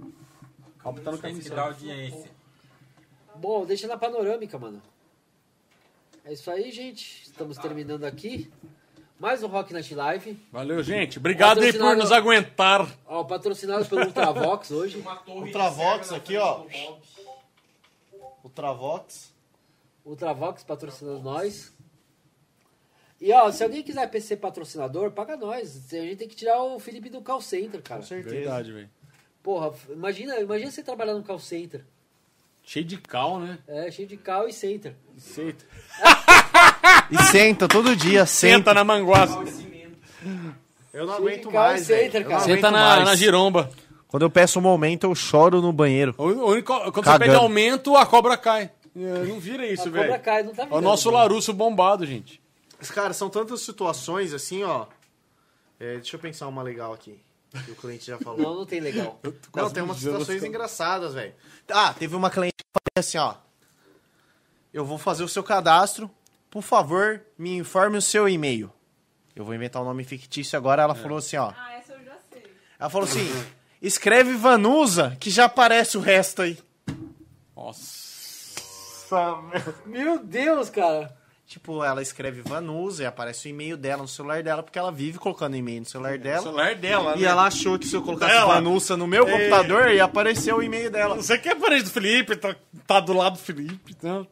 Speaker 4: Calma, tá no
Speaker 3: Tem que
Speaker 4: caminho.
Speaker 3: dar audiência.
Speaker 2: Bom, deixa na panorâmica, mano. É isso aí, gente. Estamos terminando aqui. Mais um Rock Night Live.
Speaker 4: Valeu, gente. Obrigado aí por nos aguentar.
Speaker 2: Ó, patrocinado pelo Ultravox hoje.
Speaker 6: Uma torre
Speaker 5: O Travox
Speaker 6: de
Speaker 5: aqui,
Speaker 6: serra na
Speaker 5: ó.
Speaker 6: frente do Bob.
Speaker 5: O Travox.
Speaker 2: Ultravox patrocinando nós. E ó, se alguém quiser ser patrocinador, paga nós. A gente tem que tirar o Felipe do call center, cara.
Speaker 4: Verdade, velho.
Speaker 2: Porra, f- imagina, imagina você trabalhar num call center.
Speaker 4: Cheio de cal, né?
Speaker 2: É, cheio de call e center.
Speaker 4: Senta,
Speaker 5: E senta todo dia,
Speaker 4: Senta
Speaker 5: senta.
Speaker 4: na manguaça.
Speaker 6: Pau e cimento.
Speaker 2: Cheio
Speaker 5: Eu não
Speaker 2: de
Speaker 5: aguento
Speaker 2: call
Speaker 5: mais,
Speaker 2: center,
Speaker 5: velho. Eu
Speaker 2: cara.
Speaker 5: não
Speaker 4: Senta
Speaker 5: aguento
Speaker 4: na,
Speaker 5: mais.
Speaker 4: na giromba.
Speaker 5: Quando eu peço um momento, eu choro no banheiro.
Speaker 4: O- o único- quando você
Speaker 5: Cagando.
Speaker 4: pede aumento, a cobra cai. É, Não vira
Speaker 2: A
Speaker 4: isso,
Speaker 2: cobra
Speaker 4: velho.
Speaker 2: cai, não tá
Speaker 4: É o
Speaker 2: virando,
Speaker 4: nosso
Speaker 2: né?
Speaker 4: Larusso bombado, gente.
Speaker 5: Mas, Cara, são tantas situações assim, ó. É, deixa eu pensar uma legal aqui. Que o cliente já falou.
Speaker 2: Não, não tem legal.
Speaker 5: Não, tem umas situações engraçadas, velho. Ah, teve uma cliente que falei assim, ó. Eu vou fazer o seu cadastro. Por favor, me informe o seu e-mail. Eu vou inventar um nome fictício agora. Ela falou assim, ó.
Speaker 13: Ah, essa eu já sei.
Speaker 5: Ela falou assim: escreve Vanusa, que já aparece o resto aí.
Speaker 4: Nossa.
Speaker 2: Meu Deus, cara.
Speaker 5: Tipo, ela escreve Vanusa e aparece o e-mail dela no celular dela, porque ela vive colocando e-mail no celular dela.
Speaker 4: celular né? dela,
Speaker 5: E ela achou que se eu colocasse
Speaker 4: Dela.
Speaker 5: Vanusa no meu computador, ia aparecer o e-mail dela.
Speaker 4: Você quer parede do Felipe, tá, tá do lado do Felipe, tá?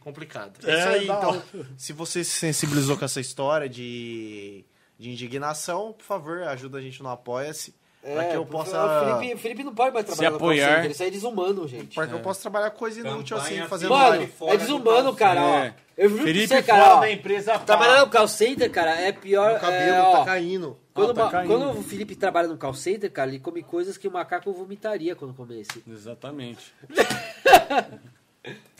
Speaker 5: Complicado.
Speaker 4: É,
Speaker 5: É isso aí,
Speaker 4: da
Speaker 5: então. Se você se sensibilizou com essa história de, de indignação, por favor, ajuda a gente no Apoia-se. pra que eu
Speaker 2: porque
Speaker 5: possa.
Speaker 2: É, O Felipe, o Felipe não pode mais trabalhar no call
Speaker 4: apoiar.
Speaker 2: center. Isso aí é desumano, gente.
Speaker 5: Pra que eu possa trabalhar com coisa inútil
Speaker 3: Campanha
Speaker 5: assim, fazendo
Speaker 3: Fora
Speaker 2: Mano,
Speaker 5: live.
Speaker 3: de
Speaker 2: é
Speaker 3: call
Speaker 2: desumano,
Speaker 3: center.
Speaker 2: cara. ó.
Speaker 4: É.
Speaker 2: Eu juro pra
Speaker 4: Felipe
Speaker 2: você, cara. ó.
Speaker 4: empresa
Speaker 2: Trabalhar no call center, cara, é pior.
Speaker 5: Meu cabelo
Speaker 2: é, ó,
Speaker 5: tá caindo.
Speaker 2: Quando,
Speaker 4: Ah, tá
Speaker 2: uma-
Speaker 4: caindo.
Speaker 2: quando o Felipe trabalha no call center, cara, ele come coisas que o macaco vomitaria quando comesse.
Speaker 4: Exatamente.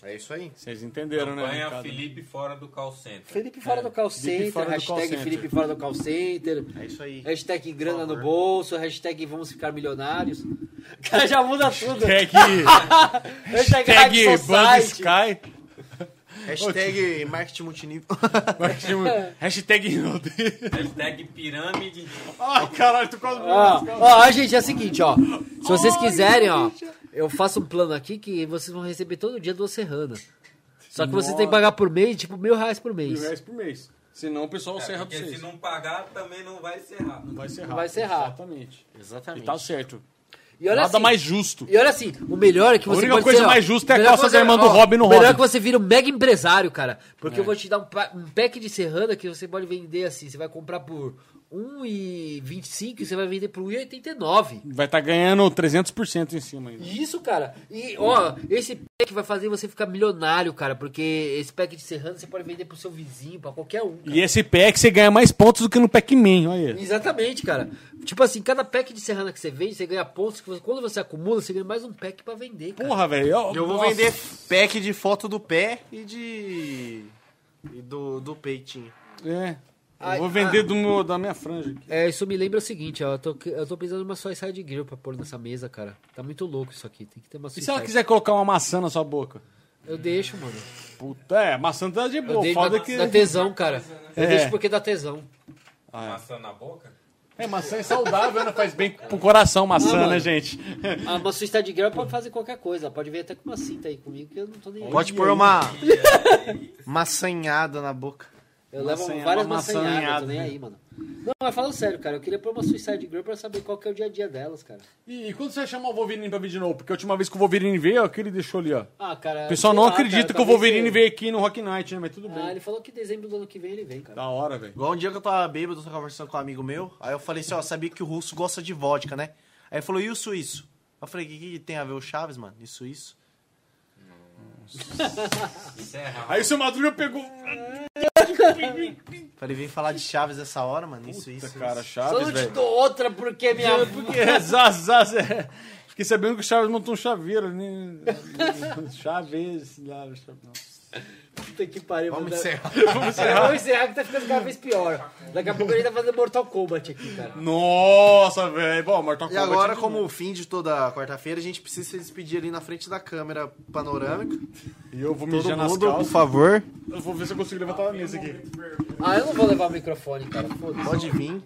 Speaker 5: É isso aí.
Speaker 4: Vocês entenderam, né?
Speaker 3: Apanha
Speaker 4: Ricardo?
Speaker 3: Felipe fora do call center.
Speaker 2: Felipe fora do call
Speaker 4: Felipe
Speaker 2: center,
Speaker 4: fora do
Speaker 2: hashtag
Speaker 4: call center.
Speaker 2: Felipe fora do call center,
Speaker 5: É isso aí.
Speaker 2: hashtag grana no
Speaker 5: favor.
Speaker 2: bolso, hashtag vamos ficar milionários. O cara já muda tudo.
Speaker 4: Hashtag,
Speaker 2: hashtag
Speaker 4: hashtag
Speaker 2: Hack
Speaker 4: Banda
Speaker 2: Society.
Speaker 4: Sky.
Speaker 5: Hashtag marketing multinível.
Speaker 4: Hashtag meu Deus.
Speaker 3: Hashtag pirâmide.
Speaker 4: Ai, caralho, tu quase
Speaker 2: Ó, ó, gente, é o seguinte, ó. Se vocês quiserem, ó, eu faço um plano aqui que vocês vão receber todo dia duas serranas. Só que vocês têm que pagar por mês, tipo, mil reais por
Speaker 4: mil
Speaker 2: mês.
Speaker 4: reais por mês. Senão o pessoal
Speaker 3: É,
Speaker 4: serra pra
Speaker 3: porque se
Speaker 4: vocês.
Speaker 3: não pagar, também não vai encerrar.
Speaker 4: Vai serrar.
Speaker 2: Vai serrar.
Speaker 4: Exatamente. E
Speaker 5: Exatamente.
Speaker 4: tá certo.
Speaker 2: E olha
Speaker 4: Nada
Speaker 2: assim,
Speaker 4: mais justo.
Speaker 2: E olha assim, o melhor é que
Speaker 4: A
Speaker 2: você
Speaker 4: única
Speaker 2: pode
Speaker 4: coisa
Speaker 2: ser, ó,
Speaker 4: mais justa é a
Speaker 2: melhor
Speaker 4: calça
Speaker 2: que
Speaker 4: da irmã do
Speaker 2: ó,
Speaker 4: Robin no
Speaker 2: o melhor
Speaker 4: Robin.
Speaker 2: é que você vira um mega empresário, cara. Porque
Speaker 4: É.
Speaker 2: eu vou te dar um, pa- um pack de serrana que você pode vender assim. Você vai comprar por 1,25 e você vai vender por 1,89.
Speaker 4: Vai estar ganhando 300% em cima ainda.
Speaker 2: Isso, cara. E, ó, esse pack vai fazer você ficar milionário, cara. Porque esse pack de serrana você pode vender pro seu vizinho, pra qualquer um. cara.
Speaker 4: E é- esse pack você ganha mais pontos do que no Pac-Man, olha aí.
Speaker 2: Exatamente, cara. Tipo assim, cada pack de serrana que você vende, você ganha pontos. que você- quando você acumula, você ganha mais um pack pra vender, cara.
Speaker 4: Porra, velho.
Speaker 5: Eu vou
Speaker 4: nossa.
Speaker 5: vender pack de foto do pé e de. E do, do peitinho.
Speaker 4: É.
Speaker 2: Ai, ah.
Speaker 4: eu vou vender do meu, da minha franja aqui.
Speaker 2: É, isso me lembra o seguinte, ó, eu tô, eu tô precisando de uma Suicide Girl pra pôr nessa mesa, cara. Tá muito louco isso aqui, tem que ter uma
Speaker 4: E
Speaker 2: Suicide.
Speaker 4: se ela quiser colocar uma maçã na sua boca?
Speaker 2: Eu deixo, mano.
Speaker 4: Puta, é, maçã tá de
Speaker 2: Eu
Speaker 4: boa.
Speaker 2: deixo
Speaker 4: Foda
Speaker 2: da,
Speaker 4: que.
Speaker 2: da tesão, cara. Eu
Speaker 4: É.
Speaker 2: deixo porque dá tesão.
Speaker 3: Maçã na boca?
Speaker 4: É, maçã é saudável, né? Faz bem pro coração
Speaker 2: Ah,
Speaker 4: maçã,
Speaker 2: mano.
Speaker 4: né, gente?
Speaker 2: Ah, uma Suicide Girl pode fazer qualquer coisa, ela pode vir até com uma cinta aí comigo que eu não tô nem aí.
Speaker 5: Pode pôr uma maçanhada na boca.
Speaker 2: Eu levo
Speaker 4: maçanha-
Speaker 2: várias
Speaker 4: uma
Speaker 2: maçanhadas, eu tô
Speaker 4: maçanhada,
Speaker 2: nem
Speaker 4: né?
Speaker 2: aí, mano. Não, mas falando sério, cara, eu queria pôr uma Suicide Girl pra saber qual que é o dia a dia delas, cara.
Speaker 4: E, e quando você vai chamar o Wolverine pra vir de novo? Porque a última vez que o Wolverine veio, ó, que ele deixou ali, ó.
Speaker 2: Ah, cara.
Speaker 4: O pessoal
Speaker 2: sei
Speaker 4: não
Speaker 2: lá,
Speaker 4: acredita
Speaker 2: cara, tá
Speaker 4: que o
Speaker 2: talvez
Speaker 4: Wolverine
Speaker 2: eu-
Speaker 4: veio aqui no Rock Night, né? Mas tudo bem.
Speaker 2: Ah, ele falou que dezembro do ano que vem ele vem, cara.
Speaker 4: Da hora, velho.
Speaker 5: Igual um dia que eu tava bêbado, eu tava conversando com um amigo meu. Aí eu falei assim, ó, sabia que o russo gosta de vodka, né? Aí ele falou, e o suíço? Eu falei, o que, que tem a ver o Chaves, mano? E suíço?
Speaker 3: Encerra.
Speaker 4: Aí o seu Madruga pegou.
Speaker 5: Falei, vem falar de Chaves essa hora, mano? Isso, isso.
Speaker 4: Cara, é
Speaker 5: isso.
Speaker 2: Só
Speaker 4: Chaves,
Speaker 2: não te
Speaker 4: velho.
Speaker 2: dou outra porque minha
Speaker 4: Porque zaz, zaz, é. Fiquei sabendo que o Chaves montou um chaveiro ali. Chaves, lá, Chaves.
Speaker 2: Puta que pariu.
Speaker 5: Vamos
Speaker 4: é-
Speaker 2: mano.
Speaker 5: encerrar.
Speaker 2: Vamos encerrar que tá ficando cada vez pior. Daqui a pouco ele tá fazendo Mortal Kombat aqui, cara.
Speaker 4: Nossa, velho. Bom, Mortal
Speaker 5: E
Speaker 4: Kombat.
Speaker 5: agora,
Speaker 4: é de
Speaker 5: como o fim de toda quarta-feira, a gente precisa se despedir ali na frente da câmera panorâmica.
Speaker 4: novo. E eu vou
Speaker 5: Todo
Speaker 4: mijar nas
Speaker 5: mundo, por
Speaker 4: calças.
Speaker 5: favor,
Speaker 4: Eu vou ver se eu consigo levantar a mesa aqui.
Speaker 2: Ah, eu não vou levar o microfone, cara. Foda-se.
Speaker 5: pode vir.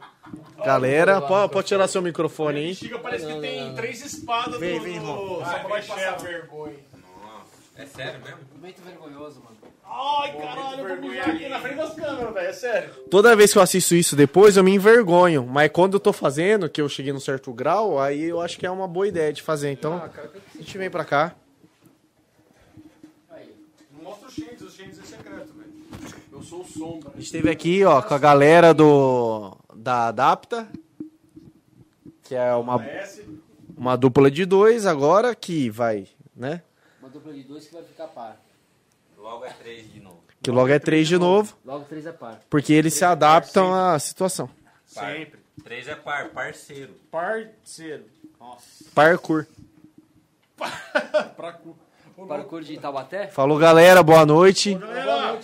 Speaker 5: Galera, pode, pode tirar seu microfone aí.
Speaker 24: Chega, parece que tem três espadas
Speaker 5: Vem,
Speaker 24: no...
Speaker 5: vem,
Speaker 24: no... Só pra vai passar vergonha.
Speaker 3: É sério mesmo?
Speaker 2: Momento vergonhoso, mano.
Speaker 24: Ai, caralho, eu vou mijar aqui na frente das câmeras, velho. É sério.
Speaker 5: Toda vez que eu assisto isso depois, eu me envergonho. Mas quando eu tô fazendo, que eu cheguei num certo grau, aí eu acho que é uma boa ideia de fazer. Então, a gente vem pra cá.
Speaker 24: Não mostra o Shinx, o Shinx é secreto, velho. Eu sou o Sombra.
Speaker 5: A gente esteve aqui, ó, com a galera do da Adapta, que é uma,
Speaker 24: Parece.
Speaker 5: uma dupla de dois agora que vai, né?
Speaker 2: Uma dupla de dois que vai ficar par.
Speaker 3: Logo é três de novo.
Speaker 5: Que logo é três de novo,
Speaker 2: Logo três é par.
Speaker 5: porque eles se adaptam à situação.
Speaker 3: Par.
Speaker 24: Sempre.
Speaker 3: Três é par, parceiro.
Speaker 24: Parceiro.
Speaker 5: Parkour.
Speaker 2: Parkour de Itaubaté?
Speaker 5: Falou, galera, boa noite.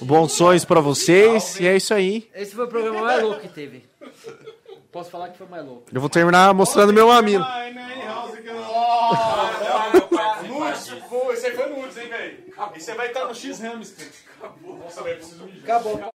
Speaker 5: Bons sonhos pra vocês. E é isso aí.
Speaker 2: Esse foi o programa mais louco que teve. Posso falar que foi o mais louco.
Speaker 5: Eu vou terminar mostrando meu mamilo.
Speaker 24: Ah, ML House que eu...
Speaker 3: Não, eu participo
Speaker 24: Nossa,
Speaker 3: disso.
Speaker 24: pô, esse aí foi nudes, hein, velho? Esse aí vai estar no X-Hamster. Acabou. Nossa, velho, preciso mijar.
Speaker 2: Acabou.